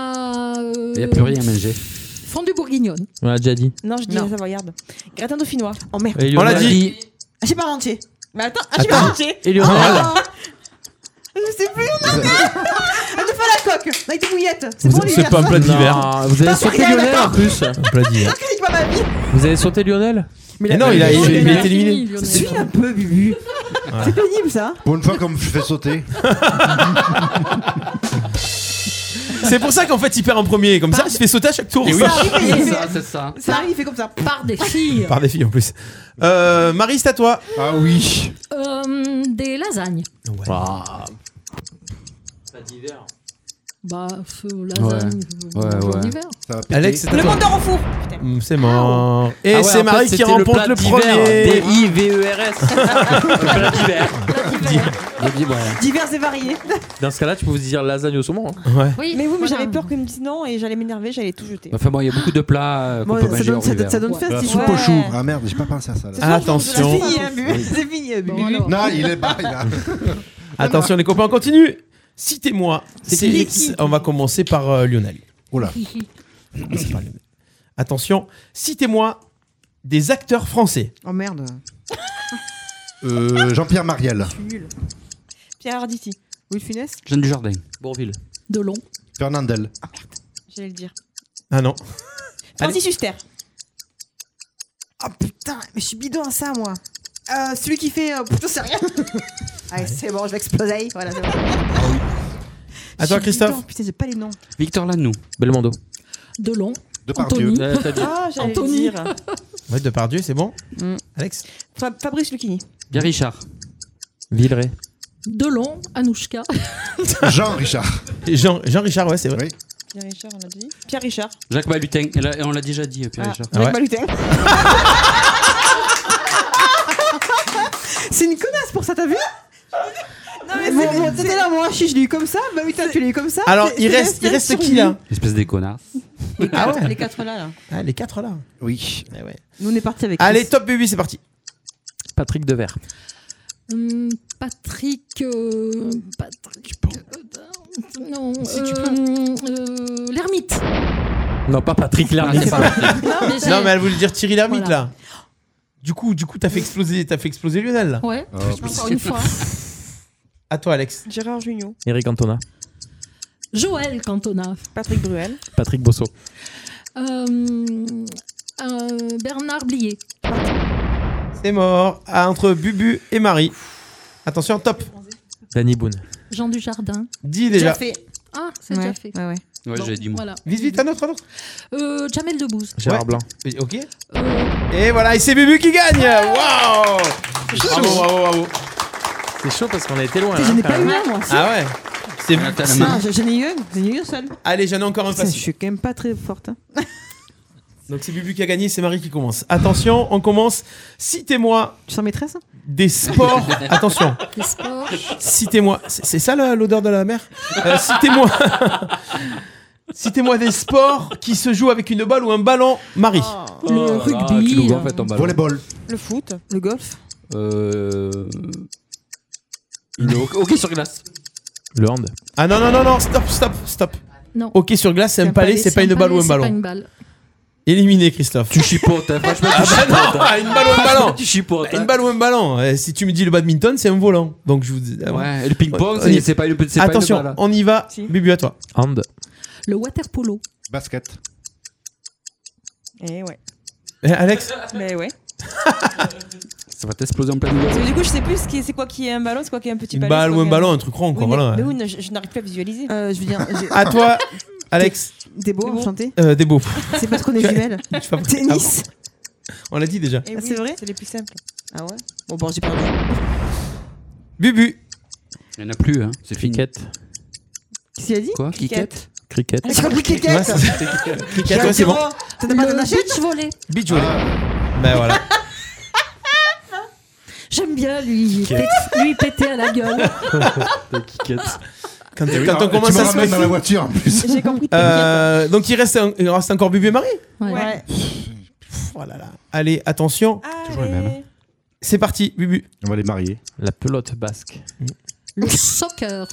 Speaker 10: euh,
Speaker 7: Il n'y a plus rien à manger.
Speaker 10: Fondue bourguignonne.
Speaker 9: On l'a déjà dit.
Speaker 11: Non, je dis
Speaker 8: Non.
Speaker 11: la savoyarde. Gratin dauphinois.
Speaker 8: Oh merde.
Speaker 9: Et
Speaker 6: On l'a
Speaker 9: Lionel.
Speaker 6: dit.
Speaker 8: Ah, j'ai pas menti.
Speaker 11: Mais attends, ah, je suis pas mangé.
Speaker 9: Et Lionel.
Speaker 8: Ah. Je sais plus, on a Un œuf à la coque avec des mouillettes. C'est bon,
Speaker 6: Vous- C'est
Speaker 8: l'hiver.
Speaker 6: pas un plat d'hiver.
Speaker 9: Non, Ah, Vous avez sauté Lionel en plus.
Speaker 6: Un plat d'hiver.
Speaker 8: Critique pas ma vie.
Speaker 9: Vous avez sauté Lionel
Speaker 6: Mais non, il a il- il a été
Speaker 10: Fini,
Speaker 6: éliminé. Ah.
Speaker 10: Lionel.
Speaker 8: Suis un peu, Bubu. C'est pénible, ça.
Speaker 1: Pour une fois, comme je fais sauter.
Speaker 6: C'est pour ça qu'en fait il perd en premier, comme ça
Speaker 9: Bah,
Speaker 6: il se fait sauter à chaque tour.
Speaker 8: Ça arrive, il
Speaker 7: C'est
Speaker 8: fait-
Speaker 7: ça, c'est ça.
Speaker 8: ça arrive, il fait comme ça.
Speaker 10: Par des filles.
Speaker 6: Par des filles en plus. Euh, Marie, c'est à toi.
Speaker 1: Ah oui.
Speaker 10: Hum, des lasagnes.
Speaker 9: Ah,
Speaker 10: Bah, feu, lasagne.
Speaker 7: Ouais,
Speaker 10: euh,
Speaker 7: ouais.
Speaker 10: en hiver.
Speaker 1: Ça va péter.
Speaker 6: Alex, c'est à
Speaker 11: Le
Speaker 6: toi.
Speaker 11: mandeur au four.
Speaker 6: Mm, C'est mort. Et
Speaker 9: Ah ouais, en
Speaker 6: c'est
Speaker 9: fait,
Speaker 6: Marie qui
Speaker 9: c'était
Speaker 6: remporte
Speaker 9: plat
Speaker 6: le,
Speaker 9: d'hiver. hein,
Speaker 6: premier.
Speaker 9: D-I-V-E-R-S. E Le plat d'hiver.
Speaker 7: Je dis, ouais.
Speaker 8: Divers et variés.
Speaker 9: Dans ce cas-là, tu peux vous dire lasagne au saumon. hein.
Speaker 6: Ouais.
Speaker 10: Oui,
Speaker 11: Mais oui, mais
Speaker 10: voilà.
Speaker 11: j'avais peur qu'il me dise non et j'allais m'énerver, j'allais tout jeter.
Speaker 7: Enfin bon, il y a beaucoup de plats euh, qu'on
Speaker 8: Bon,
Speaker 7: peut
Speaker 8: ça
Speaker 7: manger
Speaker 8: donne,
Speaker 7: hors
Speaker 8: ça,
Speaker 7: hiver.
Speaker 8: donne- ça donne
Speaker 1: La
Speaker 8: festif.
Speaker 1: soupe
Speaker 11: Ouais.
Speaker 1: au chou. Ah merde, j'ai pas pensé à ça. Là.
Speaker 6: Attention.
Speaker 8: C'est fini, hein, Bubu. C'est fini, euh, Bubu.
Speaker 10: Bon, alors.
Speaker 1: Non, il est bas, il a-
Speaker 6: Attention les copains, on continue. Citez-moi.
Speaker 9: C'est qui
Speaker 6: C'est- On va commencer par euh, Lionel.
Speaker 1: Oh là.
Speaker 6: C'est pas Lionel. Attention, citez-moi des acteurs français.
Speaker 8: Oh merde.
Speaker 1: Euh, Jean-Pierre Mariel.
Speaker 8: Nul.
Speaker 11: Pierre Arditi,
Speaker 8: Louis de Funès
Speaker 7: Jeanne du Jardin.
Speaker 9: Bourville.
Speaker 10: De long.
Speaker 1: Fernandel.
Speaker 11: j'allais le dire.
Speaker 6: Ah non.
Speaker 11: Francis Huster.
Speaker 8: Ah putain, mais je suis bidon à ça, moi. Euh, celui qui fait. Euh, putain, c'est rien. Allez, c'est bon, je vais exploser. Voilà, c'est bon.
Speaker 6: À
Speaker 8: Je
Speaker 6: toi
Speaker 8: suis
Speaker 6: Christophe.
Speaker 8: bidon, Putain, j'ai pas les noms.
Speaker 7: Victor Lanoux.
Speaker 9: Belmondo.
Speaker 10: De long.
Speaker 1: De
Speaker 10: Anthony.
Speaker 1: Pardieu.
Speaker 11: Ah, j'allais le
Speaker 10: Anthony.
Speaker 11: dire.
Speaker 6: Ouais, Depardieu, c'est bon.
Speaker 8: Mm.
Speaker 6: Alex.
Speaker 11: Fa- Fabrice Lucchini.
Speaker 7: Bien Richard.
Speaker 9: Villeray.
Speaker 10: De long. Anouchka.
Speaker 1: Jean Richard.
Speaker 6: Et Jean- Jean-Richard, ouais, c'est
Speaker 1: Oui.
Speaker 6: vrai.
Speaker 11: Pierre Richard, on l'a dit. Pierre Richard.
Speaker 7: Jacques Balutin. Et là, On l'a déjà dit, euh, Pierre
Speaker 11: Ah,
Speaker 7: Richard.
Speaker 6: Ah ouais.
Speaker 11: Jacques Balutin.
Speaker 8: C'est une connasse pour ça, t'as vu
Speaker 6: Ah
Speaker 8: Non, mais c'est bon, C'était là, moi, chiche, je l'ai eu comme ça. Bah oui, toi, tu l'as eu comme ça.
Speaker 6: Alors,
Speaker 8: C'est-
Speaker 6: il
Speaker 8: c'est
Speaker 6: reste, il
Speaker 8: resté
Speaker 6: reste
Speaker 8: sur
Speaker 6: qui
Speaker 8: lui.
Speaker 6: là
Speaker 7: Espèce des connards.
Speaker 6: Ah ouais
Speaker 8: Les quatre là, là.
Speaker 6: Ah, Les quatre là.
Speaker 1: Oui.
Speaker 6: Eh ouais.
Speaker 8: Nous, on est parti avec.
Speaker 6: Allez,
Speaker 8: Chris.
Speaker 6: top Bubu, c'est parti.
Speaker 9: Patrick Devers.
Speaker 10: Hum, Patrick. euh, Patrick. euh, non.
Speaker 6: Si tu
Speaker 10: euh, euh, L'ermite.
Speaker 9: Non, pas Patrick
Speaker 7: Ah,
Speaker 9: Larmier.
Speaker 7: c'est pas vrai.
Speaker 10: Déjà.
Speaker 6: Non, mais elle voulait dire Thierry Lhermitte
Speaker 10: Voilà.
Speaker 6: là. Du coup, du coup, t'as fait exploser, t'as fait exploser Lionel là.
Speaker 9: Ah,
Speaker 10: Ouais.
Speaker 1: Oh,
Speaker 10: Encore une fois.
Speaker 6: À toi, Alex.
Speaker 11: Gérard Jugnot.
Speaker 9: Eric Antona.
Speaker 10: Joël Cantona.
Speaker 11: Patrick Bruel.
Speaker 9: Patrick Bosso.
Speaker 10: Hum, euh, Bernard Blier.
Speaker 6: C'est mort. Ah, entre Bubu et Marie. Attention, top.
Speaker 9: Danny Boone.
Speaker 10: Jean Dujardin.
Speaker 6: Dis déjà.
Speaker 8: fait.
Speaker 10: Ah, c'est
Speaker 8: ouais.
Speaker 10: déjà fait.
Speaker 8: Ouais, ouais.
Speaker 7: Ouais,
Speaker 10: Bon,
Speaker 7: j'ai dit moi.
Speaker 10: voilà.
Speaker 6: Vite, vite, un autre, un autre.
Speaker 10: Euh, Jamel Debbouze.
Speaker 9: Gérard
Speaker 6: Ouais.
Speaker 9: Blanc.
Speaker 6: Ok.
Speaker 10: Euh,
Speaker 6: Et voilà, et c'est Bubu qui gagne. Waouh Bravo, bravo, bravo.
Speaker 9: C'est chaud parce qu'on a été loin.
Speaker 8: Putain,
Speaker 9: hein,
Speaker 8: J'en ai
Speaker 9: quand
Speaker 8: pas eu
Speaker 9: même.
Speaker 8: un, moi.
Speaker 6: Ah ouais. C'est
Speaker 7: Ah, t'as la
Speaker 6: c'est-
Speaker 7: main.
Speaker 8: Ah, j'en ai eu un. J'en ai eu un seul.
Speaker 6: Allez, j'en ai encore un
Speaker 8: Putain, Je
Speaker 6: facile.
Speaker 8: suis quand même pas très forte. hein.
Speaker 6: Donc c'est Bubu qui a gagné, c'est Marie qui commence. Attention, on commence. Citez-moi.
Speaker 8: Tu sens maîtresse
Speaker 6: Des sports. Attention.
Speaker 10: Des sports.
Speaker 6: Citez-moi. C'est c'est ça la- l'odeur de la mer Euh, Citez-moi. Citez-moi des sports qui se jouent avec une balle ou un ballon, Marie.
Speaker 10: Le Oh là là, rugby, tu le vois, en fait, ton ballon.
Speaker 6: Volleyball.
Speaker 8: Le foot, le
Speaker 10: Eh
Speaker 8: golf.
Speaker 7: Euh... Le hockey hockey sur glace.
Speaker 9: Le hand.
Speaker 6: Ah non, non, non, non, stop, stop, stop.
Speaker 10: Non.
Speaker 6: Ok, sur glace, c'est un palais, c'est pas une balle ou un
Speaker 10: c'est
Speaker 6: ballon.
Speaker 10: pas une balle.
Speaker 6: Éliminé, Christophe. Tu chipotes,
Speaker 7: hein. franchement, tu
Speaker 6: ah bah
Speaker 7: chipotes,
Speaker 6: non,
Speaker 7: hein.
Speaker 6: ah, une balle ou un
Speaker 7: Franchement,
Speaker 6: ballon.
Speaker 7: tu chipotes,
Speaker 6: Bah,
Speaker 7: hein.
Speaker 6: Une balle ou un ballon. Eh, si tu me dis le badminton, c'est un volant. Donc je vous dis. ah
Speaker 7: Ouais, et le ping-pong,
Speaker 6: On y-
Speaker 7: c'est- c'est pas une- c'est pas une
Speaker 6: Attention,
Speaker 7: balle. hein.
Speaker 6: on y va. Bibu, à toi.
Speaker 9: Hand.
Speaker 10: Le waterpolo.
Speaker 1: Basket.
Speaker 11: Eh ouais.
Speaker 6: Eh, Alex
Speaker 11: Mais ouais.
Speaker 7: Ça va t'exploser en plein milieu.
Speaker 11: Parce que du coup, je sais plus ce qui est- c'est quoi qui est un ballon, c'est quoi qui est un petit
Speaker 6: Une
Speaker 11: ballon.
Speaker 6: balle
Speaker 11: c'est
Speaker 6: ou
Speaker 11: quoi
Speaker 6: un
Speaker 11: qui est
Speaker 6: ballon, un truc rond, quoi,
Speaker 11: Oui, mais-
Speaker 6: voilà.
Speaker 11: Mais oui, ne- je, je n'arrive plus à visualiser.
Speaker 8: je veux dire.
Speaker 6: À toi, Alex.
Speaker 8: Des beaux, enchanté.
Speaker 6: Euh, des beaux.
Speaker 8: C'est parce qu'on est jumelles.
Speaker 6: Tu vas-
Speaker 8: Tennis. Eh
Speaker 6: Ah bon. On l'a dit déjà.
Speaker 8: c'est vrai
Speaker 11: C'est les plus simples.
Speaker 8: Ah ouais Bon, bon, j'ai perdu.
Speaker 6: Bubu.
Speaker 7: Il n'y en a plus, hein. c'est fini.
Speaker 9: Cricket.
Speaker 8: Qu'est-ce qu'il a dit
Speaker 7: Quoi Cricket
Speaker 9: Cricket.
Speaker 8: Ah, J'ai compris cricket
Speaker 7: Ouais, c'est-
Speaker 6: Cricket, ouais, c'est bon.
Speaker 8: T'en as pas donné un chèque
Speaker 10: volé.
Speaker 6: Beach volley.
Speaker 10: Ah.
Speaker 6: Ben voilà.
Speaker 10: J'aime bien lui,
Speaker 6: Cricket.
Speaker 10: pét- lui péter à la gueule.
Speaker 6: Ah, Quand,
Speaker 1: Eh oui,
Speaker 6: quand
Speaker 1: non,
Speaker 6: on
Speaker 1: tu
Speaker 6: commence
Speaker 1: me
Speaker 6: à se
Speaker 1: ramènes
Speaker 6: mettre
Speaker 1: dans la voiture, en plus. J'ai compris.
Speaker 6: Euh, donc il reste, un- il reste encore Bubu et Marie.
Speaker 10: Ouais.
Speaker 6: Oh là là. Allez, attention.
Speaker 1: Toujours les mêmes.
Speaker 6: C'est parti, Bubu.
Speaker 1: On va les marier.
Speaker 9: La pelote basque.
Speaker 10: Le soccer.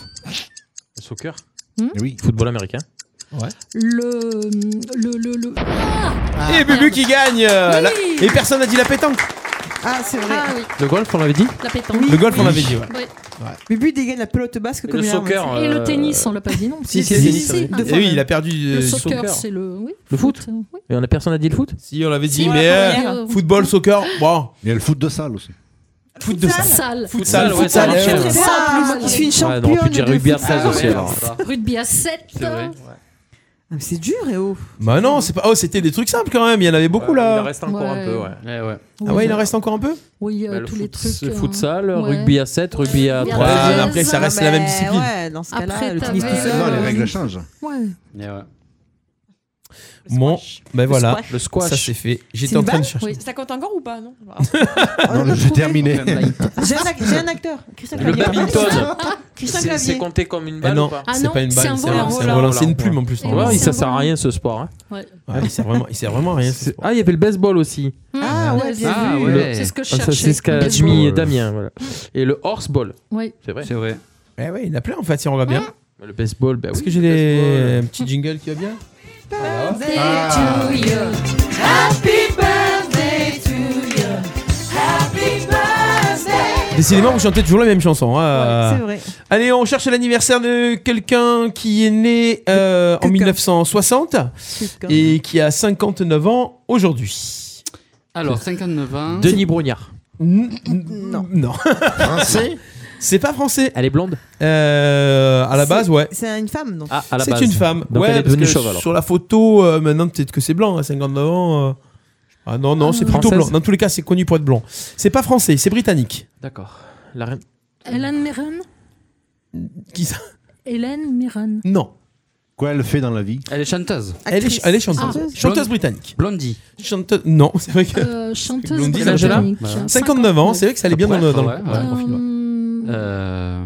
Speaker 9: Le soccer.
Speaker 10: Hmm
Speaker 1: Eh oui.
Speaker 9: Football américain.
Speaker 6: Ouais.
Speaker 10: Le. Le. Le. le- Ah
Speaker 6: et Bubu qui gagne. euh, la-
Speaker 10: Oui.
Speaker 6: Et personne n'a dit la pétanque.
Speaker 8: Ah, c'est vrai.
Speaker 10: Ah oui,
Speaker 9: Le golf, on l'avait dit
Speaker 10: la pétanque.
Speaker 6: Le golf, on l'avait dit. ouais.
Speaker 10: Ouais.
Speaker 8: Bubu dégaine la pelote basque comme
Speaker 9: le
Speaker 8: une
Speaker 9: soccer,
Speaker 8: arme.
Speaker 10: Et
Speaker 9: Euh,
Speaker 10: le tennis, on l'a pas dit non
Speaker 6: Si,
Speaker 10: plus.
Speaker 6: si,
Speaker 9: si,
Speaker 6: si,
Speaker 9: si. Eh
Speaker 10: Deux
Speaker 6: Et
Speaker 10: fois
Speaker 6: oui,
Speaker 10: même.
Speaker 6: il a perdu euh,
Speaker 10: Le
Speaker 6: du
Speaker 10: soccer,
Speaker 9: soccer.
Speaker 10: c'est le. Oui,
Speaker 9: Le foot.
Speaker 10: euh, oui.
Speaker 9: Et on a personne a dit le foot
Speaker 6: Si, on l'avait dit,
Speaker 10: Si,
Speaker 6: mais
Speaker 10: ouais,
Speaker 6: euh,
Speaker 10: ouais.
Speaker 6: football, soccer, bon.
Speaker 1: Il y a le foot de salle aussi.
Speaker 6: Foot de salle.
Speaker 10: Salle.
Speaker 6: Futsal,
Speaker 9: ouais,
Speaker 6: futsal,
Speaker 9: ça marche,
Speaker 6: euh,
Speaker 9: ouais.
Speaker 8: C'est simple, je suis une
Speaker 9: Ouais, on aurait
Speaker 8: championne.
Speaker 9: pu dire
Speaker 8: de
Speaker 9: rugby à
Speaker 8: futsal.
Speaker 9: 13 aussi alors.
Speaker 10: Rugby à 7.
Speaker 8: Ah, mais C'est dur, et oh.
Speaker 6: Bah non, c'est pas. Oh, c'était des trucs simples quand même. Il y en avait beaucoup
Speaker 9: Il en
Speaker 6: là.
Speaker 9: reste encore un
Speaker 10: Ouais.
Speaker 9: peu,
Speaker 7: Ouais,
Speaker 9: ouais.
Speaker 7: ouais.
Speaker 6: Ah ouais, il en reste encore un peu.
Speaker 10: Oui, euh,
Speaker 9: Bah, le
Speaker 10: tous les
Speaker 9: foot-
Speaker 10: trucs.
Speaker 9: le
Speaker 10: euh,
Speaker 9: futsal,
Speaker 10: ouais.
Speaker 9: rugby à 7, rugby à
Speaker 10: Rugby à
Speaker 9: 3.
Speaker 10: Ouais,
Speaker 6: mais
Speaker 10: treize.
Speaker 6: après, ça reste la même discipline.
Speaker 8: Ouais, dans ce cas-là,
Speaker 10: Après,
Speaker 9: bah,
Speaker 8: le
Speaker 10: t'as
Speaker 8: tennis tout
Speaker 10: Ouais,
Speaker 1: Non, les
Speaker 10: euh,
Speaker 8: seul.
Speaker 1: règles changent.
Speaker 10: Ouais.
Speaker 7: Eh Ouais, ouais.
Speaker 6: Bon, ben voilà.
Speaker 9: Le squash.
Speaker 6: Ça c'est fait. J'étais
Speaker 8: une
Speaker 6: en train de
Speaker 8: balle
Speaker 6: chercher.
Speaker 10: Oui.
Speaker 11: Ça compte encore ou pas non
Speaker 1: Non, j'ai terminé.
Speaker 8: J'ai un, ac- j'ai un acteur. Christian
Speaker 9: Le
Speaker 8: Clavier.
Speaker 9: badminton.
Speaker 8: Christian
Speaker 9: C'est c'est
Speaker 8: Clavier.
Speaker 9: compté comme une
Speaker 6: Eh
Speaker 9: balle ou
Speaker 6: non,
Speaker 9: pas
Speaker 10: Ah
Speaker 6: c'est
Speaker 10: non,
Speaker 6: pas une
Speaker 10: c'est
Speaker 6: balle,
Speaker 10: un
Speaker 6: c'est un-
Speaker 10: volant.
Speaker 6: c'est un volant, c'est une
Speaker 9: Volant.
Speaker 6: plume en plus.
Speaker 10: Eh
Speaker 6: normalement.
Speaker 10: oui,
Speaker 9: Ouais,
Speaker 10: c'est
Speaker 9: ça
Speaker 10: un
Speaker 9: sert à
Speaker 10: volant.
Speaker 9: rien ce sport. hein.
Speaker 10: Ouais.
Speaker 6: Ah, il sert vraiment, il sert vraiment à rien. ce
Speaker 9: C'est-
Speaker 6: sport.
Speaker 9: Ah, il y avait le baseball aussi.
Speaker 8: Ah ouais, bien
Speaker 7: Ah,
Speaker 8: vu.
Speaker 7: ouais.
Speaker 10: C'est ce que je
Speaker 9: Ah, ça,
Speaker 10: cherchais.
Speaker 9: c'est ce qu'a
Speaker 10: Baseball.
Speaker 9: Jimmy et Damien. voilà. Et le horseball,
Speaker 10: Oui.
Speaker 9: c'est vrai.
Speaker 7: C'est vrai.
Speaker 6: Eh ouais, il a plein en fait si on regarde bien.
Speaker 9: Le baseball, bah
Speaker 6: Est-ce
Speaker 9: oui.
Speaker 6: que j'ai les un petit jingle qui va bien
Speaker 1: Ah.
Speaker 6: Décidément, vous chantez toujours la même chanson. hein.
Speaker 8: C'est vrai.
Speaker 6: Allez, on cherche l'anniversaire de quelqu'un qui est né euh, en
Speaker 8: Quelqu'un.
Speaker 6: 1960 et qui a 59 ans aujourd'hui.
Speaker 7: Alors, 59 ans.
Speaker 9: Denis Brognard.
Speaker 6: Non. Non.
Speaker 1: Français
Speaker 6: C'est pas français.
Speaker 9: Elle est blonde
Speaker 6: Euh, à la base, ouais.
Speaker 8: C'est une femme, donc.
Speaker 9: Ah, à la
Speaker 6: C'est
Speaker 9: base.
Speaker 6: une femme.
Speaker 9: Donc
Speaker 6: ouais,
Speaker 9: elle est
Speaker 6: parce
Speaker 9: devenue
Speaker 6: que
Speaker 9: chauve alors.
Speaker 6: Sur la photo, euh, maintenant peut-être que c'est blanc, à 59 ans. euh. Ah non, non, c'est plutôt
Speaker 9: Française.
Speaker 6: blanc. Dans tous les cas, c'est connu pour être blanc. C'est pas français, c'est britannique.
Speaker 9: D'accord. La reine.
Speaker 10: Hélène Mirren.
Speaker 6: Qui ça
Speaker 10: Hélène Mirren.
Speaker 6: Non.
Speaker 1: Quoi elle fait dans la vie
Speaker 7: Elle est chanteuse.
Speaker 6: Elle est, elle est chanteuse.
Speaker 10: Ah.
Speaker 6: chanteuse britannique.
Speaker 7: Blondie.
Speaker 6: Chanteuse. Non, c'est vrai que.
Speaker 10: Euh, chanteuse
Speaker 6: Blondie,
Speaker 9: Angela
Speaker 10: britannique.
Speaker 7: Voilà.
Speaker 6: 59 ans, c'est vrai que ça allait bien dans le. dans le-
Speaker 7: Ouais,
Speaker 10: Euh,
Speaker 7: ouais. Euh,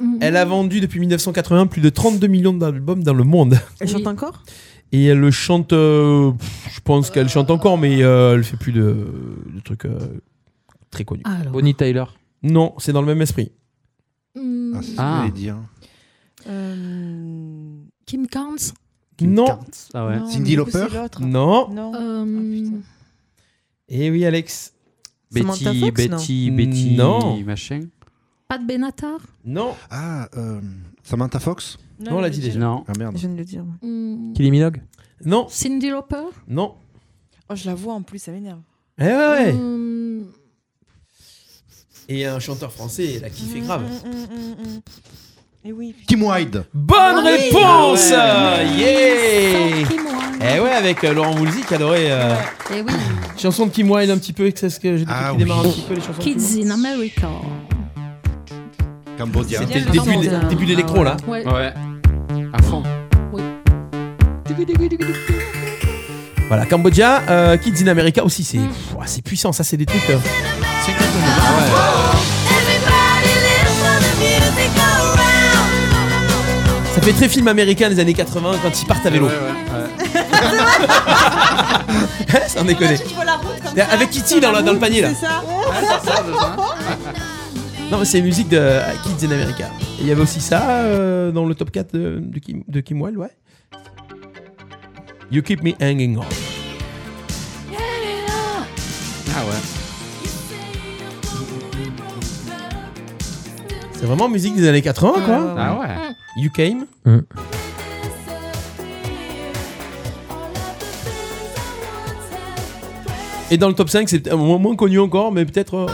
Speaker 8: Mm,
Speaker 6: Elle a vendu depuis 1981 plus de 32 millions d'albums dans le monde.
Speaker 8: Elle chante
Speaker 10: Oui.
Speaker 8: encore
Speaker 6: Et elle le chante. euh, pff, je pense qu'elle chante encore, mais euh, elle fait plus de, de trucs euh, très connus.
Speaker 10: Alors.
Speaker 9: Bonnie Tyler.
Speaker 6: Non, c'est dans le même esprit.
Speaker 10: hum,
Speaker 1: Ah, c'est ce que
Speaker 7: Ah.
Speaker 1: j'allais dire.
Speaker 11: Euh,
Speaker 10: Kim Carnes.
Speaker 6: Non.
Speaker 7: Ah ouais.
Speaker 11: non,
Speaker 1: Cyndi
Speaker 11: mais du coup,
Speaker 1: Lauper
Speaker 11: c'est l'autre.
Speaker 6: Non.
Speaker 11: Non.
Speaker 10: Euh,
Speaker 6: Et oui, Alex.
Speaker 7: Betty,
Speaker 8: Samantha Fox, non
Speaker 7: Betty, Betty,
Speaker 6: Non.
Speaker 7: machin.
Speaker 10: Pat Benatar.
Speaker 6: Non.
Speaker 1: Ah, euh, Samantha Fox
Speaker 6: Non, on l'a
Speaker 11: mais
Speaker 6: dit
Speaker 11: je-
Speaker 6: déjà. Hmm.
Speaker 7: Non.
Speaker 1: Ah merde.
Speaker 8: Je viens de le dire. ouais.
Speaker 10: Hum,
Speaker 9: Kylie Minogue.
Speaker 6: Non.
Speaker 10: Cindy Lauper.
Speaker 6: Non.
Speaker 11: Oh, je la vois en plus, ça m'énerve.
Speaker 6: Eh ouais, ouais.
Speaker 10: Hum,
Speaker 6: Et un chanteur français, elle a kiffé grave.
Speaker 11: Hum, Et oui. putain.
Speaker 1: Kim Wilde
Speaker 6: Bonne
Speaker 10: Ah oui.
Speaker 6: réponse euh, Yeah
Speaker 10: Sam Kimwell.
Speaker 6: Eh ouais, avec euh, Laurent Voulzy qui adorait. euh,
Speaker 10: Eh oui.
Speaker 6: Chanson de Kim Wilde un petit peu, c'est ce que j'ai dit
Speaker 1: Ah
Speaker 6: qui
Speaker 1: oui.
Speaker 6: démarre un petit peu les chansons. de Kim
Speaker 10: Kids
Speaker 6: Wilde.
Speaker 10: in America.
Speaker 1: Cambodgien.
Speaker 6: C'était le début, de- début de l'électro là.
Speaker 10: Ouais.
Speaker 7: Ouais. À fond.
Speaker 6: Voilà, Cambodja, euh, Kids in America aussi, c'est pff, ouah, c'est puissant, ça c'est des trucs. euh, ça fait très film américain des années 80 quand ils partent à vélo. Sans déconner.
Speaker 11: Ah,
Speaker 6: Avec Kitty dans, la- dans le panier là.
Speaker 26: C'est ça
Speaker 11: Bah.
Speaker 6: Non, mais c'est une musique de Kids in America. Et Il y avait aussi ça euh, dans le top 4 de, de Kim, de Kim Wilde, ouais. You Keep Me Hanging On. Ah ouais. C'est vraiment musique des années 80, quoi.
Speaker 7: Ah ouais.
Speaker 6: You Came.
Speaker 9: Mm.
Speaker 6: Et dans le top 5, c'est peut-être moins moins connu encore, mais peut-être. euh,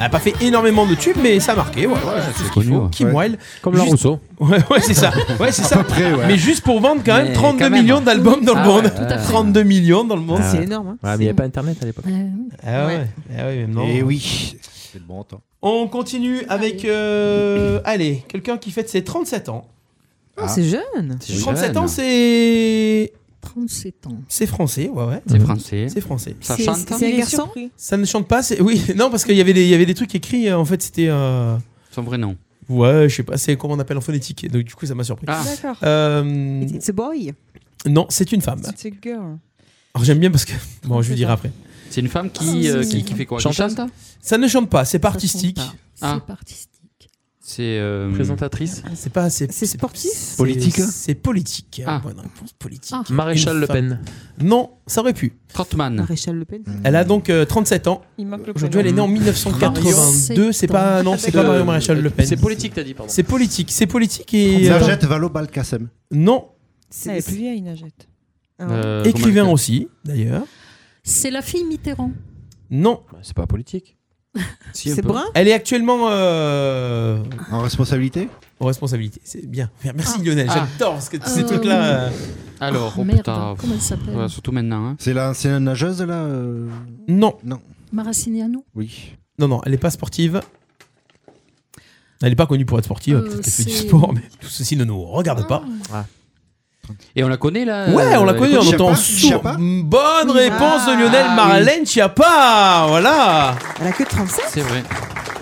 Speaker 6: Elle a pas fait énormément de tubes, mais ça a marqué. Ouais, ouais, c'est ce qu'il faut. Kim
Speaker 9: Ouais.
Speaker 6: Wilde.
Speaker 9: Comme la Rousseau.
Speaker 6: Ouais, ouais, c'est ça. Ouais, c'est
Speaker 9: À
Speaker 6: ça.
Speaker 9: peu près, ouais.
Speaker 6: Mais juste pour vendre quand même
Speaker 9: Mais
Speaker 6: 32
Speaker 9: quand même.
Speaker 6: millions d'albums dans le
Speaker 9: Ah
Speaker 6: monde.
Speaker 9: ouais, tout à fait.
Speaker 6: 32 millions dans le monde.
Speaker 9: Ah ouais. Ouais, mais il n'y avait pas internet à l'époque. Euh,
Speaker 6: Ah ouais. Ah ouais, même non.
Speaker 9: Eh
Speaker 1: Et oui. C'est le bon temps.
Speaker 6: On continue avec. euh, allez, quelqu'un qui fête ses 37 ans.
Speaker 8: Ah, c'est jeune.
Speaker 7: C'est
Speaker 6: 37
Speaker 7: jeune.
Speaker 6: ans, c'est.
Speaker 10: 37 ans.
Speaker 6: C'est français, ouais, ouais.
Speaker 7: C'est français.
Speaker 6: C'est français.
Speaker 7: Ça C'est- chante
Speaker 8: c'est un garçon
Speaker 6: Ça ne chante pas, c'est. Oui, non, parce qu'il y, avait des- il y avait des trucs écrits, euh, en fait, c'était. euh,
Speaker 7: Son vrai nom.
Speaker 6: Ouais, je sais pas, c'est comment on appelle en phonétique. et Donc du coup, ça m'a surpris.
Speaker 7: Ah.
Speaker 8: D'accord.
Speaker 6: Euh,
Speaker 8: It's a boy.
Speaker 6: non, c'est une femme.
Speaker 8: It's a girl.
Speaker 6: Alors j'aime bien parce que bon, je vous dirai après.
Speaker 7: C'est une femme
Speaker 6: Ah,
Speaker 7: qui, euh, qui, qui fait quoi Qui
Speaker 6: Chanteuse
Speaker 7: chante
Speaker 6: Ça ne chante pas, c'est pas artistique.
Speaker 7: Ah. C'est euh,
Speaker 9: Présentatrice.
Speaker 6: Ah, C'est pas c'est c'est
Speaker 8: sportif.
Speaker 9: Politique
Speaker 6: C'est politique.
Speaker 9: Ah.
Speaker 6: Bonne réponse politique.
Speaker 9: Ah. Maréchal
Speaker 6: Une
Speaker 9: Le
Speaker 6: femme.
Speaker 9: Pen.
Speaker 6: Non, ça aurait pu.
Speaker 7: Trotman.
Speaker 8: Maréchal Le Pen.
Speaker 6: Elle a donc euh, 37 ans.
Speaker 8: Il manque le
Speaker 6: Aujourd'hui, elle est née en
Speaker 8: prénom.
Speaker 6: 1982. C'est pas non, c'est pas Mario Maréchal Le Pen.
Speaker 9: Euh, C'est politique, t'as dit, pardon.
Speaker 6: C'est politique, c'est politique et
Speaker 1: Najat Vallaud-Belkacem.
Speaker 6: euh, non
Speaker 8: C'est elle est plus vieille, Najette.
Speaker 6: Ah
Speaker 7: Euh,
Speaker 6: écrivain
Speaker 7: comment-
Speaker 6: aussi d'ailleurs.
Speaker 10: C'est la fille Mitterrand.
Speaker 6: Non.
Speaker 9: Bah, C'est pas politique.
Speaker 7: Si, un
Speaker 8: C'est
Speaker 7: peu.
Speaker 8: brun
Speaker 6: Elle est actuellement euh,
Speaker 1: En responsabilité
Speaker 6: en responsabilité. C'est bien. Merci
Speaker 10: Ah.
Speaker 6: Lionel,
Speaker 7: Ah.
Speaker 6: j'adore parce que ces
Speaker 10: Euh,
Speaker 6: trucs-là. euh,
Speaker 7: Alors,
Speaker 10: Ah,
Speaker 7: oh,
Speaker 10: merde,
Speaker 7: putain,
Speaker 10: comment elle s'appelle
Speaker 7: ouais, surtout maintenant. hein.
Speaker 1: C'est la, c'est la nageuse là euh,
Speaker 6: Non,
Speaker 1: Non,
Speaker 10: Maracineanu.
Speaker 1: oui.
Speaker 6: non, non, elle n'est pas sportive. Elle n'est pas connue pour être sportive,
Speaker 10: Euh,
Speaker 6: peut-être qu'elle fait du
Speaker 10: c'est-
Speaker 6: sport, mais tout ceci ne nous regarde pas.
Speaker 7: Et on la connaît là
Speaker 6: Ouais, on l'a
Speaker 7: euh,
Speaker 6: connue,
Speaker 7: les
Speaker 6: on
Speaker 7: coachs
Speaker 6: entend
Speaker 1: Chiappa
Speaker 6: sourd. Mm,
Speaker 1: Chiappa
Speaker 6: Bonne réponse de Lionel
Speaker 7: Ah,
Speaker 6: Marlène Chiappa, voilà
Speaker 8: Elle a que 37
Speaker 7: C'est vrai.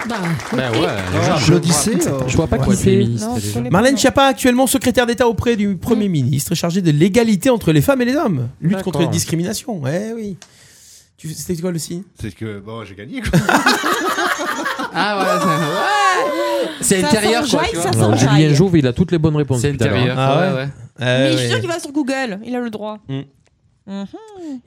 Speaker 10: Bah,
Speaker 7: Ben Ah ouais.
Speaker 1: Ah, je le disais. euh,
Speaker 9: Je vois pas
Speaker 6: Ouais,
Speaker 9: qui
Speaker 6: c'est
Speaker 9: c'est.
Speaker 7: féministe,
Speaker 8: Non, je
Speaker 7: déjà.
Speaker 8: connais pas.
Speaker 6: Marlène Chiappa, actuellement secrétaire d'État auprès du Premier ministre, chargée de l'égalité entre les femmes et les hommes, lutte contre
Speaker 9: D'accord.
Speaker 6: les discriminations. Ouais, oui. Tu- C'était quoi le signe
Speaker 1: C'est que bon, j'ai gagné. quoi.
Speaker 7: Ah ouais, c'est- ouais. C'est
Speaker 8: Ça
Speaker 7: intérieur
Speaker 8: sent
Speaker 7: quoi.
Speaker 8: Joyce,
Speaker 7: tu
Speaker 8: ça
Speaker 7: vois.
Speaker 8: sent-
Speaker 9: Alors,
Speaker 8: Sans
Speaker 9: Julien
Speaker 8: rail.
Speaker 9: Jouve, il a toutes les bonnes réponses.
Speaker 7: C'est
Speaker 9: tout à l'heure.
Speaker 7: intérieur.
Speaker 6: Ah ouais.
Speaker 7: ouais, ouais.
Speaker 6: Euh,
Speaker 11: Mais je suis sûr
Speaker 6: oui.
Speaker 11: qu'il va sur Google, il a le droit.
Speaker 6: Mm.
Speaker 11: Mhm.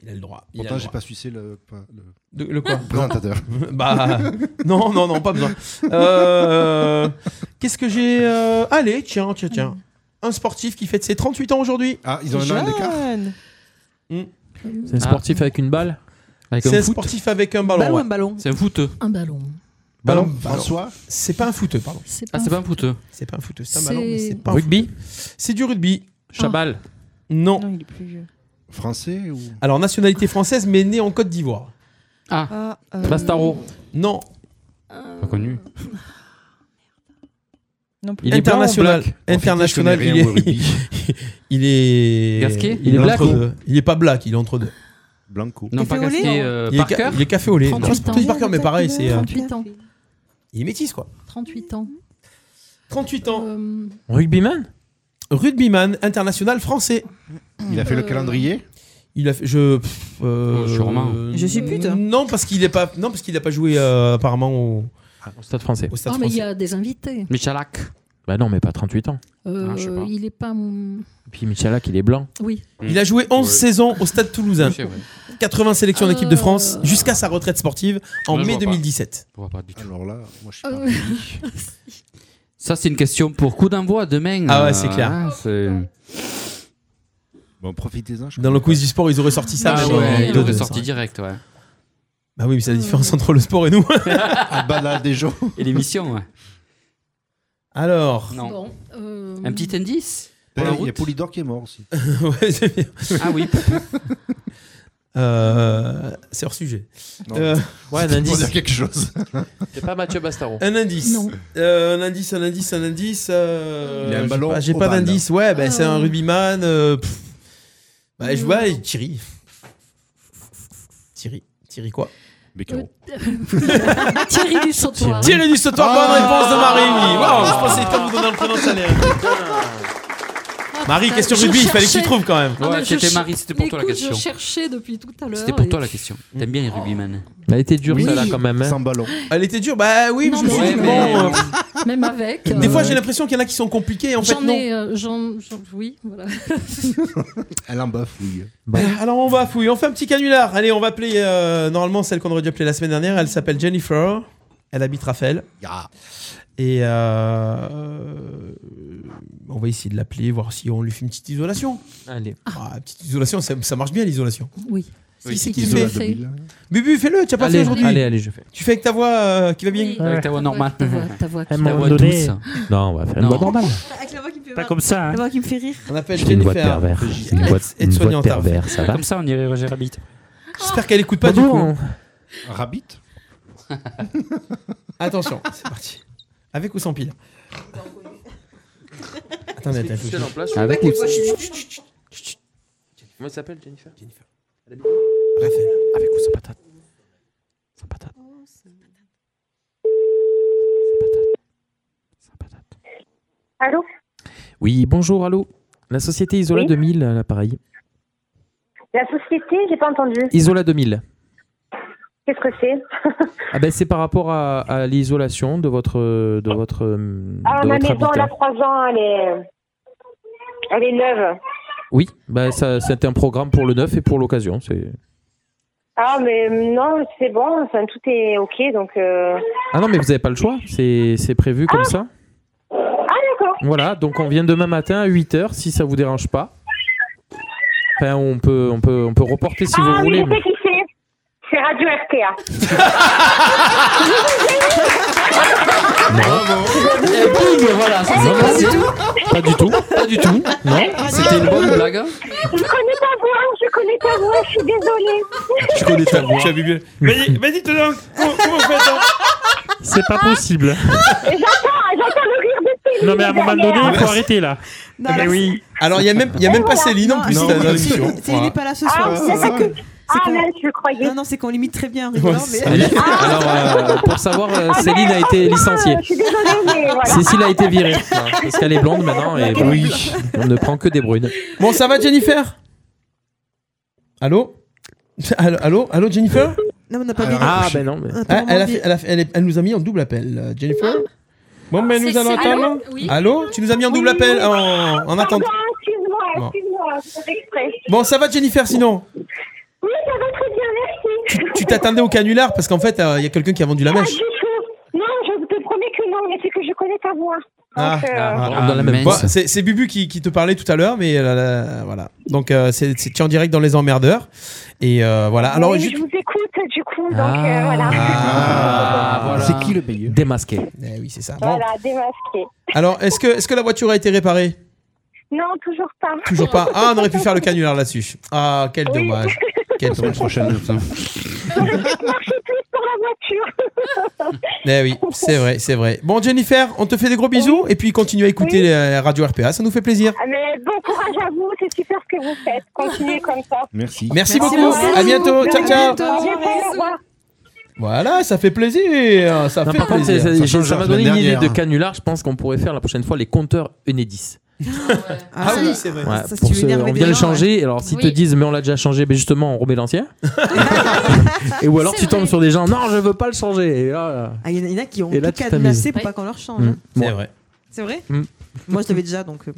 Speaker 6: Il a le droit. il a
Speaker 1: Pourtant,
Speaker 6: le
Speaker 1: j'ai
Speaker 6: droit.
Speaker 1: pas sucé le, pas- le
Speaker 6: De- le quoi
Speaker 1: présentateur.
Speaker 6: Bah non, non, non, pas besoin. Euh, Qu'est-ce que j'ai euh, Allez, tiens, tiens, tiens. Un sportif qui fête ses 38 ans aujourd'hui. Hmm. Ah.
Speaker 1: Ah, ils ont un an d'écart.
Speaker 8: Jeune.
Speaker 9: C'est un sportif avec une balle.
Speaker 7: Avec
Speaker 6: C'est
Speaker 7: un
Speaker 6: un
Speaker 7: foot.
Speaker 6: sportif avec un ballon.
Speaker 8: Ballon,
Speaker 6: ouais.
Speaker 8: un ballon.
Speaker 7: C'est un footeux.
Speaker 10: Un ballon.
Speaker 6: Ballon, ballon.
Speaker 1: François.
Speaker 6: C'est pas un footeux, pardon.
Speaker 10: C'est
Speaker 7: Ah,
Speaker 10: pas
Speaker 7: c'est pas un footeux.
Speaker 6: C'est pas un footeux, c'est un ballon, mais
Speaker 10: C'est-
Speaker 6: c'est pas un
Speaker 9: Rugby.
Speaker 6: foot. C'est du rugby. Ah.
Speaker 9: Chabal.
Speaker 6: Non.
Speaker 8: Non, il est plus vieux.
Speaker 1: Français ou
Speaker 6: Alors, nationalité française, mais né en Côte d'Ivoire.
Speaker 8: Ah, euh,
Speaker 9: Bastaro.
Speaker 6: Non.
Speaker 7: Pas connu.
Speaker 8: Non plus.
Speaker 9: Il est blanc ou
Speaker 6: international.
Speaker 9: black
Speaker 6: international.
Speaker 1: En fait, je connais rien au
Speaker 6: il, est, il est.
Speaker 7: Gasquet
Speaker 6: Il, est
Speaker 9: Il est
Speaker 6: black.
Speaker 9: black ou-
Speaker 6: Il est pas black, il est entre deux.
Speaker 1: Blanco.
Speaker 7: Non,
Speaker 8: Il
Speaker 7: pas
Speaker 8: fait au lait,
Speaker 7: Gasquet.
Speaker 8: hein.
Speaker 7: euh,
Speaker 6: il, est ca-
Speaker 7: Parker.
Speaker 6: il est café au lait. Non,
Speaker 10: 38
Speaker 6: c'est pas Tony
Speaker 10: ans.
Speaker 6: Parker, mais pareil, c'est. euh,
Speaker 10: 38 ans.
Speaker 6: il est métis, quoi.
Speaker 10: 38 ans.
Speaker 6: 38 ans.
Speaker 10: Euh,
Speaker 9: Rugbyman.
Speaker 6: Rugbyman international français.
Speaker 1: Il a fait le
Speaker 10: Euh,
Speaker 1: calendrier.
Speaker 6: Il a fait, je. pff, euh,
Speaker 7: Oh, sûrement.
Speaker 8: Je suis pute.
Speaker 6: Non, parce qu'il est pas. Non, parce qu'il a pas joué euh, apparemment au,
Speaker 9: Au stade français.
Speaker 6: au stade
Speaker 10: Ah, mais il y
Speaker 6: français.
Speaker 10: a des invités.
Speaker 7: Michalak.
Speaker 9: Bah non, mais pas 38 ans.
Speaker 10: Euh,
Speaker 7: Ah, je sais pas.
Speaker 10: il est pas. hum,
Speaker 9: Et puis Michalak, il est blanc.
Speaker 10: Oui.
Speaker 6: Il a joué 11
Speaker 7: Mmh. Ouais.
Speaker 6: saisons au stade toulousain.
Speaker 7: C'est vrai.
Speaker 6: 80 sélections en
Speaker 10: Euh,
Speaker 6: équipe de France jusqu'à sa retraite sportive en
Speaker 7: Là, je
Speaker 6: mai
Speaker 7: vois pas.
Speaker 6: 2017.
Speaker 7: Je vois pas du tout.
Speaker 1: Alors là, moi je suis
Speaker 10: Euh,
Speaker 1: pas.
Speaker 7: Ça, c'est une question pour coup d'envoi demain.
Speaker 6: Ah ouais, c'est clair.
Speaker 7: hein, c'est-
Speaker 1: Bon, profitez-en. je
Speaker 6: Dans le
Speaker 1: comprends
Speaker 6: quiz du sport, ils auraient sorti
Speaker 7: Ah
Speaker 6: ça. mais
Speaker 7: ouais,
Speaker 6: bon,
Speaker 7: il aurait
Speaker 6: deux,
Speaker 7: sorti
Speaker 6: ça.
Speaker 7: direct, ouais.
Speaker 6: Bah oui, mais c'est la différence entre le sport et nous.
Speaker 1: pas. Ah bah là, des gens.
Speaker 7: Et l'émission, ouais.
Speaker 6: Alors,
Speaker 7: Non.
Speaker 10: Bon, euh,
Speaker 7: Un petit indice
Speaker 1: Il
Speaker 7: Pour la
Speaker 1: y a
Speaker 7: route
Speaker 1: Polydor qui est mort aussi.
Speaker 6: ouais, c'est bien.
Speaker 7: Ah oui.
Speaker 6: Euh, c'est hors sujet.
Speaker 9: Non.
Speaker 6: Euh,
Speaker 9: Ouais, un
Speaker 6: c'était
Speaker 9: indice.
Speaker 6: pour dire
Speaker 9: C'est pas Mathieu Bastaro.
Speaker 6: Un indice.
Speaker 9: Non.
Speaker 6: Euh, un indice, un indice, un indice. euh,
Speaker 9: Il a un
Speaker 6: j'ai
Speaker 9: ballon
Speaker 6: pas- J'ai
Speaker 9: au
Speaker 6: pas
Speaker 9: bras, là.
Speaker 6: d'indice. Ouais, bah,
Speaker 9: Ah.
Speaker 6: c'est un rugbyman. euh, pff. Bah, je
Speaker 10: Mm.
Speaker 6: vois, et Thierry. Thierry. Thierry quoi
Speaker 10: Thierry du sautoir. Ah.
Speaker 6: Thierry du sautoir, bonne
Speaker 9: Ah.
Speaker 6: réponse de Marie. Waouh, je pensais pas vous donner le prénom de sa mère. Marie,
Speaker 10: Putain,
Speaker 6: question
Speaker 10: je
Speaker 6: rugby, il fallait que tu
Speaker 10: cherchais-
Speaker 6: trouves quand même.
Speaker 10: Ah, mais
Speaker 7: Ouais,
Speaker 10: je
Speaker 7: c'était
Speaker 10: cher-
Speaker 7: Marie, c'était pour toi la
Speaker 10: Écoute,
Speaker 7: question.
Speaker 10: Je cherchais depuis tout à l'heure.
Speaker 7: C'était pour
Speaker 10: et-
Speaker 7: toi la question. T'aimes bien les rugbyman
Speaker 9: Elle était dure,
Speaker 7: Oui,
Speaker 9: celle-là, quand même. hein.
Speaker 1: Sans ballon.
Speaker 6: Elle était dure, bah oui, mais
Speaker 10: Non,
Speaker 6: je me suis
Speaker 10: mais-
Speaker 6: dit,
Speaker 10: Ouais,
Speaker 6: bon.
Speaker 10: mais- Même avec.
Speaker 6: euh,
Speaker 10: euh,
Speaker 6: Des fois, j'ai l'impression qu'il y en a qui sont compliqués, en fait,
Speaker 10: J'en
Speaker 6: non.
Speaker 10: ai. euh, j'en- j'en- oui, voilà.
Speaker 1: Elle en bafouille.
Speaker 6: Euh, Alors on va fouiller, on fait un petit canular. Allez, on va appeler euh, normalement celle qu'on aurait dû appeler la semaine dernière. Elle s'appelle Jennifer. Elle habite Raphaël. Et euh, euh, on va essayer de l'appeler, voir si on lui fait une petite isolation.
Speaker 9: Allez.
Speaker 6: Ah, petite isolation, ça, ça marche bien l'isolation.
Speaker 10: Oui.
Speaker 6: Oui, c'est qui
Speaker 10: qu'il
Speaker 6: fait
Speaker 10: le fait.
Speaker 6: Bubu, fais-le, tu as pas
Speaker 9: Allez,
Speaker 6: fait aujourd'hui.
Speaker 9: allez, allez, je fais.
Speaker 6: Tu fais avec ta voix euh, qui va bien
Speaker 10: Oui, Avec ta voix normale. ta voix- ta voix qui-
Speaker 9: À un moment
Speaker 7: voix
Speaker 9: donné-
Speaker 7: douce.
Speaker 9: Non, on va faire une
Speaker 7: Non.
Speaker 9: voix normale.
Speaker 8: Avec la voix qui me fait
Speaker 9: Pas
Speaker 8: marrer.
Speaker 9: comme ça, hein.
Speaker 8: La voix qui me fait rire.
Speaker 6: On appelle
Speaker 9: J'ai une voix de
Speaker 6: Jennifer.
Speaker 9: pervers. J'ai Une
Speaker 6: Aide-
Speaker 9: voix, une voix de
Speaker 6: aide-soignante, hein.
Speaker 9: pervers, ça va
Speaker 7: Comme ça, on irait Roger Rabbit.
Speaker 6: J'espère qu'elle écoute pas du
Speaker 9: Pardon.
Speaker 6: coup.
Speaker 1: Rabbit
Speaker 6: Attention, c'est parti. Avec ou sans pile Attendez, attends, je-
Speaker 9: Avec
Speaker 6: ou-
Speaker 9: Comment elle s'appelle, Jennifer Jennifer.
Speaker 6: Raphaël.
Speaker 9: Avec ou sans patate
Speaker 3: Allô
Speaker 9: Oui, bonjour, allô. La société Isola
Speaker 3: Oui.
Speaker 9: 2000, à l'appareil.
Speaker 3: La société, j'ai pas entendu.
Speaker 9: Isola 2000.
Speaker 3: Qu'est-ce que c'est
Speaker 9: Ah ben, c'est par rapport à, à l'isolation de votre, euh, de votre, euh,
Speaker 3: Ah,
Speaker 9: de
Speaker 3: ma
Speaker 9: votre
Speaker 3: maison, elle a
Speaker 9: habitat.
Speaker 3: 3 ans, elle est... Elle est neuve.
Speaker 9: Oui, ben, ça, c'était un programme pour le neuf et pour l'occasion. C'est...
Speaker 3: Ah, mais non, c'est bon, enfin, tout est OK, donc... euh,
Speaker 9: Ah non, mais vous n'avez pas le choix. C'est, c'est prévu comme ça.
Speaker 3: Ah, d'accord.
Speaker 9: Voilà, donc on vient demain matin à 8h, si ça vous dérange pas. Enfin, on peut, on peut, on peut reporter si
Speaker 3: ah,
Speaker 9: vous
Speaker 3: oui,
Speaker 9: voulez.
Speaker 3: je
Speaker 9: mais-
Speaker 3: sais qui c'est. C'est Radio RTA.
Speaker 7: Et bing, Eh, voilà, ça
Speaker 6: Eh,
Speaker 7: c'est pas du tout.
Speaker 9: Pas du tout.
Speaker 7: Pas du tout.
Speaker 9: Non,
Speaker 7: c'était une bonne blague.
Speaker 3: Je connais ta voix, je connais ta voix, je suis désolée.
Speaker 6: Je connais ta voix. Vas-y, vas-y, te donne. Comment, comment vous faites hein
Speaker 27: C'est pas possible.
Speaker 3: Et J'entends, j'entends le rire de Céline.
Speaker 27: Non mais à un moment
Speaker 3: derrière.
Speaker 27: donné, il faut arrêter là.
Speaker 8: Non, là,
Speaker 27: mais oui.
Speaker 6: Alors, il n'y a même, il y a même pas Céline en plus
Speaker 8: Non,
Speaker 6: dans
Speaker 8: c'est-
Speaker 6: l'émission.
Speaker 8: c'est- il n'est pas là ce soir.
Speaker 3: Ah,
Speaker 8: c'est ça que.
Speaker 3: Ah, mince, je croyais.
Speaker 8: Non, non, c'est qu'on limite très bien en rigolant, mais.
Speaker 9: Alors, euh, pour savoir, euh,
Speaker 3: Ah,
Speaker 9: Céline
Speaker 3: ben,
Speaker 9: a été
Speaker 3: non,
Speaker 9: licenciée.
Speaker 3: Je suis désolée, mais voilà.
Speaker 9: Cécile a été virée. Non, Parce qu'elle est blonde maintenant et bon, on ne prend que des brunes.
Speaker 6: Bon, ça va, Jennifer Allô Allô, allô, allô, Jennifer
Speaker 8: Non, on n'a pas
Speaker 6: Alors,
Speaker 8: bien.
Speaker 9: Ah, ben non. mais-
Speaker 6: Ah, elle, a
Speaker 8: dit-
Speaker 6: fait- elle a fait- elle est- elle nous a mis en double appel, euh, Jennifer. Bon, mais nous
Speaker 3: Ah. C'est-
Speaker 6: allons
Speaker 3: c'est-
Speaker 6: attendre.
Speaker 3: allô Oui.
Speaker 6: Allô Tu nous as mis en double
Speaker 3: Oui, oui.
Speaker 6: appel en, en attente.
Speaker 3: Pardon, excuse-moi,
Speaker 6: Bon.
Speaker 3: excuse-moi, c'est exprès.
Speaker 6: Bon, ça va, Jennifer, sinon
Speaker 3: Oui, ça va très bien, merci.
Speaker 6: Tu t'attendais au canular parce qu'en fait, euh, il y a quelqu'un qui a vendu la
Speaker 3: Pas
Speaker 6: mèche.
Speaker 3: du tout. Non, je te promets que non, mais c'est que je connais ta voix.
Speaker 6: Ah,
Speaker 3: Donc, euh,
Speaker 9: on donne la même
Speaker 6: Bon,
Speaker 9: mince.
Speaker 6: c'est c'est Bubu qui, qui te parlait tout à l'heure, mais euh, voilà. Donc euh, c'est c'est- tu es en direct dans les emmerdeurs et euh, voilà. Alors
Speaker 3: oui,
Speaker 6: juste-
Speaker 3: je vous écoute du coup, donc euh, voilà.
Speaker 6: Ah, voilà.
Speaker 1: C'est qui le meilleur
Speaker 9: Démasqué.
Speaker 6: Eh oui, c'est ça. Bon.
Speaker 3: Voilà, démasqué.
Speaker 6: Alors est-ce que est-ce que la voiture a été réparée
Speaker 3: Non, toujours pas.
Speaker 6: Toujours pas. Ah, on aurait pu faire le canular là-dessus. Ah, quel
Speaker 3: Oui.
Speaker 6: dommage. Quel dommage.
Speaker 1: prochaine.
Speaker 3: J'aurais peut-être marché plus pour la voiture.
Speaker 6: Eh oui, c'est vrai, c'est vrai. Bon Jennifer, on te fait des gros bisous et puis continue à écouter les Radio RPA, ça nous fait plaisir.
Speaker 3: Ah, mais bon courage à vous, c'est super ce que vous faites. Continuez comme ça.
Speaker 1: Merci.
Speaker 6: Merci, beaucoup. À bientôt. Ciao ciao.
Speaker 3: Au revoir.
Speaker 6: Voilà, Ah ça fait plaisir. Ça
Speaker 9: Non,
Speaker 6: fait
Speaker 9: par contre,
Speaker 6: plaisir.
Speaker 9: c'est-
Speaker 1: Ça
Speaker 9: j'ai-
Speaker 1: change
Speaker 9: ça
Speaker 1: la
Speaker 9: m'a donné une
Speaker 1: semaine
Speaker 9: idée de
Speaker 6: hein.
Speaker 1: dernière.
Speaker 9: canular. Je pense qu'on pourrait faire la prochaine fois les compteurs Enedis.
Speaker 6: Ah oui, c'est vrai.
Speaker 9: Ouais,
Speaker 8: ça, si
Speaker 9: pour
Speaker 8: tu
Speaker 9: ce-
Speaker 8: veux énerver
Speaker 9: on
Speaker 8: des
Speaker 9: vient le
Speaker 8: gens,
Speaker 9: changer. Alors, s'ils
Speaker 10: Oui.
Speaker 9: te disent, mais on l'a déjà changé, mais justement, on remet l'ancien. et ou alors,
Speaker 10: C'est
Speaker 9: tu tombes
Speaker 10: vrai.
Speaker 9: sur des gens, non, je veux pas le changer. Et là, là.
Speaker 8: Ah, Il y en a- il y en a qui ont
Speaker 9: Et là,
Speaker 8: tout
Speaker 9: tu
Speaker 8: cadenassé
Speaker 9: t'amuses.
Speaker 8: pour pas qu'on leur change.
Speaker 9: Mm.
Speaker 8: hein.
Speaker 6: C'est vrai.
Speaker 8: C'est vrai
Speaker 9: Mm.
Speaker 8: Moi, je l'avais déjà, donc. euh,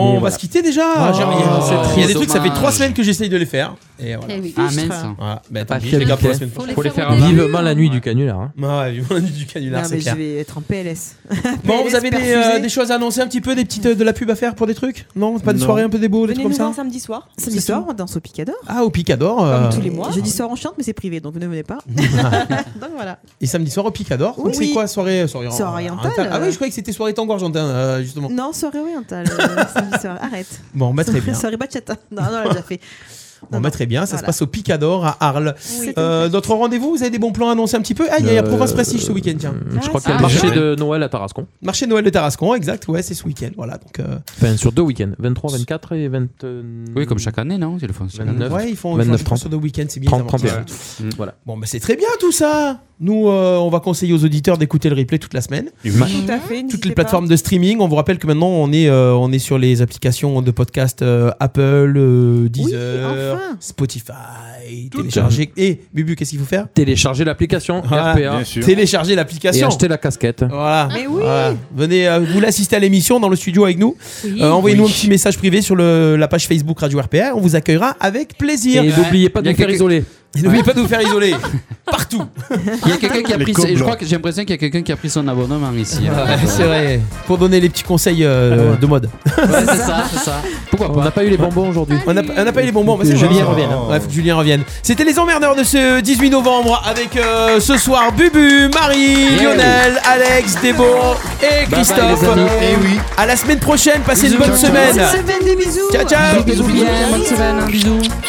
Speaker 6: On
Speaker 9: Mais
Speaker 6: va
Speaker 9: voilà.
Speaker 6: se quitter déjà.
Speaker 9: Oh,
Speaker 6: Jérémy. Il
Speaker 9: c'est
Speaker 6: y a des
Speaker 9: triste,
Speaker 6: trucs, ça fait
Speaker 9: dommage.
Speaker 6: trois semaines que j'essaye de les faire. Et voilà.
Speaker 10: Eh oui.
Speaker 7: Ah mince.
Speaker 8: hein.
Speaker 6: Voilà. Ben,
Speaker 9: Pas
Speaker 6: tant pis,
Speaker 9: quel
Speaker 6: les gars, pour la
Speaker 9: week-end.
Speaker 6: semaine prochaine.
Speaker 7: Faut les faire
Speaker 9: Vivement
Speaker 7: avant.
Speaker 9: la nuit du canular. hein.
Speaker 6: Bah Ouais, du monde du
Speaker 8: Non,
Speaker 6: canular, c'est
Speaker 8: mais je
Speaker 6: clair.
Speaker 8: vais être en PLS.
Speaker 6: Bon,
Speaker 8: PLS
Speaker 6: vous avez des,
Speaker 8: perfusé.
Speaker 6: euh, des choses à annoncer un petit peu, des petites euh, de la pub à faire pour des trucs Non, pas des
Speaker 1: Non.
Speaker 6: soirées un peu des beaux, des trucs
Speaker 11: Venez nous
Speaker 6: comme ça
Speaker 11: voir samedi soir.
Speaker 8: Samedi
Speaker 11: C'est
Speaker 8: soir,
Speaker 11: tout.
Speaker 8: on danse au Picador.
Speaker 6: Ah, au Picador. euh,
Speaker 8: Comme tous les mois.
Speaker 11: Ah.
Speaker 8: Jeudi soir, on chante, mais c'est privé, donc ne venez pas. donc voilà.
Speaker 6: Et samedi soir au Picador. Donc
Speaker 8: Oui.
Speaker 6: c'est quoi soirée soirée,
Speaker 8: Soirée orientale,
Speaker 6: Ah
Speaker 8: euh.
Speaker 6: oui, je croyais que c'était soirée tango argentin euh, justement.
Speaker 8: Non, soirée orientale, euh, samedi soir. Arrête.
Speaker 6: Bon, bah très bien.
Speaker 8: Soirée bachata. Non, non, on l'a déjà fait.
Speaker 6: Bon, bah, très bien, ça se passe au Picador à Arles. Euh, notre rendez-vous, vous avez des bons plans annoncés un petit peu Ah, il y a la
Speaker 9: Euh,
Speaker 6: province prestige ce week-end, tiens.
Speaker 9: je
Speaker 7: Ah,
Speaker 8: Ah,
Speaker 9: crois qu'il y a le marché de Noël à Tarascon.
Speaker 6: Marché de Noël de Tarascon, exact, ouais, c'est ce week-end. Voilà, donc. euh,
Speaker 9: Enfin, sur deux week-ends, 23, 24 et 20.
Speaker 7: Oui, comme chaque année, non Ils le font chaque année.
Speaker 9: 29,
Speaker 6: ouais, ils font, ils font
Speaker 9: 29,
Speaker 6: un
Speaker 9: 30.
Speaker 6: sur deux week-ends, c'est bien.
Speaker 9: 30,
Speaker 6: ils inventent ça.
Speaker 9: 31. Mm. Voilà.
Speaker 6: Bon, bah, c'est très bien tout ça. Nous, euh, on va conseiller aux auditeurs d'écouter le replay toute la semaine.
Speaker 11: Tout à fait.
Speaker 6: Toutes les plateformes de streaming. On vous rappelle que maintenant, on est, euh, on est sur les applications de podcast euh, Apple, euh,
Speaker 11: hein.
Speaker 6: Deezer, Spotify, télécharger. Et Bubu, qu'est-ce qu'il faut faire
Speaker 9: Télécharger l'application
Speaker 6: Ah,
Speaker 9: RPA.
Speaker 6: bien sûr. Télécharger l'application.
Speaker 9: Et acheter la casquette.
Speaker 6: Voilà. Voilà. Venez, euh, vous l'assistez à l'émission dans le studio avec nous. Euh, Envoyez-nous un petit message privé sur le- la page Facebook Radio RPA. On vous accueillera avec plaisir.
Speaker 9: Et n'oubliez pas de
Speaker 6: Il y a
Speaker 9: vous faire
Speaker 6: quelques-
Speaker 9: isoler.
Speaker 6: Et n'oubliez pas de vous faire isoler.
Speaker 7: Il y a quelqu'un qui a
Speaker 6: Les
Speaker 7: pris. Je
Speaker 6: coblons.
Speaker 7: crois que j'ai l'impression qu'il y a quelqu'un qui a pris son abonnement ici. hein.
Speaker 6: Ouais, c'est vrai. Pour donner les petits conseils euh, de mode.
Speaker 7: Ouais, c'est ça, c'est ça.
Speaker 6: Pourquoi
Speaker 9: Ah On n'a pas eu les bonbons aujourd'hui.
Speaker 6: On n'a on n'a pas eu les bonbons.
Speaker 9: Que Julien
Speaker 6: revienne.
Speaker 9: revienne.
Speaker 6: Bref, Julien revienne. C'était les emmerdeurs de ce 18 novembre avec euh, ce soir Bubu,
Speaker 9: Eh
Speaker 6: Marie,
Speaker 8: Yeah.
Speaker 6: Lionel, Alex, Débo et
Speaker 8: bye,
Speaker 6: Christophe.
Speaker 8: les amis. Eh oui.
Speaker 6: À la semaine prochaine. Passez une
Speaker 8: Bisous,
Speaker 6: bonne
Speaker 8: ciao, ciao.
Speaker 6: semaine.
Speaker 8: Bonne
Speaker 6: Ciao, ciao.
Speaker 7: Bisous, bisous, bien, bonne semaine, bisous.